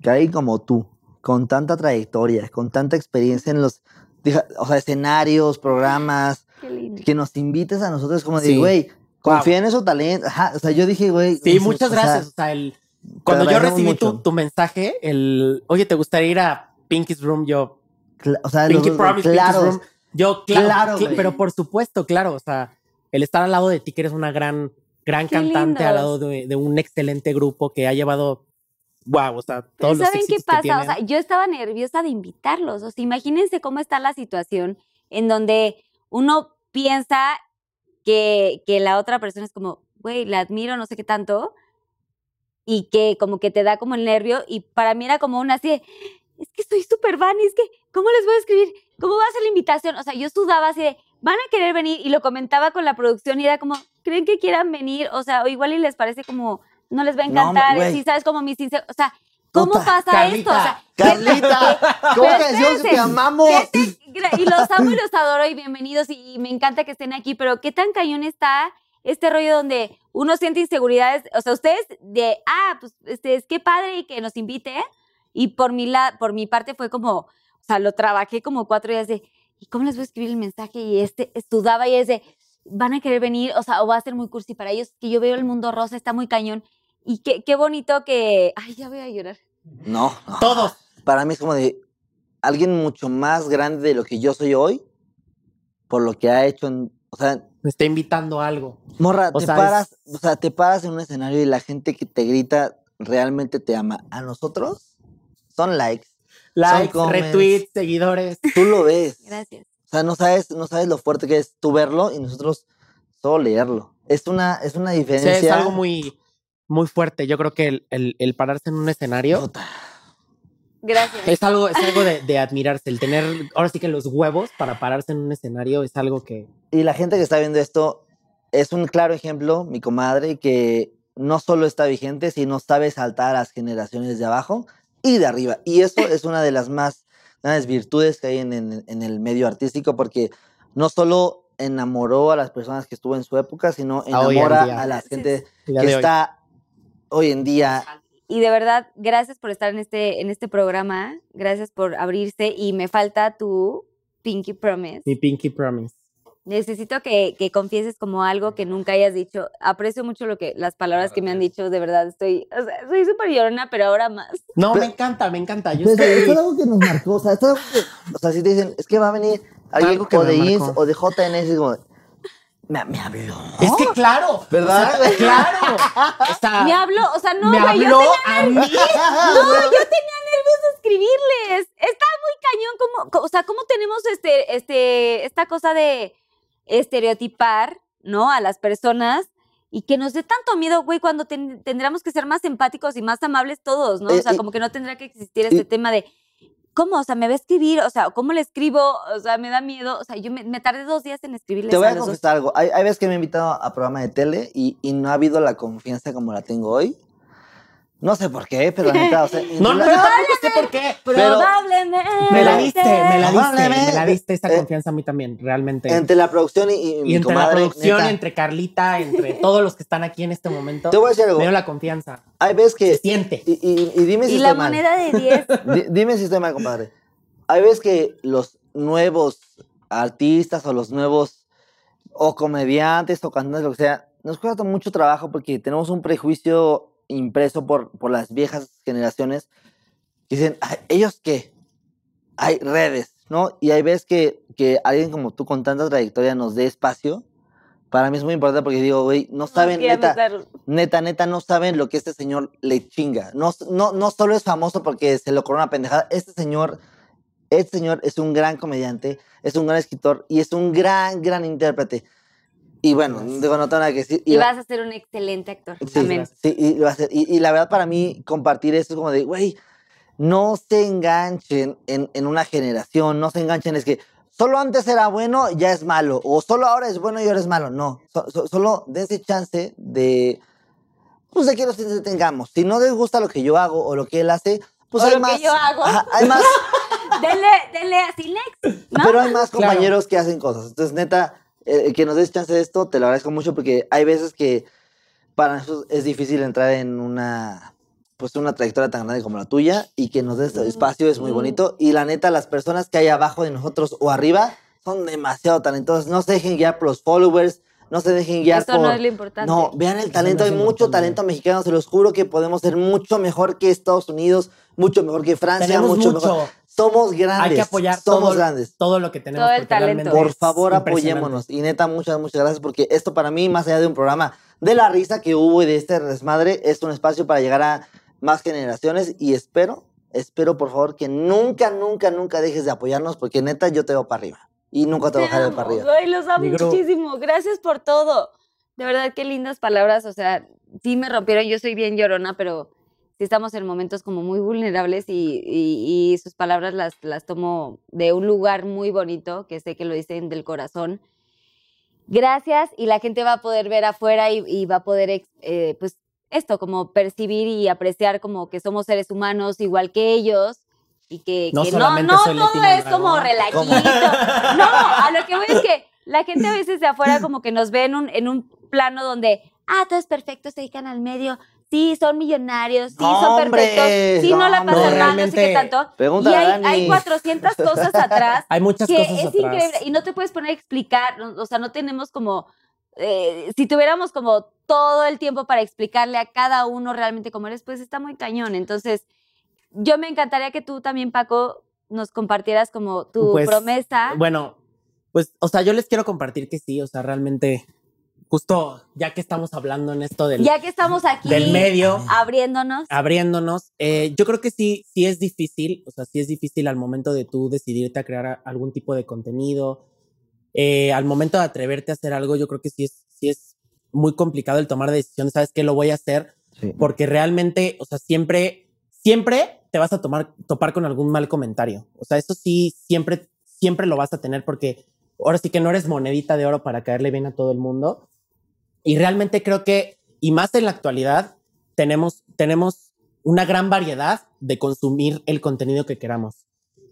Speaker 3: que alguien como tú, con tanta trayectoria, con tanta experiencia en los, deja- o sea, escenarios, programas,
Speaker 2: Qué lindo.
Speaker 3: que nos invites a nosotros como de,
Speaker 4: Sí.
Speaker 3: güey, confía en esos talentos. Ajá, o sea, yo dije, güey.
Speaker 4: Sí,
Speaker 3: o sea,
Speaker 4: muchas
Speaker 3: o sea,
Speaker 4: gracias. O sea, el, cuando yo
Speaker 3: agradecemos
Speaker 4: recibí tu,
Speaker 3: mucho.
Speaker 4: tu mensaje, el, oye, ¿te gustaría ir a Pinky's Room? Yo,
Speaker 3: cla- O sea,
Speaker 4: Pinky
Speaker 3: Ah, los-
Speaker 4: Promise,
Speaker 3: claros.
Speaker 4: Pinky's Room. Yo, claro,
Speaker 3: Claro,
Speaker 4: cl-
Speaker 3: güey.
Speaker 4: pero por supuesto, claro, o sea, el estar al lado de ti, que eres una gran, gran
Speaker 2: Qué
Speaker 4: cantante, al lado
Speaker 2: lindos.
Speaker 4: de, de un excelente grupo que ha llevado, wow, o sea,
Speaker 2: Pero
Speaker 4: todos los
Speaker 2: ¿Saben qué
Speaker 4: éxitos que
Speaker 2: pasa? o
Speaker 4: tienen.
Speaker 2: sea, yo estaba nerviosa de invitarlos. O sea, imagínense cómo está la situación en donde uno piensa que, que la otra persona es como, güey, la admiro, no sé qué tanto, y que como que te da como el nervio. Y para mí era como una así, de, es que soy súper fan, y es que, ¿cómo les voy a escribir? ¿Cómo va a ser la invitación? O sea, yo sudaba así de, van a querer venir, y lo comentaba con la producción, y era como, ¿creen que quieran venir? O sea, o igual y les parece como, no les va a
Speaker 3: No, hombre,
Speaker 2: encantar,
Speaker 3: güey.
Speaker 2: sí, sabes, como mis sincer- o sea, ¿Cómo
Speaker 3: Puta,
Speaker 2: pasa esto? O sea,
Speaker 3: Carlita, ¿cómo
Speaker 2: Pero
Speaker 3: que decimos que te
Speaker 2: espérense,
Speaker 3: amamos?
Speaker 2: ¿qué te- gra- y los amo y los adoro y bienvenidos y, y me encanta que estén aquí, pero ¿qué tan cañón está este rollo donde uno siente inseguridades? O sea, ustedes de, ah, pues este, es que padre y que nos invite. Y por mi, la, por mi parte fue como, o sea, lo trabajé como cuatro días de, ¿y cómo les voy a escribir el mensaje? Y este, sudaba y es de, van a querer venir, o sea, o va a ser muy cursi para ellos, que yo veo el mundo rosa, está muy cañón. Y qué, qué bonito que, ay, ya voy a llorar.
Speaker 3: No, no.
Speaker 4: todos,
Speaker 3: Para mí es como de,
Speaker 5: alguien mucho más grande de lo que yo soy hoy por lo que ha hecho. en- o sea,
Speaker 4: Me está invitando a algo.
Speaker 5: morra,
Speaker 4: O
Speaker 5: te
Speaker 4: sea,
Speaker 5: paras, o sea, te paras en un escenario y la gente que te grita realmente te ama. A nosotros son likes.
Speaker 4: Likes,
Speaker 5: comments.
Speaker 4: retweets, seguidores.
Speaker 5: Tú lo ves.
Speaker 3: Gracias.
Speaker 5: O sea, no sabes, no sabes lo fuerte que es tú verlo y nosotros solo leerlo. Es una, es una
Speaker 4: O sea,
Speaker 5: diferencia.
Speaker 4: es algo muy, muy fuerte. Yo creo que el, el- el pararse en un escenario
Speaker 5: Puta.
Speaker 2: Gracias.
Speaker 4: es algo, es algo de, de admirarse. El tener, ahora sí que los huevos para pararse en un escenario es algo que
Speaker 5: Y la gente que está viendo esto es un claro ejemplo, mi comadre, que no solo está vigente, sino sabe saltar a las generaciones de abajo y de arriba. Y eso es una de las más grandes virtudes que hay en, en- en el medio artístico, porque no solo enamoró a las personas que estuvo en su época, sino
Speaker 4: A hoy en
Speaker 5: enamora
Speaker 4: día.
Speaker 5: a la gente
Speaker 4: el día
Speaker 5: que
Speaker 4: de hoy.
Speaker 5: está hoy en día
Speaker 3: Y de verdad, gracias por estar en este, en este programa. Gracias por abrirse. Y me falta tu Pinky Promise.
Speaker 4: Mi pinky promise.
Speaker 3: Necesito que, que confieses como algo que nunca hayas dicho. Aprecio mucho lo que las palabras que me han dicho. De verdad, estoy, o sea, soy súper llorona, pero ahora más.
Speaker 4: No,
Speaker 5: Pero-
Speaker 4: me encanta, me encanta. Yo
Speaker 5: Pero esto
Speaker 4: estoy-
Speaker 5: es algo que nos marcó. O sea, esto es algo que- o sea, si te dicen, es que va a venir alguien
Speaker 4: Algo que
Speaker 5: o
Speaker 4: me
Speaker 5: de Jeans
Speaker 4: marcó.
Speaker 5: o de JNS, es como, me, me habló.
Speaker 4: Es que claro,
Speaker 5: ¡Oh! ¿Verdad?
Speaker 4: o sea, claro. O sea,
Speaker 2: Me habló, o sea, no,
Speaker 4: Ah, me
Speaker 2: güey, yo
Speaker 4: habló
Speaker 2: tenía
Speaker 4: a mí.
Speaker 2: No, yo tenía nervios de escribirles. Está muy cañón como, co- o sea, cómo tenemos este, este, esta cosa de estereotipar, ¿no? A las personas y que nos dé tanto miedo, güey, cuando ten- tendríamos que ser más empáticos y más amables todos, ¿no? O
Speaker 5: Eh,
Speaker 2: sea,
Speaker 5: eh,
Speaker 2: como que no tendrá que existir este
Speaker 5: eh.
Speaker 2: tema de ¿Cómo? O sea, ¿me va a escribir? O sea, ¿cómo le escribo? O sea, me da miedo. O sea, yo me, me tardé dos días en escribirles
Speaker 5: Te voy
Speaker 2: a
Speaker 5: a
Speaker 2: los dos.
Speaker 5: confesar algo. Hay, hay veces que me he invitado a programa de tele y, y no ha habido la confianza como la tengo hoy. No sé por qué, pero la neta, o sea,
Speaker 4: No, no, yo tampoco sé por qué.
Speaker 5: pero-
Speaker 2: Probablemente.
Speaker 4: Me la diste, me la diste,
Speaker 5: Probablemente.
Speaker 4: me la diste esa
Speaker 5: Eh,
Speaker 4: confianza a mí también, realmente.
Speaker 5: entre la producción y, y mi
Speaker 4: y entre la
Speaker 5: comadre,
Speaker 4: producción,
Speaker 5: neta,
Speaker 4: entre Carlita, entre todos los que están aquí en este momento,
Speaker 5: te voy a decir algo.
Speaker 4: me dio la confianza.
Speaker 5: Hay veces
Speaker 4: Se
Speaker 5: que
Speaker 4: siente.
Speaker 5: y, y- y dime si
Speaker 2: Y
Speaker 5: estoy
Speaker 2: la
Speaker 5: mal.
Speaker 2: moneda de 10.
Speaker 5: Di- dime si estoy mal, compadre. Hay veces que los nuevos artistas o los nuevos o comediantes o cantantes, lo que sea, nos cuesta mucho trabajo porque tenemos un prejuicio impreso por, por las viejas generaciones que dicen, "Ay, ¿ellos qué? Hay redes, ¿no? Y hay veces que, que alguien como tú con tanta trayectoria nos dé espacio. Para mí es muy importante porque digo, güey, no saben,
Speaker 2: Quiero
Speaker 5: neta,
Speaker 2: meterlo.
Speaker 5: neta, neta, no saben lo que este señor le chinga. No, no, no solo es famoso porque se lo corona una pendejada. Este señor, este señor es un gran comediante, es un gran escritor y es un gran, gran intérprete. Y bueno, digo, no tengo nada que decir.
Speaker 2: Y
Speaker 5: va-
Speaker 2: vas a ser un excelente actor.
Speaker 5: Sí,
Speaker 2: Amén.
Speaker 5: sí, y, lo hace- y- y la verdad para mí compartir esto es como de, güey, no se enganchen en, en una generación, no se enganchen, es que solo antes era bueno, ya es malo, o solo ahora es bueno y ahora es malo, no, So- so- solo dense chance de, pues de que nos entretengamos, si no les gusta lo que yo hago o lo que él hace, pues
Speaker 2: O
Speaker 5: hay
Speaker 2: lo que
Speaker 5: más,
Speaker 2: yo hago.
Speaker 5: Ajá, hay más,
Speaker 2: Denle, denle así next, ¿no?
Speaker 5: pero hay más
Speaker 4: Claro.
Speaker 5: compañeros que hacen cosas, entonces neta, eh, que nos des chance de esto, te lo agradezco mucho porque hay veces que para nosotros es difícil entrar en una pues una trayectoria tan grande como la tuya y que nos des
Speaker 2: Mm,
Speaker 5: espacio es muy bonito y la neta las personas que hay abajo de nosotros o arriba son demasiado talentosas no se dejen guiar por los followers no se dejen guiar
Speaker 2: Eso
Speaker 5: por
Speaker 2: no es lo importante.
Speaker 5: no, vean el talento, hay
Speaker 4: es
Speaker 5: mucho
Speaker 4: importante.
Speaker 5: talento mexicano, se los juro que podemos ser mucho mejor que Estados Unidos, mucho mejor que Francia,
Speaker 4: Tenemos
Speaker 5: mucho,
Speaker 4: mucho.
Speaker 5: mejor. Somos grandes.
Speaker 4: Hay que apoyar
Speaker 5: somos
Speaker 4: todo,
Speaker 5: grandes.
Speaker 4: todo lo que tenemos.
Speaker 2: Todo el
Speaker 4: porque realmente
Speaker 2: talento.
Speaker 5: Por
Speaker 4: es
Speaker 5: favor,
Speaker 4: impresionante.
Speaker 5: apoyémonos. Y neta, muchas, muchas gracias porque esto para mí, más allá de un programa de la risa que hubo y de este desmadre, es un espacio para llegar a más generaciones y espero, espero por favor que nunca, nunca, nunca dejes de apoyarnos porque neta yo te veo para arriba y nunca te
Speaker 2: Te
Speaker 5: bajaré
Speaker 2: amo,
Speaker 5: para arriba.
Speaker 2: güey, los amo
Speaker 4: Mi Gru.
Speaker 2: muchísimo. Gracias por todo. De verdad, qué lindas palabras. O sea, sí me rompieron. Yo soy bien llorona, pero sí estamos en momentos como muy vulnerables y, y- y sus palabras las, las tomo de un lugar muy bonito, que sé que lo dicen del corazón. Gracias y la gente va a poder ver afuera y, y va a poder, ex- eh, pues, esto, como percibir y apreciar como que somos seres humanos igual que ellos y que
Speaker 4: No
Speaker 2: que no,
Speaker 4: solamente
Speaker 2: no
Speaker 4: soy
Speaker 2: todo
Speaker 4: Leticia
Speaker 2: es como
Speaker 4: Dragón.
Speaker 2: relajito.
Speaker 5: ¿Cómo?
Speaker 2: No, a lo que voy es que la gente a veces de afuera como que nos ve en un, en un plano donde, ah, todo es perfecto, se dedican al medio, sí, son millonarios, sí, son
Speaker 5: ¡Hombres!
Speaker 2: perfectos, sí, no la
Speaker 5: ¡No,
Speaker 2: pasan mal, no sé qué
Speaker 4: realmente!
Speaker 2: tanto. Y
Speaker 5: Pregúntale a
Speaker 2: hay,
Speaker 5: Dani.
Speaker 2: hay 400 cosas atrás
Speaker 4: Hay muchas
Speaker 2: que
Speaker 4: cosas
Speaker 2: es
Speaker 4: atrás.
Speaker 2: increíble y no te puedes poner a explicar, no- o sea, no tenemos como, eh, si tuviéramos como todo el tiempo para explicarle a cada uno realmente cómo eres, pues está muy cañón. Entonces, yo me encantaría que tú también, Paco, nos compartieras como tu
Speaker 4: Pues,
Speaker 2: promesa.
Speaker 4: Bueno, pues, o sea, yo les quiero compartir que sí, o sea, realmente, justo ya que estamos hablando en esto del,
Speaker 2: ya que estamos aquí
Speaker 4: del medio,
Speaker 2: abriéndonos,
Speaker 4: abriéndonos, eh, yo creo que sí, sí es difícil, o sea, sí es difícil al momento de tú decidirte a crear a- algún tipo de contenido, eh, al momento de atreverte a hacer algo, yo creo que sí es, sí es muy complicado el tomar decisiones, ¿sabes qué? Lo voy a hacer,
Speaker 5: Sí.
Speaker 4: porque realmente, o sea, siempre, siempre te vas a tomar, topar con algún mal comentario. O sea, eso sí, siempre, siempre lo vas a tener porque ahora sí que no eres monedita de oro para caerle bien a todo el mundo. Y realmente creo que, y más en la actualidad, tenemos, tenemos una gran variedad de consumir el contenido que queramos.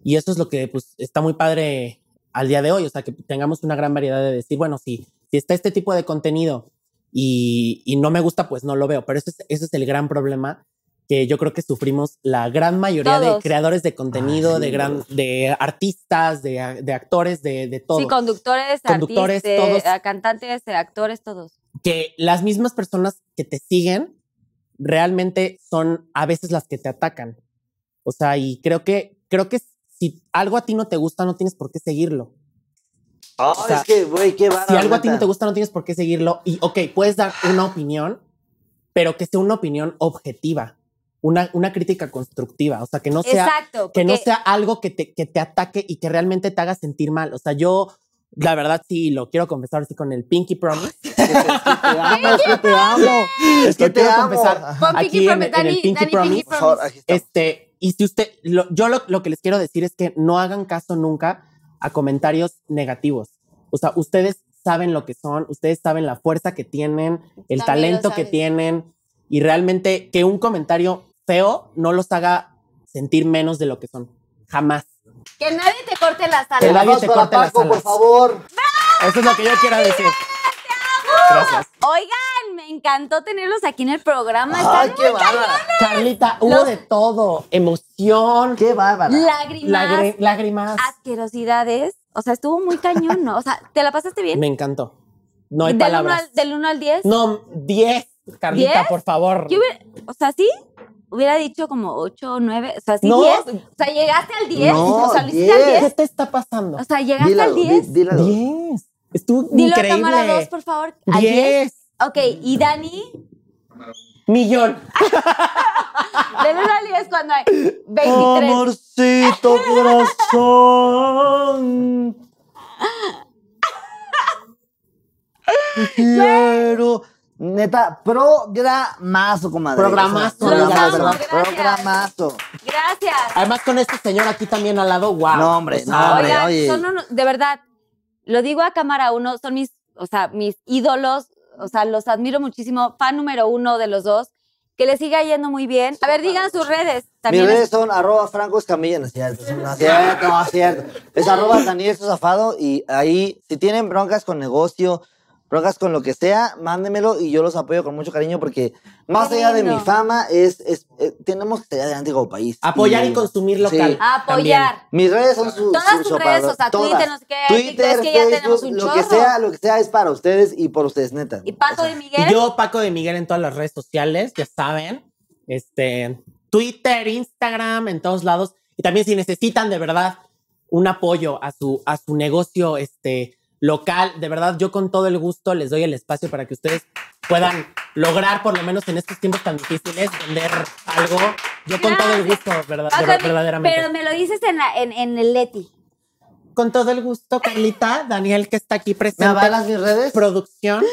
Speaker 4: Y eso es lo que pues, está muy padre al día de hoy, o sea, que tengamos una gran variedad de decir, bueno, si, si está este tipo de contenido y, y no me gusta, pues no lo veo. Pero ese es, ese es el gran problema que yo creo que sufrimos la gran mayoría
Speaker 2: Todos.
Speaker 4: de creadores de contenido,
Speaker 5: Ay,
Speaker 4: de, gran, de artistas, de, a- de actores, de, de todo.
Speaker 2: sí, conductores,
Speaker 4: Conductores,
Speaker 2: artistas,
Speaker 4: todos.
Speaker 2: eh, cantantes, eh, actores, todos.
Speaker 4: que las mismas personas que te siguen realmente son a veces las que te atacan. O sea, y creo que, creo que si algo a ti no te gusta, no tienes por qué seguirlo.
Speaker 5: Ah,
Speaker 4: O sea,
Speaker 5: es que, güey, qué bárbaro.
Speaker 4: si
Speaker 2: Ah,
Speaker 4: algo a ti no
Speaker 5: neta.
Speaker 4: te gusta, no tienes por qué seguirlo. Y, ok, puedes dar una opinión, pero que sea una opinión objetiva, una, una crítica constructiva. O sea, que no sea,
Speaker 2: Exacto,
Speaker 4: que no
Speaker 2: porque-
Speaker 4: sea algo que te, que te ataque y que realmente te haga sentir mal. O sea, yo, la verdad, sí, lo quiero confesar así con el Pinky Promise. te amo, es que te amo.
Speaker 5: Es que
Speaker 4: Lo
Speaker 5: te
Speaker 4: quiero
Speaker 5: amo.
Speaker 4: confesar.
Speaker 2: Pon
Speaker 4: Aquí
Speaker 2: Pinky
Speaker 4: en-
Speaker 2: Promise,
Speaker 4: en el
Speaker 2: Dani,
Speaker 4: Pinky
Speaker 2: Dani,
Speaker 4: Promise.
Speaker 2: Pinky
Speaker 5: Por favor,
Speaker 2: Promise.
Speaker 5: aquí estamos.
Speaker 4: Este, y si usted, lo- yo lo, lo que les quiero decir es que no hagan caso nunca a comentarios negativos. O sea, ustedes saben lo que son, ustedes saben la fuerza que tienen,
Speaker 2: También
Speaker 4: el
Speaker 2: lo
Speaker 4: talento que
Speaker 2: sabes.
Speaker 4: tienen y realmente que un comentario feo no los haga sentir menos de lo que son. Jamás.
Speaker 2: Que nadie te corte las
Speaker 4: Que
Speaker 2: alas.
Speaker 4: nadie
Speaker 5: Aplauso
Speaker 4: te
Speaker 5: para
Speaker 4: corte las
Speaker 5: Paco, por
Speaker 4: alas.
Speaker 5: favor.
Speaker 4: Eso es lo que yo quiero decir. Gracias.
Speaker 2: Oigan, me encantó tenerlos aquí en el programa.
Speaker 5: Ay,
Speaker 2: Están
Speaker 5: qué bárbara.
Speaker 4: Carlita, hubo
Speaker 2: Los-
Speaker 4: de todo. Emoción,
Speaker 5: Qué bárbara.
Speaker 2: lágrimas,
Speaker 4: lagri- lágrimas.
Speaker 2: asquerosidades. O sea, estuvo muy cañón, ¿no? O sea, ¿te la pasaste bien?
Speaker 4: Me encantó. No hay
Speaker 2: del, uno
Speaker 4: palabras.
Speaker 2: al, del 1 al 10.
Speaker 4: No, 10, Carlita,
Speaker 2: ¿Diez?
Speaker 4: por favor.
Speaker 2: Yo hubiera- o sea, sí, hubiera dicho como 8 o 9. O sea, sí,
Speaker 4: No.
Speaker 2: 10. O sea, llegaste al 10.
Speaker 5: No,
Speaker 2: o sea, lo hiciste al
Speaker 5: diez.
Speaker 2: 10.
Speaker 4: ¿Qué te está pasando?
Speaker 2: O sea, llegaste
Speaker 5: Dile
Speaker 2: al 10.
Speaker 5: Dile
Speaker 4: 10. Estuvo
Speaker 2: Dilo
Speaker 4: increíble.
Speaker 2: a cámara 2, por favor. Al 10.
Speaker 4: 10.
Speaker 2: Ok, y Dani,
Speaker 4: Millón.
Speaker 2: del 1 al 10 cuando hay
Speaker 4: Oh,
Speaker 2: 23.
Speaker 5: Amorcito corazón. Te Quiero. Neta, programazo, comadre.
Speaker 4: Programazo,
Speaker 5: O sea,
Speaker 2: Los amo,
Speaker 5: programazo,
Speaker 2: gracias.
Speaker 5: programazo.
Speaker 2: Gracias.
Speaker 4: Además, con este señor aquí también al lado, wow.
Speaker 5: No, hombre, no, hombre.
Speaker 2: Oigan,
Speaker 5: oye.
Speaker 2: son uno- de verdad, lo digo a cámara uno, son mis, o sea, mis ídolos, o sea, los admiro muchísimo, fan número uno de los dos, que les siga yendo muy bien. A ver, digan sus redes
Speaker 5: Mis
Speaker 2: también.
Speaker 5: redes son arroba franco escamilla, no es cierto, no es cierto, no es cierto. Es arroba Daniel Sosafado y ahí, si tienen broncas con negocio, broncas con lo que sea, mándemelo y yo los apoyo con mucho cariño porque más
Speaker 2: Qué
Speaker 5: allá de
Speaker 2: lindo.
Speaker 5: mi fama, es, es- eh, tenemos que salir adelante como país.
Speaker 4: Apoyar y consumir local.
Speaker 5: Sí.
Speaker 2: Apoyar.
Speaker 5: Mis redes son su,
Speaker 2: Todas
Speaker 5: su
Speaker 2: tus
Speaker 5: sopador,
Speaker 2: redes, o sea,
Speaker 5: todas.
Speaker 2: Twitter, no sé qué,
Speaker 5: Twitter,
Speaker 2: TikTok, es que ya tenemos
Speaker 5: Facebook,
Speaker 2: un
Speaker 5: lo que
Speaker 2: chorro.
Speaker 5: sea, lo que sea es para ustedes y por ustedes, neta.
Speaker 2: Y Paco
Speaker 5: O
Speaker 2: de
Speaker 5: sea,
Speaker 2: Miguel,
Speaker 4: Y yo, Paco de Miguel, en todas las redes sociales, ya saben. Este, Twitter, Instagram, en todos lados. Y también si necesitan de verdad un apoyo a su, a su negocio este, local, de verdad, yo con todo el gusto les doy el espacio para que ustedes puedan lograr, por lo menos en estos tiempos tan difíciles, vender algo. Yo con todo el gusto, verdad,
Speaker 2: Paco
Speaker 4: de-
Speaker 2: de Miguel,
Speaker 4: verdaderamente.
Speaker 2: pero me lo dices en, la, en, en el Leti.
Speaker 4: Con todo el gusto, Carlita, Daniel, que está aquí presente.
Speaker 5: ¿Me avalas mis redes?
Speaker 4: producción,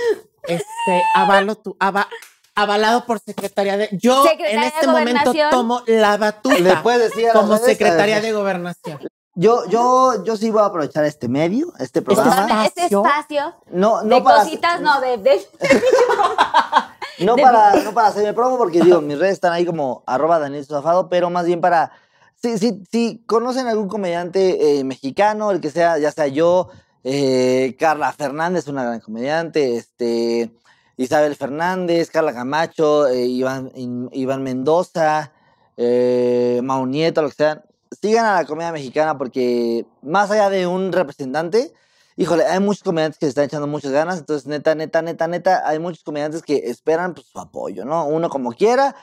Speaker 4: este, avalo tu, ava- avalado por secretaria de. Yo
Speaker 2: Secretaria
Speaker 4: en
Speaker 2: de
Speaker 4: este momento
Speaker 2: Gobernación.
Speaker 4: tomo la
Speaker 5: ¿Le
Speaker 4: batuta
Speaker 5: puedes decir a las
Speaker 4: como
Speaker 5: redes? Eh,
Speaker 4: secretaria de gobernación.
Speaker 5: Yo, yo, yo sí voy a aprovechar este medio, este programa.
Speaker 2: Dame este
Speaker 4: espacio.
Speaker 2: espacio
Speaker 5: No, no
Speaker 2: de
Speaker 5: para,
Speaker 2: cositas, no, de, de-
Speaker 5: no,
Speaker 2: de-
Speaker 5: para, no para hacerme promo, porque digo, mis redes están ahí como arroba Daniel Sosafado, pero más bien para. Si, si, si conocen algún comediante eh, mexicano, el que sea, ya sea yo, eh, Carla Fernández, una gran comediante, este, Isabel Fernández, Carla Camacho, eh, Iván, In- Iván Mendoza, eh, Mau Nieto, lo que sea. Sigan a la comedia mexicana porque más allá de un representante, Híjole, hay muchos comediantes que se están echando muchas ganas, entonces neta, neta, neta, neta, hay muchos comediantes que esperan pues, su apoyo, ¿no? Uno como quiera,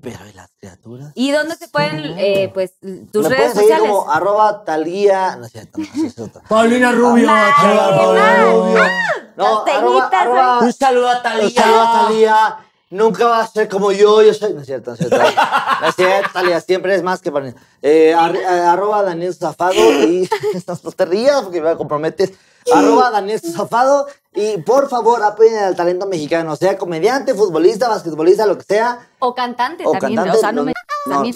Speaker 5: Pero ¿y las criaturas?
Speaker 2: ¿Y dónde se pueden, eh, pues, tus
Speaker 5: Me
Speaker 2: redes
Speaker 5: pueden seguir
Speaker 2: sociales?
Speaker 5: como arroba talía. No es cierto, no, sí es cierto.
Speaker 4: Paulina Rubio. arroba Paulina Rubio.
Speaker 5: No,
Speaker 13: Las
Speaker 5: arroba,
Speaker 13: telitas,
Speaker 5: arroba,
Speaker 4: Un saludo a
Speaker 5: un
Speaker 4: Talía.
Speaker 5: saludo a Talía. Nunca va a ser como yo, yo soy. No es cierto, no es cierto. No es cierto, Talía, siempre es más que para mí. Eh, ar- eh, arroba Daniel Zafado y. No te rías porque me comprometes. Arroba Daniel Zafado y por favor apoyen al talento mexicano, sea comediante, futbolista, basquetbolista, lo que sea.
Speaker 13: O cantante
Speaker 5: O
Speaker 13: también.
Speaker 5: cantante,
Speaker 13: o sea, no,
Speaker 5: no,
Speaker 13: me.
Speaker 5: no.
Speaker 13: también.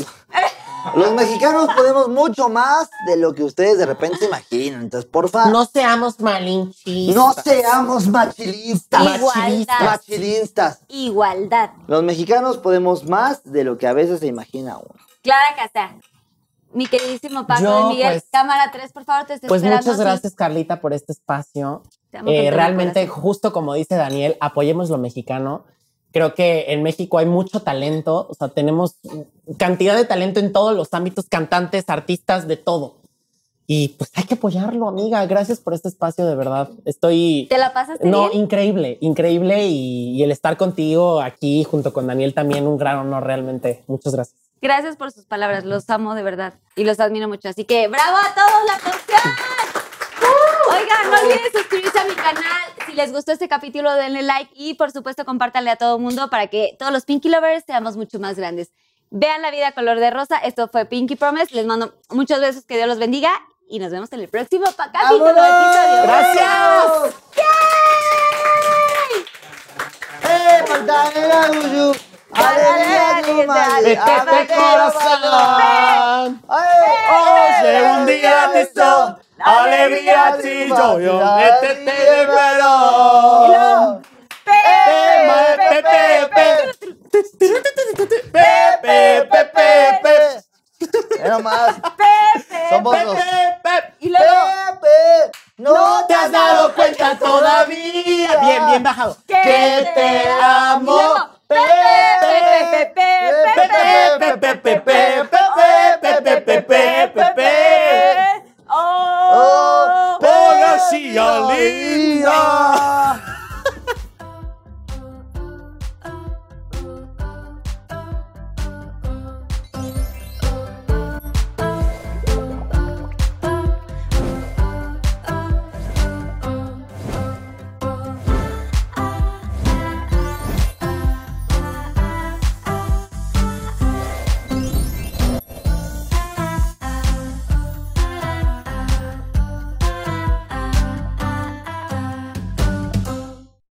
Speaker 5: Los mexicanos podemos mucho más de lo que ustedes de repente se imaginan. Entonces, porfa,
Speaker 3: Ah.
Speaker 5: no,
Speaker 4: No seamos malinchistas.
Speaker 5: seamos machilistas.
Speaker 2: Igualdad.
Speaker 5: Machilistas.
Speaker 2: Igualdad.
Speaker 5: Los mexicanos podemos más de lo que a veces se imagina uno.
Speaker 2: Clara Casa. Mi queridísimo Paco
Speaker 4: Yo,
Speaker 2: de Miguel,
Speaker 4: pues,
Speaker 2: cámara 3, por favor, te estoy
Speaker 4: Pues
Speaker 2: esperando.
Speaker 4: muchas
Speaker 2: Sí,
Speaker 4: gracias, Carlita, por este espacio.
Speaker 2: te amo con
Speaker 4: Eh,
Speaker 2: todo mi
Speaker 4: realmente,
Speaker 2: corazón.
Speaker 4: justo como dice Daniel, apoyemos lo mexicano. Creo que en México hay mucho talento, o sea, tenemos cantidad de talento en todos los ámbitos, cantantes, artistas, de todo. Y pues hay que apoyarlo, amiga. Gracias por este espacio, de verdad. Estoy...
Speaker 2: ¿Te la pasaste
Speaker 4: No,
Speaker 2: bien?
Speaker 4: increíble, increíble. Y, y el estar contigo aquí junto con Daniel también, un gran honor realmente. Muchas gracias.
Speaker 2: Gracias por sus palabras, los amo de verdad y los admiro mucho. Así que bravo a todos, la canción. Oigan, no olviden suscribirse a mi canal. Si les gustó este capítulo, denle like y por supuesto compártanle a todo el mundo para que todos los Pinky Lovers seamos mucho más grandes. Vean la vida color de rosa. Esto fue Pinky Promise. Les mando muchos besos, que Dios los bendiga y nos vemos en el próximo pa- capítulo. episodio.
Speaker 4: ¡Gracias!
Speaker 5: ¡Eh, Magdalena Guyú! ¡Alegría, Yumali!
Speaker 4: ¡Este
Speaker 5: ¡Alegría,
Speaker 4: corazón!
Speaker 5: oh, ¡Oye,
Speaker 4: Oye, un día te son alegría y yo, este te libero. Pepe, pepe, pepe, pepe, pepe,
Speaker 5: Era más. Somos los.
Speaker 4: pepe.
Speaker 2: Y luego,
Speaker 5: Pepe,
Speaker 4: No te has dado cuenta todavía. Bien, bien bajado. Que te amo. Oh,